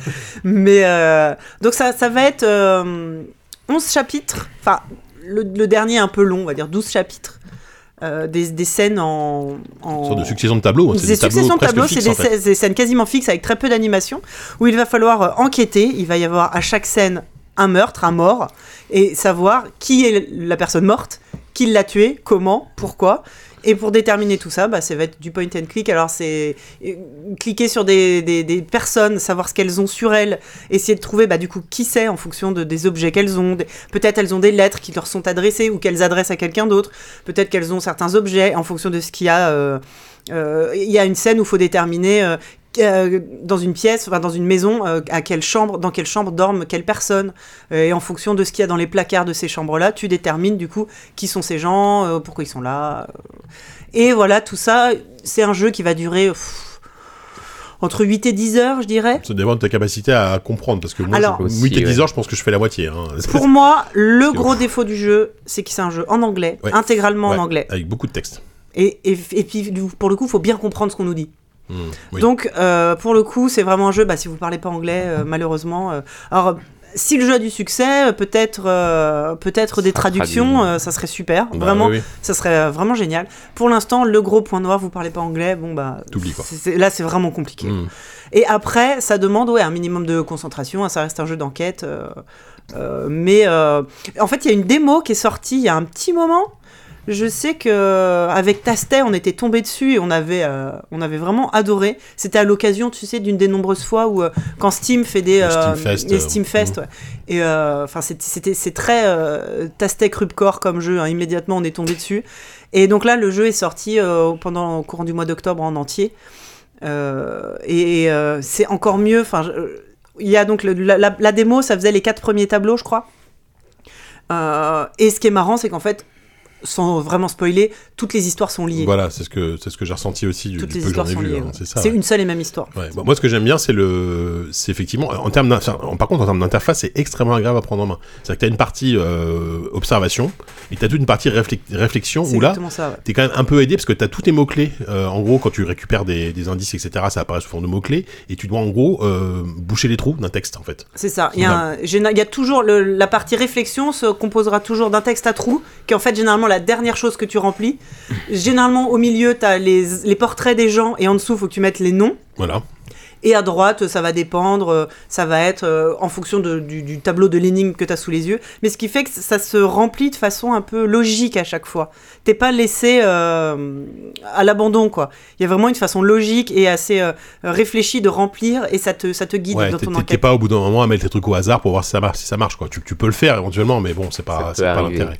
Speaker 2: Mais. euh, donc, ça, ça va être euh, 11 chapitres. Enfin, le, le dernier est un peu long, on va dire 12 chapitres. Euh, des, des scènes en. en-
Speaker 1: Une sorte de succession de tableaux. hein. C'est
Speaker 2: des
Speaker 1: des tableaux
Speaker 2: successions de
Speaker 1: presque
Speaker 2: tableaux, c'est
Speaker 1: fixes,
Speaker 2: des,
Speaker 1: en fait.
Speaker 2: scè- des scènes quasiment fixes avec très peu d'animation, où il va falloir euh, enquêter, il va y avoir à chaque scène un meurtre, un mort, et savoir qui est la personne morte, qui l'a tué, comment, pourquoi. Et pour déterminer tout ça, bah, ça va être du point and click. Alors, c'est euh, cliquer sur des, des- des personnes, savoir ce qu'elles ont sur elles, essayer de trouver bah, du coup qui c'est en fonction de- des objets qu'elles ont. Des- Peut-être elles ont des lettres qui leur sont adressées ou qu'elles adressent à quelqu'un d'autre. Peut-être qu'elles ont certains objets en fonction de ce qu'il y a. euh, euh, Il y a une scène où il faut déterminer. euh, euh, dans une pièce, enfin dans une maison, euh, à quelle chambre, dans quelle chambre dorment quelle personne, Euh, et en fonction de ce qu'il y a dans les placards de ces chambres-là, tu détermines du coup qui sont ces gens, euh, pourquoi ils sont là, et voilà, tout ça, c'est un jeu qui va durer pff, entre 8 et 10 heures, je dirais.
Speaker 1: Ça dépend de ta capacité à comprendre, parce que moi,
Speaker 2: Alors-
Speaker 1: je-
Speaker 3: Aussi,
Speaker 1: 8 et 10
Speaker 3: ouais.
Speaker 1: heures, je pense que je fais la moitié. hein. [laughs]
Speaker 2: Pour moi, le
Speaker 1: C'est
Speaker 2: gros
Speaker 1: ouf.
Speaker 2: défaut du jeu, c'est que c'est un jeu en anglais,
Speaker 1: Ouais.
Speaker 2: intégralement
Speaker 1: Ouais.
Speaker 2: en anglais.
Speaker 1: Avec beaucoup de texte.
Speaker 2: Et, et, et puis, du- pour le coup, il faut bien comprendre ce qu'on nous dit.
Speaker 1: Hmm, oui.
Speaker 2: Donc, euh, pour le coup, c'est vraiment un jeu, bah, si vous parlez pas anglais, euh, malheureusement. euh, alors, euh, si le jeu a du succès, euh, peut-être euh, peut-être des
Speaker 3: sera
Speaker 2: traductions,
Speaker 3: traduit.
Speaker 2: euh, ça serait super.
Speaker 1: Bah,
Speaker 2: vraiment,
Speaker 1: oui, oui.
Speaker 2: ça serait euh, vraiment génial. Pour l'instant, le gros point noir, vous parlez pas anglais, bon bah.
Speaker 1: T'oublies, quoi.
Speaker 2: c'est- c'est- là, c'est vraiment compliqué.
Speaker 1: Hmm.
Speaker 2: Et après, ça demande ouais, un minimum de concentration, hein, ça reste un jeu d'enquête. euh, euh, mais euh, en fait, il y a une démo qui est sortie il y a un petit moment. Je sais que euh, avec Tastet, on était tombé dessus et on avait, euh, on avait vraiment adoré. C'était à l'occasion, tu sais, d'une des nombreuses fois où euh, quand Steam fait des
Speaker 1: Le
Speaker 2: euh,
Speaker 1: Steam Fest,
Speaker 2: les
Speaker 1: euh,
Speaker 2: Steam Fest, ouais. Et euh, enfin, c'est- c'était c'est très euh, Tastet Krupkor comme jeu. hein. Immédiatement, on est tombé dessus. Et donc là, le jeu est sorti euh, pendant au courant du mois d'octobre en entier. Euh, et et, euh, c'est encore mieux. Enfin, je- euh, il y a donc le- la, la- la démo, ça faisait les quatre premiers tableaux, je crois. Euh, et ce qui est marrant, c'est qu'en fait, sans vraiment spoiler, toutes les histoires sont liées.
Speaker 1: Voilà, c'est ce que c'est ce que j'ai ressenti aussi du,
Speaker 2: Toutes
Speaker 1: du
Speaker 2: les
Speaker 1: peu que j'en
Speaker 2: histoires
Speaker 1: ai
Speaker 2: sont
Speaker 1: vu.
Speaker 2: liées.
Speaker 1: hein,
Speaker 2: ouais.
Speaker 1: c'est ça.
Speaker 2: C'est
Speaker 1: ouais.
Speaker 2: une seule et même histoire.
Speaker 1: Ouais, bon, moi, ce que j'aime bien, c'est le, c'est effectivement, en termes, d'in- enfin, en- par contre, en termes d'interface, c'est extrêmement agréable à prendre en main. C'est-à-dire que t'as une partie euh, observation et t'as toute une partie réflex- réflexion
Speaker 2: C'est
Speaker 1: où là,
Speaker 2: exactement ça. ouais.
Speaker 1: t'es quand même un peu aidé parce que t'as tous tes mots-clés. Euh, en gros, quand tu récupères des, des indices, etc., ça apparaît sous forme de mots-clés et tu dois, en gros, euh, boucher les trous d'un texte, en fait.
Speaker 2: C'est ça. Il y, a un- géné- il y a toujours le- la partie réflexion se composera toujours d'un texte à trous, qui est en fait généralement la dernière chose que tu remplis. Généralement, au milieu, tu as les, les portraits des gens et en dessous, il faut que tu mettes les noms.
Speaker 1: Voilà.
Speaker 2: Et à droite, ça va dépendre, euh, ça va être euh, en fonction de- du, du tableau de l'énigme que tu as sous les yeux. Mais ce qui fait que ça se remplit de façon un peu logique à chaque fois. T'es pas laissé euh, à l'abandon, quoi. Il y a vraiment une façon logique et assez euh, réfléchie de remplir et ça te, ça te guide
Speaker 1: Ouais,
Speaker 2: dans
Speaker 1: t'es-
Speaker 2: ton
Speaker 1: t'es t'es
Speaker 2: enquête.
Speaker 1: pas au bout d'un moment à mettre les trucs au hasard pour voir si ça marche, si ça marche quoi. Tu, tu peux le faire éventuellement, mais bon, c'est pas,
Speaker 3: peut
Speaker 1: c'est pas
Speaker 3: arriver.
Speaker 1: l'intérêt.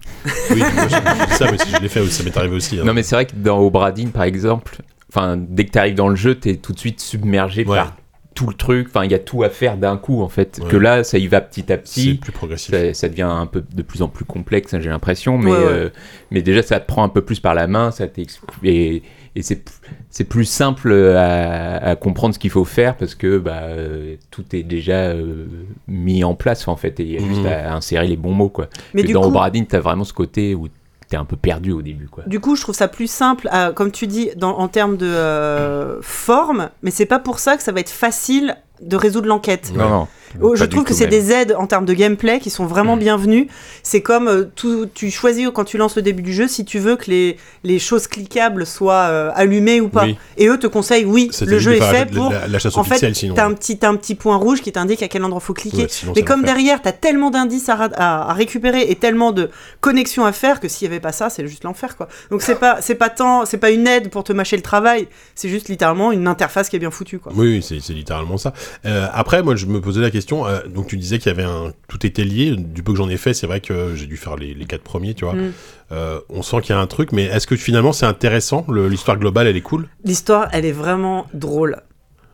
Speaker 1: Oui, moi, je- je dis ça, mais si je l'ai fait, ça m'est arrivé aussi. hein.
Speaker 3: Non, mais c'est vrai que dans Obradine, par exemple, enfin, dès que tu arrives dans le jeu, tu es tout de suite submergé
Speaker 1: Ouais.
Speaker 3: par tout le truc. Enfin, il y a tout à faire d'un coup, en fait.
Speaker 1: Ouais.
Speaker 3: Que là, ça y va petit à
Speaker 1: c'est
Speaker 3: petit.
Speaker 1: plus progressif.
Speaker 3: Ça, ça devient un peu de plus en plus complexe, hein, j'ai l'impression. Mais,
Speaker 2: Ouais, ouais.
Speaker 3: euh, mais déjà, ça te prend un peu plus par la main. Ça t'ex- et et c'est p- c'est plus simple à, à comprendre ce qu'il faut faire parce que bah, euh, tout est déjà euh, mis en place, en fait. Et il y a juste
Speaker 1: Mhm.
Speaker 3: à, à insérer les bons mots, quoi.
Speaker 2: Mais
Speaker 3: Et
Speaker 2: du
Speaker 3: dans
Speaker 2: coup,
Speaker 3: Obradine, t'as vraiment ce côté où t'es un peu perdu au début, quoi.
Speaker 2: Du coup, je trouve ça plus simple, à- comme tu dis, dans- en termes de euh, forme, mais c'est pas pour ça que ça va être facile de résoudre l'enquête.
Speaker 1: Ouais.
Speaker 3: non.
Speaker 2: Oh, je
Speaker 3: Pas du
Speaker 2: trouve que
Speaker 3: tout
Speaker 2: c'est
Speaker 3: même.
Speaker 2: des aides en termes de gameplay qui sont vraiment
Speaker 1: Hmm.
Speaker 2: bienvenues. C'est comme euh, tout, tu choisis quand tu lances le début du jeu si tu veux que les, les choses cliquables soient euh, allumées ou pas.
Speaker 1: Oui.
Speaker 2: Et eux te conseillent, oui,
Speaker 1: C'était
Speaker 2: le jeu est
Speaker 1: limite
Speaker 2: fait
Speaker 1: par la-
Speaker 2: pour.
Speaker 1: la, la chasse aux
Speaker 2: En fait,
Speaker 1: pixels, sinon. hein.
Speaker 2: t'as un, petit- t'as un petit point rouge qui t'indique à quel endroit faut cliquer.
Speaker 1: Ouais, sinon,
Speaker 2: Mais
Speaker 1: ça
Speaker 2: comme
Speaker 1: va faire.
Speaker 2: derrière, t'as tellement d'indices à, ra- à- à récupérer et tellement de connexions à faire que s'il y avait pas ça, c'est juste l'enfer, quoi. Donc c'est pas, c'est pas tant, c'est pas une aide pour te mâcher le travail, c'est juste littéralement une interface qui est bien foutue, quoi.
Speaker 1: Oui, oui, c'est c'est littéralement ça. Euh, après, moi, je me posais la question. euh, donc, tu disais qu'il y avait un. Tout était lié. Du peu que j'en ai fait, c'est vrai que euh, j'ai dû faire les, les quatre premiers, tu vois.
Speaker 2: Mm.
Speaker 1: Euh, on sent qu'il y a un truc, mais est-ce que finalement, c'est intéressant Le- L'histoire globale, elle est cool
Speaker 2: L'histoire, elle est vraiment drôle.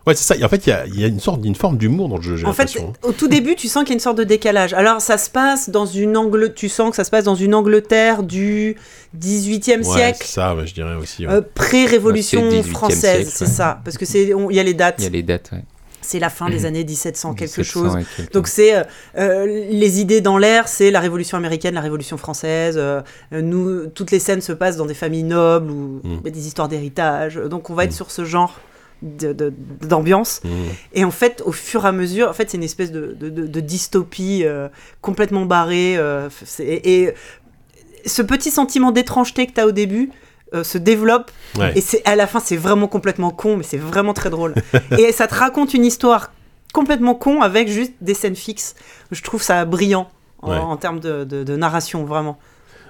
Speaker 1: Ouais, c'est ça. Et En fait, il y a, il y a une sorte d'une forme d'humour dans le jeu, j'ai
Speaker 2: En fait,
Speaker 1: l'impression. hein.
Speaker 2: au tout début, tu sens qu'il y a une sorte de décalage. Alors, ça se passe dans une Angle... tu sens que ça se passe dans une Angleterre du 18e
Speaker 1: ouais,
Speaker 2: siècle,
Speaker 1: c'est ça, ouais, je dirais aussi. ouais.
Speaker 2: euh, pré-révolution
Speaker 3: Ouais, c'est 18e
Speaker 2: française,
Speaker 3: siècle,
Speaker 2: c'est
Speaker 3: ouais.
Speaker 2: ça. Parce que c'est, on- il y a les dates,
Speaker 3: Il y a les dates, ouais.
Speaker 2: c'est la fin
Speaker 3: [clears throat]
Speaker 2: des années 1700 quelque
Speaker 3: 1700
Speaker 2: chose.
Speaker 3: et quelques.
Speaker 2: Donc c'est euh, euh, les idées dans l'air, c'est la Révolution américaine, la Révolution française. euh, euh, nous, toutes les scènes se passent dans des familles nobles ou
Speaker 1: Mm.
Speaker 2: mais des histoires d'héritage. Donc on va être
Speaker 1: Mm.
Speaker 2: sur ce genre de- de- d'ambiance.
Speaker 1: Mm.
Speaker 2: Et en fait, au fur et à mesure, en fait, c'est une espèce de, de- de- de dystopie euh, complètement barrée. euh, c'est- et, et ce petit sentiment d'étrangeté que tu as au début euh, se développe.
Speaker 1: Ouais.
Speaker 2: Et c'est à la fin, c'est vraiment complètement con, mais c'est vraiment très
Speaker 1: [laughs]
Speaker 2: drôle. et ça te raconte une histoire complètement con avec juste des scènes fixes. Je trouve ça brillant en,
Speaker 1: Ouais.
Speaker 2: en termes de, de- de narration, vraiment.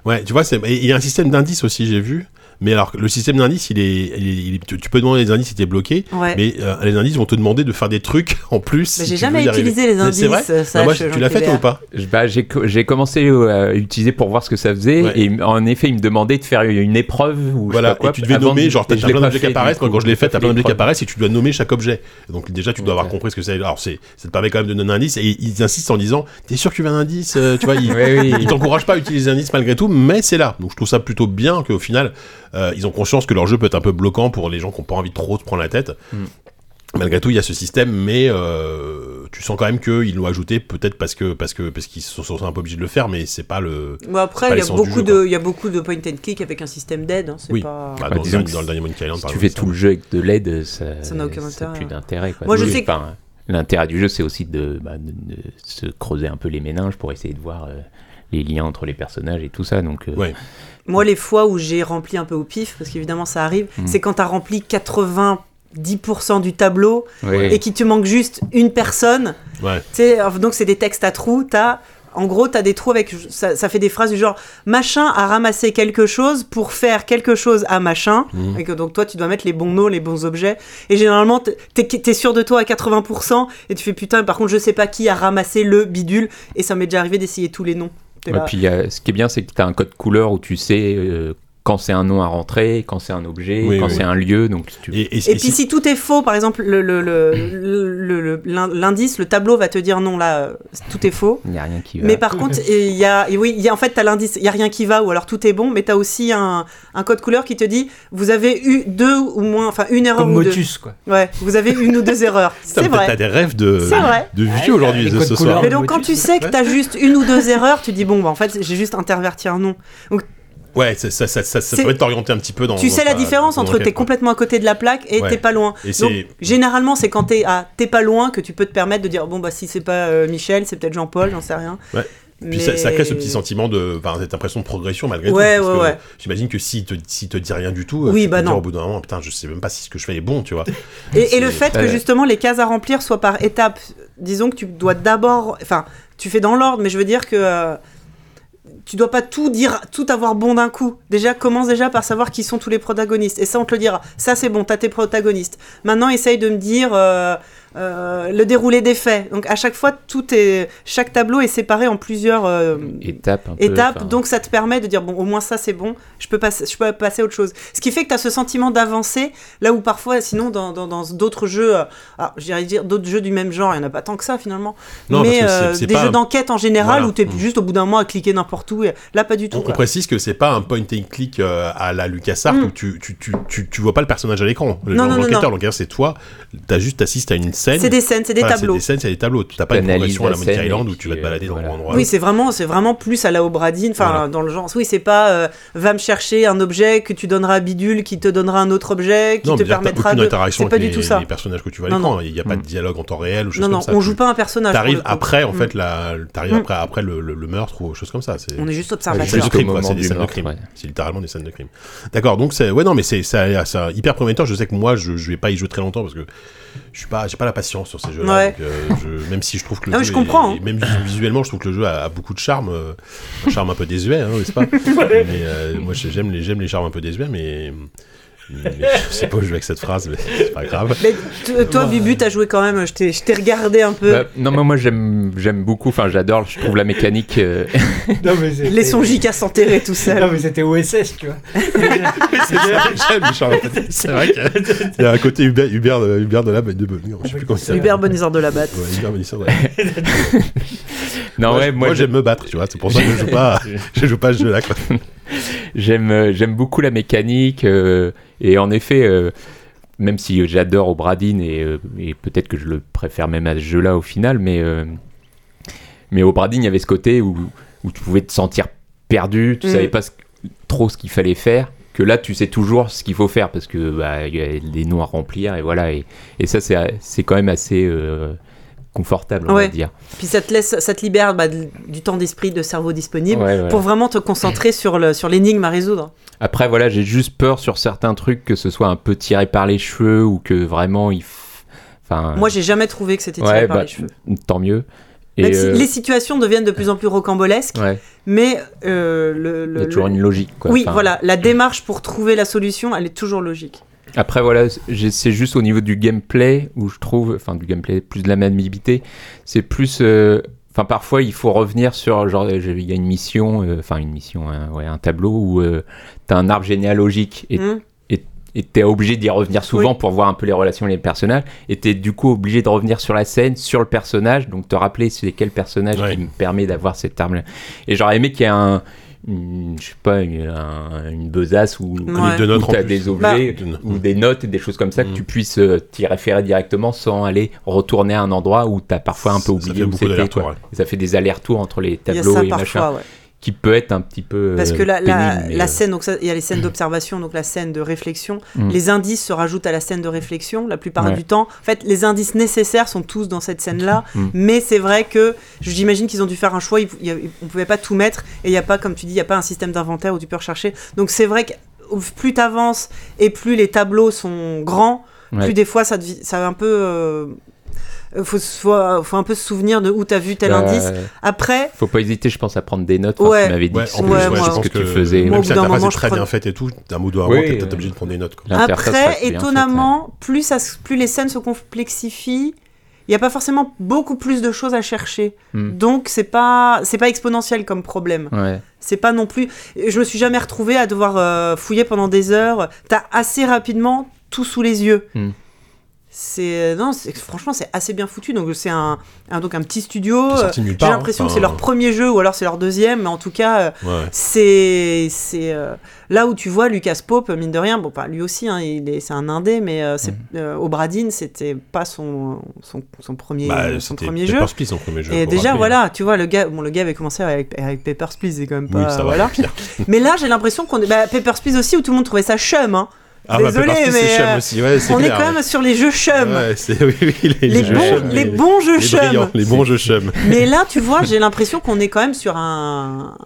Speaker 1: Ouais, tu vois, c'est- et il y a un système d'indices aussi, j'ai vu. Mais alors, le système d'indices, il est, il est- il est- tu tu peux demander les indices si t'es bloqué,
Speaker 2: Ouais.
Speaker 1: mais euh, les indices vont te demander de faire des trucs en plus.
Speaker 2: Mais
Speaker 1: si
Speaker 2: j'ai
Speaker 1: tu veux
Speaker 2: jamais
Speaker 1: y arriver.
Speaker 2: utilisé les
Speaker 1: Mais
Speaker 2: indices.
Speaker 1: C'est vrai
Speaker 2: euh,
Speaker 1: Bah,
Speaker 2: sache,
Speaker 1: moi, je-
Speaker 2: Jean
Speaker 1: tu l'as fait toi,
Speaker 2: Kléber.
Speaker 1: ou pas
Speaker 3: Je- bah, j'ai co- j'ai commencé euh, à utiliser pour voir ce que ça faisait
Speaker 1: Ouais.
Speaker 3: et en effet il me demandait de faire une épreuve ou je sais
Speaker 1: Voilà,
Speaker 3: pas quoi,
Speaker 1: et tu devais
Speaker 3: avant
Speaker 1: nommer,
Speaker 3: de-
Speaker 1: genre,
Speaker 3: et
Speaker 1: t'as
Speaker 3: je
Speaker 1: t'as
Speaker 3: l'ai
Speaker 1: plein
Speaker 3: pas
Speaker 1: d'objets
Speaker 3: fait,
Speaker 1: qui
Speaker 3: du
Speaker 1: apparaissent. Moi,
Speaker 3: coup,
Speaker 1: quand je l'ai fait, t'as plein d'objets qui
Speaker 3: l'épreuve.
Speaker 1: apparaissent et tu dois nommer chaque objet. Donc, déjà, tu dois avoir
Speaker 3: Ok.
Speaker 1: compris ce que c'est. Alors, c'est, ça te permet quand même de donner un indice. Et ils insistent en disant, t'es sûr que tu veux un indice euh,
Speaker 3: [laughs]
Speaker 1: Tu vois, ils,
Speaker 3: Oui, oui.
Speaker 1: ils t'encouragent pas à utiliser les indices malgré tout, mais c'est là. Donc, je trouve ça plutôt bien qu'au final, euh, ils ont conscience que leur jeu peut être un peu bloquant pour les gens qui n'ont pas envie de trop se prendre la tête.
Speaker 3: Mm.
Speaker 1: Malgré tout, il y a ce système, mais euh, tu sens quand même qu'ils l'ont ajouté, peut-être parce que parce que parce qu'ils se sont un peu obligés de le faire, mais c'est pas le.
Speaker 2: Bon,
Speaker 1: C'est pas
Speaker 2: après, il y, a
Speaker 1: l'essence du
Speaker 2: beaucoup
Speaker 1: jeu,
Speaker 2: de, il y a beaucoup de point and click avec un système d'aide. hein, c'est
Speaker 1: Oui.
Speaker 2: pas-
Speaker 1: Bah, dans,
Speaker 3: Ah. disons
Speaker 1: dans-
Speaker 3: que
Speaker 1: dans le dernier Monkey Island,
Speaker 3: Si
Speaker 1: par
Speaker 3: tu
Speaker 1: exemple,
Speaker 3: fais
Speaker 1: ça-
Speaker 3: tout le jeu avec de l'aide, ça
Speaker 2: Ça n'a aucun
Speaker 3: ça a
Speaker 2: intérêt,
Speaker 3: plus
Speaker 2: ouais.
Speaker 3: d'intérêt. quoi.
Speaker 2: Moi, je
Speaker 3: Oui,
Speaker 2: sais que-
Speaker 3: enfin, L'intérêt du jeu, c'est aussi de, bah, de- de se creuser un peu les méninges pour essayer de voir euh, les liens entre les personnages et tout ça. Donc, euh,
Speaker 1: Ouais.
Speaker 2: Moi, les fois où j'ai rempli un peu au pif, parce qu'évidemment ça arrive,
Speaker 3: Mm.
Speaker 2: c'est quand t'as rempli 90% du tableau
Speaker 3: ouais.
Speaker 2: et qu'il te manque juste une personne.
Speaker 1: Ouais.
Speaker 2: Tu sais, euh, donc c'est des textes à trous. T'as, en gros, t'as des trous avec. Ça, ça fait des phrases du genre machin a ramassé quelque chose pour faire quelque chose à machin.
Speaker 1: Mhm.
Speaker 2: Et que donc toi, tu dois mettre les bons noms, les bons objets. Et généralement, t'es- t'es t'es sûr de toi à 80% et tu fais putain. Par contre, je sais pas qui a ramassé le bidule. Et ça m'est déjà arrivé d'essayer tous les noms. T'es
Speaker 3: Ouais,
Speaker 2: là,
Speaker 3: puis, il y a- ce qui est bien, c'est que tu as un code couleur où tu sais euh, quand c'est un nom à rentrer, quand c'est un objet,
Speaker 1: Oui,
Speaker 3: quand
Speaker 1: oui.
Speaker 3: c'est un lieu. Donc, tu...
Speaker 1: Et, et-
Speaker 2: Et
Speaker 1: et
Speaker 2: puis
Speaker 1: si-
Speaker 2: si tout est faux, par exemple, le- le- le- le- le- l'in- l'indice, le tableau va te dire non, là, euh, tout est faux.
Speaker 3: il n'y a rien qui va.
Speaker 2: Mais par contre, il y a, et oui, il y a- en fait, t'as l'indice, il y a rien qui va, ou alors tout est bon, mais t'as aussi un, un code couleur qui te dit, vous avez eu deux ou moins, enfin une erreur
Speaker 4: Comme
Speaker 2: ou
Speaker 4: Motus, quoi.
Speaker 2: deux. Ouais, vous avez une ou deux erreurs.
Speaker 1: Putain,
Speaker 2: C'est
Speaker 1: mais t'as-
Speaker 2: vrai.
Speaker 1: T'as des rêves de,
Speaker 2: C'est vrai.
Speaker 1: de vieux aujourd'hui
Speaker 4: les
Speaker 1: ce
Speaker 4: codes
Speaker 1: ce
Speaker 4: couleurs.
Speaker 1: soir.
Speaker 2: Mais donc quand tu sais que t'as juste une ou deux erreurs, tu dis bon, bah en fait, j'ai juste interverti un nom.
Speaker 1: Ouais, ça, ça, ça, ça, ça
Speaker 2: C'est-
Speaker 1: peut t'orienter un petit peu dans.
Speaker 2: tu sais
Speaker 1: dans
Speaker 2: la
Speaker 1: ta-
Speaker 2: différence
Speaker 1: dans
Speaker 2: entre
Speaker 1: laquelle,
Speaker 2: t'es
Speaker 1: quoi.
Speaker 2: complètement à côté de la plaque et
Speaker 1: Ouais.
Speaker 2: t'es pas loin.
Speaker 1: Et
Speaker 2: Donc,
Speaker 1: c'est.
Speaker 2: généralement, c'est quand t'es à t'es pas loin que tu peux te permettre de dire bon bah si c'est pas euh, Michel, c'est peut-être Jean-Paul, j'en sais rien.
Speaker 1: Ouais. Puis ça, ça crée ce petit sentiment de. Enfin, cette impression de progression malgré
Speaker 2: Ouais,
Speaker 1: tout. parce
Speaker 2: ouais,
Speaker 1: que
Speaker 2: ouais.
Speaker 1: J'imagine que s'il te, s'il te dit rien du tout,
Speaker 2: Oui,
Speaker 1: tu peux
Speaker 2: bah
Speaker 1: te dire
Speaker 2: non.
Speaker 1: au bout d'un moment, putain, je sais même pas si ce que je fais est bon, tu vois.
Speaker 2: Et, et le
Speaker 1: C'est-
Speaker 2: fait que
Speaker 3: Ouais.
Speaker 2: justement les cases à remplir soient par étapes. Disons que tu dois d'abord, enfin, tu fais dans l'ordre, mais je veux dire que euh, tu dois pas tout dire, tout avoir bon d'un coup. Déjà, commence déjà par savoir qui sont tous les protagonistes. Et ça, on te le dira. Ça, c'est bon, t'as tes protagonistes. Maintenant, essaye de me dire euh, euh, le déroulé des faits. Donc, à chaque fois, tout est, chaque tableau est séparé en plusieurs. euh,
Speaker 3: Étape. un peu,
Speaker 2: étape,
Speaker 1: hein.
Speaker 3: enfin,
Speaker 2: donc ça te permet de dire bon, au moins ça c'est bon, je peux passer, je peux passer à autre chose. Ce qui fait que tu as ce sentiment d'avancer, là où parfois, sinon dans dans- dans d'autres jeux, euh, alors j'irais dire d'autres jeux du même genre, il n'y en a pas tant que ça finalement,
Speaker 1: Non, parce
Speaker 2: mais
Speaker 1: que
Speaker 2: euh,
Speaker 1: c'est- c'est
Speaker 2: des
Speaker 1: pas
Speaker 2: jeux
Speaker 1: un-
Speaker 2: d'enquête en général
Speaker 1: Voilà.
Speaker 2: où tu es
Speaker 1: Mm.
Speaker 2: juste au bout d'un mois à cliquer n'importe où, et là pas du
Speaker 1: On,
Speaker 2: tout.
Speaker 1: on
Speaker 2: quoi.
Speaker 1: précise que c'est pas un point and click euh, à la LucasArts
Speaker 2: Mm.
Speaker 1: où tu, tu, tu, tu, tu vois pas le personnage à l'écran. Le
Speaker 2: Non,
Speaker 1: genre
Speaker 2: non, non,
Speaker 1: d'enquêteur,
Speaker 2: non.
Speaker 1: l'enquêteur, c'est toi. T'as juste t'assistes à une scène.
Speaker 2: C'est des scènes, c'est des
Speaker 1: Voilà,
Speaker 2: tableaux.
Speaker 1: C'est des scènes, c'est des tableaux. T'as pas une
Speaker 3: T'analyses
Speaker 1: progression à la
Speaker 3: la
Speaker 1: Monkey
Speaker 3: scène
Speaker 1: Island
Speaker 3: et
Speaker 1: où tu
Speaker 3: puis,
Speaker 1: vas te
Speaker 3: euh,
Speaker 1: balader dans le bon
Speaker 3: voilà.
Speaker 1: endroit.
Speaker 2: Oui, c'est vraiment, c'est vraiment plus à la Obradine, enfin
Speaker 1: Voilà.
Speaker 2: dans le genre. Oui, c'est pas euh, va me chercher un objet que tu donneras à Bidule, qui te donnera un autre objet, qui
Speaker 1: non,
Speaker 2: te
Speaker 1: mais t'as
Speaker 2: permettra
Speaker 1: aucune
Speaker 2: de.
Speaker 1: interaction
Speaker 2: C'est pas
Speaker 1: avec
Speaker 2: du
Speaker 1: les,
Speaker 2: tout ça.
Speaker 1: les personnages que tu vois à
Speaker 2: Non, Mm.
Speaker 1: l'écran. Il n'y a pas de dialogue en temps réel ou choses
Speaker 2: Non, non,
Speaker 1: comme ça.
Speaker 2: on
Speaker 1: Tu-
Speaker 2: joue pas un personnage. pour
Speaker 1: T'arrives
Speaker 2: le coup.
Speaker 1: après, en
Speaker 2: Mm.
Speaker 1: fait, la, t'arrives
Speaker 2: Mm.
Speaker 1: après, après le, le- le meurtre ou choses comme ça. C'est
Speaker 2: On est juste
Speaker 1: c'est
Speaker 3: Juste
Speaker 1: des
Speaker 2: observateur.
Speaker 3: au
Speaker 1: crimes, quoi,
Speaker 3: moment
Speaker 1: c'est des
Speaker 3: du
Speaker 1: scènes de
Speaker 3: meurtre,
Speaker 1: crime.
Speaker 3: ouais.
Speaker 1: C'est littéralement des scènes de crime. D'accord, donc c'est, ouais, non, mais c'est, ça a l'air- c'est un hyper prometteur. Je sais que moi, je, je vais pas y jouer très longtemps parce que je suis pas, j'ai pas la patience sur ces jeux-là.
Speaker 2: Ouais.
Speaker 1: donc, euh, je- même si je trouve que le
Speaker 2: Ah, mais
Speaker 1: jeu
Speaker 2: je comprends,
Speaker 1: est-
Speaker 2: hein.
Speaker 1: même visu- visuellement, je trouve que le jeu a, a beaucoup de charme, euh, un charme un peu désuet, hein, n'est-ce
Speaker 2: [laughs]
Speaker 1: pas Mais euh, moi, je- j'aime les, j'aime les charmes un peu désuets, mais. mais je sais pas où je vais avec cette phrase, mais c'est pas grave.
Speaker 2: Mais t- toi, Bibu, t'as joué quand même, je t'ai je t'ai regardé un peu.
Speaker 3: Bah, non, mais moi j'aime j'aime beaucoup, enfin j'adore, je trouve la mécanique euh, [laughs]
Speaker 4: Non, mais c'était-
Speaker 2: Laissons J.K. s'enterrer tout seul.
Speaker 4: Non, mais c'était OSS, [laughs] tu vois.
Speaker 1: J'aime les charmes un peu désuets. C'est vrai qu'il y a un côté Hubert, Hubert, de- Hubert de la de, de, je sais plus comment il s'appelle.
Speaker 2: Hubert Bonizard de la Batte.
Speaker 1: Ouais, Hubert Bonisseur, ouais.
Speaker 3: [laughs] Non,
Speaker 1: moi,
Speaker 3: ouais,
Speaker 1: j-
Speaker 3: moi,
Speaker 1: moi,
Speaker 3: j'ai-
Speaker 1: j'aime me battre, tu vois, c'est pour ça que je joue
Speaker 3: [laughs]
Speaker 1: pas, je joue pas à ce jeu-là. quoi.
Speaker 3: j'aime euh, j'aime beaucoup la mécanique euh, et en effet, euh, même si euh, j'adore Obradin et, euh, et peut-être que je le préfère même à ce jeu-là au final, mais euh, mais Obradin, il y avait ce côté où, où tu pouvais te sentir perdu, tu
Speaker 2: Mm.
Speaker 3: savais pas ce- trop ce qu'il fallait faire. Que là, tu sais toujours ce qu'il faut faire parce que bah, il y a des noms à remplir et voilà. Et, et ça, c'est c'est quand même assez euh, confortable, on
Speaker 2: Ouais.
Speaker 3: va dire.
Speaker 2: Puis ça te, laisse, ça te libère bah, de- du temps d'esprit, de cerveau disponible
Speaker 3: Ouais, voilà.
Speaker 2: pour vraiment te concentrer sur le- sur l'énigme à résoudre.
Speaker 3: Après, voilà, j'ai juste peur sur certains trucs que ce soit un peu tiré par les cheveux ou que vraiment il. f- Enfin,
Speaker 2: Moi, j'ai jamais trouvé que c'était
Speaker 3: ouais,
Speaker 2: tiré par
Speaker 3: bah,
Speaker 2: les cheveux.
Speaker 3: Tant mieux. Et,
Speaker 2: Même si
Speaker 3: euh,
Speaker 2: les situations deviennent de plus en plus rocambolesques,
Speaker 3: ouais,
Speaker 2: mais euh, le, le-
Speaker 3: il y a toujours
Speaker 2: le-
Speaker 3: une logique. Quoi.
Speaker 2: oui,
Speaker 3: Enfin,
Speaker 2: voilà, la démarche pour trouver la solution, elle est toujours logique.
Speaker 3: Après, voilà, j'ai- c'est juste au niveau du gameplay où je trouve, enfin, du gameplay, plus de la maniabilité. C'est plus. euh, Enfin, parfois, il faut revenir sur. Genre, euh, j'ai- il y a une mission, euh, enfin, une mission, un- ouais, un tableau où euh, t'as un arbre généalogique et
Speaker 2: Hmm.
Speaker 3: et t'es obligé d'y revenir souvent pour voir un peu les relations les personnages et t'es du coup obligé de revenir sur la scène sur le personnage donc te rappeler c'est quel personnage
Speaker 1: Ouais.
Speaker 3: qui me permet d'avoir cette arme là et j'aurais aimé qu'il y ait un une- je sais pas une, un- une besace ou
Speaker 2: Ouais.
Speaker 1: de notre
Speaker 3: où t'as
Speaker 1: en plus.
Speaker 3: des objets
Speaker 1: Bah.
Speaker 3: ou des notes et des choses comme ça que
Speaker 1: Mm.
Speaker 3: tu puisses euh, t'y référer directement sans aller retourner à un endroit où t'as parfois un peu
Speaker 1: Ça- ça
Speaker 3: oublié
Speaker 1: fait
Speaker 3: où
Speaker 1: beaucoup
Speaker 3: c'était
Speaker 1: d'allers-retours,
Speaker 3: quoi.
Speaker 1: ouais.
Speaker 3: Et ça fait des allers-retours entre les
Speaker 2: Il y a
Speaker 3: tableaux
Speaker 2: ça
Speaker 3: et machin
Speaker 2: parfois, ouais.
Speaker 3: qui peut être un petit peu
Speaker 2: Parce que
Speaker 3: euh,
Speaker 2: la, la-
Speaker 3: pénible, mais,
Speaker 2: la
Speaker 3: euh,
Speaker 2: scène, donc ça, il y a les scènes d'observation, donc la scène de réflexion.
Speaker 3: Mm.
Speaker 2: Les indices se rajoutent à la scène de réflexion la plupart
Speaker 3: Ouais.
Speaker 2: du temps. En fait, les indices nécessaires sont tous dans cette scène-là.
Speaker 3: Mm.
Speaker 2: Mais c'est vrai que j'imagine qu'ils ont dû faire un choix. ils- il y a- on pouvait pas tout mettre. Et il n'y a pas, comme tu dis, il n'y a pas un système d'inventaire où tu peux rechercher. Donc c'est vrai que plus t'avances et plus les tableaux sont grands,
Speaker 3: Ouais.
Speaker 2: plus des fois ça, devi- ça a un peu. euh, faut, se- faut, faut un peu se souvenir de où t'as vu tel
Speaker 3: bah,
Speaker 2: indice. Après,
Speaker 3: Faut pas hésiter, je pense, à prendre des notes. Enfin,
Speaker 2: Ouais.
Speaker 3: Tu m'avais dit
Speaker 1: Ouais,
Speaker 3: que
Speaker 1: en
Speaker 3: c'était
Speaker 1: plus,
Speaker 2: Ouais,
Speaker 1: ouais,
Speaker 2: moi,
Speaker 1: je
Speaker 3: ce
Speaker 1: pense
Speaker 2: parce
Speaker 1: que,
Speaker 3: que, tu faisais.
Speaker 2: Moi, au
Speaker 1: même si
Speaker 2: bout d'un
Speaker 1: la phrase est
Speaker 2: moment, je
Speaker 1: très bien
Speaker 2: prenais-
Speaker 1: faite et tout, d'un mot doigt avant,
Speaker 3: Oui,
Speaker 1: t'es peut-être
Speaker 3: euh,
Speaker 1: obligé de prendre des notes. quoi.
Speaker 3: L'interface
Speaker 2: Après,
Speaker 3: reste bien hein.
Speaker 2: étonnamment, plus, ça, se- plus les scènes se complexifient, il n'y a pas forcément beaucoup plus de choses à chercher.
Speaker 3: Hmm.
Speaker 2: Donc, c'est pas, c'est pas exponentiel comme problème.
Speaker 3: faite, ouais.
Speaker 2: C'est pas non plus. Je me suis jamais retrouvée à devoir euh, fouiller pendant des heures. T'as assez rapidement tout sous les yeux.
Speaker 3: Hmm.
Speaker 2: C'est euh, non, c'est- franchement, c'est assez bien foutu. Donc c'est un, un- donc un petit studio. Euh,
Speaker 1: C'est sorti de nulle
Speaker 2: J'ai
Speaker 1: part, hein.
Speaker 2: l'impression que c'est
Speaker 1: Enfin,
Speaker 2: leur premier jeu ou alors c'est leur deuxième, mais en tout cas, euh,
Speaker 1: ouais.
Speaker 2: c'est c'est euh, là où tu vois Lucas Pope mine de rien bon pas lui aussi hein, il est c'est un indé mais euh,
Speaker 1: Mhm.
Speaker 2: c'est euh, Obradin c'était pas son son, son premier
Speaker 1: Bah,
Speaker 2: son
Speaker 1: c'était
Speaker 2: premier jeu
Speaker 1: Papers, Please, son premier jeu.
Speaker 2: et
Speaker 1: faut
Speaker 2: déjà
Speaker 1: rappeler.
Speaker 2: voilà tu vois le gars bon le gars avait commencé avec, avec Papers Please c'est quand même pas
Speaker 1: euh. Oui, ça va.
Speaker 2: Bah, voilà
Speaker 1: pire.
Speaker 2: [laughs] mais là j'ai l'impression qu'on est bah, Papers Please aussi où tout le monde trouvait ça chum hein.
Speaker 1: Ah, bah,
Speaker 2: Désolé,
Speaker 1: Papers, Please, c'est
Speaker 2: mais,
Speaker 1: chum
Speaker 2: euh,
Speaker 1: aussi. Ouais, c'est
Speaker 2: on est
Speaker 1: clair,
Speaker 2: quand
Speaker 1: ouais.
Speaker 2: même sur les jeux chum
Speaker 1: Ouais, c'est- oui, oui, les,
Speaker 2: les,
Speaker 1: jeux
Speaker 2: bons
Speaker 1: chum,
Speaker 2: les bons jeux
Speaker 1: les
Speaker 2: chum
Speaker 1: brillants, les bons jeux chum.
Speaker 2: Mais là, tu vois, j'ai l'impression qu'on est quand même sur un,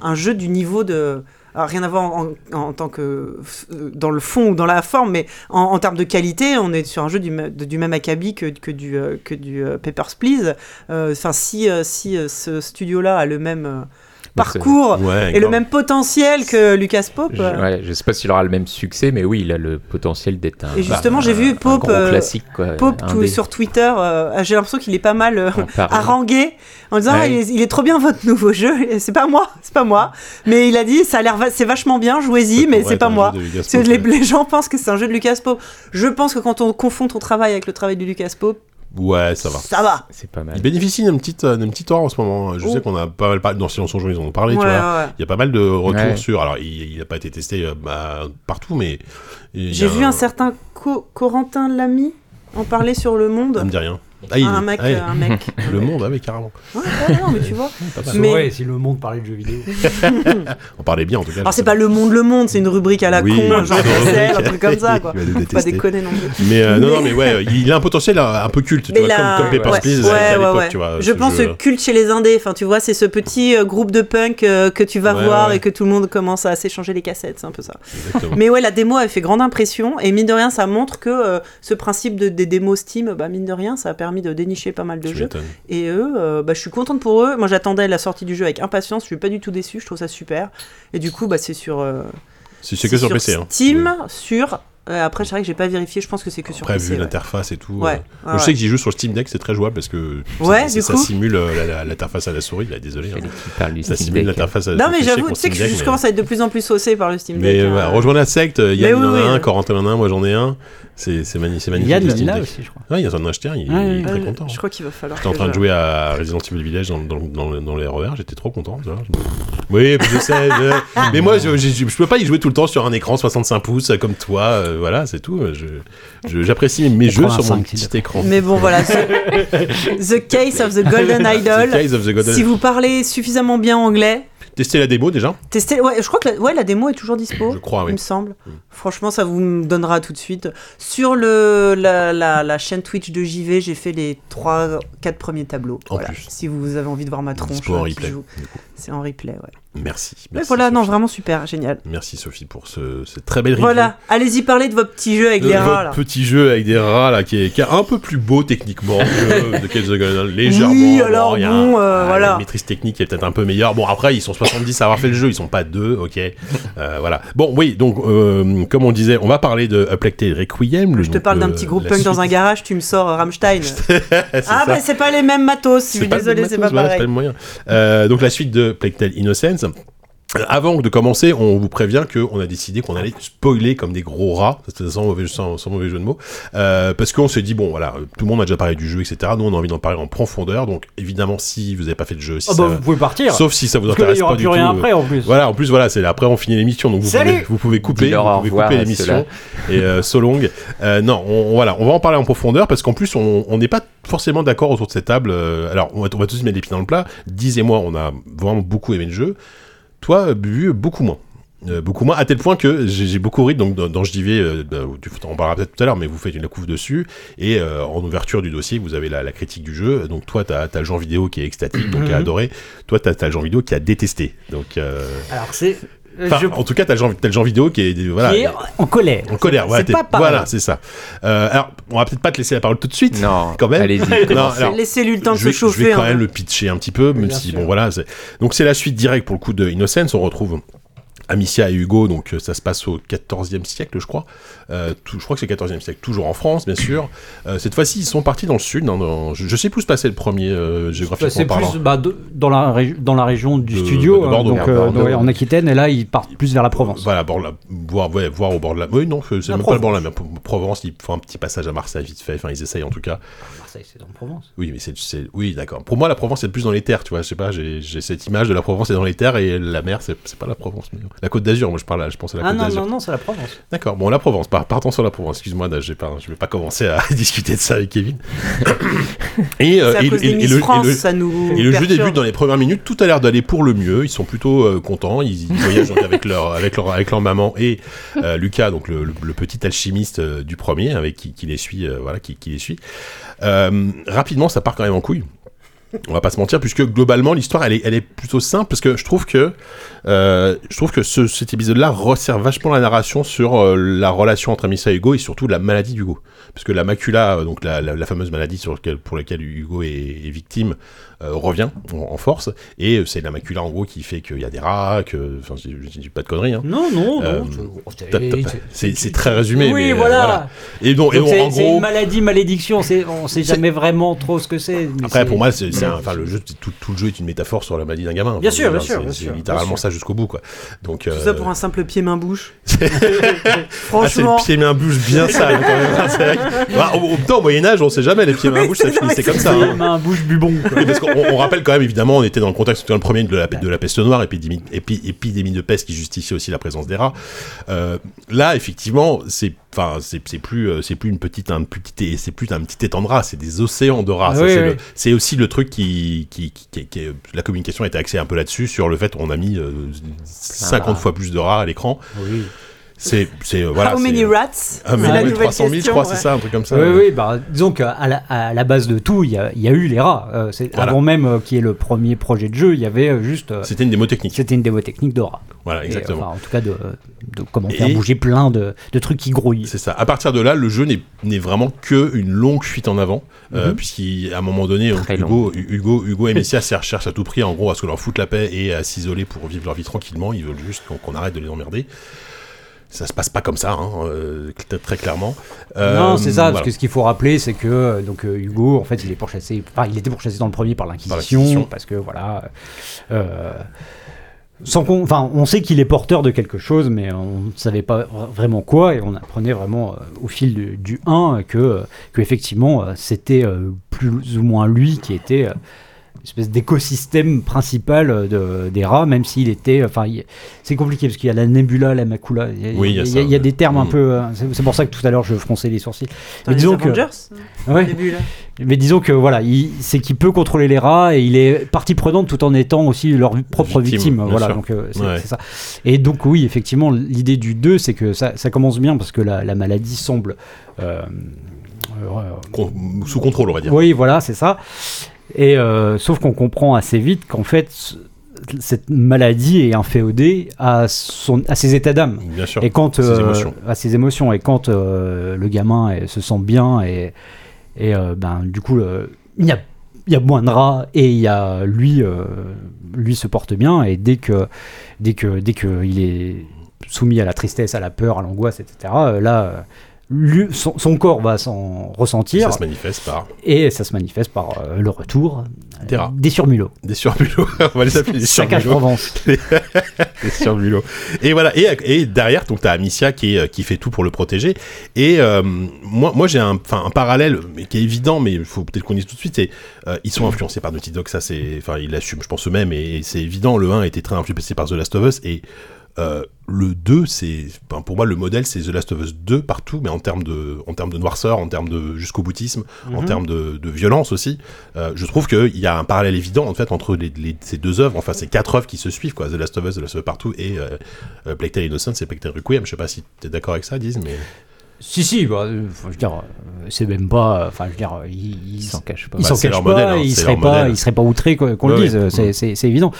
Speaker 2: un jeu du niveau de. alors, rien à voir en, en- en tant que. euh, dans le fond ou dans la forme, mais en, en termes de qualité, on est sur un jeu du, me- de- du même acabit que, que du, euh, que du euh, Papers, Please. Euh, Enfin, si, euh, si euh, ce studio-là a le même euh,
Speaker 3: Bah,
Speaker 2: parcours
Speaker 1: Ouais,
Speaker 2: et le
Speaker 1: grave.
Speaker 2: même potentiel que Lucas Pope.
Speaker 3: Je, ouais, je sais pas s'il aura le même succès, mais oui, il a le potentiel d'être un.
Speaker 2: Et justement,
Speaker 3: bah,
Speaker 2: j'ai vu
Speaker 3: un
Speaker 2: Pope,
Speaker 3: gros
Speaker 2: euh,
Speaker 3: classique, quoi.
Speaker 2: Pope
Speaker 3: un
Speaker 2: tout-
Speaker 3: des-
Speaker 2: sur Twitter, euh, j'ai l'impression qu'il est pas mal euh,
Speaker 3: en Paris.
Speaker 2: harangué en disant
Speaker 3: Ouais.
Speaker 2: Ah, il, est, il est trop bien votre nouveau jeu Et c'est pas moi c'est pas moi mais il a dit ça a l'air va- c'est vachement bien jouez-y mais
Speaker 1: Ouais,
Speaker 2: c'est pas
Speaker 1: un
Speaker 2: moi
Speaker 1: jeu de Vegas
Speaker 2: Parce que
Speaker 1: Pope,
Speaker 2: les,
Speaker 1: ouais.
Speaker 2: les gens pensent que c'est un jeu de Lucas Pope je pense que quand on confond ton travail avec le travail du Lucas Pope
Speaker 1: Ouais, ça va.
Speaker 2: ça va
Speaker 3: C'est pas
Speaker 1: Ils
Speaker 3: mal.
Speaker 1: bénéficient d'une petite, euh, d'une petite or en ce moment. Je
Speaker 2: Oh.
Speaker 1: sais qu'on a pas mal parlé. Dans Silence on Joue, ils en ont parlé,
Speaker 2: Ouais,
Speaker 1: tu vois.
Speaker 2: ouais, ouais.
Speaker 1: Il y a pas mal de retours
Speaker 3: Ouais.
Speaker 1: sur. Alors, il n'a pas été testé euh, bah, partout, mais. il y
Speaker 2: j'ai
Speaker 1: a
Speaker 2: vu un certain Co- Corentin Lamy en parler sur Le
Speaker 1: Ça
Speaker 2: Monde
Speaker 1: me dit rien. Ah, il-
Speaker 2: un mec
Speaker 1: ah, il-
Speaker 2: euh, un mec
Speaker 1: [laughs] Le monde, ah oui, carrément.
Speaker 2: Ouais, ouais, non, mais tu vois
Speaker 1: [laughs] Pas mal.
Speaker 4: C'est
Speaker 2: Mais-
Speaker 4: vrai, si le monde parlait de jeux vidéo.
Speaker 1: On parlait bien en tout cas.
Speaker 2: alors Ah, c'est pas Le Monde Le Monde c'est une rubrique à la
Speaker 1: Oui, [laughs]
Speaker 2: con genre
Speaker 1: pardon.
Speaker 2: Excel, un truc comme
Speaker 1: [laughs]
Speaker 2: ça quoi
Speaker 1: Il va nous
Speaker 2: Faut pas
Speaker 1: détester. [laughs]
Speaker 2: déconner non plus
Speaker 1: Mais euh,
Speaker 2: [laughs]
Speaker 1: non, non,
Speaker 2: Mais-
Speaker 1: mais ouais, il a un potentiel euh, un peu culte, tu
Speaker 2: Mais
Speaker 1: vois,
Speaker 2: là-
Speaker 1: comme, comme Papers,
Speaker 3: ouais,
Speaker 1: Please
Speaker 2: ouais,
Speaker 1: à
Speaker 2: ouais,
Speaker 1: l'époque,
Speaker 2: ouais.
Speaker 1: tu vois.
Speaker 2: Je
Speaker 1: ce
Speaker 2: pense
Speaker 1: jeu.
Speaker 2: que culte chez les indés. Enfin, tu vois, c'est ce petit euh, groupe de punk euh, que tu vas
Speaker 1: Ouais,
Speaker 2: voir
Speaker 1: ouais.
Speaker 2: et que tout le monde commence à s'échanger les cassettes. C'est un peu ça. [laughs]
Speaker 1: Exactement.
Speaker 2: Mais ouais, la démo a fait grande impression et mine de rien, ça montre que euh, ce principe de, des démos Steam, bah mine de rien, ça a permis de dénicher pas mal de
Speaker 1: Tu
Speaker 2: jeux.
Speaker 1: m'étonnes.
Speaker 2: Et eux, euh, bah, je suis contente pour eux. Moi, j'attendais la sortie du jeu avec impatience. Je suis pas du tout déçu. Je trouve ça super. Et du coup, bah c'est sur. euh,
Speaker 1: C'est c'est que sur PC. hein.
Speaker 2: Steam, sur. euh, après, c'est vrai que j'ai pas vérifié. Je pense que c'est que sur
Speaker 1: Après,
Speaker 2: PC.
Speaker 1: vu
Speaker 2: ouais.
Speaker 1: l'interface et tout.
Speaker 2: Ouais,
Speaker 1: euh,
Speaker 2: ouais,
Speaker 1: je
Speaker 2: ouais.
Speaker 1: sais que j'y joue sur le Steam Deck, c'est très jouable parce que ça-
Speaker 2: Ouais,
Speaker 1: ça,
Speaker 2: du
Speaker 1: ça
Speaker 2: coup.
Speaker 1: simule euh, la- la- l'interface à la souris, là, désolé. hein.
Speaker 3: Allez, qui parle du
Speaker 1: Ça
Speaker 3: Steam
Speaker 1: simule
Speaker 3: Deck.
Speaker 1: l'interface à la
Speaker 2: Non
Speaker 1: souris.
Speaker 2: mais
Speaker 1: sais
Speaker 2: j'avoue,
Speaker 1: qu'on
Speaker 2: tu sais que
Speaker 1: Steam Deck,
Speaker 2: je
Speaker 1: mais-
Speaker 2: commence à être de plus en plus saucé par le Steam Deck.
Speaker 1: Mais
Speaker 2: hein.
Speaker 1: voilà, rejoindre la secte, euh,
Speaker 2: Mais
Speaker 1: Yann il en
Speaker 2: oui,
Speaker 1: a
Speaker 2: oui.
Speaker 1: un, Corentin en a un, moi j'en ai un. C'est c'est magni- c'est
Speaker 4: Il
Speaker 1: magnifique.
Speaker 4: y a de
Speaker 1: le Steam
Speaker 4: l'INA
Speaker 1: Deck.
Speaker 4: aussi, je crois.
Speaker 1: Ouais, Ah, il y en a acheté un, il,
Speaker 4: Ouais,
Speaker 1: il est
Speaker 4: ouais.
Speaker 1: très
Speaker 2: Euh,
Speaker 1: content.
Speaker 2: Je crois qu'il va falloir.
Speaker 1: J'étais en
Speaker 2: que
Speaker 1: train de
Speaker 2: je-
Speaker 1: jouer à Resident Evil Village dans, dans, dans- dans les RER, j'étais trop content.
Speaker 2: [laughs]
Speaker 1: tu vois. Oui, je sais. je- [laughs] Mais moi, je, je, je peux pas y jouer tout le temps sur un écran 65 pouces euh, comme toi. euh, voilà, c'est tout. Je- je- J'apprécie mes jeux sur mon
Speaker 4: 85,
Speaker 1: petit écran.
Speaker 2: Mais bon, voilà. The,
Speaker 1: [laughs]
Speaker 2: The Case of the Golden
Speaker 1: The
Speaker 2: Idol.
Speaker 1: Case of the Golden-
Speaker 2: Si vous parlez suffisamment bien anglais,
Speaker 1: Tester la démo déjà,
Speaker 2: Tester, ouais, je crois que la, ouais, la démo est toujours dispo.
Speaker 1: je crois,
Speaker 2: il
Speaker 1: oui.
Speaker 2: me semble.
Speaker 1: Mm.
Speaker 2: Franchement, ça vous me donnera tout de suite. Sur le, la, la- la chaîne Twitch de JV, j'ai fait les 3 quatre premiers tableaux.
Speaker 1: En
Speaker 2: Voilà.
Speaker 1: plus.
Speaker 2: Si vous avez envie de voir ma tronche,
Speaker 1: Dispo en
Speaker 2: euh, qui
Speaker 1: replay.
Speaker 2: joue. c'est en replay. Ouais.
Speaker 1: Merci.
Speaker 2: Mais
Speaker 1: merci,
Speaker 2: voilà, non,
Speaker 1: Sophie.
Speaker 2: vraiment super, génial.
Speaker 1: Merci Sophie pour ce, cette très belle review.
Speaker 2: Voilà, allez-y parler de vos petits jeux avec
Speaker 1: de
Speaker 2: les
Speaker 1: votre
Speaker 2: rats là.
Speaker 1: petit jeu avec des rats là qui est, qui est un peu plus beau techniquement
Speaker 2: [laughs]
Speaker 1: que de Cave of the Golden Idol, légèrement
Speaker 2: Oui, alors
Speaker 1: il y a
Speaker 2: bon, euh,
Speaker 1: ah,
Speaker 2: voilà.
Speaker 1: la maîtrise technique est peut-être un peu meilleure bon après ils sont 70 à avoir fait le jeu ils sont pas deux ok Euh, voilà bon oui donc euh, comme on disait on va parler de A Plague Tale Requiem le-
Speaker 2: Je te parle d'un
Speaker 1: le-
Speaker 2: petit groupe
Speaker 1: la
Speaker 2: punk dans
Speaker 1: suite.
Speaker 2: un garage, tu me sors euh, Rammstein.
Speaker 1: [laughs] C'est
Speaker 2: ah
Speaker 1: ça.
Speaker 2: bah c'est pas les mêmes matos, je
Speaker 1: C'est
Speaker 2: suis
Speaker 1: pas le
Speaker 2: désolé,
Speaker 1: même
Speaker 2: c'est pas
Speaker 1: matos, voilà,
Speaker 2: pareil.
Speaker 1: le moyen. Euh, donc la suite de Plague Tale Innocence. Euh, Avant de commencer, on vous prévient qu'on a décidé qu'on allait spoiler comme des gros rats, c'est sans mauvais, sans, sans mauvais jeu de mots, Euh, parce qu'on s'est dit, bon voilà, tout le monde a déjà parlé du jeu, etc. Nous, on a envie d'en parler en profondeur, donc évidemment, si vous n'avez pas fait le jeu, si
Speaker 4: Ah
Speaker 1: ça-
Speaker 4: bah, vous pouvez partir.
Speaker 1: sauf si ça vous
Speaker 4: Parce que là, il
Speaker 1: intéresse
Speaker 4: n'y aura
Speaker 1: pas du
Speaker 4: plus
Speaker 1: tout.
Speaker 4: rien
Speaker 1: euh,
Speaker 4: après en plus.
Speaker 1: voilà, en plus, voilà, c'est après on finit l'émission, donc vous
Speaker 4: Salut
Speaker 1: pouvez, vous pouvez couper,
Speaker 3: Dis-leur
Speaker 1: vous
Speaker 3: au
Speaker 1: pouvez
Speaker 3: revoir
Speaker 1: couper
Speaker 3: à
Speaker 1: l'émission
Speaker 3: ceux-là.
Speaker 1: et euh, so long. Euh, non, on, voilà, on va en parler en profondeur parce qu'en plus on on n'est pas forcément d'accord autour de cette table. euh, alors on va, on va tous mettre les pieds dans le plat. Diz et moi, on a vraiment beaucoup aimé le jeu. Toi, bu beaucoup moins. Euh, beaucoup moins, à tel point que j'ai j'ai beaucoup ri, donc dans, dans JV, euh, bah, tu- on en parlera peut-être tout à l'heure, mais vous faites une couve dessus, et euh, en ouverture du dossier, vous avez la, la critique du jeu, donc toi, t'as as le genre vidéo qui est extatique, donc qui a
Speaker 4: Mhm.
Speaker 1: adoré, toi, t'as as le genre vidéo qui a détesté, donc... euh,
Speaker 4: Alors c'est. euh,
Speaker 1: Enfin,
Speaker 4: je-
Speaker 1: en tout cas, t'as le genre, t'as le genre vidéo qui est, voilà,
Speaker 4: qui est en colère.
Speaker 1: en colère. Voilà,
Speaker 4: c'est
Speaker 1: t'es-
Speaker 4: pas pareil.
Speaker 1: voilà, c'est ça. Euh, alors, on va peut-être pas te laisser la parole tout de suite.
Speaker 3: Non,
Speaker 1: Quand même.
Speaker 3: allez-y.
Speaker 1: Non,
Speaker 3: commencez.
Speaker 1: alors,
Speaker 2: Laissez lui le temps de
Speaker 1: je vais,
Speaker 2: se chauffer.
Speaker 1: je vais quand
Speaker 2: hein.
Speaker 1: même le pitcher un petit peu, même
Speaker 4: Bien
Speaker 1: si
Speaker 4: sûr.
Speaker 1: bon voilà. c'est- Donc c'est la suite directe pour le coup de Innocence. On retrouve Amicia et Hugo. Donc euh, ça se passe au 14e siècle, je crois. Euh, tout- je crois que c'est 14e siècle, toujours en France, bien sûr. Euh, cette fois-ci, ils sont partis dans le sud. hein, dans- je, je sais plus où se passait le premier euh,
Speaker 4: Bah,
Speaker 1: géographiquement
Speaker 4: c'est
Speaker 1: parlant.
Speaker 4: plus bah, de- dans, la régi- dans la région du
Speaker 1: De-
Speaker 4: studio,
Speaker 1: de
Speaker 4: hein,
Speaker 1: Bordeaux.
Speaker 4: donc euh,
Speaker 3: Bordeaux.
Speaker 4: ouais, en Aquitaine, et là ils partent plus vers la Provence.
Speaker 1: Voilà, bord de la- voir, ouais, voir au bord de la. Oui, non, c'est
Speaker 4: La
Speaker 1: même pas le
Speaker 4: Provence.
Speaker 1: bord de la mer. Provence, ils font un petit passage à Marseille vite fait. Enfin, ils essayent en tout cas.
Speaker 4: Marseille, c'est dans Provence.
Speaker 1: Oui, mais c'est, c'est- oui, d'accord. Pour moi, la Provence, c'est plus dans les terres, tu vois. Je sais pas, j'ai, j'ai cette image de la Provence, c'est dans les terres et la mer, c'est, c'est pas la Provence. Mais... La Côte d'Azur, moi, je parle, à- je pense à la
Speaker 4: Ah
Speaker 1: Côte
Speaker 4: non,
Speaker 1: d'Azur.
Speaker 4: non, non, c'est la Provence.
Speaker 1: D'accord. Bon, la Provence. par- Partons sur la Provence. Excuse-moi, je vais pas, je vais pas commencer à [laughs] discuter de ça avec Kevin. et, euh,
Speaker 2: C'est à
Speaker 1: et-
Speaker 2: cause
Speaker 1: et-
Speaker 2: des
Speaker 1: et
Speaker 2: Miss
Speaker 1: le- et
Speaker 2: France,
Speaker 1: le-
Speaker 2: ça nous.
Speaker 1: et le jeu
Speaker 2: perturbe.
Speaker 1: débute dans les premières minutes, tout a l'air d'aller pour le mieux. Ils sont plutôt euh, contents. Ils, ils voyagent donc avec leur avec leur avec leur maman et euh, Lucas, donc le, le- le petit alchimiste euh, du premier, avec qui, qui les suit, euh, voilà, qui, qui les suit. Euh, rapidement, ça part quand même en couille. On va pas se mentir, puisque globalement l'histoire elle est, elle est plutôt simple parce que je trouve que euh, je trouve que ce- cet épisode-là resserre vachement la narration sur euh, la relation entre Amissa et Hugo et surtout la maladie d'Hugo, parce que la macula, euh, donc la, la- la fameuse maladie sur laquelle, pour laquelle Hugo est- est victime, euh, revient en, en force et euh, c'est la macula en gros qui fait qu'il y a des rats que enfin je, je- je dis pas de conneries hein.
Speaker 4: Non, non,
Speaker 1: Euh,
Speaker 4: non. c'est-
Speaker 1: Top, top. c'est c'est très résumé
Speaker 4: Oui,
Speaker 1: mais, euh,
Speaker 4: voilà.
Speaker 1: et donc, et
Speaker 4: Donc,
Speaker 1: donc,
Speaker 4: c'est
Speaker 1: en
Speaker 4: c'est
Speaker 1: gros
Speaker 4: une maladie, malédiction, c'est- on sait
Speaker 1: C'est-
Speaker 4: jamais vraiment trop ce que c'est. mais
Speaker 1: après
Speaker 4: c'est-
Speaker 1: pour moi c'est c'est un- enfin le jeu c'est- tout, tout le jeu est une métaphore sur la maladie d'un gamin
Speaker 4: Mm. Bien
Speaker 1: Enfin,
Speaker 4: sûr,
Speaker 1: je veux
Speaker 4: bien
Speaker 1: dire,
Speaker 4: sûr,
Speaker 1: c'est-
Speaker 4: bien
Speaker 1: c'est
Speaker 4: sûr, bien
Speaker 1: littéralement
Speaker 4: sûr.
Speaker 1: ça jusqu'au bout quoi donc euh,
Speaker 2: Tout ça pour un
Speaker 1: [laughs]
Speaker 2: simple pied-main-bouche.
Speaker 1: ah, c'est
Speaker 2: Franchement.
Speaker 1: le pied main bouche bien sale quand même. C'est vrai que- Bah, au, au- non, au Moyen Âge, on sait jamais les pieds main bouche, ça
Speaker 2: Oui,
Speaker 1: finissait
Speaker 2: c'est- non, mais
Speaker 1: comme ça.
Speaker 4: C'est
Speaker 1: hein.
Speaker 4: même un bouche bubon. quoi.
Speaker 1: [laughs] Oui, parce qu'on on rappelle quand même, évidemment, on était dans le contexte dans le premier de la, de la peste noire, épidémie, épi- épidémie de peste qui justifiait aussi la présence des rats. Euh, là, effectivement, c'est enfin c'est c'est plus euh, c'est plus une petite un petit c'est plus un petit étang de rats, c'est des océans de rats.
Speaker 4: Ah
Speaker 1: Ça,
Speaker 4: oui,
Speaker 1: c'est
Speaker 4: oui.
Speaker 1: le- c'est aussi le truc qui qui, qui- qui- qui est- la communication était axée un peu là-dessus sur le fait qu'on a mis euh, 50
Speaker 3: rats.
Speaker 1: fois plus de rats à l'écran. C'est c'est euh, voilà.
Speaker 2: How
Speaker 1: c'est-
Speaker 2: many rats
Speaker 1: un
Speaker 2: C'est la
Speaker 1: million et
Speaker 2: nouvelle
Speaker 1: 300 000, je
Speaker 2: question,
Speaker 1: crois,
Speaker 2: ouais.
Speaker 1: c'est ça, un truc comme ça.
Speaker 4: Oui, oui, bah, disons qu'à la, à la base de tout, il y, a- il y a eu les rats. Euh, c'est-
Speaker 1: Voilà.
Speaker 4: Avant même euh, qu'il y ait le premier projet de jeu, il y avait euh, juste. euh,
Speaker 1: C'était une démo technique.
Speaker 4: C'était une démo technique de rats.
Speaker 1: Voilà,
Speaker 4: Et,
Speaker 1: exactement.
Speaker 4: enfin, en tout cas, de, de comment faire
Speaker 1: Et-
Speaker 4: bouger plein de, de trucs qui grouillent.
Speaker 1: C'est ça. À partir de là, le jeu n'est- n'est vraiment que une longue fuite en avant,
Speaker 4: Mhm.
Speaker 1: euh, puisqu'à un moment donné,
Speaker 3: Très
Speaker 1: Hugo, Hugo, Hugo et Messia [laughs] se recherchent à tout prix, en gros, à ce que leur foutent la paix et à s'isoler pour vivre leur vie tranquillement. Ils veulent juste qu'on qu'on arrête de les emmerder. Ça se passe pas comme ça, hein, euh, cl- très clairement. Euh,
Speaker 4: non, c'est ça,
Speaker 1: voilà.
Speaker 4: parce que ce qu'il faut rappeler, c'est que euh, donc euh, Hugo, en fait, il est pourchassé. Enfin, il était pourchassé dans le premier par
Speaker 1: l'Inquisition.
Speaker 4: l'Inquisition, parce que voilà. euh, sans qu'on, enfin, on sait qu'il est porteur de quelque chose, mais on ne savait pas vra- vraiment quoi, et on apprenait vraiment euh, au fil du, du 1 que, euh, que effectivement, euh, c'était euh, plus ou moins lui qui était euh, espèce d'écosystème principal euh, de, des rats, même s'il était. Enfin, il- c'est compliqué parce qu'il y a la nébula, la macula. Il y a,
Speaker 1: Oui, il y a
Speaker 4: il
Speaker 1: ça,
Speaker 4: il y a
Speaker 1: ouais.
Speaker 4: des termes un
Speaker 1: Mm.
Speaker 4: peu. euh, C'est c'est pour ça que tout à l'heure je fronçais les sourcils.
Speaker 2: Dans les
Speaker 4: disons que-
Speaker 2: Avengers, hein, au
Speaker 4: Ouais.
Speaker 2: début, là.
Speaker 4: Mais disons que voilà, il- c'est qu'il peut contrôler les rats et il est partie prenante tout en étant aussi leur propre
Speaker 1: Victime,
Speaker 4: victime.
Speaker 1: bien
Speaker 4: voilà,
Speaker 1: sûr.
Speaker 4: donc euh, c'est
Speaker 1: Ouais.
Speaker 4: c'est ça. Et donc oui, effectivement, l'idée du 2, c'est que ça, ça commence bien parce que la, la maladie semble. euh, euh,
Speaker 1: Con- sous contrôle, on va dire.
Speaker 4: oui, voilà, c'est ça. Et euh, sauf qu'on comprend assez vite qu'en fait, ce- cette maladie est inféodée à, son, à ses états d'âme.
Speaker 1: Bien sûr.
Speaker 4: Et quand
Speaker 1: Ses
Speaker 4: euh,
Speaker 1: émotions.
Speaker 4: à ses émotions et quand euh, le gamin euh, se sent bien et et euh, ben du coup le- il y a il y a moins de rats et il y a lui euh, lui se porte bien et dès que dès que dès que il est soumis à la tristesse, à la peur, à l'angoisse, etc. euh, Là, euh, lui- son, son corps va s'en ressentir
Speaker 1: Ça se manifeste par
Speaker 4: et ça se manifeste par euh, le retour
Speaker 1: Des
Speaker 4: euh,
Speaker 1: rats.
Speaker 4: des surmulots.
Speaker 1: des surbulots. [laughs] on va les appeler des
Speaker 4: Saccage
Speaker 1: surbulots.
Speaker 4: Provence.
Speaker 1: Des [laughs] surbulots. Et voilà. Et, et derrière, donc t'as Amicia qui, est- qui fait tout pour le protéger. Et euh, moi, moi j'ai un, enfin, un parallèle mais qui est évident, mais il faut peut-être qu'on dise tout de suite. C'est euh, ils sont influencés par Naughty Dog. Ça, c'est, enfin, ils l'assument, je pense eux-mêmes. Et, c'est évident. Le 1 était très influencé par The Last of Us et euh, le 2, c'est enfin, pour moi le modèle, c'est The Last of Us 2 partout, mais en termes de, en termes de noirceur, en termes de jusqu'au boutisme, en termes de, de violence aussi. Euh, je trouve qu'il y a un parallèle évident en fait entre les, les- ces deux œuvres, enfin ces quatre œuvres qui se suivent, quoi, The Last of Us, The Last of Us partout et euh, euh, Plague Tale Innocence et Plague Tale Requiem. Je sais pas si t'es d'accord avec ça, Diz, mais
Speaker 4: Si, si, bah, euh, faut- je veux dire, euh, c'est même pas. euh, Enfin, je veux dire, euh, il, il
Speaker 3: Ils s'en cachent pas.
Speaker 4: il
Speaker 1: Bah,
Speaker 4: s'en
Speaker 1: c'est
Speaker 4: cache
Speaker 1: leur
Speaker 4: pas,
Speaker 1: modèle, hein,
Speaker 4: il
Speaker 1: c'est
Speaker 4: serait
Speaker 1: leur
Speaker 4: pas,
Speaker 1: modèle.
Speaker 4: il serait pas outré qu'on qu'on
Speaker 1: Ouais,
Speaker 4: le dise, euh,
Speaker 1: ouais.
Speaker 4: c'est- c'est c'est évident.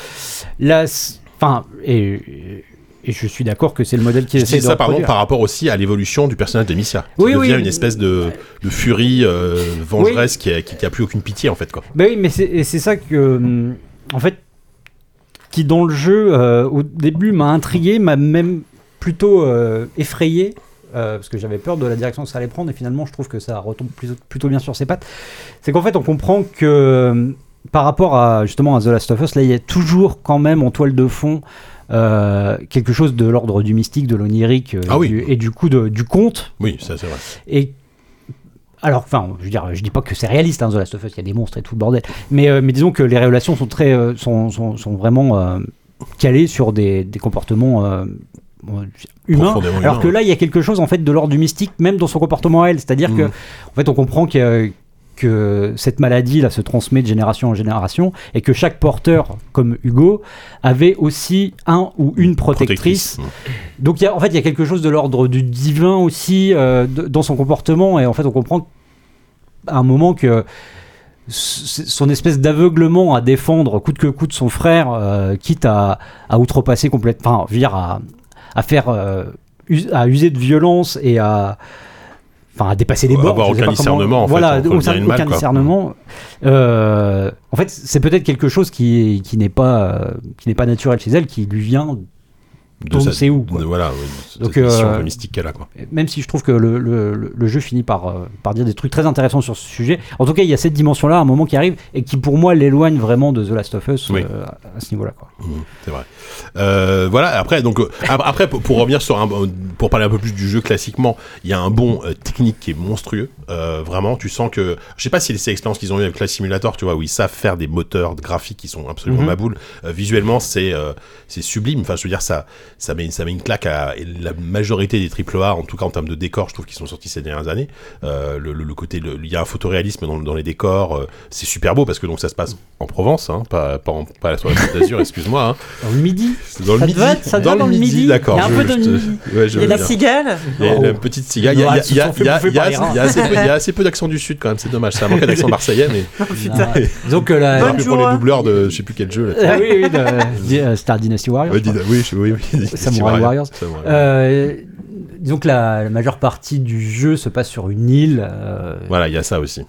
Speaker 4: Là, c'est- enfin, et, et je suis d'accord que c'est le modèle qu'ils
Speaker 1: je dis
Speaker 4: essaient de
Speaker 1: ça pardon,
Speaker 4: reproduire.
Speaker 1: par rapport aussi à l'évolution du personnage d'Amicia, qui
Speaker 4: Oui,
Speaker 1: devient
Speaker 4: oui.
Speaker 1: une espèce de, de furie euh, vengeresse qui, a, qui, qui a plus aucune pitié en fait, quoi.
Speaker 4: Bah oui, mais c'est et c'est ça que, euh, en fait, qui dans le jeu euh, au début m'a intrigué, m'a même plutôt euh, effrayé. euh, parce que j'avais peur de la direction que ça allait prendre et finalement je trouve que ça retombe plutôt, plutôt bien sur ses pattes. C'est qu'en fait on comprend que euh, par rapport à justement à The Last of Us, là il y a toujours quand même en toile de fond euh, quelque chose de l'ordre du mystique, de l'onirique euh,
Speaker 1: Ah oui.
Speaker 4: du- et du coup de- du conte
Speaker 1: Oui, ça c'est vrai.
Speaker 4: et alors, enfin, je veux dire, je dis pas que c'est réaliste, hein, The Last of Us, il y a des monstres et tout le bordel. Mais, euh, mais disons que les révélations sont très, euh, sont, sont, sont vraiment euh, calées sur des, des comportements euh, euh, humains.
Speaker 1: Profondément
Speaker 4: Alors
Speaker 1: humain,
Speaker 4: que
Speaker 1: ouais.
Speaker 4: là, il y a quelque chose en fait de l'ordre du mystique, même dans son comportement à elle. C'est-à-dire que,
Speaker 1: Mhm.
Speaker 4: en fait, on comprend qu'il y a- que cette maladie là se transmet de génération en génération et que chaque porteur, comme Hugo, avait aussi un ou une protectrice. Donc il y a- en fait, il y a quelque chose de l'ordre du divin aussi euh, de- dans son comportement, et en fait, on comprend à un moment que s- son espèce d'aveuglement à défendre coûte que coûte son frère, euh, quitte à, à outrepasser complètement, enfin, je veux dire, à, à faire, euh, us- à user de violence et à, enfin, à dépasser les
Speaker 1: Ouais,
Speaker 4: bornes.
Speaker 1: avoir
Speaker 4: je sais
Speaker 1: aucun
Speaker 4: pas comment-
Speaker 1: discernement, en fait,
Speaker 4: voilà,
Speaker 1: entre le bien
Speaker 4: aucun,
Speaker 1: et le mal,
Speaker 4: aucun
Speaker 1: quoi.
Speaker 4: discernement. Euh, en fait, c'est peut-être quelque chose qui, qui n'est pas, euh, qui n'est pas naturel chez elle, qui lui vient
Speaker 1: De
Speaker 4: dont on
Speaker 1: sa-
Speaker 4: sait où. quoi.
Speaker 1: de- voilà, oui,
Speaker 4: Donc,
Speaker 1: cette mission
Speaker 4: euh,
Speaker 1: un peu mystique qu'elle a, quoi.
Speaker 4: Même si je trouve que le, le- le- le jeu finit par, euh, par dire des trucs très intéressants sur ce sujet. En tout cas, il y a cette dimension-là, à un moment qui arrive, et qui pour moi l'éloigne vraiment de The Last of Us
Speaker 1: Oui.
Speaker 4: euh, à- à ce niveau-là. quoi.
Speaker 1: Mhm, c'est vrai. Euh, voilà. Après, donc euh, ap- après pour, pour revenir sur un, euh, pour parler un peu plus du jeu classiquement, il y a un bon euh, technique qui est monstrueux. Euh, vraiment, tu sens que je sais pas si c'est l'expérience qu'ils ont eu avec Class Simulator, tu vois, où ils savent faire des moteurs de graphiques qui sont absolument
Speaker 4: Mhm.
Speaker 1: ma boule. Euh, visuellement, c'est euh, c'est sublime. Enfin, je veux dire ça ça met ça met une claque à et la majorité des triple A, en tout cas en termes de décors, je trouve qu'ils sont sortis ces dernières années. Euh, le, le- le côté le- il y a un photoréalisme dans, dans les décors, euh, c'est super beau parce que donc ça se passe en Provence, hein, pas pas, en- pas sur la Côte d'Azur, [laughs] excuse-moi. hein.
Speaker 4: Dans le midi
Speaker 1: C'est Dans le
Speaker 4: Ça te
Speaker 1: midi.
Speaker 4: va- ça te
Speaker 1: dans,
Speaker 4: va
Speaker 1: le midi, d'accord.
Speaker 4: Il y a un
Speaker 1: je-
Speaker 4: peu
Speaker 1: je
Speaker 4: de
Speaker 1: te-
Speaker 4: midi.
Speaker 1: [laughs] ouais, je
Speaker 2: Il y a
Speaker 1: veux
Speaker 2: la
Speaker 1: bien.
Speaker 2: cigale.
Speaker 1: Il y a
Speaker 4: Oh.
Speaker 1: la petite cigale. Il y a-
Speaker 4: Ah,
Speaker 1: il y a-
Speaker 4: ils se sont fait
Speaker 1: il y a-
Speaker 4: bouffer
Speaker 1: il y a-
Speaker 4: par les rats.
Speaker 1: il y a assez peu- il y a assez
Speaker 4: [laughs]
Speaker 1: peu d'accent du sud quand même, c'est dommage. Ça manque d'accent marseillais, mais
Speaker 2: Putain.
Speaker 4: Donc euh, la.
Speaker 1: alors
Speaker 2: Bonne
Speaker 1: que pour
Speaker 2: journée.
Speaker 1: les doubleurs de je sais plus quel jeu. là, tu
Speaker 4: [laughs]
Speaker 1: vois.
Speaker 4: Ah oui, oui, de- di- euh, Star Dynasty Warriors.
Speaker 1: Ouais,
Speaker 4: je crois.
Speaker 1: dis- Oui, je- oui, oui.
Speaker 4: [laughs] Samurai
Speaker 1: Warrior.
Speaker 4: Warriors.
Speaker 1: Samurai Warrior.
Speaker 4: Euh, disons que la, la majeure partie du jeu se passe sur une île. euh,
Speaker 1: Voilà, il y a ça aussi.
Speaker 4: ouais,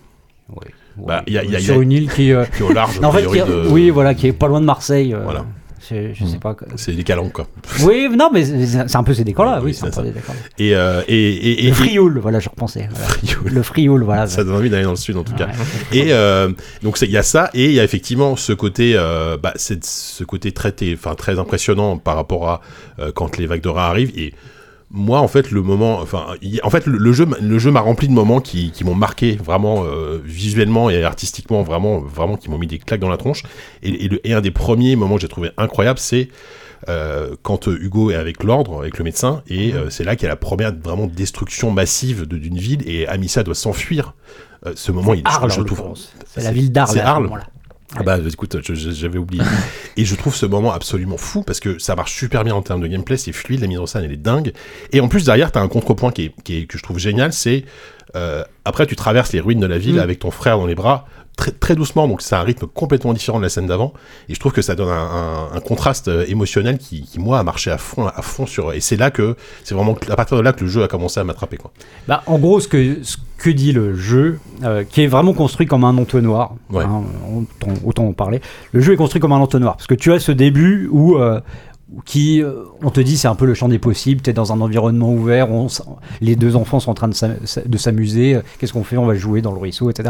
Speaker 1: Bah, il y a- il y a- il y
Speaker 4: sur
Speaker 1: a-
Speaker 4: une île
Speaker 1: [laughs]
Speaker 4: qui. euh,
Speaker 1: Puis
Speaker 4: [laughs]
Speaker 1: au large,
Speaker 4: non, en
Speaker 1: a
Speaker 4: fait,
Speaker 1: priori,
Speaker 4: qui-
Speaker 1: de-
Speaker 4: oui, voilà, qui est pas loin de Marseille. euh,
Speaker 1: Voilà.
Speaker 4: Je, je sais pas.
Speaker 1: C'est des calanques, quoi.
Speaker 4: Oui, non, mais c'est c'est un peu ces décors-là.
Speaker 1: Oui,
Speaker 4: Oui,
Speaker 1: oui,
Speaker 4: c'est un
Speaker 1: c'est
Speaker 4: peu
Speaker 1: ça.
Speaker 4: des décors.
Speaker 1: Et, euh, et, et, et-
Speaker 4: le Frioul, voilà, je repensais. voilà. Le Frioul, voilà.
Speaker 1: ça donne envie d'aller dans le sud, en tout cas.
Speaker 4: Ouais.
Speaker 1: Et euh, donc c'est- il y a ça et il y a effectivement ce côté, euh, bah, c'est ce côté très, té- enfin très impressionnant par rapport à euh, quand les vagues de rats arrivent et moi, en fait, le moment, enfin, il- en fait, le, le jeu, m'a- le jeu m'a rempli de moments qui, qui m'ont marqué vraiment euh, visuellement et artistiquement, vraiment, vraiment, qui m'ont mis des claques dans la tronche. Et, et le- et un des premiers moments que j'ai trouvé incroyable, c'est euh, quand euh, Hugo est avec l'ordre, avec le médecin, et
Speaker 4: Mhm.
Speaker 1: euh, c'est là qu'il y a la première vraiment destruction massive de- d'une ville, et Amissa doit s'enfuir. Euh, ce moment, il
Speaker 4: Arles,
Speaker 1: je, je
Speaker 4: en
Speaker 1: trouve,
Speaker 4: l'occurrence. C'est la ville d'Arles.
Speaker 1: c'est
Speaker 4: à ce
Speaker 1: Arles.
Speaker 4: moment-là.
Speaker 1: ah bah écoute, je- je- j'avais
Speaker 4: [laughs]
Speaker 1: oublié. et je trouve ce moment absolument fou parce que ça marche super bien en termes de gameplay, c'est fluide, la mise en scène elle est dingue. Et en plus derrière, t'as un contrepoint qui est, qui est- que je trouve génial, c'est euh, après tu traverses les ruines de la ville
Speaker 2: Mm.
Speaker 1: avec ton frère dans les bras. Très, très doucement, donc c'est un rythme complètement différent de la scène d'avant, et je trouve que ça donne un, un- un contraste euh, émotionnel qui, qui, moi, a marché à fond, à fond sur. Et c'est là que, c'est vraiment à partir de là que le jeu a commencé à m'attraper, quoi.
Speaker 4: Bah, en gros, ce que, ce que dit le jeu, euh, qui est vraiment construit comme un entonnoir,
Speaker 1: Ouais.
Speaker 4: hein, autant, autant en parler, le jeu est construit comme un entonnoir, parce que tu as ce début où, euh, qui, euh, on te dit, c'est un peu le champ des possibles, tu es dans un environnement ouvert, on s- les deux enfants sont en train de s'am- de s'amuser, euh, qu'est-ce qu'on fait, on va jouer dans le ruisseau, etc.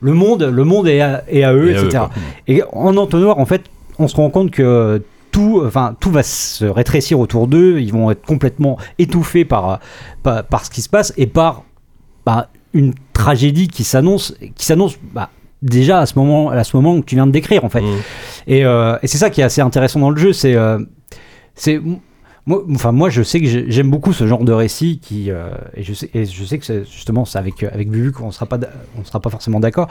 Speaker 4: Le monde, le monde est, à, est à eux,
Speaker 1: Et, euh,
Speaker 4: etc.
Speaker 1: quoi.
Speaker 4: Et en entonnoir, en fait, on se rend compte que tout, enfin, tout va se rétrécir autour d'eux. Ils vont être complètement étouffés par, euh, par, par ce qui se passe et par bah, une tragédie qui s'annonce, qui s'annonce bah, déjà à ce moment, à ce moment que tu viens de décrire, en fait.
Speaker 1: Mm.
Speaker 4: Et, euh, et c'est ça qui est assez intéressant dans le jeu, c'est, euh, c'est moi, enfin moi je sais que j'ai- j'aime beaucoup ce genre de récit qui euh, et je sais et je sais que c'est- justement c'est avec avec Bubu qu'on sera pas d'a- on sera pas forcément d'accord.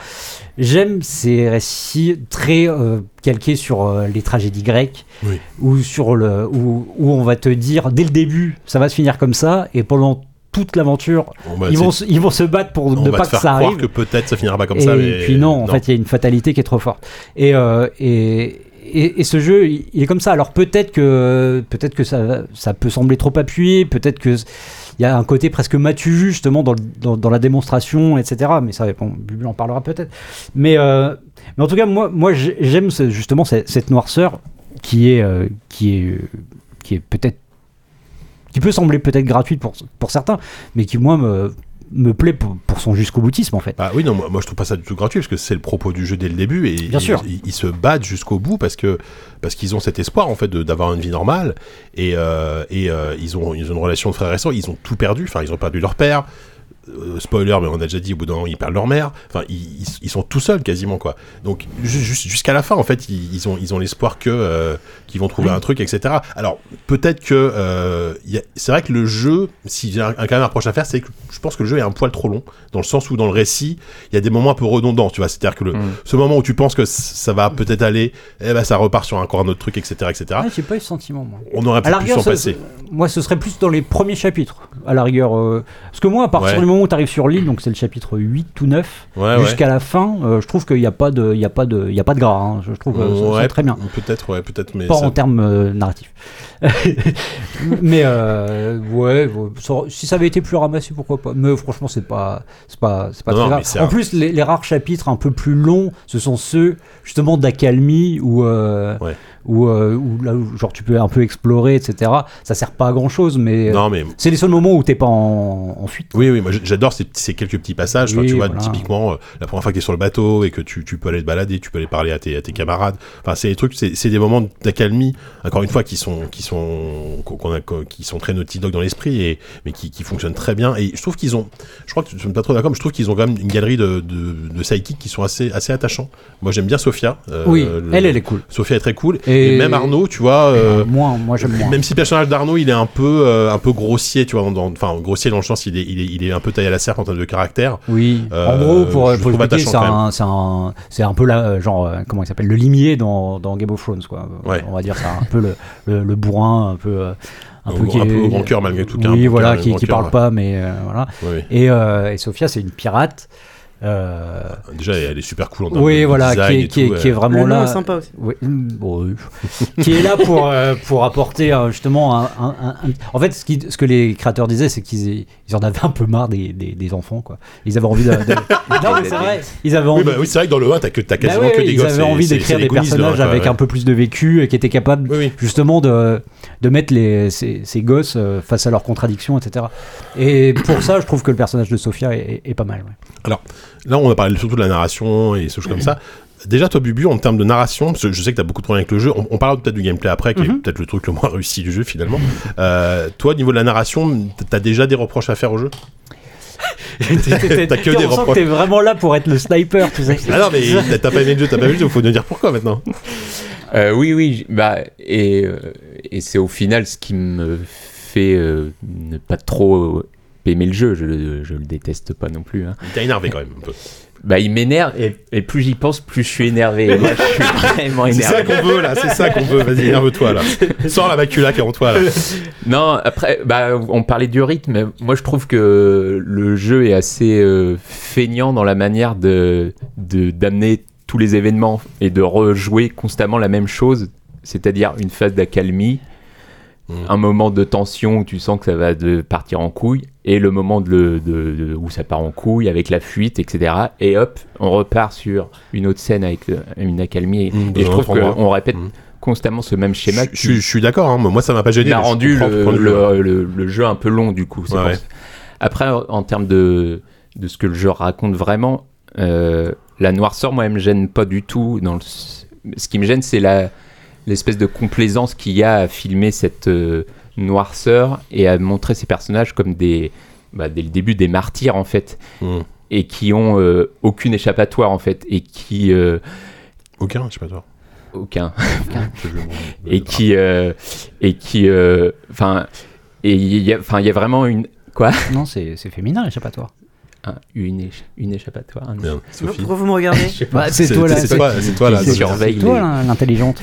Speaker 4: J'aime ces récits très euh, calqués sur euh, les tragédies grecques
Speaker 1: Oui.
Speaker 4: ou sur le où, où on va te dire dès le début ça va se finir comme ça et pendant toute l'aventure
Speaker 1: Bon, bah,
Speaker 4: ils
Speaker 1: c'est-
Speaker 4: vont se, ils vont se battre pour
Speaker 1: on
Speaker 4: ne
Speaker 1: va
Speaker 4: pas
Speaker 1: te
Speaker 4: que
Speaker 1: faire
Speaker 4: ça
Speaker 1: croire
Speaker 4: arrive
Speaker 1: que peut-être ça finira pas comme
Speaker 4: et
Speaker 1: ça, mais
Speaker 4: puis non, en fait, il y a une fatalité qui est trop forte. Et, euh, et, et, et ce jeu, il il est comme ça. Alors peut-être que, peut-être que ça, va- ça peut sembler trop appuyé, peut-être que il y a un côté presque matu justement dans, le- dans, dans la démonstration, etc. Mais ça, bon, Bubu en parlera peut-être. Mais, euh, mais en tout cas, moi, moi j'ai- j'aime ce- justement ce- cette noirceur qui est, euh, qui est, euh, qui est peut-être qui peut sembler peut-être gratuite pour, pour certains, mais qui, moi, me, me plaît pour, pour son jusqu'au boutisme, en fait.
Speaker 1: Bah oui, non, moi, moi, je trouve pas ça du tout gratuit parce que c'est le propos du jeu dès le début et
Speaker 4: Bien
Speaker 1: ils,
Speaker 4: sûr.
Speaker 1: ils- ils se battent jusqu'au bout parce que parce qu'ils ont cet espoir en fait de- d'avoir une vie normale et, euh, et euh, ils ont ils ont une relation de frère et sœur, ils ont tout perdu, enfin ils ont perdu leur père. Euh, spoiler, mais on a déjà dit au bout d'un moment ils perdent leur mère. Enfin, ils, ils- ils sont tout seuls quasiment quoi. Donc ju- ju- jusqu'à la fin en fait, ils, ils ont ils ont l'espoir que euh, qu'ils vont trouver un truc, etc. Alors peut-être que euh, il y a- c'est vrai que le jeu, si j'ai un, un- quand même un reproche à faire, c'est que je pense que le jeu est un poil trop long dans le sens où dans le récit il y a des moments un peu redondants, tu vois. C'est-à-dire que le,
Speaker 3: Mm.
Speaker 1: ce moment où tu penses que c- ça va peut-être aller, eh ben ça repart sur encore un autre truc, etc., etc.
Speaker 4: Ah, j'ai pas eu ce sentiment, moi.
Speaker 1: On aurait
Speaker 4: À
Speaker 1: peut-être
Speaker 4: la
Speaker 1: pu
Speaker 4: rigueur,
Speaker 1: s'en
Speaker 4: ça-
Speaker 1: passer.
Speaker 4: moi, ce serait plus dans les premiers chapitres, à la rigueur. euh, parce que moi, à partir
Speaker 1: Ouais. Ah
Speaker 4: du moment où tu arrives sur l'île, donc c'est le chapitre 8 ou 9,
Speaker 1: Ouais, ouais.
Speaker 4: jusqu'à la fin, euh, je trouve qu'il n'y a, pas de- il y a, pas de- il y a pas de gras. hein. Je, je trouve euh, ça-
Speaker 1: Ouais,
Speaker 4: c'est très bien.
Speaker 1: Peut-être, ouais, peut-être, mais
Speaker 4: Pas
Speaker 1: ça-
Speaker 4: en termes euh,
Speaker 1: [laughs]
Speaker 4: narratifs. mais euh, ouais, ouais, ça aurait- si ça avait été plus ramassé, pourquoi pas. Mais franchement, c'est pas, c'est pas, c'est pas
Speaker 1: Non,
Speaker 4: très
Speaker 1: non,
Speaker 4: grave.
Speaker 1: mais c'est
Speaker 4: En
Speaker 1: un-
Speaker 4: plus, les, les rares chapitres un peu plus longs, ce sont ceux justement d'accalmie où, euh,
Speaker 1: Ouais.
Speaker 4: où, euh, où là, où, genre tu peux un peu explorer, etc. Ça sert pas à grand chose, mais euh,
Speaker 1: non, mais
Speaker 4: c'est les seuls moments où t'es pas en, en fuite.
Speaker 1: oui, oui, moi j- j'adore ces, ces quelques petits passages. Enfin,
Speaker 4: Oui,
Speaker 1: tu vois,
Speaker 4: voilà.
Speaker 1: typiquement, euh, la première fois que tu es sur le bateau et que tu, tu peux aller te balader, tu peux aller parler à tes, à tes camarades. Enfin, c'est des trucs, c'est c'est des moments d'accalmie, encore une fois, qui sont, qui sont, qu'on- qu'on a- qu'on- qui sont très Naughty Dog dans l'esprit, et mais qui, qui fonctionnent très bien. Et je trouve qu'ils ont, je crois que je ne suis pas trop d'accord, mais je trouve qu'ils ont quand même une galerie de, de, de sidekicks qui sont assez, assez attachants. Moi, j'aime bien Sophia. euh,
Speaker 4: oui,
Speaker 1: le-
Speaker 4: elle, elle est cool.
Speaker 1: Sophia est très cool. Et,
Speaker 4: Et-
Speaker 1: même Arnaud, tu vois. euh,
Speaker 4: moi, moi j'aime moins.
Speaker 1: même si le personnage d'Arnaud, il est un peu, euh, un peu grossier, tu vois, dans- dans- enfin grossier dans le sens, il est, il est, il est un peu taillé à la serpe en termes de caractère.
Speaker 4: Oui.
Speaker 1: Euh,
Speaker 4: en gros, pour,
Speaker 1: je
Speaker 4: pour
Speaker 1: trouve
Speaker 4: expliquer,
Speaker 1: attachant
Speaker 4: c'est
Speaker 1: quand
Speaker 4: un, c'est un, c'est un peu là, euh, genre, euh, comment il s'appelle, le limier dans, dans Game of Thrones, quoi. Euh,
Speaker 1: Ouais.
Speaker 4: On va dire, c'est un peu le, le, le bourrin, un peu. euh,
Speaker 1: Un gros-
Speaker 4: qui
Speaker 1: un
Speaker 4: est-
Speaker 1: peu au grand cœur, malgré tout, qui a un
Speaker 4: Oui,
Speaker 1: bon
Speaker 4: voilà,
Speaker 1: cœur, un
Speaker 4: qui,
Speaker 1: grand
Speaker 4: qui
Speaker 1: cœur,
Speaker 4: parle
Speaker 1: ouais.
Speaker 4: pas, mais euh, voilà.
Speaker 1: Ouais,
Speaker 4: Et, euh, et Sophia, c'est une pirate. euh,
Speaker 1: ouais. Déjà, elle est super cool en termes
Speaker 4: oui,
Speaker 1: de
Speaker 4: voilà, qui
Speaker 1: design
Speaker 4: est,
Speaker 1: et
Speaker 4: qui est-
Speaker 1: tout,
Speaker 4: qui est
Speaker 1: euh.
Speaker 4: vraiment
Speaker 2: le nom
Speaker 4: là.
Speaker 2: est sympa aussi.
Speaker 4: Oui, hum, bon, oui. [laughs] qui est là pour, euh, pour apporter euh, justement un, un- un- un- En fait, ce, qui- ce que les créateurs disaient, c'est qu'ils ils en avaient un peu marre des, des, des enfants, quoi. Ils avaient envie de.
Speaker 1: [laughs]
Speaker 4: de- non, mais c'est vrai. Ils avaient envie.
Speaker 1: Oui, bah, oui, c'est vrai que dans le 1, t'as que- t'as
Speaker 4: Bah
Speaker 1: quasiment
Speaker 4: ouais,
Speaker 1: que des
Speaker 4: ils
Speaker 1: gosses.
Speaker 4: avaient
Speaker 1: c'est-
Speaker 4: envie
Speaker 1: c'est-
Speaker 4: d'écrire
Speaker 1: c'est
Speaker 4: des
Speaker 1: les Goonies,
Speaker 4: personnages
Speaker 1: le un, quoi,
Speaker 4: avec
Speaker 1: ouais.
Speaker 4: un peu plus de vécu, euh, qui étaient capables
Speaker 1: Oui, oui.
Speaker 4: justement de, de mettre les, ces, ces gosses euh, face à leurs contradictions, etc. Et pour ça, je trouve que le personnage de Sophia est, est- est pas mal. ouais.
Speaker 1: Là, on a parlé surtout de la narration et ce choses comme ça. Déjà, toi, Bubu, en termes de narration, parce que je sais que tu as beaucoup de problèmes avec le jeu, on, on parlera peut-être du gameplay après, qui est
Speaker 4: Mhm.
Speaker 1: peut-être le truc le moins [laughs] réussi du jeu finalement. Euh, toi, au niveau de la narration, tu as déjà des reproches à faire au
Speaker 4: [laughs]
Speaker 1: jeu [laughs] T'as que des
Speaker 4: on sent que
Speaker 1: reproches.
Speaker 4: t'es vraiment là pour être le sniper, tu sais.
Speaker 1: [laughs] Ah non, mais t'as- t'as pas aimé le jeu, t'as pas aimé le jeu, faut nous dire pourquoi maintenant.
Speaker 3: Euh, oui, oui, j- bah, et, euh, et c'est au final ce qui me fait euh, ne pas trop aimer le jeu, je, le- je le déteste pas non plus. hein.
Speaker 1: T'es énervé quand même un peu.
Speaker 3: Bah, il m'énerve, et, et plus j'y pense, plus je
Speaker 1: [laughs]
Speaker 3: suis énervé. Et Moi, je suis vraiment
Speaker 1: C'est
Speaker 3: énervé.
Speaker 1: ça qu'on veut là, c'est ça qu'on veut, vas-y, énerve-toi là. Sors la macula qui est en toi là.
Speaker 3: Non, après, bah, on parlait du rythme. Moi, je trouve que le jeu est assez euh, feignant dans la manière de de- d'amener tous les événements et de rejouer constamment la même chose, c'est-à-dire une phase d'accalmie,
Speaker 1: Mm.
Speaker 3: un moment de tension où tu sens que ça va de partir en couille, et le moment de, le- de- de- où ça part en couille avec la fuite, etc. Et hop, on repart sur une autre scène avec euh, une accalmie.
Speaker 1: Mm, dans
Speaker 3: et je
Speaker 1: un
Speaker 3: trouve
Speaker 1: autre endroit.
Speaker 3: qu'on répète
Speaker 1: Mm.
Speaker 3: constamment ce même schéma.
Speaker 1: Je-
Speaker 3: qui-
Speaker 1: je, je suis d'accord, hein, moi ça m'a pas gêné.
Speaker 3: il a
Speaker 1: mais je
Speaker 3: rendu
Speaker 1: comprends
Speaker 3: le,
Speaker 1: pourquoi on le veut.
Speaker 3: le- le- le jeu un peu long du coup. c'est
Speaker 1: Ouais,
Speaker 3: pour
Speaker 1: ouais.
Speaker 3: ça. Après, en termes de, de ce que le jeu raconte vraiment, euh, la noirceur, moi, elle me gêne pas du tout. Dans le s- ce qui me gêne, c'est la l'espèce de complaisance qu'il y a à filmer cette euh, noirceur et à montrer ces personnages comme des, bah, dès le début, des martyrs en fait,
Speaker 1: Mm.
Speaker 3: et qui ont euh, aucune échappatoire en fait, et qui euh,
Speaker 1: Aucun, je sais pas toi.
Speaker 3: aucun.
Speaker 1: Je- je-
Speaker 3: et qui euh, et qui euh, enfin et il y a enfin il y a vraiment une
Speaker 4: Non, c'est c'est féminin, échappatoire.
Speaker 3: un- Ah, une éch- une échappatoire un-
Speaker 1: Merde, Sophie.
Speaker 2: Pourquoi vous me
Speaker 3: [laughs]
Speaker 2: regardez
Speaker 4: Bah, c'est toi là.
Speaker 1: C'est
Speaker 4: C'est
Speaker 1: toi, c'est toi là.
Speaker 3: qui
Speaker 1: Sophie.
Speaker 3: surveille
Speaker 4: toi
Speaker 3: les-
Speaker 4: là, l'intelligente.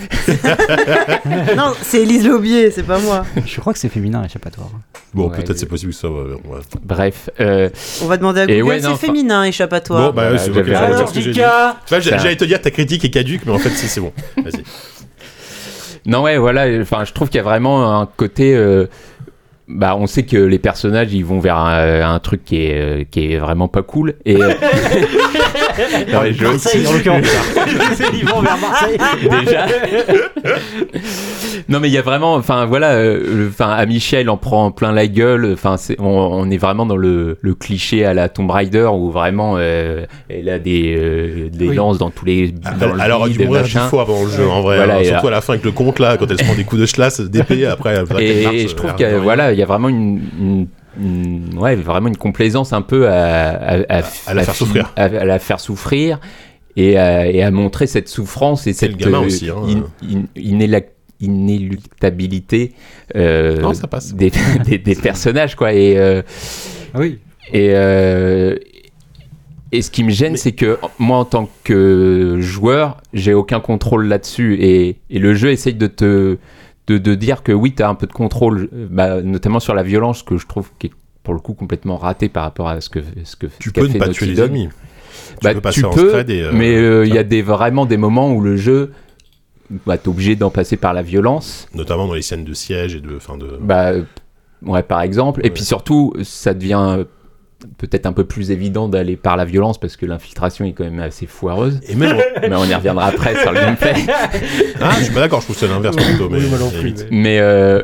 Speaker 2: Non, c'est Élise Laubier, c'est pas moi.
Speaker 4: [laughs] Je crois que c'est féminin, échappatoire.
Speaker 1: Ah, Bon,
Speaker 3: Ouais,
Speaker 1: peut-être
Speaker 3: je-
Speaker 1: c'est possible que ça. ouais, ouais.
Speaker 3: bref euh,
Speaker 2: On va demander à
Speaker 3: Et
Speaker 2: Google,
Speaker 3: ouais, non,
Speaker 2: c'est
Speaker 3: enfin-
Speaker 2: féminin, échappatoire.
Speaker 1: Bon, bah,
Speaker 3: Voilà,
Speaker 1: c'est
Speaker 3: j'avais
Speaker 1: ok, ça veut
Speaker 3: raison.
Speaker 1: dire ce que j'ai dit. Tu vois, j'ai- J'allais te dire ta critique est caduque, mais en fait, si, c'est bon. Vas-y.
Speaker 3: non ouais voilà euh, enfin je trouve qu'il y a vraiment un côté euh, bah on sait que les personnages ils vont vers un, un truc qui est euh, qui est vraiment pas cool et
Speaker 1: [laughs]
Speaker 3: euh, dans les jeux
Speaker 4: en l'occurrence.
Speaker 1: [laughs]
Speaker 4: Ils vont vers Marseille.
Speaker 3: déjà. non mais il y a vraiment, enfin voilà, euh, le- enfin à Michel on prend plein la gueule. Enfin c'est- on, on est vraiment dans le, le cliché à la Tomb Raider où vraiment euh, elle a des euh, des
Speaker 4: Oui.
Speaker 3: lances dans tous les dans le
Speaker 1: Ah, Alors,
Speaker 3: lit,
Speaker 1: du
Speaker 3: des
Speaker 1: mourir
Speaker 3: machins.
Speaker 1: dix fois avant le jeu, en vrai.
Speaker 3: Voilà,
Speaker 1: hein,
Speaker 3: et
Speaker 1: surtout
Speaker 3: là-
Speaker 1: à la fin avec le compte là, quand elle se prend des coups de schlasse, d'épée, après. elle va- elle
Speaker 3: Et,
Speaker 1: marche, euh, hein.
Speaker 3: je trouve
Speaker 1: elle
Speaker 3: qu'il y a,
Speaker 1: arrive.
Speaker 3: voilà, il y a vraiment une, une- une- ouais, vraiment une complaisance un peu à, à, à-
Speaker 1: à la faire
Speaker 3: fi-
Speaker 1: souffrir.
Speaker 3: à, à la faire souffrir et à, et à montrer cette souffrance et
Speaker 1: C'est
Speaker 3: cette
Speaker 1: le
Speaker 3: euh,
Speaker 1: gamin aussi, hein.
Speaker 3: in- in- inéla- inéluctabilité euh,
Speaker 1: Non, ça passe.
Speaker 3: des, [laughs] des- des personnages quoi et euh,
Speaker 4: Ah Oui.
Speaker 3: et, euh, et ce qui me gêne,
Speaker 1: Mais-
Speaker 3: c'est que moi, en tant que joueur, j'ai aucun contrôle là-dessus. Et, et le jeu essaye de te de, de dire que oui, tu as un peu de contrôle, euh, bah, notamment sur la violence, que je trouve qui est pour le coup complètement raté par rapport à ce que ce que
Speaker 1: Tu
Speaker 3: ce qu'a
Speaker 1: peux ne
Speaker 3: fait
Speaker 1: pas
Speaker 3: Naughty
Speaker 1: tuer les
Speaker 3: Dog.
Speaker 1: ennemis.
Speaker 3: Bah,
Speaker 1: peux passer
Speaker 3: tu
Speaker 1: en
Speaker 3: peux,
Speaker 1: scred et, euh,
Speaker 3: mais euh, il y a des, vraiment des moments où le jeu, bah, t'es obligé d'en passer par la violence.
Speaker 1: Notamment dans les scènes de siège et de. Fin de...
Speaker 3: Bah, euh, ouais, par exemple.
Speaker 1: Ouais.
Speaker 3: Et puis surtout, ça devient euh, peut-être un peu plus évident d'aller par la violence parce que l'infiltration est quand même
Speaker 1: [laughs]
Speaker 3: assez foireuse.
Speaker 1: Et
Speaker 3: [laughs]
Speaker 1: même.
Speaker 3: Mais on y reviendra après sur le
Speaker 1: [laughs]
Speaker 3: gameplay.
Speaker 1: Ah, je suis pas d'accord, je trouve que c'est l'inverse plutôt. Mais, limite.
Speaker 3: Mais, euh,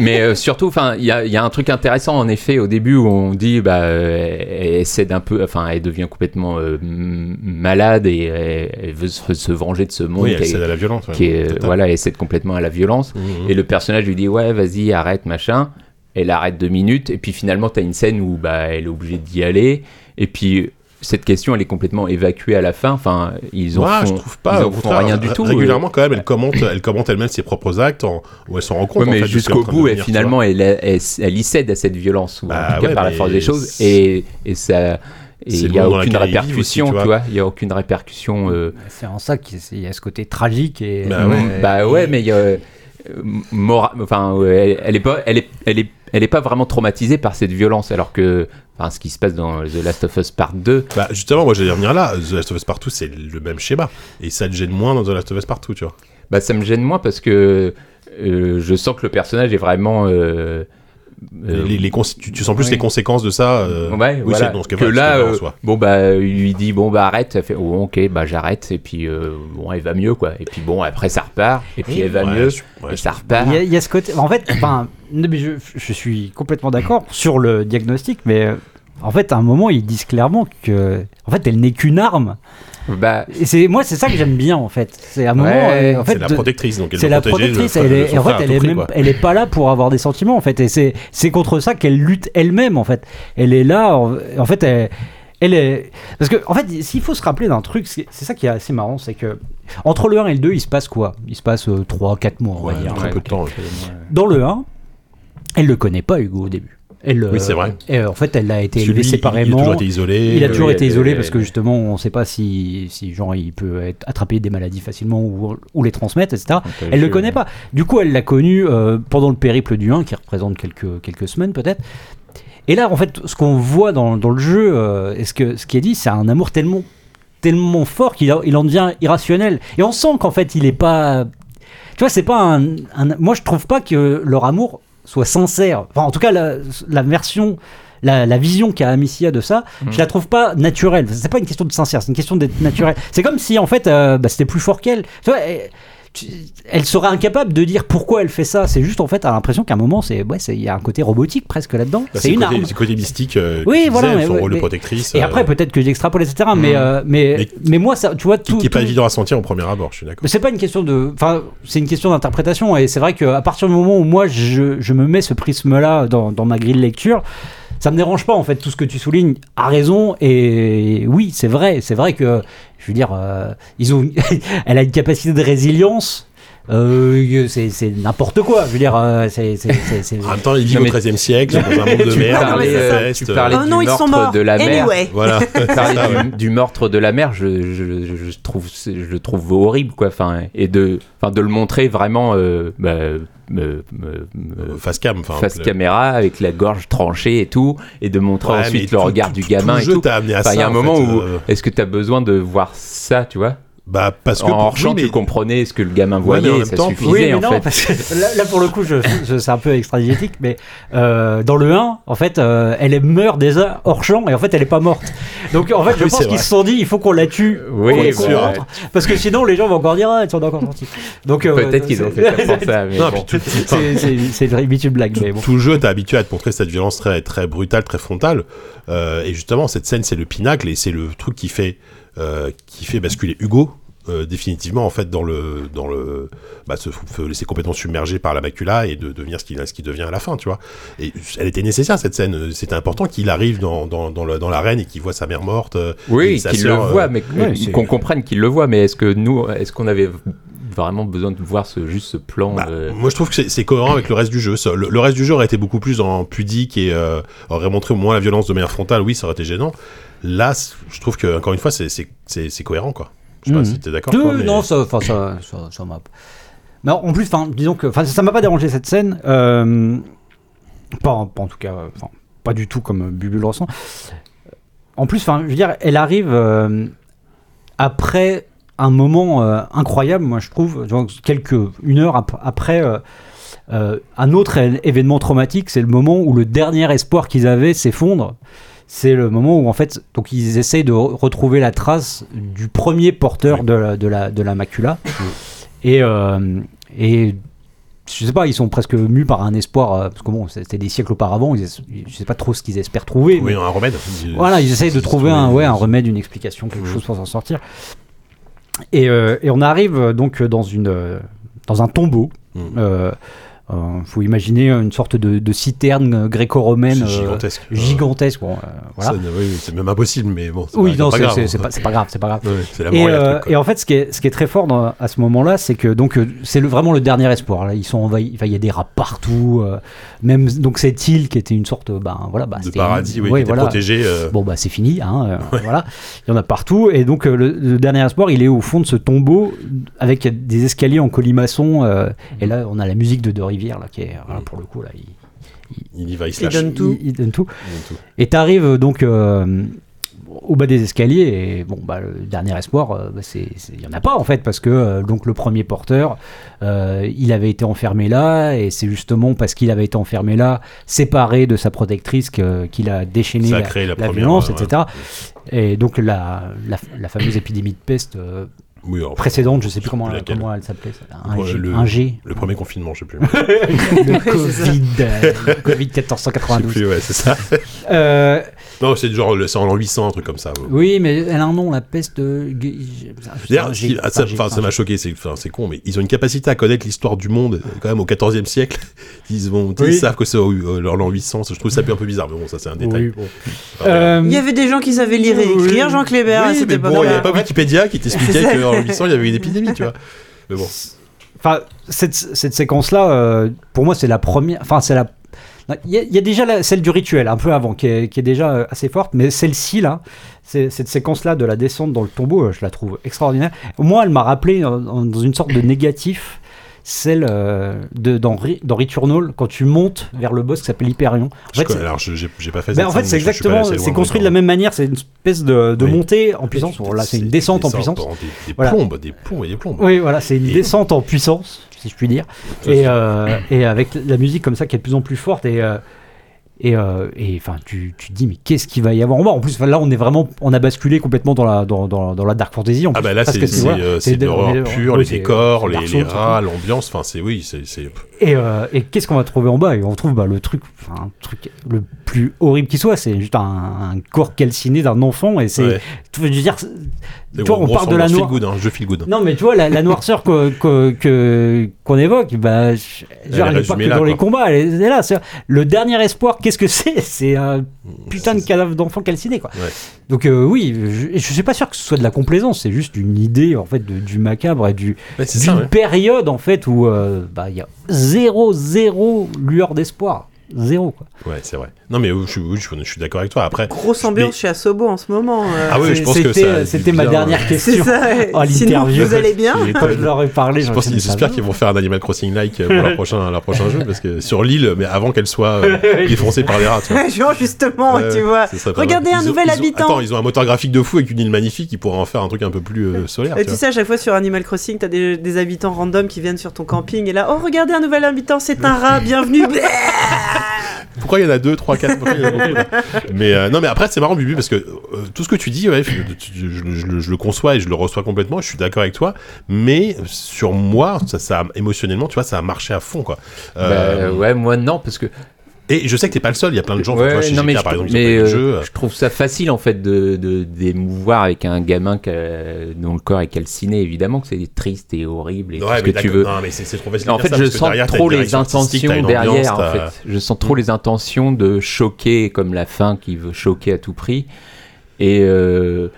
Speaker 3: mais euh, surtout, enfin, il y a, il y a un truc intéressant en effet au début où on dit, bah, euh, elle elle cède un peu, enfin, elle devient complètement euh, m- malade et elle, elle veut se, se venger de ce monde
Speaker 1: Oui,
Speaker 3: qui
Speaker 1: elle
Speaker 3: est-
Speaker 1: cède à la violence. ouais.
Speaker 3: qui est,
Speaker 1: Total.
Speaker 3: voilà, elle cède complètement à la violence.
Speaker 1: Mhm.
Speaker 3: Et le personnage lui dit ouais vas-y arrête machin. Elle arrête deux minutes et puis finalement t'as une scène où bah elle est obligée d'y aller et puis cette question elle est complètement évacuée à la fin. Enfin ils ont
Speaker 1: Moi,
Speaker 3: font,
Speaker 1: je trouve pas.
Speaker 3: ils
Speaker 1: au
Speaker 3: en font
Speaker 1: contraire,
Speaker 3: rien
Speaker 1: ré-
Speaker 3: du tout. euh.
Speaker 1: Régulièrement, quand même, elle commente, elle commente elle-même ses propres actes, en- où elle s'en rend
Speaker 3: Ouais,
Speaker 1: compte. en
Speaker 3: mais
Speaker 1: fait, de ce qu'elle est
Speaker 3: jusqu'au
Speaker 1: en train de
Speaker 3: bout, elle,
Speaker 1: devenir, tu vois.
Speaker 3: finalement, elle, elle, elle y cède à cette violence, ou
Speaker 1: Bah
Speaker 3: en tout cas
Speaker 1: ouais,
Speaker 3: par la
Speaker 1: mais
Speaker 3: force des choses,
Speaker 1: c'est-
Speaker 3: et, et ça, et
Speaker 1: c'est
Speaker 3: il
Speaker 1: le
Speaker 3: n'y a
Speaker 1: monde dans
Speaker 3: aucune
Speaker 1: lequel ils vivent aussi,
Speaker 3: répercussion,
Speaker 1: tu vois.
Speaker 3: tu vois, il n'y a aucune répercussion. euh,
Speaker 4: C'est en ça qu'il y a ce côté tragique et.
Speaker 1: Bah ouais.
Speaker 4: euh,
Speaker 3: Bah ouais,
Speaker 4: et-
Speaker 3: mais euh, euh, mora- enfin, ouais, elle, elle est pas, elle est, elle est, elle est pas vraiment traumatisée par cette violence, alors que, enfin, ce qui se passe dans The Last of Us Part 2,
Speaker 1: Bah justement, moi j'allais revenir là. The Last of Us Partout, c'est le même schéma. Et ça le gêne moins dans The Last of Us Partout, tu vois.
Speaker 3: bah ça me gêne moins parce que euh, je sens que le personnage est vraiment euh, euh,
Speaker 1: les, les cons- tu, tu sens plus
Speaker 4: oui.
Speaker 1: les conséquences de ça. euh,
Speaker 3: Ouais,
Speaker 1: oui,
Speaker 3: voilà.
Speaker 1: c'est dans ce cas-là,
Speaker 3: que
Speaker 1: c'est
Speaker 3: là,
Speaker 1: bien en
Speaker 3: euh,
Speaker 1: soi.
Speaker 3: bon bah, il lui dit bon bah arrête, elle fait oh, ok bah j'arrête et puis euh, bon elle va mieux quoi et puis bon après ça repart et puis elle va
Speaker 1: Ouais,
Speaker 3: mieux
Speaker 1: je- ouais,
Speaker 3: et
Speaker 1: je-
Speaker 3: ça repart.
Speaker 4: Il y, a, il y a ce côté. En fait, enfin, non, mais je, je suis complètement d'accord sur le diagnostic, mais euh, en fait, à un moment, ils disent clairement que, en fait, elle n'est qu'une arme
Speaker 3: Bah,
Speaker 4: Et c'est moi, c'est ça que j'aime bien en fait. C'est à un moment,
Speaker 3: Ouais,
Speaker 4: euh, en fait,
Speaker 1: c'est la
Speaker 4: de-
Speaker 1: protectrice, donc elle
Speaker 4: c'est
Speaker 1: veut
Speaker 4: la
Speaker 1: protéger le
Speaker 4: protectrice.
Speaker 1: fa-
Speaker 4: Elle
Speaker 1: le
Speaker 4: est,
Speaker 1: son
Speaker 4: en
Speaker 1: frère à
Speaker 4: fait, elle
Speaker 1: tout
Speaker 4: est
Speaker 1: prix,
Speaker 4: même-
Speaker 1: quoi.
Speaker 4: elle est pas là pour avoir des sentiments en fait. Et c'est, c'est contre ça qu'elle lutte elle-même en fait. Elle est là. En, en fait, elle, elle est parce que en fait, s'il faut se rappeler d'un truc, c'est, c'est ça qui est assez marrant, c'est que entre le 1 et le 2, il se passe quoi Il se passe 3-4 mois, on va
Speaker 1: Ouais,
Speaker 4: dire.
Speaker 1: très peu de temps.
Speaker 4: Dans le 1, elle le connaît pas Hugo au début. Elle,
Speaker 1: Oui,
Speaker 4: euh,
Speaker 1: c'est vrai.
Speaker 4: et, euh, en fait, elle a été
Speaker 1: Parce que lui,
Speaker 4: élevée
Speaker 1: Il a toujours
Speaker 4: séparément.
Speaker 1: été isolé. euh,
Speaker 4: Il a toujours
Speaker 3: oui,
Speaker 4: été
Speaker 3: elle-
Speaker 4: isolé
Speaker 3: elle-
Speaker 4: parce que justement, on ne sait pas si, si genre, il peut être attraper des maladies facilement ou, ou les transmettre, etc. Elle le connaît pas. Du coup, elle l'a connu euh, pendant le périple du 1, qui représente quelques, quelques semaines peut-être. Et là, en fait, ce qu'on voit dans, dans le jeu, euh, et ce, que, ce qui est dit, c'est un amour tellement, tellement fort qu'il en- il en devient irrationnel. Et on sent qu'en fait, il n'est pas. Tu vois, c'est pas un, un- Moi, je trouve pas que leur amour soit sincère. Enfin, en tout cas, la, la version. La, la vision qu'a Amicia de ça,
Speaker 1: Mm.
Speaker 4: je la trouve pas naturelle. C'est pas une question de sincère, c'est une question d'être naturelle. C'est comme si en fait, euh, bah, c'était plus fort qu'elle. Tu vois, elle- tu- elle serait incapable de dire pourquoi elle fait ça. C'est juste en fait, elle a l'impression qu'à un moment, c'est ouais, c'est- il y a un côté robotique presque là-dedans.
Speaker 1: Bah,
Speaker 4: c'est une
Speaker 1: côté,
Speaker 4: arme.
Speaker 1: C'est côté mystique. euh,
Speaker 4: Oui,
Speaker 1: que tu
Speaker 4: voilà,
Speaker 1: disais,
Speaker 4: mais
Speaker 1: Son
Speaker 4: ouais,
Speaker 1: rôle de
Speaker 4: mais-
Speaker 1: protectrice.
Speaker 4: Et
Speaker 1: euh,
Speaker 4: après, peut-être que j'extrapole, etc. Mais,
Speaker 3: Mm.
Speaker 4: euh, mais,
Speaker 1: Mais-
Speaker 4: mais, moi, ça, tu vois, tout.
Speaker 1: qui n'est pas
Speaker 4: tout-
Speaker 1: évident à sentir au premier abord, je suis d'accord.
Speaker 4: C'est pas une question de. Enfin, c'est une question d'interprétation. Et c'est vrai qu'à partir du moment où moi, je, je me mets ce prisme-là dans, dans ma grille de lecture, ça me dérange pas, en fait, tout ce que tu soulignes a raison. Et oui, c'est vrai. C'est vrai que, je veux dire, euh, ils ont, [laughs] elle a une capacité de résilience. euh, c'est c'est n'importe quoi. Je veux dire, euh, c'est. c'est- c'est- c'est-
Speaker 1: En même temps, ils vivent
Speaker 3: Non,
Speaker 1: au
Speaker 3: mais-
Speaker 1: XIIIe siècle, dans un monde de
Speaker 3: Tu
Speaker 1: merde,
Speaker 2: parlais,
Speaker 1: de
Speaker 2: euh,
Speaker 1: peste,
Speaker 3: tu parlais-
Speaker 1: euh,
Speaker 2: Oh non,
Speaker 3: du
Speaker 2: ils sont
Speaker 3: meurtre
Speaker 2: morts.
Speaker 3: de la mère.
Speaker 2: anyway.
Speaker 1: Voilà.
Speaker 3: [laughs] parler du, du meurtre de la mère, je, je, je- je trouve, je le trouve horrible, quoi. Enfin, et de, enfin, de le montrer vraiment euh, bah, euh, euh, euh,
Speaker 1: Face cam. enfin,
Speaker 3: face
Speaker 1: le-
Speaker 3: caméra, avec la gorge tranchée et tout, et de montrer
Speaker 1: Ouais, mais
Speaker 3: ensuite le
Speaker 1: tout-
Speaker 3: regard
Speaker 1: tout-
Speaker 3: du
Speaker 1: tout
Speaker 3: gamin
Speaker 1: le
Speaker 3: et
Speaker 1: jeu
Speaker 3: tout.
Speaker 1: t'a amené à
Speaker 3: Enfin,
Speaker 1: ça.
Speaker 3: il y a un
Speaker 1: en
Speaker 3: moment
Speaker 1: fait,
Speaker 3: où,
Speaker 1: euh,
Speaker 3: est-ce que tu as besoin de voir ça, tu vois
Speaker 1: Bah, parce que.
Speaker 3: En hors
Speaker 1: oui,
Speaker 3: champ,
Speaker 1: mais-
Speaker 3: tu comprenais ce que le gamin
Speaker 1: Ouais, mais
Speaker 3: voyait,
Speaker 1: en même
Speaker 3: ça
Speaker 1: temps,
Speaker 3: suffisait
Speaker 4: Oui, mais
Speaker 3: en
Speaker 4: non,
Speaker 3: fait.
Speaker 4: parce que là, là, pour le coup, je, je- c'est un peu extradiétique, mais euh, dans le 1, en fait, euh, elle est meurt déjà hors champ et en fait, elle est pas morte. Donc en fait, je
Speaker 1: Oui,
Speaker 4: pense
Speaker 1: c'est
Speaker 4: qu'ils
Speaker 1: vrai.
Speaker 4: se sont dit, il faut qu'on la tue.
Speaker 3: Oui,
Speaker 4: qu'on-
Speaker 3: bien
Speaker 4: qu'on
Speaker 1: sûr.
Speaker 4: rentre, parce que sinon, les gens vont encore dire, ah, ils sont encore sortis. Donc euh,
Speaker 3: Peut-être qu'ils ont fait ça pour
Speaker 4: [laughs]
Speaker 3: ça, mais
Speaker 1: Non,
Speaker 3: bon.
Speaker 1: puis tout- tout- enfin,
Speaker 4: C'est- C'est c'est limite une blague, mais bon.
Speaker 1: Tout le jeu t'a habitué à te montrer cette violence très, très brutale, très frontale. Euh, et justement, cette scène, c'est le pinacle et c'est le truc qui fait, euh, qui fait basculer Hugo. euh, définitivement en fait dans le dans le bah, se, se laisser complètement submerger par la macula et de devenir ce qu'il ce qu'il devient à la fin tu vois et elle était nécessaire cette scène Euh, c'était important qu'il arrive dans dans dans, le- dans l'arène et qu'il voit sa mère morte euh, et
Speaker 3: [laughs] Oui,
Speaker 1: sa
Speaker 3: qu'il le
Speaker 1: sœur, euh,
Speaker 3: voit, mais
Speaker 4: ouais, c'est-
Speaker 3: qu'on comprenne qu'il le voit. Mais est-ce que nous, est-ce qu'on avait vraiment besoin de voir ce, juste ce plan
Speaker 1: Bah,
Speaker 3: euh,
Speaker 1: Moi, je trouve que c'est- c'est cohérent avec le reste du jeu. Ça, Le, le reste du jeu aurait été beaucoup plus en pudique et euh, aurait montré au moins la violence de manière frontale. Oui, ça aurait été gênant. Là, c- je trouve que encore une fois, c'est- c'est c'est- c'est cohérent, quoi. Je sais pas
Speaker 4: Mhm.
Speaker 1: si t'es d'accord.
Speaker 4: Deux,
Speaker 1: toi, mais-
Speaker 4: Non, ça, enfin, ça, ça, ça m'a. Mais en plus, enfin, disons que, enfin, ça m'a pas dérangé cette scène. euh, pas, en- pas en tout cas, euh, enfin, pas du tout comme euh, Bubu le ressent. En plus, enfin, je veux dire, elle arrive euh, après un moment euh, incroyable, moi je trouve, genre, quelques une heure ap- après. euh, euh, un autre é- événement traumatique, c'est le moment où le dernier espoir qu'ils avaient s'effondre. C'est le moment où en fait, donc ils essayent de re- retrouver la trace du premier porteur de, la, de, la, de la macula. Et, euh, et je sais pas, ils sont presque mus par un espoir, euh, parce que bon, c'était des siècles auparavant, ils es- je sais pas trop ce qu'ils espèrent trouver. mais-
Speaker 1: Oui, un remède.
Speaker 4: voilà, ils essayent de
Speaker 1: Ils
Speaker 4: trouver
Speaker 1: trouvent
Speaker 4: un,
Speaker 1: une-
Speaker 4: ouais, un remède, une explication, quelque
Speaker 1: Mhm.
Speaker 4: chose pour s'en sortir. Et, euh, et on arrive euh, donc dans, une, euh, dans un tombeau. Il
Speaker 1: Mhm.
Speaker 4: faut imaginer une sorte de, de citerne euh, gréco-romaine
Speaker 1: C'est
Speaker 4: euh,
Speaker 1: gigantesque.
Speaker 4: gigantesque. Bon, euh,
Speaker 1: Ça,
Speaker 4: voilà.
Speaker 1: oui, oui, c'est même impossible, mais bon. c'est
Speaker 4: Oui,
Speaker 1: pas-
Speaker 4: non,
Speaker 1: pas
Speaker 4: c'est
Speaker 1: grave.
Speaker 4: c'est- c'est pas, c'est pas grave, c'est pas grave.
Speaker 1: Ouais, c'est la
Speaker 4: Et,
Speaker 1: morale, le
Speaker 4: euh,
Speaker 1: truc, quoi.
Speaker 4: et en fait, ce qui est, ce qui est très fort dans- à ce moment-là, c'est que donc euh, c'est le, vraiment le dernier espoir. Là, ils sont envahis. Enfin, il y a des rats partout. euh, même donc cette île qui était une sorte, ben voilà, bah,
Speaker 1: de
Speaker 4: c'était-
Speaker 1: paradis, oui,
Speaker 4: ouais,
Speaker 1: qui était
Speaker 4: voilà.
Speaker 1: protégé. euh,
Speaker 4: Bon bah c'est fini, hein, euh, voilà. Il y en a partout et donc euh, le, le dernier espoir, il est au fond de ce tombeau avec des escaliers en colimaçon euh, et là on a la musique de De Rivière là qui est voilà, pour le coup là. Il,
Speaker 1: Il y va, il se
Speaker 2: Il
Speaker 1: lâche.
Speaker 2: donne tout.
Speaker 4: il- il donne tout.
Speaker 1: Il donne tout.
Speaker 4: Et t'arrives euh, donc euh, au bas des escaliers et bon bah le dernier espoir, euh, bah, c'est c'est- il y en a pas en fait parce que euh, donc le premier porteur, euh, il avait été enfermé là et c'est justement parce qu'il avait été enfermé là, séparé de sa protectrice que- qu'il a déchaîné
Speaker 1: Ça a
Speaker 4: la-
Speaker 1: créé la
Speaker 4: la
Speaker 1: première,
Speaker 4: violence,
Speaker 1: ouais, ouais.
Speaker 4: etc. Et donc la, la, la fameuse épidémie de peste euh,
Speaker 1: Oui, alors,
Speaker 4: précédente, je sais
Speaker 1: Je
Speaker 4: plus
Speaker 1: sais
Speaker 4: comment,
Speaker 1: plus laquelle.
Speaker 4: comment elle s'appelait. ça. Un,
Speaker 1: Ouais,
Speaker 4: G,
Speaker 1: le- [laughs]
Speaker 4: un G.
Speaker 1: le premier confinement, je sais plus.
Speaker 4: Le
Speaker 2: c'est ça.
Speaker 4: Covid, euh, Covid
Speaker 1: Je sais
Speaker 4: 1492.
Speaker 1: plus, ouais, c'est ça. [laughs]
Speaker 4: Euh,
Speaker 1: Non, c'est du genre, le- c'est en l'an 800, un truc comme ça.
Speaker 4: oui, mais elle a un nom, la peste. de- G-
Speaker 1: D'ailleurs,
Speaker 4: un
Speaker 1: ce
Speaker 4: G,
Speaker 1: qui- ah, ça
Speaker 4: un G,
Speaker 1: enfin, ça
Speaker 4: un
Speaker 1: m'a
Speaker 4: G.
Speaker 1: choqué, c'est enfin, c'est con, mais ils ont une capacité à connaître l'histoire du monde euh, quand même au XIVe siècle. [laughs] Ils, vont, tu sais,
Speaker 4: Oui.
Speaker 1: ils savent que c'est au- euh, leur l'an 800. Je trouve ça un peu bizarre, mais bon, ça c'est un détail.
Speaker 4: Oui, bon.
Speaker 1: Enfin, voilà.
Speaker 4: Euh,
Speaker 2: Il y avait des gens qui savaient lire et
Speaker 4: Oui.
Speaker 2: écrire, Jean Kléber,
Speaker 1: Oui,
Speaker 2: à cette
Speaker 1: mais bon, il n'y
Speaker 2: époque-là.
Speaker 1: avait pas Wikipédia qui t'expliquait
Speaker 2: C'est ça.
Speaker 1: qu'en 800 il y avait une épidémie, tu vois. Mais bon,
Speaker 4: Enfin, cette, cette séquence-là, euh, pour moi, c'est la première. Enfin, c'est la. Non, Il y, a- il y a déjà la- celle du rituel, un peu avant, qui est, qui est déjà euh, assez forte, mais celle-ci, là, c'est- cette séquence-là de la descente dans le tombeau, euh, je la trouve extraordinaire. Moi, elle m'a rappelé, euh, en- dans une sorte de négatif, celle euh, de, dans, Ri- dans Returnal, quand tu montes vers le boss qui s'appelle Hyperion. En
Speaker 1: je
Speaker 4: fait,
Speaker 1: connais-
Speaker 4: c'est-
Speaker 1: alors je- j'ai j'ai pas fait
Speaker 4: ben,
Speaker 1: cette
Speaker 4: en fait,
Speaker 1: scène,
Speaker 4: c'est
Speaker 1: je- je suis pas allé
Speaker 4: exactement,
Speaker 1: assez loin,
Speaker 4: c'est construit de
Speaker 1: mais
Speaker 4: la même manière, c'est une espèce de, de
Speaker 1: Oui.
Speaker 4: montée en puissance. Bon, là, c'est une descente en puissance.
Speaker 1: Des, des
Speaker 4: Voilà.
Speaker 1: plombes, des plombes et des plombes.
Speaker 4: Oui, voilà, c'est une
Speaker 1: Et-
Speaker 4: descente en puissance, si je puis dire,
Speaker 1: Ça,
Speaker 4: et,
Speaker 1: c'est-
Speaker 4: euh, et avec la musique comme ça qui est de plus en plus forte et euh, et euh, et, enfin tu, tu te dis mais qu'est-ce qu'il va y avoir en bas En plus enfin, là on est vraiment on a basculé complètement dans la dans, dans, dans la dark fantasy. En
Speaker 1: Ah
Speaker 4: plus,
Speaker 1: bah là
Speaker 4: parce
Speaker 1: c'est
Speaker 4: que
Speaker 1: c'est,
Speaker 4: voilà,
Speaker 1: euh, c'est de
Speaker 4: des-
Speaker 1: l'horreur
Speaker 4: des-
Speaker 1: pure,
Speaker 4: oui,
Speaker 1: les
Speaker 4: c'est-
Speaker 1: décors,
Speaker 4: c'est
Speaker 1: les,
Speaker 4: Dark
Speaker 1: les
Speaker 4: Souls,
Speaker 1: rats, l'ambiance, enfin c'est oui, c'est... c'est-
Speaker 4: Et, euh, et qu'est-ce qu'on va trouver en bas Et on trouve bah, le truc, enfin, un truc le plus horrible qui soit, c'est juste un, un corps calciné d'un enfant et c'est,
Speaker 1: ouais.
Speaker 4: tu veux dire, c'est-
Speaker 1: C'est
Speaker 4: toi
Speaker 1: gros-
Speaker 4: on
Speaker 1: grosse
Speaker 4: parle de la
Speaker 1: ambiance, feel
Speaker 4: noire.
Speaker 1: good, hein, je feel good.
Speaker 4: Non, mais tu vois, la, la noirceur que- que- que- qu'on évoque, bah, je- genre,
Speaker 1: est
Speaker 4: elle est pas que
Speaker 1: résumée là,
Speaker 4: dans les
Speaker 1: quoi.
Speaker 4: combats, elle est, elle est là. c'est- Le dernier espoir, qu'est-ce que c'est [laughs] C'est un putain de cadavre d'enfant calciné, quoi.
Speaker 1: Ouais.
Speaker 4: Donc, euh, oui, je, je suis pas sûr que ce soit de la complaisance, c'est juste une idée, en fait, de- du macabre et du,
Speaker 1: Ouais, c'est
Speaker 4: d'une
Speaker 1: ça, ouais.
Speaker 4: période, en fait, où euh, bah, il y a zéro, zéro lueur d'espoir. Zéro, quoi.
Speaker 1: Ouais, c'est vrai. Non, mais oui, je, suis- oui, je, je suis d'accord avec toi. Après,
Speaker 2: Grosse
Speaker 1: Mais-
Speaker 2: ambiance chez Asobo en ce moment. euh. [laughs]
Speaker 1: Ah oui, je
Speaker 4: C'est-
Speaker 1: pense que
Speaker 4: c'était-
Speaker 1: ça a dû
Speaker 4: C'était ma
Speaker 1: bien, euh,
Speaker 4: dernière
Speaker 2: c'est
Speaker 4: question.
Speaker 2: ça.
Speaker 4: Oh,
Speaker 2: Sinon,
Speaker 4: l'interview.
Speaker 2: vous allez bien
Speaker 1: [laughs] il est
Speaker 4: Quand
Speaker 1: pas-
Speaker 4: je leur ai parlé,
Speaker 1: je
Speaker 4: j'en
Speaker 1: pense
Speaker 4: ai
Speaker 1: qu'ils
Speaker 4: fait, mais
Speaker 1: j'espère
Speaker 4: ça
Speaker 1: qu'ils vont faire un Animal Crossing-like pour
Speaker 2: [laughs]
Speaker 1: leur prochain, leur prochain jeu, parce que sur l'île, mais avant qu'elle soit euh, défoncée par les rats,
Speaker 2: [laughs]
Speaker 1: tu vois.
Speaker 2: Genre, justement,
Speaker 1: Ouais,
Speaker 2: tu
Speaker 1: ouais,
Speaker 2: vois.
Speaker 1: ce serait pas
Speaker 2: Regardez
Speaker 1: mal.
Speaker 2: un
Speaker 1: Ils ont-
Speaker 2: nouvel
Speaker 1: ils ont-
Speaker 2: habitant.
Speaker 1: Attends, ils ont un moteur graphique de fou avec une île magnifique, ils pourraient en faire un truc un peu plus euh, solaire.
Speaker 2: Et
Speaker 1: tu
Speaker 2: tu
Speaker 1: vois.
Speaker 2: sais, à chaque fois sur Animal Crossing, t'as des, des habitants random qui viennent sur ton camping et là, oh regardez un nouvel habitant, c'est un rat, bienvenue.
Speaker 1: [laughs]
Speaker 2: [laughs]
Speaker 1: Pourquoi il y en a deux, trois, quatre pourquoi il y en a beaucoup, là Mais euh, non, mais après c'est marrant Bubu parce que euh, tout ce que tu dis, ouais, je, je- je- je le- je le conçois et je le reçois complètement. Je suis d'accord avec toi, mais sur moi, ça, ça a- émotionnellement, tu vois, ça a marché à fond quoi. Euh,
Speaker 3: Bah, ouais, moi non, parce que.
Speaker 1: Et je sais que t'es pas le seul. Il y a plein de gens.
Speaker 3: Ouais,
Speaker 1: tu vois, chez
Speaker 3: non, mais
Speaker 1: GTA,
Speaker 3: je,
Speaker 1: par exemple, ils ont
Speaker 3: mais,
Speaker 1: pas aimé le
Speaker 3: euh,
Speaker 1: jeu.
Speaker 3: je trouve ça facile en fait de de- d'émouvoir avec un gamin qui a- dont le corps est calciné. Évidemment que c'est triste et horrible et
Speaker 1: Ouais,
Speaker 3: tout ce que
Speaker 1: mais
Speaker 3: tu
Speaker 1: d'accord.
Speaker 3: veux.
Speaker 1: Non, mais c'est c'est trop facile. de
Speaker 3: En
Speaker 1: dire
Speaker 3: fait,
Speaker 1: ça,
Speaker 3: je
Speaker 1: parce que
Speaker 3: sens
Speaker 1: derrière, t'as
Speaker 3: trop
Speaker 1: une
Speaker 3: les
Speaker 1: direction artistique, t'as
Speaker 3: intentions
Speaker 1: une
Speaker 3: derrière.
Speaker 1: ambiance,
Speaker 3: En
Speaker 1: t'as- Hmm.
Speaker 3: fait, je sens trop les intentions de choquer, comme la fin qui veut choquer à tout prix. Et euh,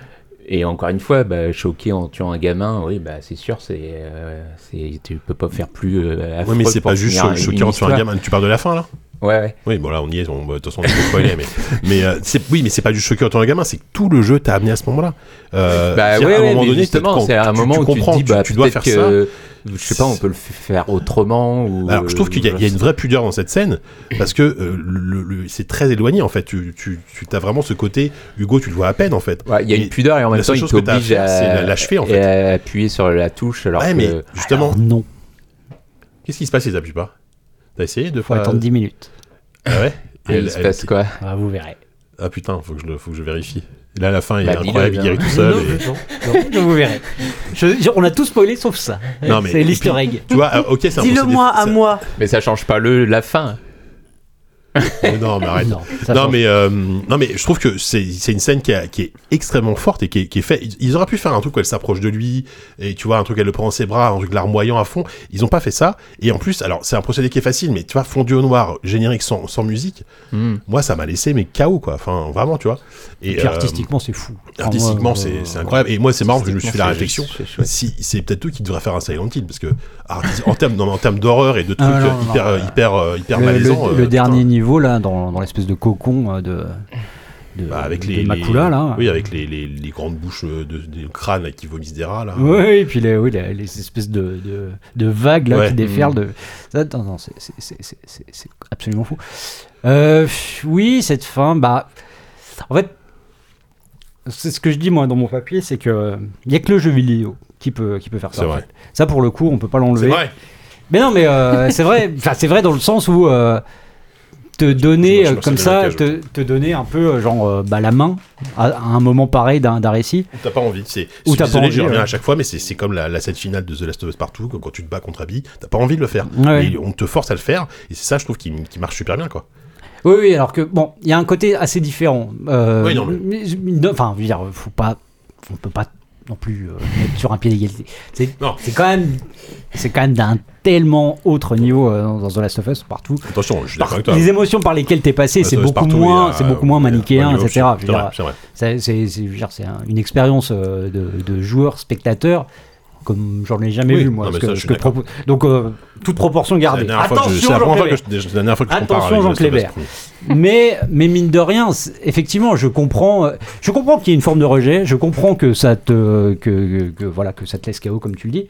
Speaker 3: et encore une fois, bah, choquer en tuant un gamin, oui, bah c'est sûr, c'est euh, c'est- tu peux pas faire plus.
Speaker 1: Ouais,
Speaker 3: Euh,
Speaker 1: mais
Speaker 3: affreux
Speaker 1: c'est
Speaker 3: pour
Speaker 1: pas juste
Speaker 3: finir
Speaker 1: cho-
Speaker 3: une
Speaker 1: choquant sur un
Speaker 3: histoire.
Speaker 1: gamin. Tu parles de la fin là
Speaker 3: Ouais, ouais.
Speaker 1: Oui, bon là on y est, on- de toute façon on est spoilé, mais, mais euh, c'est, oui, mais c'est pas du choquant en tant que gamin, c'est que tout le jeu t'a amené à ce moment-là. Euh,
Speaker 3: Bah
Speaker 1: c'est-à-dire,
Speaker 3: ouais,
Speaker 1: à un
Speaker 3: ouais,
Speaker 1: moment
Speaker 3: mais
Speaker 1: donné,
Speaker 3: justement,
Speaker 1: quand
Speaker 3: c'est un
Speaker 1: tu-
Speaker 3: moment
Speaker 1: tu
Speaker 3: où tu te
Speaker 1: comprends,
Speaker 3: dis, bah,
Speaker 1: tu dois
Speaker 3: peut-être
Speaker 1: faire
Speaker 3: que, je sais pas, on peut le faire autrement ou.
Speaker 1: Bah, Alors, je trouve qu'il y, a- il y a une vraie pudeur dans cette scène parce que euh, le- le- c'est très éloigné en fait. Tu, tu, as vraiment ce côté Hugo, tu le vois à peine en fait.
Speaker 3: euh, Ouais, il y a
Speaker 1: Et
Speaker 3: une pudeur et en
Speaker 1: la
Speaker 3: même temps
Speaker 1: seule
Speaker 3: il
Speaker 1: chose que t'as à
Speaker 3: t'oblige
Speaker 1: faire, c'est la-
Speaker 3: à
Speaker 1: l'achever, en
Speaker 3: et
Speaker 1: fait.
Speaker 3: à appuyer sur la touche alors
Speaker 1: ouais,
Speaker 3: que
Speaker 1: mais justement,
Speaker 4: Non,
Speaker 1: qu'est-ce qui se passe Ils appuient pas. T'as essayé deux
Speaker 4: faut
Speaker 1: fois
Speaker 4: attendre 10 minutes.
Speaker 1: Ah ouais
Speaker 3: Ah,
Speaker 1: Et
Speaker 3: il
Speaker 1: elle-
Speaker 3: se
Speaker 1: elle-
Speaker 3: passe quoi
Speaker 4: Ah, vous verrez.
Speaker 1: Ah putain, faut que je, le- faut que je vérifie. Et là, à la fin, il
Speaker 3: Bah,
Speaker 1: est
Speaker 3: dis-le,
Speaker 1: incroyable, il
Speaker 3: bien.
Speaker 1: guérit tout seul.
Speaker 4: hein. Non,
Speaker 1: et-
Speaker 4: non, non, vous verrez. Je- je- on a tout spoilé sauf ça.
Speaker 1: Non, mais-
Speaker 4: [laughs] c'est l'easter egg.
Speaker 1: Tu vois, ah, ok, c'est un
Speaker 2: [laughs] Dis-le
Speaker 1: procédé-
Speaker 2: moi à
Speaker 1: c'est-
Speaker 2: moi.
Speaker 3: Mais ça change pas le la fin.
Speaker 1: [laughs] Non, mais arrête.
Speaker 4: Non, ça
Speaker 1: non
Speaker 4: change.
Speaker 1: mais euh, non mais je trouve que c'est c'est une scène qui, a- qui est extrêmement forte et qui est, qui est fait ils- ils auraient pu faire un truc où elle s'approche de lui et tu vois un truc elle le prend dans ses bras un truc larmoyant à fond ils ont pas fait ça et en plus alors c'est un procédé qui est facile mais tu vois fondu au noir générique sans, sans musique
Speaker 3: Hmm.
Speaker 1: moi ça m'a laissé mais chaos quoi enfin vraiment tu vois et,
Speaker 4: Et puis
Speaker 1: euh,
Speaker 4: artistiquement, c'est fou. Enfin,
Speaker 1: Ah, artistiquement
Speaker 4: moi,
Speaker 1: c'est
Speaker 4: euh,
Speaker 1: c'est incroyable et moi c'est marrant parce que je me suis fait la
Speaker 3: C'est-
Speaker 1: réflexion
Speaker 3: c'est chouette.
Speaker 1: si, c'est peut-être eux qui devraient faire un Silent Hill parce que artis- en termes non, mais en termes d'horreur et de trucs
Speaker 4: Ah, non, non,
Speaker 1: hyper
Speaker 4: non.
Speaker 1: euh, hyper euh, hyper
Speaker 4: Le,
Speaker 1: malaisants
Speaker 4: le-
Speaker 1: euh,
Speaker 4: le
Speaker 1: putain.
Speaker 4: dernier niveau, là, dans, dans l'espèce de cocon euh, de, de,
Speaker 1: Bah, avec
Speaker 4: de
Speaker 1: les, les-
Speaker 4: Makula, là.
Speaker 1: Oui, avec les, les, les grandes bouches euh, de, des crânes là, qui vomissent des rats là.
Speaker 4: Ouais, et puis les, oui, les, les espèces de, de, de vagues là,
Speaker 1: Ouais.
Speaker 4: qui déferlent. De... Ça, non, non, c'est- c'est- c'est c'est- c'est- c'est absolument fou. Euh, pff, oui, cette fin, bah. En fait, c'est ce que je dis moi dans mon papier, c'est que il n'y a que le jeu vidéo qui peut, qui peut faire ça.
Speaker 1: C'est
Speaker 4: en
Speaker 1: vrai.
Speaker 4: fait. Ça, pour le coup, on peut pas
Speaker 1: C'est
Speaker 4: l'enlever.
Speaker 1: vrai. [laughs]
Speaker 4: Mais non, mais euh, c'est vrai. Enfin, c'est vrai dans le sens où euh, te
Speaker 1: je
Speaker 4: donner
Speaker 1: me
Speaker 4: euh,
Speaker 1: suis
Speaker 4: comme
Speaker 1: lancé
Speaker 4: ça,
Speaker 1: dans la
Speaker 4: te, te donner un peu euh, genre euh, bah, la main à, à un moment pareil d'un d'un récit.
Speaker 1: Ou t'as pas envie. C'est,
Speaker 4: Ou
Speaker 1: je suis
Speaker 4: t'as pas
Speaker 1: désolé,
Speaker 4: envie,
Speaker 1: j'y reviens
Speaker 4: ouais.
Speaker 1: à chaque fois, mais c'est, c'est comme la, la scène finale de The Last of Us Partout, quand, quand tu te bats contre Abby, t'as pas envie de le faire.
Speaker 4: Ouais.
Speaker 1: Et on te force à le faire, et c'est ça, je trouve, qui, qui marche super bien, quoi.
Speaker 4: Oui, oui, alors que bon, il y a un côté assez différent. Euh,
Speaker 1: Oui, non, mais-
Speaker 4: mais- non, Enfin, je veux dire, faut pas, on peut pas non plus euh, mettre sur un pied d'égalité. C'est
Speaker 1: Non.
Speaker 4: c'est quand même, c'est quand même d'un tellement autre niveau euh, dans The Last of Us partout.
Speaker 1: Attention, je suis
Speaker 4: Par-
Speaker 1: d'accord avec toi.
Speaker 4: les émotions par lesquelles t'es passé,
Speaker 1: The
Speaker 4: c'est
Speaker 1: Last of Us
Speaker 4: beaucoup
Speaker 1: Partout, il
Speaker 4: moins,
Speaker 1: y a- euh,
Speaker 4: c'est beaucoup moins
Speaker 1: il y a-
Speaker 4: manichéen,
Speaker 1: il y a-
Speaker 4: etc. Je
Speaker 1: C'est
Speaker 4: veux
Speaker 1: vrai,
Speaker 4: dire,
Speaker 1: c'est vrai.
Speaker 4: c'est- c'est- c'est- je veux dire, c'est un- une expérience euh, de, de joueur spectateur comme j'en ai jamais
Speaker 1: Oui,
Speaker 4: vu moi.
Speaker 1: non,
Speaker 4: ce
Speaker 1: mais
Speaker 4: que-
Speaker 1: ça, je
Speaker 4: ce
Speaker 1: suis
Speaker 4: que
Speaker 1: d'accord.
Speaker 4: propose- Donc euh, toute proportion
Speaker 1: C'est la
Speaker 4: gardée.
Speaker 1: dernière fois que je- c'est
Speaker 4: Attention,
Speaker 1: la
Speaker 4: Jean
Speaker 1: première fois que
Speaker 4: Clébert.
Speaker 1: je, c'est la dernière fois que je compare
Speaker 4: Attention,
Speaker 1: avec The
Speaker 4: Jean
Speaker 1: Last of Us
Speaker 4: Mais mais mine de rien, c'est- effectivement, je comprends, euh, je comprends qu'il y ait une forme de rejet. Je comprends que ça te que, que- que, voilà que ça te laisse KO comme tu le dis.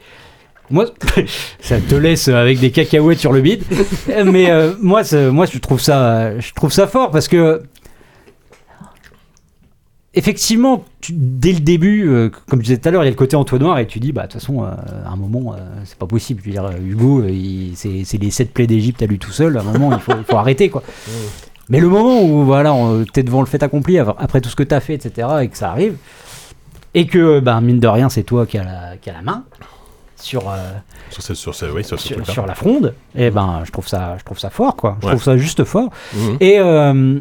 Speaker 4: Moi, [laughs] ça te laisse avec des cacahuètes sur le bide. Mais euh, moi, c'est- moi, je trouve ça, je trouve ça fort parce que effectivement, tu- dès le début, euh, comme je disais tout à l'heure, il y a le côté Antoine Noir et tu dis, bah de toute façon, euh, à un moment, euh, c'est pas possible. Je veux dire, euh, Hugo, euh, il- c'est c'est les sept plaies d'Égypte à lui tout seul. À un moment, il faut, il faut arrêter quoi. Mais le moment où voilà, on- t'es devant le fait accompli av- après tout ce que t'as fait, etc., et que ça arrive, et que ben mine de rien, c'est toi qui as la, qui as la main sur euh,
Speaker 1: Sur ce, sur ce, oui, sur ce
Speaker 4: sur,
Speaker 1: truc-là.
Speaker 4: sur la fronde. Et ben je trouve ça, je trouve ça fort quoi. Je
Speaker 1: Ouais.
Speaker 4: trouve ça juste fort.
Speaker 1: Mhm.
Speaker 4: Et, euh,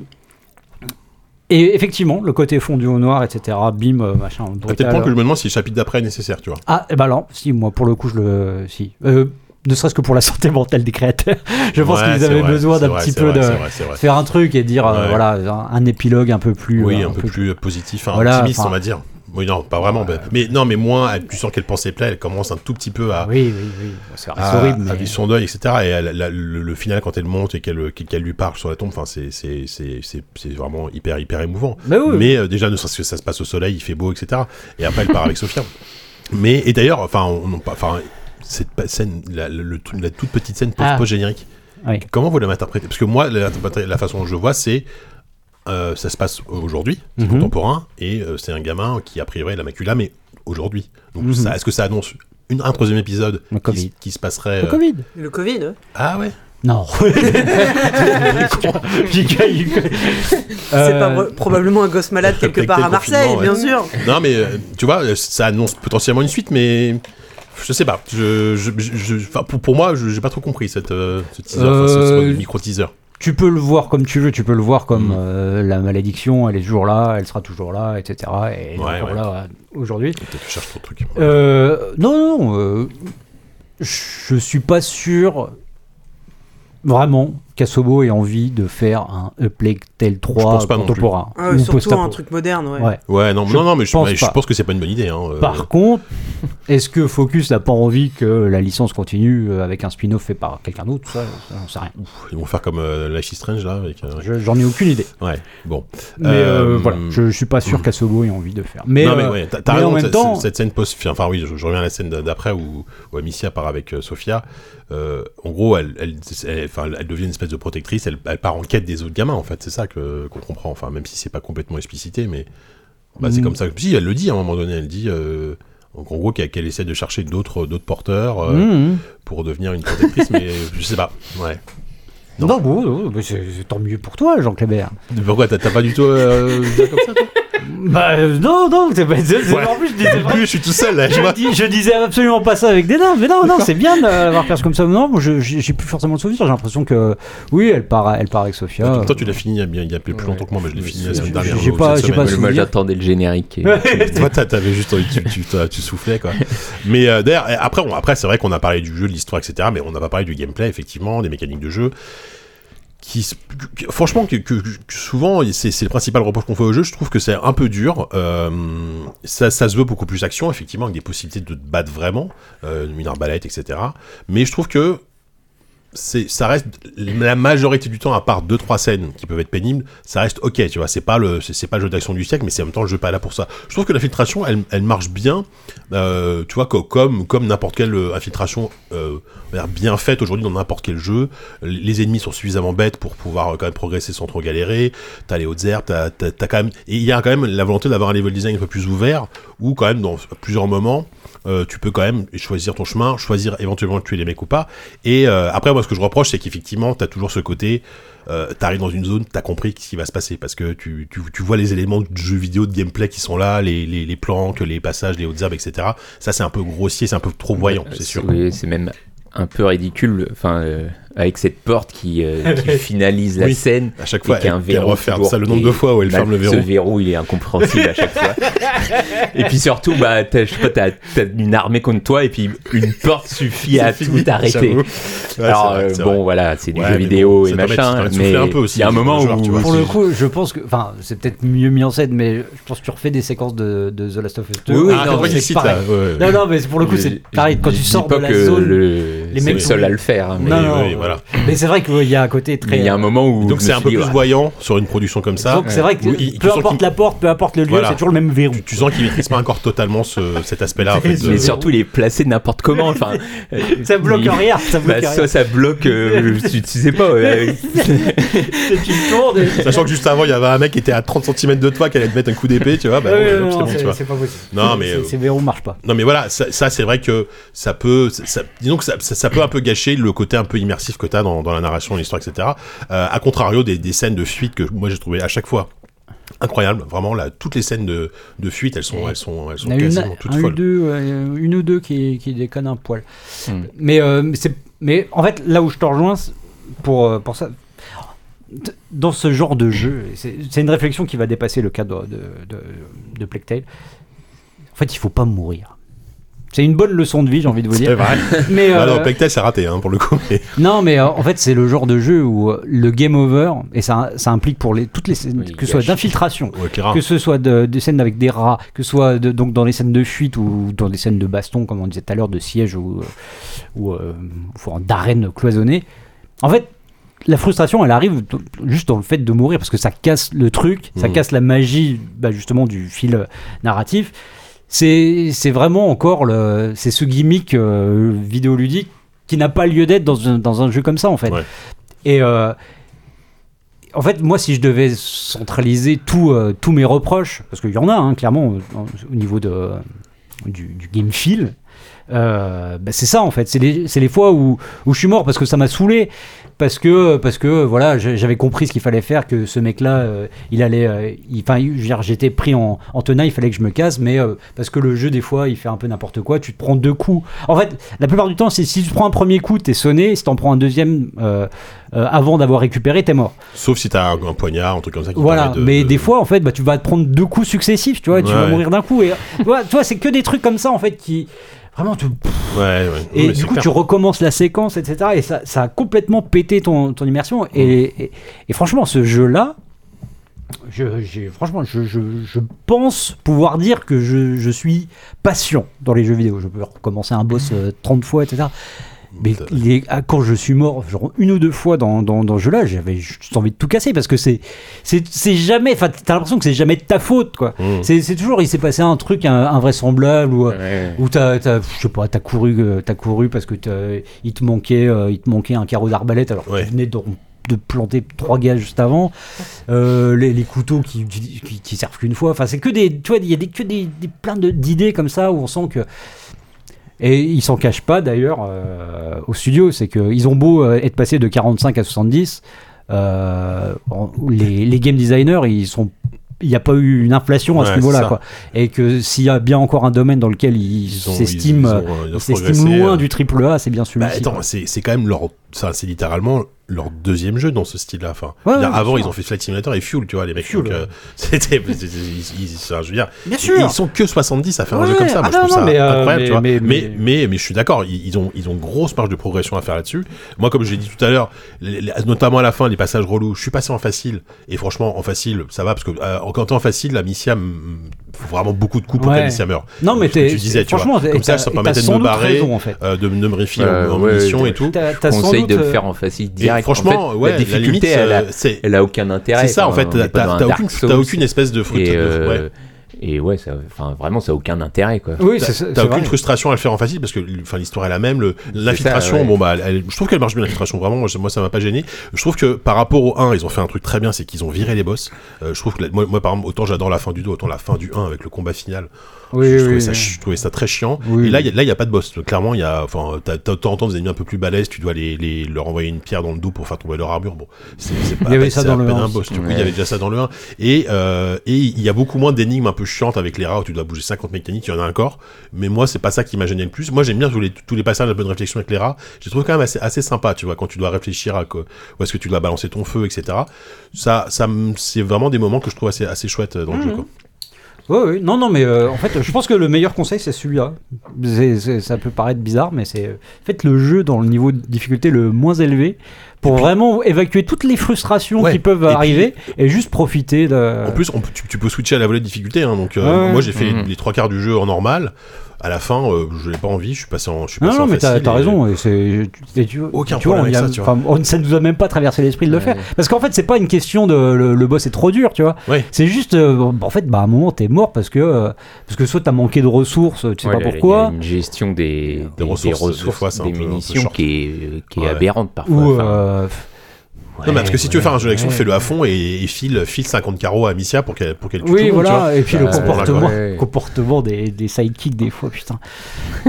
Speaker 4: et effectivement, le côté fondu au noir, etc. Bim, euh, machin.
Speaker 1: À tel
Speaker 4: brutal.
Speaker 1: point que je me demande si le chapitre d'après est nécessaire, tu vois.
Speaker 4: Ah, et ben non, si, moi, pour le coup, je le. Si. Euh, ne serait-ce que pour la santé mentale des créateurs. [laughs] Je pense
Speaker 1: Ouais,
Speaker 4: qu'ils
Speaker 1: c'est
Speaker 4: avaient
Speaker 1: vrai,
Speaker 4: besoin
Speaker 1: c'est
Speaker 4: d'un
Speaker 1: vrai,
Speaker 4: petit
Speaker 1: c'est
Speaker 4: peu
Speaker 1: vrai,
Speaker 4: de
Speaker 1: c'est vrai, c'est vrai.
Speaker 4: faire un truc et dire, euh,
Speaker 1: Ouais.
Speaker 4: voilà, un, un épilogue un peu plus.
Speaker 1: Oui,
Speaker 4: euh,
Speaker 1: un peu plus positif, hein,
Speaker 4: Voilà,
Speaker 1: optimiste,
Speaker 4: enfin-
Speaker 1: on va dire. Oui, non, pas vraiment. bah, Mais non, mais moins, elle- tu sens qu'elle pensait plein, elle commence un tout petit peu à,
Speaker 4: Oui, oui, oui. C'est
Speaker 1: à,
Speaker 4: horrible.
Speaker 1: Ah, à
Speaker 4: mais-
Speaker 1: vivre son deuil, etc. Et elle- la- le, le final, quand elle monte et qu'elle qu'elle- qu'elle lui parle sur la tombe, enfin, c'est c'est- c'est- c'est- c'est vraiment hyper, hyper émouvant.
Speaker 4: Bah oui, oui.
Speaker 1: Mais euh, déjà, ne serait-ce que ça se passe au soleil, il fait beau, etc. Et après, elle part avec Sophia. Mais, et d'ailleurs, enfin, on, on- enfin, cette pa- scène, la, le- le- la toute petite scène post-
Speaker 4: Ah.
Speaker 1: post-générique,
Speaker 4: Oui.
Speaker 1: comment vous la m'interprétez Parce que moi, la, la façon dont je le vois, c'est. euh, ça se passe aujourd'hui, c'est
Speaker 4: Mhm.
Speaker 1: contemporain, et euh, c'est un gamin qui, a priori, la macula, mais aujourd'hui. Donc,
Speaker 4: Mhm.
Speaker 1: ça- est-ce que ça annonse une, un troisième épisode
Speaker 4: Le
Speaker 1: qui,
Speaker 4: Covid.
Speaker 1: se- qui se passerait.
Speaker 4: Le
Speaker 1: euh,
Speaker 4: Covid.
Speaker 2: Le Covid, hein. ouais.
Speaker 1: Ah ouais [laughs]
Speaker 4: Non.
Speaker 2: c'est pas pro- probablement un gosse malade quelque part à
Speaker 1: Euh, Peut-être le
Speaker 2: Marseille,
Speaker 1: confinement,
Speaker 2: bien
Speaker 1: ouais.
Speaker 2: sûr.
Speaker 1: Non, mais euh, tu vois, euh, ça annonce potentiellement une suite, mais je sais pas. Je, je- je- je- enfin, pour, pour moi, je j'ai pas trop compris cette, euh, ce teaser, enfin, ce- ce,
Speaker 4: Euh,
Speaker 1: micro teaser.
Speaker 4: Tu peux le voir comme tu veux, tu peux le voir comme
Speaker 1: Mm.
Speaker 4: euh, la malédiction, elle est toujours là, elle sera toujours là, etc. Et elle est
Speaker 1: Ouais,
Speaker 4: encore
Speaker 1: ouais.
Speaker 4: là ouais, aujourd'hui.
Speaker 1: Peut-être que je cherche trop de trucs.
Speaker 4: Euh, non, non, euh, je suis pas sûr vraiment qu'Asobo ait envie de faire un A Plague Tale 3
Speaker 1: pense pas non plus.
Speaker 4: contemporain.
Speaker 2: Euh,
Speaker 4: ou
Speaker 2: surtout
Speaker 4: post-apo.
Speaker 2: un truc moderne, ouais.
Speaker 4: Ouais.
Speaker 1: Ouais, non,
Speaker 4: je
Speaker 1: non, non, mais je
Speaker 4: pense
Speaker 1: mais je
Speaker 4: pas.
Speaker 1: pense que c'est pas une bonne idée. hein, euh.
Speaker 4: Par contre, est-ce que Focus n'a pas envie que la licence continue euh, avec un spin-off fait par quelqu'un d'autre Ça, ça, j'en sais rien.
Speaker 1: Ils vont faire comme euh, Life is Strange là. avec, euh,
Speaker 4: Je- J'en ai aucune idée.
Speaker 1: Ouais, bon.
Speaker 4: Mais
Speaker 1: Euh,
Speaker 4: euh, voilà, je, je suis pas sûr qu'Asobo ait envie de faire. Mais,
Speaker 1: non, mais
Speaker 4: euh,
Speaker 1: ouais, t'as t'as
Speaker 4: mais
Speaker 1: raison,
Speaker 4: en même
Speaker 1: cette-
Speaker 4: temps-
Speaker 1: cette scène post enfin oui, je, je reviens à la scène d'après où, où Amicia part avec euh, Sophia. Euh, en gros, elle, elle, elle- enfin, elle devient une espèce de protectrice, elle, elle part en quête des autres gamins, en fait, c'est ça que- qu'on comprend, enfin, même si c'est pas complètement explicité, mais bah, c'est
Speaker 4: Mm.
Speaker 1: comme ça que. Si, elle le dit à un moment donné, elle dit. euh, donc, en gros, qu'elle qu'elle essaie de chercher d'autres d'autres porteurs euh,
Speaker 4: Mmh, mmh.
Speaker 1: pour devenir une protectrice, mais je sais pas. Ouais. non.
Speaker 4: Non, bon, non, mais c'est c'est tant mieux pour toi, Jean Clébert.
Speaker 1: Pourquoi t'as t'as pas du tout. euh, dit comme ça, toi
Speaker 4: Bah euh, non, non, c'est pas. c'est- c'est-
Speaker 1: Ouais.
Speaker 4: En plus, je [laughs] disais,
Speaker 1: En plus, je suis tout seul là, je vois.
Speaker 4: je, dis- je disais absolument pas ça avec des nains, mais non, non, c'est bien [laughs] d'avoir perdu comme ça. Non, moi, je- j'ai j'ai plus forcément le souvenir. J'ai l'impression que oui, elle part, elle part avec Sophia.
Speaker 1: Toi, tu l'as fini il y a bien- il y a plus longtemps que moi, mais je l'ai fini la semaine dernière.
Speaker 4: J'ai
Speaker 1: euh,
Speaker 4: pas-
Speaker 1: cette
Speaker 4: j'ai
Speaker 1: semaine.
Speaker 4: pas
Speaker 3: Moi, moi,
Speaker 4: souvenir.
Speaker 3: j'attendais le générique. et-
Speaker 1: Toi, t'as- t'avais juste envie, tu, tu, t'as- tu soufflais, quoi. Mais euh, d'ailleurs, euh, après, on- après c'est vrai qu'on a parlé du jeu, de l'histoire, etc., mais on n'a pas parlé du gameplay, effectivement, des mécaniques de jeu. Qui, s- que- que- franchement, que, que- que souvent, et c'est c'est le principal reproche qu'on fait au jeu, je trouve que c'est un peu dur. euh, ça, ça se veut beaucoup plus action, effectivement, avec des possibilités de te battre vraiment, euh, une arbalète, etc. Mais je trouve que c'est ça reste la majorité du temps à part deux trois scènes qui peuvent être pénibles ça reste ok tu vois c'est pas le c'est c'est pas le jeu d'action du siècle mais c'est en même temps le jeu pas là pour ça je trouve que l'infiltration elle, elle marche bien euh, tu vois co- comme comme n'importe quelle euh, infiltration euh, on va dire bien faite aujourd'hui dans n'importe quel jeu les ennemis sont suffisamment bêtes pour pouvoir euh, quand même progresser sans trop galérer t'as les hautes herbes t'as t'as- t'as quand même et il y a quand même la volonté d'avoir un level design un peu plus ouvert où quand même dans plusieurs moments euh, tu peux quand même choisir ton chemin choisir éventuellement de tuer les mecs ou pas et euh, après, moi, ce que je reproche, c'est qu'effectivement, t'as toujours ce côté, euh, t'arrives dans une zone, t'as compris ce qui va se passer, parce que tu, tu, tu vois les éléments de jeu vidéo, de gameplay qui sont là, les, les, les planques, les passages, les hautes herbes, etc. Ça, c'est un peu grossier, c'est un peu trop voyant,
Speaker 3: Euh,
Speaker 1: [laughs] c'est sûr.
Speaker 3: Oui, c'est même un peu ridicule. Enfin, euh, avec cette porte qui, euh, qui
Speaker 1: [laughs]
Speaker 3: finalise la
Speaker 1: Oui.
Speaker 3: scène.
Speaker 1: À chaque
Speaker 3: Et
Speaker 1: fois,
Speaker 3: qu'il y a un
Speaker 1: elle, elle
Speaker 3: verrou
Speaker 1: referme
Speaker 3: toujours.
Speaker 1: ça le nombre
Speaker 3: Et
Speaker 1: de fois où elle
Speaker 3: Bah,
Speaker 1: ferme le verrou.
Speaker 3: Ce verrou, il est incompréhensible à
Speaker 1: [laughs]
Speaker 3: chaque fois. et puis surtout, bah, t'as, je sais pas, t'as, t'as une armée contre toi et puis une porte suffit à
Speaker 1: C'est
Speaker 3: tout
Speaker 1: fini,
Speaker 3: arrêter.
Speaker 1: j'avoue. Ouais, c'est
Speaker 3: Alors
Speaker 1: vrai,
Speaker 3: euh,
Speaker 1: c'est
Speaker 3: bon,
Speaker 1: vrai.
Speaker 3: voilà, c'est du
Speaker 1: Ouais,
Speaker 3: jeu
Speaker 1: mais
Speaker 3: vidéo
Speaker 1: bon,
Speaker 3: et
Speaker 1: ça permet de- ça
Speaker 3: machin.
Speaker 1: permet de
Speaker 3: mais
Speaker 1: souffler un peu aussi,
Speaker 3: il y a un
Speaker 1: le
Speaker 3: moment
Speaker 1: joueur, tu vois.
Speaker 3: où
Speaker 4: Pour
Speaker 1: c'est-
Speaker 4: le coup, je pense que. Enfin, c'est peut-être mieux mis en scène, mais je pense que tu refais des séquences de, de The Last of Us 2.
Speaker 3: Oui, oui,
Speaker 1: Ah, c'est
Speaker 3: non,
Speaker 1: euh, vrai
Speaker 3: mais
Speaker 1: qu'il
Speaker 4: c'est
Speaker 1: cite, là.
Speaker 4: pareil.
Speaker 1: Ouais, ouais.
Speaker 4: Non, non, mais pour le coup,
Speaker 3: Je-
Speaker 4: c'est pareil. Quand
Speaker 3: je
Speaker 4: tu
Speaker 3: dis
Speaker 4: sors de
Speaker 3: pas
Speaker 4: la
Speaker 3: que
Speaker 4: zone.
Speaker 3: le- c'est
Speaker 4: mecs
Speaker 3: le
Speaker 4: sont-
Speaker 3: seul à le faire. hein, mais-
Speaker 4: Non, non,
Speaker 1: oui, voilà.
Speaker 4: Mais c'est vrai qu'il y a un côté très. euh,
Speaker 3: Mais il y a un moment où.
Speaker 1: Donc
Speaker 3: je
Speaker 1: c'est
Speaker 3: me
Speaker 1: un
Speaker 3: suis
Speaker 1: peu
Speaker 3: dit,
Speaker 1: plus
Speaker 3: ouais,
Speaker 1: voyant sur une production comme ça.
Speaker 4: Donc c'est vrai que
Speaker 1: Oui, il- tu
Speaker 4: peu
Speaker 1: sens
Speaker 4: importe
Speaker 1: qu'il-
Speaker 4: la porte, peu importe le lieu,
Speaker 1: Voilà.
Speaker 4: c'est toujours le même
Speaker 1: [laughs]
Speaker 4: verrou.
Speaker 1: Tu, tu sens qu'il maîtrise pas encore totalement ce- cet aspect-là.
Speaker 4: [laughs]
Speaker 1: en fait,
Speaker 4: Mais
Speaker 1: de-
Speaker 3: Mais surtout, il est placé n'importe comment.
Speaker 4: [laughs]
Speaker 3: Enfin, euh,
Speaker 4: Ça bloque
Speaker 3: il-
Speaker 4: rien, ça
Speaker 3: Bah,
Speaker 4: bloque rien.
Speaker 3: soit ça bloque,
Speaker 4: [laughs]
Speaker 3: euh, tu, tu sais pas. euh,
Speaker 4: Tu tournes et-
Speaker 1: Sachant que juste avant, il y avait un mec qui était à 30 cm de toi qui allait te mettre un coup d'épée, tu vois. Bah,
Speaker 4: Ah oui,
Speaker 1: bon,
Speaker 4: non,
Speaker 1: c'est
Speaker 4: non,
Speaker 1: bon,
Speaker 4: c'est
Speaker 1: tu vois.
Speaker 4: c'est pas possible.
Speaker 1: Non, mais,
Speaker 4: C'est-
Speaker 1: euh,
Speaker 4: Ces verrous marchent pas.
Speaker 1: Non mais voilà, ça, ça, c'est vrai que ça peut, ça- ça- disons que ça, ça- ça peut un peu gâcher le côté un peu immersif que t'as dans, dans la narration, l'histoire, etc. Euh, à contrario des, des scènes de fuite que moi j'ai trouvé à chaque fois incroyable, vraiment là, toutes les scènes de, de fuite, elles sont, elles sont, elles sont
Speaker 4: Il y en a
Speaker 1: quasiment
Speaker 4: une,
Speaker 1: toutes
Speaker 4: un ou
Speaker 1: folles.
Speaker 4: deux, euh, une ou deux qui, qui déconnent un poil.
Speaker 3: Hmm.
Speaker 4: Mais, euh, mais c'est- mais en fait, là où je te rejoins, c'est- pour, euh, pour ça, d- dans ce genre de jeu, et c'est c'est une réflexion qui va dépasser le cadre de, de, de Plague Tale. En fait, il faut pas mourir. C'est une bonne leçon de vie, j'ai envie de vous
Speaker 1: C'est
Speaker 4: dire.
Speaker 1: vrai.
Speaker 4: [laughs]
Speaker 1: [laughs]
Speaker 4: Mais,
Speaker 1: Ah
Speaker 4: euh,
Speaker 1: non, Pectel, c'est raté hein, pour le coup. mais-
Speaker 4: non, mais euh, en fait, c'est le genre de jeu où euh, le game over, et ça, ça implique pour les, toutes les scènes,
Speaker 3: Oui,
Speaker 4: que ce soit
Speaker 3: gâche.
Speaker 4: d'infiltration,
Speaker 1: Ouais, Clara.
Speaker 4: que ce soit de- des scènes avec des rats, que ce soit de- donc dans les scènes de fuite ou dans des scènes de baston, comme on disait tout à l'heure, de siège ou, euh, ou euh, enfin, d'arène cloisonnée. En fait, la frustration, elle arrive t- juste dans le fait de mourir, parce que ça casse le truc, ça
Speaker 1: Mhm.
Speaker 4: casse la magie bah, justement du fil euh, narratif. C'est c'est vraiment encore le, c'est ce gimmick euh, vidéoludique qui n'a pas lieu d'être dans un, dans un jeu comme ça en fait.
Speaker 1: Ouais.
Speaker 4: Et euh, en fait, moi, si je devais centraliser tout, euh, tous mes reproches, parce qu'il y en a, hein, clairement, euh, au niveau de, euh, du, du game feel, euh, bah, c'est ça, en fait. C'est les, c'est les fois où, où je suis mort parce que ça m'a saoulé, parce que, parce que voilà, je- j'avais compris ce qu'il fallait faire, que ce mec-là, euh, il allait. euh, il- Enfin, je veux dire, j'étais pris en, en tenaille, il fallait que je me casse, mais euh, parce que le jeu, des fois, il fait un peu n'importe quoi, tu te prends deux coups. En fait, la plupart du temps, c'est si tu te prends un premier coup, t'es sonné, si t'en prends un deuxième euh, euh, avant d'avoir récupéré, t'es mort.
Speaker 1: Sauf si t'as un, un poignard, un truc comme ça. Qui
Speaker 4: Voilà,
Speaker 1: permet de-
Speaker 4: mais
Speaker 1: de-
Speaker 4: des fois, en fait, bah, tu vas te prendre deux coups successifs, tu vois, et tu
Speaker 1: Ouais,
Speaker 4: vas
Speaker 1: ouais.
Speaker 4: mourir d'un coup. Et tu vois, tu vois, c'est que des trucs comme ça, en fait, qui vraiment tu-
Speaker 1: Ouais, ouais.
Speaker 4: Et
Speaker 1: Mais
Speaker 4: du
Speaker 1: c'est
Speaker 4: coup,
Speaker 1: clair.
Speaker 4: tu recommences la séquence, etc. Et ça, ça a complètement pété ton, ton immersion. Et, et- et franchement, ce jeu-là, je, j'ai- franchement, je, je- je pense pouvoir dire que je, je suis patient dans les jeux vidéo. Je peux recommencer un boss euh, 30 fois, etc. Mais
Speaker 1: Ça-
Speaker 4: il est- ah, quand je suis mort, genre une ou deux fois dans, dans, dans ce jeu-là, j'avais juste envie de tout casser parce que c'est c'est c'est jamais. Enfin, t'as l'impression que c'est jamais de ta faute, quoi.
Speaker 1: Mm.
Speaker 4: C'est c'est toujours, il s'est passé un truc un- invraisemblable ou.
Speaker 3: ouais.
Speaker 4: Ou t'as, t'as- je sais pas, t'as couru, euh, t'as couru parce que t'as- il te manquait, euh, il te manquait un carreau d'arbalète alors que
Speaker 1: Ouais.
Speaker 4: tu venais de, de planter trois gars juste avant. Euh, les, les couteaux qui, qui, qui servent qu'une fois. Enfin, c'est que des, tu vois, il y a des, que des, des- plein de- d'idées comme ça où on sent que. Et ils s'en cachent pas d'ailleurs euh, au studio, c'est que ils ont beau euh, être passés de 45 à 70, euh, en- les, les game designers, ils sont, il n'y a pas eu une inflation à
Speaker 1: Ouais,
Speaker 4: ce niveau-là,
Speaker 1: c'est ça.
Speaker 4: quoi et que s'il y a bien encore un domaine dans lequel ils
Speaker 1: Ils ont-
Speaker 4: s'estiment
Speaker 1: ils- ils ont- ils ont
Speaker 4: ils s'estiment
Speaker 1: progressé,
Speaker 4: loin
Speaker 1: euh.
Speaker 4: du triple A, c'est bien celui-ci.
Speaker 1: Bah, attends, c'est c'est quand même leur, ça, c'est littéralement leur deuxième jeu dans ce style-là. Enfin, je veux
Speaker 4: Ouais,
Speaker 1: dire,
Speaker 4: ouais, bien
Speaker 1: avant,
Speaker 4: sûr.
Speaker 1: ils ont fait Flight Simulator et Fuel, tu vois, les mecs.
Speaker 4: Fuel,
Speaker 1: donc, euh, C'était, ils- ils- ils- enfin, je veux dire,
Speaker 4: bien
Speaker 1: ils ils sont que 70 à faire un jeu
Speaker 4: Ouais,
Speaker 1: comme ça. Moi,
Speaker 4: ah
Speaker 1: je
Speaker 4: non,
Speaker 1: trouve ça
Speaker 4: non, mais, euh,
Speaker 1: incroyable,
Speaker 4: mais-
Speaker 1: tu vois.
Speaker 4: mais-
Speaker 1: Mais,
Speaker 4: mais-
Speaker 1: mais, mais, je suis d'accord, ils, ils ont, ils ont une grosse marge de progression à faire là-dessus. Moi, comme je l'ai dit tout à l'heure, les- les- notamment à la fin, les passages relous, je suis passé en facile. Et franchement, en facile, ça va, parce que euh, en- quand t'es en facile, la Missia, mm, faut vraiment beaucoup de coups pour que
Speaker 4: Ouais.
Speaker 1: la Missia meure.
Speaker 4: Non, mais
Speaker 1: Ce que
Speaker 4: t'es-
Speaker 1: tu disais, tu
Speaker 4: franchement,
Speaker 1: vois.
Speaker 4: et
Speaker 1: Comme ça,
Speaker 4: t'as-
Speaker 1: ça
Speaker 4: et
Speaker 1: permettait
Speaker 4: t'as
Speaker 1: de
Speaker 4: sans
Speaker 1: me
Speaker 4: doute
Speaker 1: barrer,
Speaker 4: raison, en fait.
Speaker 1: euh, de me refiner
Speaker 3: Euh,
Speaker 1: en, en
Speaker 3: ouais,
Speaker 1: munitions
Speaker 3: t'as-
Speaker 1: et tout.
Speaker 4: T'as- t'as sans
Speaker 3: Conseil de
Speaker 4: doute,
Speaker 3: le
Speaker 4: euh,
Speaker 3: faire en facile
Speaker 1: Et
Speaker 3: direct.
Speaker 1: franchement,
Speaker 3: En fait,
Speaker 1: ouais,
Speaker 3: la
Speaker 1: la
Speaker 3: difficulté,
Speaker 1: limite,
Speaker 3: elle, a,
Speaker 1: euh, c'est
Speaker 3: elle a aucun intérêt.
Speaker 1: c'est ça en
Speaker 3: Enfin,
Speaker 1: fait.
Speaker 3: on
Speaker 1: T'as
Speaker 3: est pas dans
Speaker 1: t'as-
Speaker 3: un
Speaker 1: t'as
Speaker 3: Dark
Speaker 1: aucune,
Speaker 3: Souls.
Speaker 1: t'as aucune espèce de fruit. de-
Speaker 3: Et,
Speaker 1: ouais.
Speaker 3: euh, et ouais, ça, enfin, vraiment, ça a aucun intérêt quoi.
Speaker 4: Oui,
Speaker 1: T'as-
Speaker 4: c'est- c'est
Speaker 1: T'as aucune
Speaker 4: vrai.
Speaker 1: frustration à le faire en facile parce que enfin l'histoire est la même. le- L'infiltration,
Speaker 3: ça, ouais.
Speaker 1: bon bah, elle- elle- je trouve qu'elle marche bien l'infiltration. Vraiment, moi, ça- moi ça m'a pas gêné. Je trouve que par rapport au 1, ils ont fait un truc très bien, c'est qu'ils ont viré les boss. Euh, je trouve que la- moi, moi, par exemple, autant j'adore la fin du 2, autant la fin du 1 avec le combat final.
Speaker 4: Oui,
Speaker 1: je, je
Speaker 4: oui,
Speaker 1: trouvais
Speaker 4: oui.
Speaker 1: ça, ch- je trouvais ça très chiant.
Speaker 4: Oui,
Speaker 1: et là,
Speaker 4: oui.
Speaker 1: il y a- là, il n'y a pas de boss. Clairement, il y a, enfin, t'as- t'as- de temps en temps, des ennemis un peu plus balèzes, tu dois les, les- leur envoyer une pierre dans le dos pour faire tomber leur armure. Bon, c'est c'est pas
Speaker 4: Il y avait
Speaker 1: c'est
Speaker 4: ça
Speaker 1: à
Speaker 4: dans le
Speaker 1: peine
Speaker 4: 1
Speaker 1: un
Speaker 4: aussi.
Speaker 1: boss. tu vois.
Speaker 3: Ouais.
Speaker 1: Oui, il y avait déjà ça dans le 1. Et, euh, et il y a beaucoup moins d'énigmes un peu chiantes avec les rats où tu dois bouger 50 mécaniques, il y en a encore. Mais moi, c'est pas ça qui m'a gêné le plus. Moi, j'aime bien tous les, tous les passages à la bonne réflexion avec les rats. J'ai trouvé quand même assez, assez sympa, tu vois, quand tu dois réfléchir à quoi, où est-ce que tu dois balancer ton feu, etc. Ça, ça, me- c'est vraiment des moments que je trouve assez, assez chouettes euh, dans le jeu, quoi.
Speaker 4: Ouais, ouais. Non, non, mais euh, en fait, je pense que le meilleur conseil, c'est celui-là. C'est- c'est- Ça peut paraître bizarre, mais c'est euh, faites le jeu dans le niveau de difficulté le moins élevé pour vraiment évacuer toutes les frustrations
Speaker 1: Ouais.
Speaker 4: qui peuvent
Speaker 1: Et puis-
Speaker 4: arriver et juste profiter de.
Speaker 1: En plus, on peut- tu, tu peux switcher à la volée de difficulté. hein, donc, euh,
Speaker 4: Euh. Ouais,
Speaker 1: moi, j'ai fait
Speaker 3: Mhm.
Speaker 1: les trois quarts du jeu en normal. À la fin, euh, je n'ai pas envie. Je suis passé en, je suis
Speaker 4: Non,
Speaker 1: passé
Speaker 4: non,
Speaker 1: en
Speaker 4: mais t'as
Speaker 1: facile
Speaker 4: t'as
Speaker 1: et-
Speaker 4: raison. Et c'est- tu- et tu-
Speaker 1: Aucun
Speaker 4: tu vois,
Speaker 1: problème
Speaker 4: on
Speaker 1: avec
Speaker 4: y a-
Speaker 1: ça, tu vois.
Speaker 4: enfin, on- ça nous a même pas traversé l'esprit de le
Speaker 3: Ouais.
Speaker 4: faire. Parce qu'en fait, c'est pas une question de le, le boss est trop dur, tu vois.
Speaker 1: Ouais.
Speaker 4: C'est juste, euh, en fait, bah, à un moment, t'es mort parce que, euh, parce que soit t'as manqué de ressources, tu sais
Speaker 3: Ouais,
Speaker 4: pas
Speaker 3: il y a-
Speaker 4: pourquoi.
Speaker 3: il y a Une gestion des, des- des
Speaker 1: ressources,
Speaker 3: ressources,
Speaker 1: des
Speaker 3: des,
Speaker 1: fois, c'est un peu- un peu
Speaker 3: munitions
Speaker 1: short.
Speaker 3: qui est, qui est
Speaker 1: Ouais.
Speaker 3: aberrante parfois.
Speaker 4: Ou
Speaker 3: Enfin,
Speaker 4: euh,
Speaker 1: Non, mais parce que si tu veux faire un jeu d'action,
Speaker 4: ouais.
Speaker 1: fais-le à fond et, et file, file 50 carreaux à Amicia pour qu'elle pour qu'elle tue tout
Speaker 4: oui,
Speaker 1: le monde, tu vois.
Speaker 4: voilà, et puis
Speaker 3: Bah,
Speaker 4: le
Speaker 3: c'est
Speaker 4: comportement,
Speaker 3: d'accord. Ouais.
Speaker 4: comportement des, des sidekicks des fois, putain.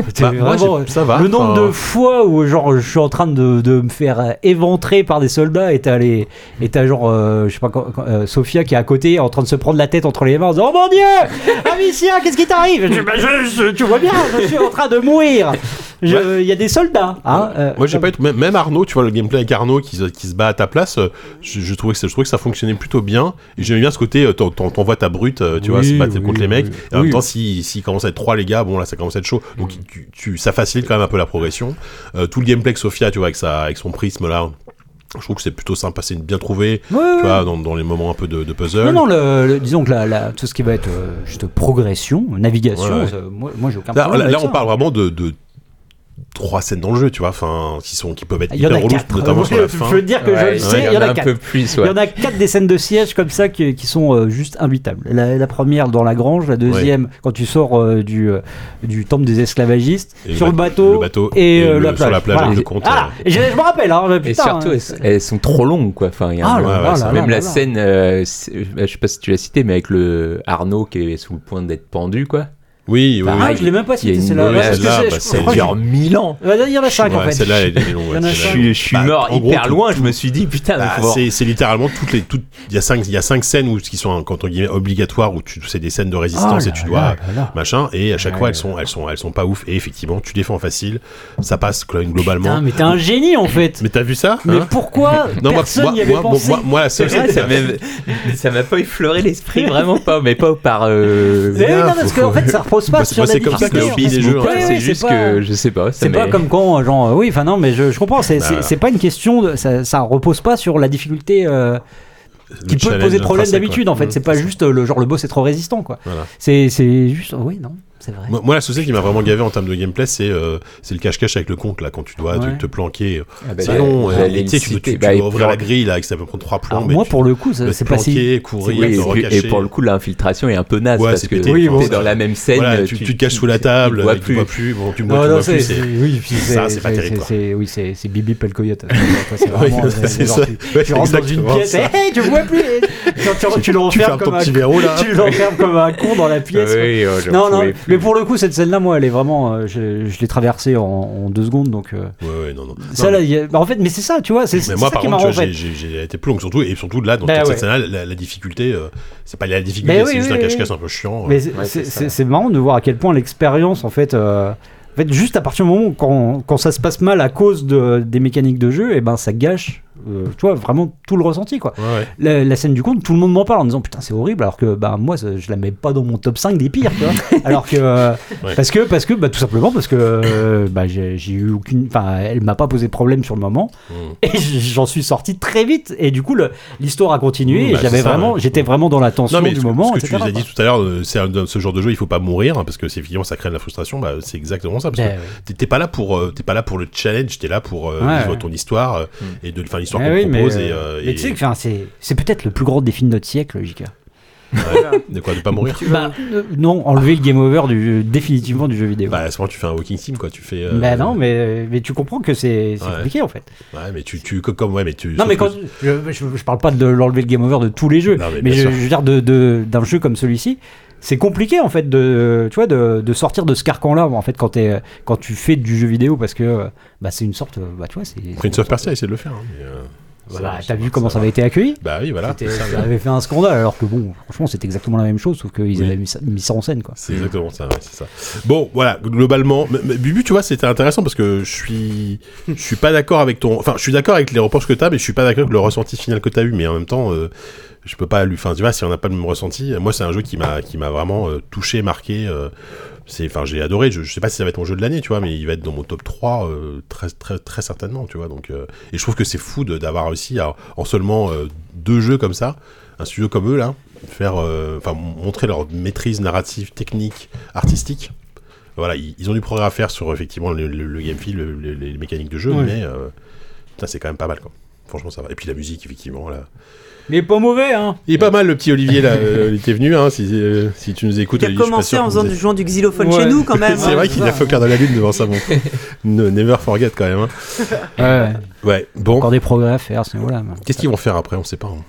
Speaker 4: C'était
Speaker 1: Bah, moi,
Speaker 4: vraiment-
Speaker 1: j'ai- ça va.
Speaker 4: le nombre
Speaker 1: enfin,
Speaker 4: de fois où genre je suis en train de, de me faire euh, éventrer par des soldats et t'as les et t'as genre euh, je sais pas quand- quand, euh, Sophia qui est à côté en train de se prendre la tête entre les mains en disant oh mon dieu Amicia qu'est-ce qui t'arrive Je- bah, je- je- tu vois bien je suis en train de mourir Je- il y a des soldats hein, euh,
Speaker 1: Moi, j'ai pas été- même- Même Arnaud, tu vois, le gameplay avec Arnaud qui, se- qui se bat à ta place, euh, je, je trouvais que ça, je trouvais que ça fonctionnait plutôt bien. Et j'aimais bien ce côté, euh, t'en- t'en- t'envoies ta brute, euh, tu vois,
Speaker 4: Oui,
Speaker 1: se battre
Speaker 4: oui,
Speaker 1: contre les
Speaker 4: oui.
Speaker 1: mecs. Et en
Speaker 4: Oui. Mm.
Speaker 1: même temps, si- s'ils commencent à être trois, les gars, bon, là, ça commence à être chaud. Donc, tu, tu- ça facilite quand même un peu la progression. Euh, tout le gameplay que Sofia, tu vois, avec, sa, avec son prisme là. Je trouve que c'est plutôt sympa, c'est bien trouvé,
Speaker 4: Ouais, ouais.
Speaker 1: tu vois, dans, dans les moments un peu de, de puzzle.
Speaker 4: non non le, le- disons que la, la- tout ce qui va être euh, juste progression navigation
Speaker 1: Ouais, ouais.
Speaker 4: euh, moi, moi j'ai aucun
Speaker 1: Là,
Speaker 4: problème
Speaker 1: là,
Speaker 4: avec
Speaker 1: on
Speaker 4: ça.
Speaker 1: parle vraiment de, de trois scènes dans le jeu, tu vois, enfin, qui sont qui peuvent être
Speaker 4: Ah, il y en
Speaker 1: hyper
Speaker 4: a
Speaker 1: relous,
Speaker 4: quatre
Speaker 1: notamment sur la
Speaker 4: Je-
Speaker 1: fin.
Speaker 4: je veux dire que je
Speaker 3: ouais,
Speaker 4: le
Speaker 1: ouais,
Speaker 4: sais il y en a
Speaker 3: un
Speaker 4: quatre
Speaker 3: peu plus.
Speaker 4: Il
Speaker 3: ouais.
Speaker 4: y en a quatre des scènes de siège comme ça qui, qui sont euh, juste imbitables. La, la première dans la grange, la deuxième quand tu sors euh, du, euh, du temple des esclavagistes,
Speaker 1: Et le
Speaker 4: sur le
Speaker 1: ba-
Speaker 4: bateau,
Speaker 1: le bateau
Speaker 4: et,
Speaker 1: et
Speaker 4: euh,
Speaker 1: le-
Speaker 4: la plage.
Speaker 1: sur la plage
Speaker 4: Voilà.
Speaker 1: avec le comte,
Speaker 4: Ah,
Speaker 1: euh.
Speaker 4: et je, je me rappelle, hein,
Speaker 3: Et
Speaker 4: putain,
Speaker 3: surtout,
Speaker 4: hein.
Speaker 3: elles, elles sont trop longues, quoi. Enfin, il y a un
Speaker 4: Ah là
Speaker 1: là
Speaker 3: moment-
Speaker 4: là
Speaker 3: même
Speaker 4: là
Speaker 3: la
Speaker 4: là.
Speaker 3: scène, euh, c'est- bah, je sais pas si tu l'as cité, mais avec le Arnaud qui est sous le point d'être pendu, quoi.
Speaker 1: Oui, oui, oui.
Speaker 4: Ah, je l'ai même pas
Speaker 3: Il y a
Speaker 4: cité,
Speaker 3: une
Speaker 4: c'est là.
Speaker 3: menace,
Speaker 4: parce que
Speaker 1: là,
Speaker 4: c'est-
Speaker 1: bah,
Speaker 4: je
Speaker 1: c'est
Speaker 4: crois que-
Speaker 1: genre
Speaker 3: Genre 1000 ans.
Speaker 4: Il y en a cinq en
Speaker 1: Ouais,
Speaker 4: fait.
Speaker 1: Celle-là, elle est longue.
Speaker 4: Il y en a
Speaker 1: ouais,
Speaker 4: cinq. Ah,
Speaker 3: Je
Speaker 1: celle-là.
Speaker 3: suis, je suis
Speaker 1: Bah,
Speaker 3: mort
Speaker 1: en gros,
Speaker 3: hyper
Speaker 1: tout-
Speaker 3: loin, je me suis dit, putain,
Speaker 1: Bah,
Speaker 3: va falloir-
Speaker 1: c'est c'est littéralement toutes les toutes il y a cinq il y a cinq scènes où qui sont hein, quand on guillemets obligatoires où tu c'est des scènes de
Speaker 4: Ah, Oh
Speaker 1: résistance et tu dois machin et à chaque fois elles sont elles sont elles sont pas ouf et effectivement tu les fais en facile ça passe quand même globalement
Speaker 4: Putain, mais t'es un génie en fait.
Speaker 1: mais t'as vu ça
Speaker 4: Mais
Speaker 1: hein
Speaker 4: pourquoi
Speaker 1: [laughs] non moi
Speaker 4: personne
Speaker 1: moi,
Speaker 4: n'y avait
Speaker 1: moi,
Speaker 4: pensé
Speaker 1: moi- moi, la
Speaker 3: C'est
Speaker 1: seule
Speaker 3: vrai que ça m'a- ça m'a pas effleuré l'esprit, vraiment pas, mais pas par. euh,
Speaker 4: Mais oui,
Speaker 1: Bien,
Speaker 4: non, parce
Speaker 1: faut-
Speaker 4: qu'en fait,
Speaker 1: faut-
Speaker 4: ça repose pas
Speaker 1: Moi, c'est-
Speaker 4: sur
Speaker 1: moi,
Speaker 4: la
Speaker 1: c'est comme ça que
Speaker 4: difficulté,
Speaker 1: le
Speaker 4: en
Speaker 1: hobby
Speaker 4: fait.
Speaker 1: des jeux, hein,
Speaker 4: Ouais, ouais,
Speaker 3: c'est juste
Speaker 4: pas-
Speaker 3: que je sais pas. ça
Speaker 4: C'est pas
Speaker 3: m'a-
Speaker 4: comme quand, euh, genre, euh, oui, enfin non, mais je, je comprends, c'est c'est-
Speaker 1: Bah.
Speaker 4: c'est pas une question, de, ça, ça repose pas sur la difficulté euh, qui peut te poser problème d'habitude en fait. C'est
Speaker 1: Mmh.
Speaker 4: pas juste euh, le genre le boss est trop résistant quoi.
Speaker 1: Mm, Voilà.
Speaker 4: C'est c'est juste, oui, non, c'est vrai.
Speaker 1: Moi, moi, la société qui m'a vraiment gavé en termes de gameplay, c'est euh, c'est le cache-cache avec le compte, là, quand tu dois te-
Speaker 4: Ouais.
Speaker 1: te planquer.
Speaker 3: Ah, bah,
Speaker 1: C'est long,
Speaker 3: j'allais
Speaker 1: euh,
Speaker 3: le
Speaker 1: tu sais, tu, dois- tu-
Speaker 3: citer.
Speaker 1: tu
Speaker 3: Bah, et
Speaker 1: dois ouvrir
Speaker 3: pour-
Speaker 1: la grille, là, avec ça peut prendre trois plombs.
Speaker 4: Alors,
Speaker 1: mais
Speaker 4: moi,
Speaker 1: tu
Speaker 4: pour le coup,
Speaker 1: dois
Speaker 4: ça-
Speaker 1: te
Speaker 4: c'est pas si.
Speaker 1: planquer,
Speaker 3: Oui,
Speaker 1: courir,
Speaker 3: et,
Speaker 1: te
Speaker 3: puis- et
Speaker 1: recacher.
Speaker 3: pour le coup, l'infiltration est un peu naze
Speaker 1: Ouais,
Speaker 3: parce
Speaker 1: c'est
Speaker 3: que
Speaker 1: pété,
Speaker 3: t'es
Speaker 4: Oui, bon,
Speaker 3: dans
Speaker 1: ça-
Speaker 3: la même scène.
Speaker 1: Voilà, tu, tu te caches sous la
Speaker 3: tu
Speaker 1: table,
Speaker 3: te vois
Speaker 1: tu te vois
Speaker 3: plus.
Speaker 1: plus, bon, tu me
Speaker 4: Non,
Speaker 1: vois- tu me
Speaker 4: non,
Speaker 1: vois plus,
Speaker 4: c'est
Speaker 1: c'est-
Speaker 4: oui, puis
Speaker 1: ça, c'est pas
Speaker 4: c'est-
Speaker 1: terrible, quoi.
Speaker 4: c'est- Oui, c'est c'est Bibi [laughs] Pelcoyote. C'est vraiment,
Speaker 1: Oui,
Speaker 4: euh,
Speaker 1: c'est
Speaker 4: genre,
Speaker 1: ça.
Speaker 4: tu-
Speaker 1: Ouais,
Speaker 4: Tu rentres dans une
Speaker 1: exactement
Speaker 4: pièce,
Speaker 1: ça.
Speaker 4: et hey, tu
Speaker 1: [laughs]
Speaker 4: vois plus. et- Tu tu- tu
Speaker 1: Tu
Speaker 4: l'enfermes
Speaker 1: fermes
Speaker 4: comme
Speaker 1: ton
Speaker 4: un
Speaker 1: petit verrou, là.
Speaker 4: tu l'enfermes comme un con
Speaker 1: [laughs]
Speaker 4: dans la pièce. quoi.
Speaker 3: Oui, oh, j'en
Speaker 4: Non, non,
Speaker 3: pouvais plus.
Speaker 4: mais pour le coup, cette scène-là, moi, elle est vraiment. euh, je je l'ai traversée en, en deux secondes, donc. euh,
Speaker 1: Ouais, ouais, non, non.
Speaker 4: ça,
Speaker 1: Non,
Speaker 4: là, il y a- bah, en fait, mais c'est ça, tu vois, c'est c'est
Speaker 1: Mais moi,
Speaker 4: ça
Speaker 1: par
Speaker 4: qui est
Speaker 1: contre,
Speaker 4: marrant,
Speaker 1: tu vois,
Speaker 4: en fait.
Speaker 1: j'ai- j'ai j'ai été plus long, surtout, et surtout là, dans
Speaker 4: Bah,
Speaker 1: toute
Speaker 4: ouais.
Speaker 1: cette scène-là, la, la difficulté, euh, c'est pas la
Speaker 4: Bah,
Speaker 1: difficulté,
Speaker 4: oui,
Speaker 1: c'est juste
Speaker 4: oui,
Speaker 1: un
Speaker 4: oui.
Speaker 1: cache-cache un peu chiant.
Speaker 4: Mais c'est-
Speaker 3: Ouais,
Speaker 4: c'est-
Speaker 3: c'est ça.
Speaker 4: c'est c'est marrant de voir à quel point l'expérience, en fait, euh, en fait, juste à partir du moment où quand, quand ça se passe mal à cause de, des mécaniques de jeu, et ben ça gâche, euh, tu vois, vraiment tout le ressenti, quoi.
Speaker 1: Ouais, ouais.
Speaker 4: La, la scène du compte, tout le monde m'en parle en disant putain c'est horrible, alors que bah moi ça- je la mets pas dans mon top 5 des pires, tu vois. alors que euh,
Speaker 1: Ouais.
Speaker 4: parce que parce que bah tout simplement parce que euh, bah j'ai j'ai eu aucune, enfin elle m'a pas posé problème sur le moment
Speaker 1: Mm.
Speaker 4: et j'en suis sorti très vite et du coup le- l'histoire a continué
Speaker 1: Mm,
Speaker 4: et
Speaker 1: bah,
Speaker 4: j'avais
Speaker 1: c'est ça,
Speaker 4: vraiment,
Speaker 1: ouais.
Speaker 4: j'étais vraiment dans la tension
Speaker 1: Non, mais
Speaker 4: du
Speaker 1: ce,
Speaker 4: moment.
Speaker 1: ce que tu
Speaker 4: etc.,
Speaker 1: nous as dit
Speaker 4: quoi.
Speaker 1: tout à l'heure, euh, c'est un- dans ce genre de jeu, il faut pas mourir hein, parce que c'est évidemment ça crée de la frustration. Bah, c'est exactement ça. Parce
Speaker 4: Ben,
Speaker 1: que
Speaker 4: ouais.
Speaker 1: t'es- t'es pas là pour, euh, t'es pas là pour le challenge, t'es là pour euh,
Speaker 4: Ouais,
Speaker 1: vivre
Speaker 4: ouais.
Speaker 1: ton histoire euh, et de, enfin l'histoire
Speaker 4: Eh
Speaker 1: qu'on
Speaker 4: oui, mais,
Speaker 1: propose
Speaker 4: euh,
Speaker 1: et, euh,
Speaker 4: mais
Speaker 1: et-
Speaker 4: tu sais que enfin, c'est c'est peut-être le plus grand défi de notre siècle, JK.
Speaker 1: de quoi de
Speaker 4: [laughs]
Speaker 1: pas mourir.
Speaker 4: Bah, euh, non, enlever le game over du, définitivement du jeu vidéo.
Speaker 1: Bah, à ce moment, tu fais un walking sim, quoi. Tu fais. euh,
Speaker 4: Bah non, mais, mais tu comprends que c'est c'est
Speaker 1: Ouais.
Speaker 4: compliqué en fait.
Speaker 1: Ouais, mais tu, tu, comme, ouais, mais tu.
Speaker 4: Non, mais quand
Speaker 1: sauf que-
Speaker 4: je, je, je parle pas de l'enlever le game over de tous les jeux,
Speaker 1: Non, mais
Speaker 4: mais,
Speaker 1: bien
Speaker 4: je,
Speaker 1: sûr.
Speaker 4: je veux dire de- de- d'un jeu comme celui-ci. c'est compliqué en fait de tu vois de, de sortir de ce carcan là en fait quand t'es- quand tu fais du jeu vidéo parce que bah c'est une sorte bah tu vois c'est
Speaker 1: Prince of Persia essaie de le faire. hein, mais, euh,
Speaker 4: voilà
Speaker 1: ça-
Speaker 4: t'as vu comment ça
Speaker 1: va.
Speaker 4: avait été accueilli
Speaker 1: Bah oui, voilà.
Speaker 4: C'était-
Speaker 1: c'est ça,
Speaker 4: ça avait fait un scandale alors que bon franchement c'était exactement la même chose sauf qu'ils
Speaker 1: Oui.
Speaker 4: avaient mis ça, mis ça en scène quoi
Speaker 1: C'est exactement ça, ouais, c'est ça. Bon, voilà, globalement, mais- mais Bubu, tu vois, c'était intéressant parce que je suis, je suis pas d'accord avec ton, enfin, je suis d'accord avec les reproches que t'as, mais je suis pas d'accord avec le ressenti final que t'as eu. Mais en même temps, euh, je peux pas lui, enfin, tu vois, si on n'a pas le même ressenti, euh, moi, c'est un jeu qui m'a, qui m'a vraiment euh, touché, marqué. euh, c'est, enfin, j'ai adoré. Je, je sais pas si ça va être mon jeu de l'année, tu vois, mais il va être dans mon top 3 euh, très, très, très certainement, tu vois. Donc, euh, et je trouve que c'est fou de- d'avoir réussi à, en seulement euh, deux jeux comme ça, un studio comme eux là, faire, euh, enfin, montrer leur maîtrise narrative, technique, artistique. Voilà, ils, ils ont du progrès à faire sur effectivement le, le- le game feel, le- le- les mécaniques de jeu,
Speaker 4: Ouais.
Speaker 1: mais euh, putain, c'est quand même pas mal, quoi. Franchement, ça va. Et puis la musique, effectivement, là.
Speaker 4: mais pas mauvais hein
Speaker 1: Il est pas mal le petit Olivier là. euh, il était venu, hein, si, euh, si tu nous écoutes.
Speaker 2: Qui a
Speaker 1: Olivier, je suis pas
Speaker 2: commencé
Speaker 1: sûr
Speaker 2: en
Speaker 1: qu'on
Speaker 2: faisant
Speaker 1: nous ait-
Speaker 2: du jouant du xylophone
Speaker 4: Ouais.
Speaker 2: chez nous quand même. hein.
Speaker 1: C'est
Speaker 4: Ouais,
Speaker 1: vrai
Speaker 4: c'est
Speaker 1: qu'il
Speaker 4: ça.
Speaker 1: a fait au quart de la lune devant ça, mon
Speaker 2: [laughs]
Speaker 1: con. Ne- Never forget quand même. hein.
Speaker 4: ouais,
Speaker 1: Ouais, bon.
Speaker 4: encore des progrès à faire c'est voilà
Speaker 1: Qu'est-ce qu'ils vont faire après On sait pas. hein.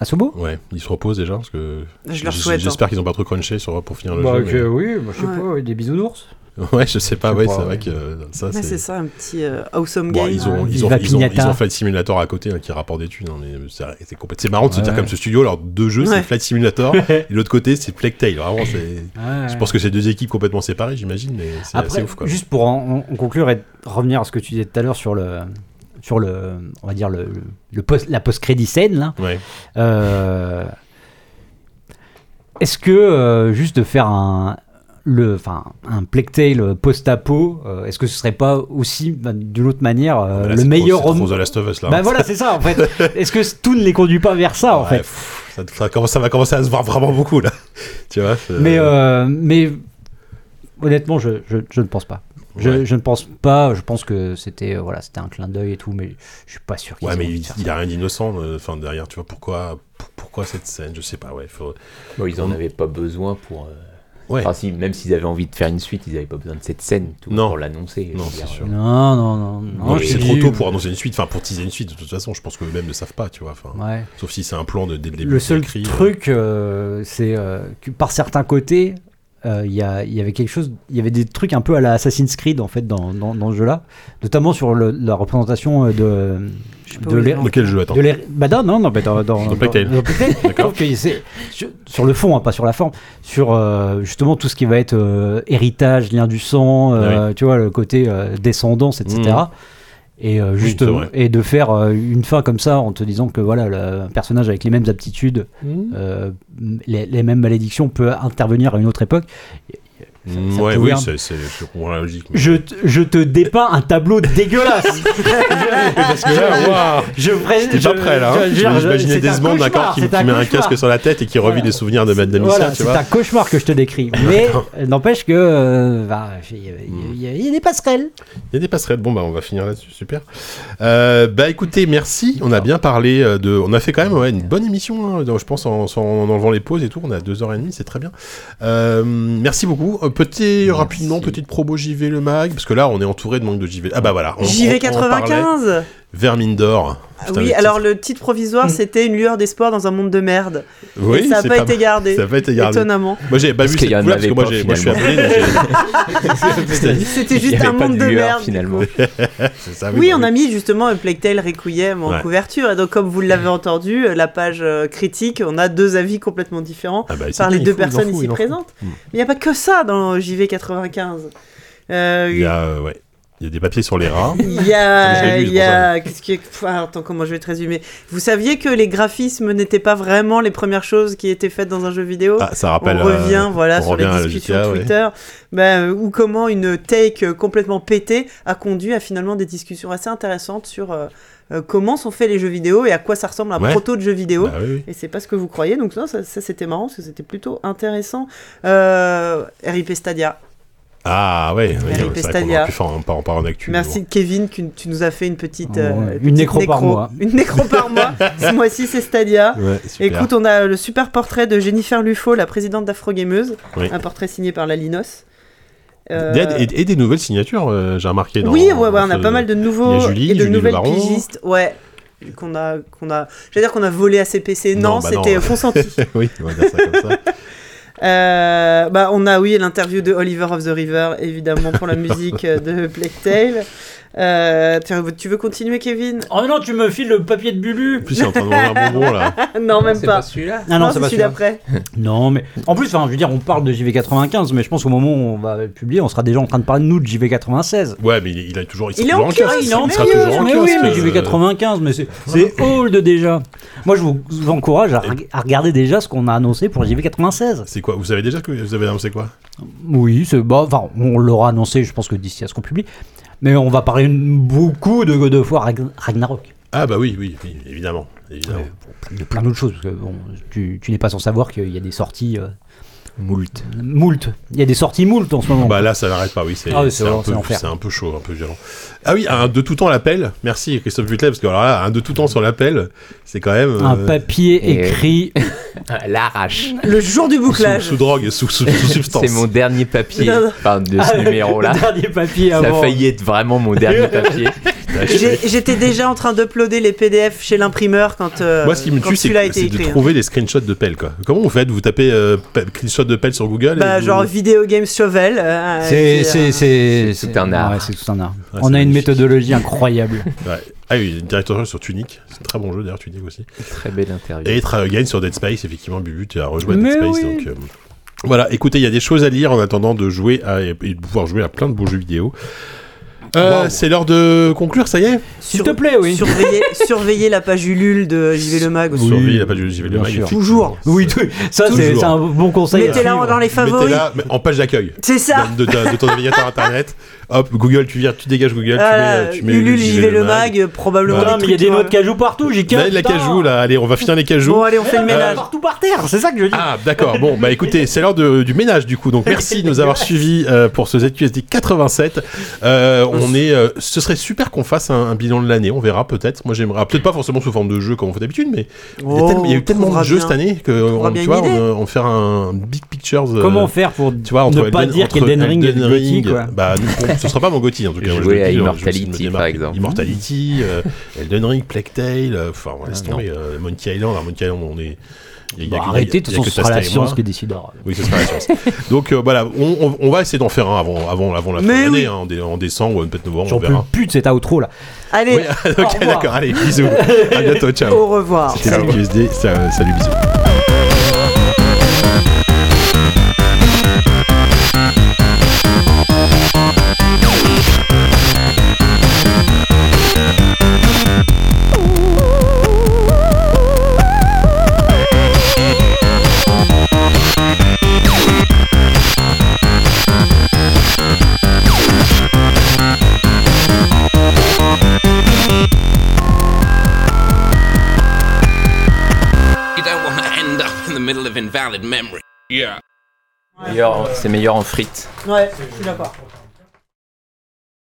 Speaker 4: à ce beau
Speaker 1: Ouais, ils se reposent déjà parce que
Speaker 2: Je leur
Speaker 1: j-
Speaker 2: souhaite. hein.
Speaker 1: J'espère qu'ils ont pas trop crunché sur pour finir le jeu. mais-
Speaker 4: Bah, oui je
Speaker 2: sais Ouais. pas,
Speaker 4: des bisounours
Speaker 1: [laughs] Ouais, je sais pas.
Speaker 4: Je sais
Speaker 1: Ouais,
Speaker 4: pas,
Speaker 1: c'est vrai
Speaker 4: ouais.
Speaker 1: que euh, ça
Speaker 2: Ouais, Bah, c'est
Speaker 1: c'est.
Speaker 2: ça, un petit euh, awesome
Speaker 1: Bon,
Speaker 2: game.
Speaker 1: ils ont,
Speaker 4: ouais.
Speaker 1: ils, ont,
Speaker 4: Viva
Speaker 1: ils, ont,
Speaker 4: Pignata.
Speaker 1: ils ont Flight Simulator à côté hein, qui rapporte des thunes. hein, mais c'est c'est complète- c'est marrant de se
Speaker 4: Ouais.
Speaker 1: dire comme ce studio, alors deux jeux
Speaker 2: Ouais.
Speaker 1: c'est Flight
Speaker 4: [laughs]
Speaker 1: Simulator et l'autre côté c'est Plague Tale. Vraiment, c'est. Je pense que c'est deux équipes complètement séparées, j'imagine, mais c'est assez
Speaker 4: Après,
Speaker 1: ouf quoi.
Speaker 4: juste pour en, en conclure et revenir à ce que tu disais tout à l'heure sur le, sur le, on va dire le, le- le post, la post-crédit scène là.
Speaker 1: Ouais.
Speaker 4: euh, Est-ce que euh, juste de faire un le, enfin, un plectail post-apo, euh, est-ce que ce serait pas aussi, bah, d'une autre manière, euh,
Speaker 1: Là,
Speaker 4: le
Speaker 1: c'est
Speaker 4: meilleur
Speaker 1: trop, c'est
Speaker 4: homme
Speaker 1: trop The Last of Us là.
Speaker 4: Bah voilà, c'est ça
Speaker 1: [laughs]
Speaker 4: en fait. Est-ce que tout ne les conduit pas vers ça en
Speaker 1: Ouais,
Speaker 4: fait
Speaker 1: pff, ça, ça commence- ça va commencer à se voir vraiment beaucoup là. [laughs] tu vois c'est-
Speaker 4: Mais, euh, mais honnêtement, je, je, je ne pense pas. Je,
Speaker 1: Ouais.
Speaker 4: je ne pense pas. Je pense que c'était euh, voilà, c'était un clin d'œil et tout, mais je suis pas sûr. qu'ils
Speaker 1: Ouais,
Speaker 4: aient
Speaker 1: mais
Speaker 4: envie
Speaker 1: il
Speaker 4: de faire
Speaker 1: il
Speaker 4: ça.
Speaker 1: y a rien d'innocent euh, enfin derrière, tu vois pourquoi pour- pourquoi cette scène, je sais pas, ouais, faut-
Speaker 3: Bon, ils en avaient pas besoin pour. euh,
Speaker 1: Ouais.
Speaker 3: Enfin, si, même s'ils avaient envie de faire une suite, ils avaient pas besoin de cette scène tout,
Speaker 1: Non.
Speaker 3: pour l'annoncer.
Speaker 1: Non,
Speaker 3: Je veux
Speaker 1: c'est
Speaker 3: dire,
Speaker 1: sûr.
Speaker 3: euh,
Speaker 4: Non, non, non. non,
Speaker 1: Non,
Speaker 3: Ouais,
Speaker 1: puis
Speaker 4: je
Speaker 1: c'est
Speaker 4: te
Speaker 1: trop
Speaker 4: dis,
Speaker 1: tôt pour annoncer une suite, enfin pour teaser une suite de toute façon, je pense que eux-mêmes ne savent pas, tu vois, enfin
Speaker 4: Ouais.
Speaker 1: sauf si c'est un plan de dès le début
Speaker 4: Le seul
Speaker 1: écrit, euh,
Speaker 4: truc, euh, c'est euh, que par certains côtés, euh, il y, a- il y avait quelque chose, il y avait des trucs un peu à la Assassin's Creed en fait dans, dans, dans ce jeu-là, notamment sur le- la représentation euh, de
Speaker 2: Je sais pas
Speaker 4: de
Speaker 2: où ils
Speaker 4: l'é-
Speaker 2: vont.
Speaker 1: de quel jeu attends
Speaker 4: De les- Bah non, non, non, mais dans, dans,
Speaker 1: Dans Plague Tale. [laughs]
Speaker 4: dans Plague Tale, je trouve que c'est- sur, sur le fond, hein, pas sur la forme, sur euh, justement tout ce qui va être euh, héritage, lien du sang,
Speaker 1: Ah
Speaker 4: euh, tu vois, le côté euh, descendance, etc.
Speaker 1: Mm.
Speaker 4: Et, euh, juste,
Speaker 1: c'est vrai.
Speaker 4: et de faire euh, une fin comme ça en te disant que voilà, le- un personnage avec les mêmes aptitudes, euh, les, les mêmes malédictions peut intervenir à une autre
Speaker 1: Mmh.
Speaker 4: époque.
Speaker 1: Mm,
Speaker 4: ça
Speaker 1: Ouais,
Speaker 4: peut
Speaker 1: oui,
Speaker 4: ouvrir-
Speaker 1: c'est c'est je comprends la logique.
Speaker 4: [laughs]
Speaker 1: mais-
Speaker 4: Je, te- je te dépeins un
Speaker 1: [laughs]
Speaker 4: tableau dégueulasse!
Speaker 1: Parce que [laughs] là, waouh,
Speaker 4: Je
Speaker 1: T'es pas prêt là. Hein. J'imaginais des secondes, d'accord, qui, qui met un casque sur la tête et qui revit
Speaker 4: Voilà.
Speaker 1: des souvenirs de Madame
Speaker 4: Voilà,
Speaker 1: Amicia, tu
Speaker 4: c'est
Speaker 1: vois.
Speaker 4: un cauchemar que je
Speaker 1: [laughs]
Speaker 4: te décris. Mais euh, n'empêche que. euh, bah, Il y a- il y, a- il y a des passerelles.
Speaker 1: Il y a des passerelles. Bon, bah, on va finir là-dessus. Super. Euh, bah, écoutez, merci. On a bien parlé euh, de. On a fait quand même ouais, une bonne émission, hein, dans- je pense, en, en- en enlevant les pauses et tout. On a deux heures et demie, c'est très bien. Euh, merci beaucoup. Euh, petit,
Speaker 3: Merci.
Speaker 1: rapidement, petite promo JV le mag, parce que là, on est entouré de manque de JV. Ah, bah voilà. on- on- on en parlait.
Speaker 2: JV95
Speaker 1: Vermine d'or. Putain,
Speaker 2: Ah Oui,
Speaker 1: le
Speaker 2: alors le titre provisoire, c'était Une lueur d'espoir dans un monde de merde.
Speaker 1: titre. Oui,
Speaker 2: Et ça n'a
Speaker 1: c'est
Speaker 2: pas, été gardé.
Speaker 1: Ça n'a pas été gardé.
Speaker 2: Étonnamment.
Speaker 1: [laughs] Moi, j'ai pas
Speaker 3: Parce
Speaker 1: vu
Speaker 3: qu'il
Speaker 1: cette
Speaker 3: y en
Speaker 1: couleur, parce que
Speaker 3: avait
Speaker 1: moi,
Speaker 3: pas,
Speaker 1: j'ai- moi, je suis abonné. donc
Speaker 3: finalement.
Speaker 1: j'ai-
Speaker 3: Ah,
Speaker 1: [laughs]
Speaker 2: Ah, C'était
Speaker 3: Il y
Speaker 2: juste un
Speaker 3: avait pas
Speaker 2: monde de
Speaker 3: lueur,
Speaker 2: merde.
Speaker 3: finalement.
Speaker 1: c'est ça,
Speaker 2: Oui,
Speaker 1: bah,
Speaker 2: on a mis justement Plague Tale Requiem en
Speaker 1: Ouais.
Speaker 2: couverture. Et donc, comme vous l'avez entendu, la page euh, critique, on a deux avis complètement différents
Speaker 1: Ah, bah, c'est
Speaker 2: par les
Speaker 1: bien,
Speaker 2: deux
Speaker 1: il faut- il en
Speaker 2: personnes
Speaker 1: faut,
Speaker 2: ici
Speaker 1: il en faut.
Speaker 2: présentes.
Speaker 1: Mm.
Speaker 2: Mais il n'y a pas que ça dans JV95. Euh,
Speaker 1: Il y a, euh, ouais. Il y a des papiers sur les rats.
Speaker 2: Il y a,
Speaker 1: Attends, je l'ai lu,
Speaker 2: il y a, qu'est-ce qui est- Pff, attends, comment je vais te résumer Vous saviez que les graphismes n'étaient pas vraiment les premières choses qui étaient faites dans un jeu vidéo
Speaker 1: Ah, ça
Speaker 2: On
Speaker 1: rappelle. euh,
Speaker 2: revient, voilà,
Speaker 1: on
Speaker 2: sur
Speaker 1: revient à
Speaker 2: les
Speaker 1: la
Speaker 2: discussions
Speaker 1: GTA, ouais.
Speaker 2: Twitter, bah, euh, ou comment une take euh, complètement pétée a conduit à finalement des discussions assez intéressantes sur euh, euh, comment sont faits les jeux vidéo et à quoi ça ressemble un
Speaker 1: Ouais.
Speaker 2: proto de jeu vidéo.
Speaker 1: Bah oui, oui.
Speaker 2: Et c'est pas ce que vous croyez, donc non, ça, ça, c'était marrant parce que c'était plutôt intéressant. Euh, RIP Stadia.
Speaker 1: Ah ouais, ouais,
Speaker 2: Harry
Speaker 1: c'est vrai qu'on
Speaker 2: Pestadia.
Speaker 1: aurait pu faire un part en, part en actu.
Speaker 2: Merci
Speaker 1: mais
Speaker 2: Kevin, que tu nous as fait une petite, euh,
Speaker 4: Ouais, une
Speaker 2: petite
Speaker 4: nécro par mois.
Speaker 2: Une nécro par
Speaker 4: [laughs]
Speaker 2: mois. Ce mois-ci, c'est Stadia.
Speaker 1: bon. Ouais, super.
Speaker 2: Écoute, on a le super portrait de Jennifer Lufo, la présidente d'Afrogameuse.
Speaker 1: Oui.
Speaker 2: Un portrait signé par la Linos. Euh,
Speaker 1: Dead et, et des nouvelles signatures, euh, j'ai remarqué. Dans,
Speaker 2: oui, ouais, ouais, on a
Speaker 1: dans-
Speaker 2: pas
Speaker 1: [laughs]
Speaker 2: mal de nouveaux
Speaker 1: il y a Julie,
Speaker 2: et de
Speaker 1: Julie
Speaker 2: nouvelles
Speaker 1: Lebaron.
Speaker 2: pigistes. Ouais. Qu'on a, qu'on a, j'allais dire qu'on a volé à CPC. Non,
Speaker 1: Non, bah non. [laughs]
Speaker 2: c'était consenti.
Speaker 1: oui, on va dire ça comme ça.
Speaker 2: Euh, bah, on a, oui, l'interview de Oliver of the River, évidemment, pour la musique euh, de Plague Tale. Euh, tiens, tu veux continuer, Kevin
Speaker 4: Oh non, tu me files le papier de Bulu
Speaker 1: En plus, il est en train de manger un bonbon là.
Speaker 2: Non, même pas.
Speaker 3: celui-là.
Speaker 4: Ah
Speaker 2: c'est celui d'après.
Speaker 4: Non, mais en plus, enfin, je veux dire, on parle de JV95, mais je pense qu'au moment où on va publier, on sera déjà en train de parler de nous de JV96.
Speaker 1: Ouais, mais il, il a toujours, il sera
Speaker 2: Il est
Speaker 1: toujours
Speaker 2: en
Speaker 1: en
Speaker 2: kiosque,
Speaker 1: kiosque.
Speaker 2: il est en
Speaker 1: sera
Speaker 2: kiosque,
Speaker 1: toujours en
Speaker 4: Mais oui,
Speaker 1: kiosque,
Speaker 4: mais
Speaker 1: euh,
Speaker 4: JV95, mais c'est- c'est old déjà. Moi, je vous vous encourage à, reg- à regarder déjà ce qu'on a annoncé pour JV96.
Speaker 1: C'est quoi Vous savez déjà que vous avez annoncé quoi
Speaker 4: Oui, c'est bah, enfin, on l'aura annoncé, je pense que d'ici à ce qu'on publie. Mais on va parler une- beaucoup de God of War Ragn- Ragnarok.
Speaker 1: Ah bah oui, oui, oui, évidemment.
Speaker 4: Ah
Speaker 1: évidemment.
Speaker 4: De plein d'autres choses, parce que bon, tu, tu n'es pas sans savoir qu'il y a des sorties euh,
Speaker 3: Moult.
Speaker 4: moult. Il y a des sorties moult en ce moment.
Speaker 1: Bah là, ça n'arrête pas, oui. C'est
Speaker 4: Ah oui,
Speaker 1: c'est
Speaker 4: c'est
Speaker 1: un,
Speaker 4: vraiment-
Speaker 1: peu-
Speaker 4: c'est l'enfer.
Speaker 1: c'est un peu chaud, un peu violent. Ah oui, un de tout temps l'appel. Merci Christophe Butlet, parce que alors là, un de tout temps sur l'appel, c'est quand même.
Speaker 4: un
Speaker 1: euh,
Speaker 4: papier
Speaker 3: Et-
Speaker 4: écrit. [laughs]
Speaker 3: Ah, L'arrache.
Speaker 2: Le jour du
Speaker 1: sous,
Speaker 2: bouclage.
Speaker 1: sous drogue, sous, sous-
Speaker 4: [laughs]
Speaker 1: sous substance.
Speaker 3: C'est mon dernier papier
Speaker 2: Non, non.
Speaker 3: enfin, de
Speaker 4: Ah,
Speaker 3: ce
Speaker 4: le-
Speaker 3: numéro-là.
Speaker 4: Le dernier papier
Speaker 3: Ça
Speaker 4: avant.
Speaker 3: a failli être vraiment mon dernier papier.
Speaker 2: J'ai- J'étais déjà en train d'uploader les PDF chez l'imprimeur quand, euh,
Speaker 1: Moi, ce qui me
Speaker 2: quand
Speaker 1: tue, c'est
Speaker 2: celui-là a
Speaker 1: que-
Speaker 2: été
Speaker 1: c'est de
Speaker 2: écrit. hein.
Speaker 1: trouver des screenshots de pelle, quoi. Comment vous faites Vous tapez euh, pe- screenshot de pelle sur Google
Speaker 2: Bah,
Speaker 1: et vous-
Speaker 2: genre Video Games Shovel. euh, et
Speaker 4: Ah, C'est-
Speaker 2: puis,
Speaker 4: C'est
Speaker 2: euh,
Speaker 4: c'est-
Speaker 3: c'est tout
Speaker 4: c'est-
Speaker 3: un art.
Speaker 4: ouais, c'est tout un art.
Speaker 1: Ah,
Speaker 4: On
Speaker 1: c'est
Speaker 4: a une
Speaker 1: magnifique.
Speaker 4: méthodologie incroyable.
Speaker 1: Ouais. Ah oui, directeur sur Tunic. C'est un très bon jeu, d'ailleurs, Tunic aussi.
Speaker 3: Très belle interview.
Speaker 1: Et Tra- Gain sur Dead Space, effectivement, Bubu, tu as rejoint
Speaker 4: Mais
Speaker 1: Dead Space.
Speaker 4: oui.
Speaker 1: Donc, euh, voilà, écoutez, il y a des choses à lire en attendant de jouer à- et de pouvoir jouer à plein de beaux jeux vidéo. Euh, C'est l'heure de conclure, ça y est
Speaker 4: S'il
Speaker 2: Sur-
Speaker 4: te plaît, oui.
Speaker 2: surveiller, surveiller la page Ulule de JV Le Mag aussi.
Speaker 4: Oui,
Speaker 1: Surveille la page de JV Le
Speaker 4: bien
Speaker 1: Mag,
Speaker 4: sûr.
Speaker 1: effectivement.
Speaker 2: Toujours.
Speaker 4: Oui, tout- ça c'est
Speaker 1: Toujours.
Speaker 4: c'est un bon conseil. à
Speaker 2: Mettez-la
Speaker 4: suivre.
Speaker 2: dans les
Speaker 1: Mettez
Speaker 2: favoris.
Speaker 1: là en page d'accueil
Speaker 2: C'est ça.
Speaker 1: de, de- de ton navigateur internet. Hop, Google, tu vires, tu dégages Google,
Speaker 2: Ah,
Speaker 1: tu mets, tu mets
Speaker 2: Ulule, JV Le Mag, probablement.
Speaker 1: Voilà.
Speaker 4: Putain,
Speaker 2: des
Speaker 4: mais il y a
Speaker 2: trucs, hein.
Speaker 4: des noix de cajou partout, j'ai Euh,
Speaker 1: Là, la cajou, là, allez, on va finir les cajous.
Speaker 2: Bon, allez, on fait le ménage.
Speaker 4: Partout par terre, c'est ça que je veux dire.
Speaker 1: Ah, d'accord. Bon, bah écoutez, c'est l'heure de- du ménage du coup. Donc merci de nous
Speaker 2: [laughs]
Speaker 1: avoir suivis euh, pour ce ZQSD 87. Euh, on est, euh, ce serait super qu'on fasse un, un bilan de l'année. On verra peut-être. Moi j'aimerais, ah, peut-être pas forcément sous forme de jeu comme on fait d'habitude, mais il y a
Speaker 2: Oh,
Speaker 1: tellement- il y, a eu
Speaker 2: on
Speaker 1: tellement de
Speaker 2: trouvera
Speaker 1: jeux
Speaker 2: bien.
Speaker 1: cette année que
Speaker 2: trouvera
Speaker 1: on,
Speaker 2: bien
Speaker 1: tu vois,
Speaker 2: une idée.
Speaker 1: on, euh, on fait un big pictures. euh,
Speaker 4: Comment faire pour
Speaker 1: tu vois, entre
Speaker 4: ne pas
Speaker 1: Elden-
Speaker 4: dire
Speaker 1: entre
Speaker 4: qu'Elden Ring est
Speaker 1: Elden
Speaker 4: Gotti,
Speaker 1: Ring,
Speaker 4: quoi
Speaker 1: Bah, nous, on- ce sera pas mon Gotti en tout cas. moi, je
Speaker 3: Jouer
Speaker 1: le
Speaker 3: à
Speaker 1: dis, hein, je- je me
Speaker 3: Immortality,
Speaker 1: suis démarqué.
Speaker 3: par exemple.
Speaker 1: Immortality, euh, Elden Ring, Plague Tale, euh, enfin, on laisse
Speaker 3: Ah, non.
Speaker 1: tomber. euh, Monkey Island, alors Monkey Island, on est. il y a- il y a
Speaker 4: Bah,
Speaker 1: que-
Speaker 4: Arrêtez, de
Speaker 1: il y
Speaker 4: toute
Speaker 1: a
Speaker 4: façon,
Speaker 1: que
Speaker 4: ce sera
Speaker 1: Tasta
Speaker 4: la
Speaker 1: et moi.
Speaker 4: science qui décidera.
Speaker 1: Oui, ce sera la science.
Speaker 4: [laughs]
Speaker 1: Donc euh, voilà, on, on- on va essayer d'en faire un avant, avant, avant la fin
Speaker 2: Mais
Speaker 1: de l'année,
Speaker 2: oui.
Speaker 1: hein, en, dé- en décembre ou peut-être novembre, on
Speaker 4: J'en peux
Speaker 1: verra.
Speaker 4: plus de cet outro là.
Speaker 2: Allez,
Speaker 1: Oui, [laughs] ok,
Speaker 4: revoir.
Speaker 1: d'accord, allez,
Speaker 4: [laughs]
Speaker 1: bisous. à bientôt, ciao.
Speaker 2: au revoir.
Speaker 1: C'était la QSD, ça- salut, bisous.
Speaker 5: You don't want to end up in the middle of invalid memory. Yeah.
Speaker 3: Meilleur- C'est meilleur en frites.
Speaker 2: Ouais, je suis d'accord.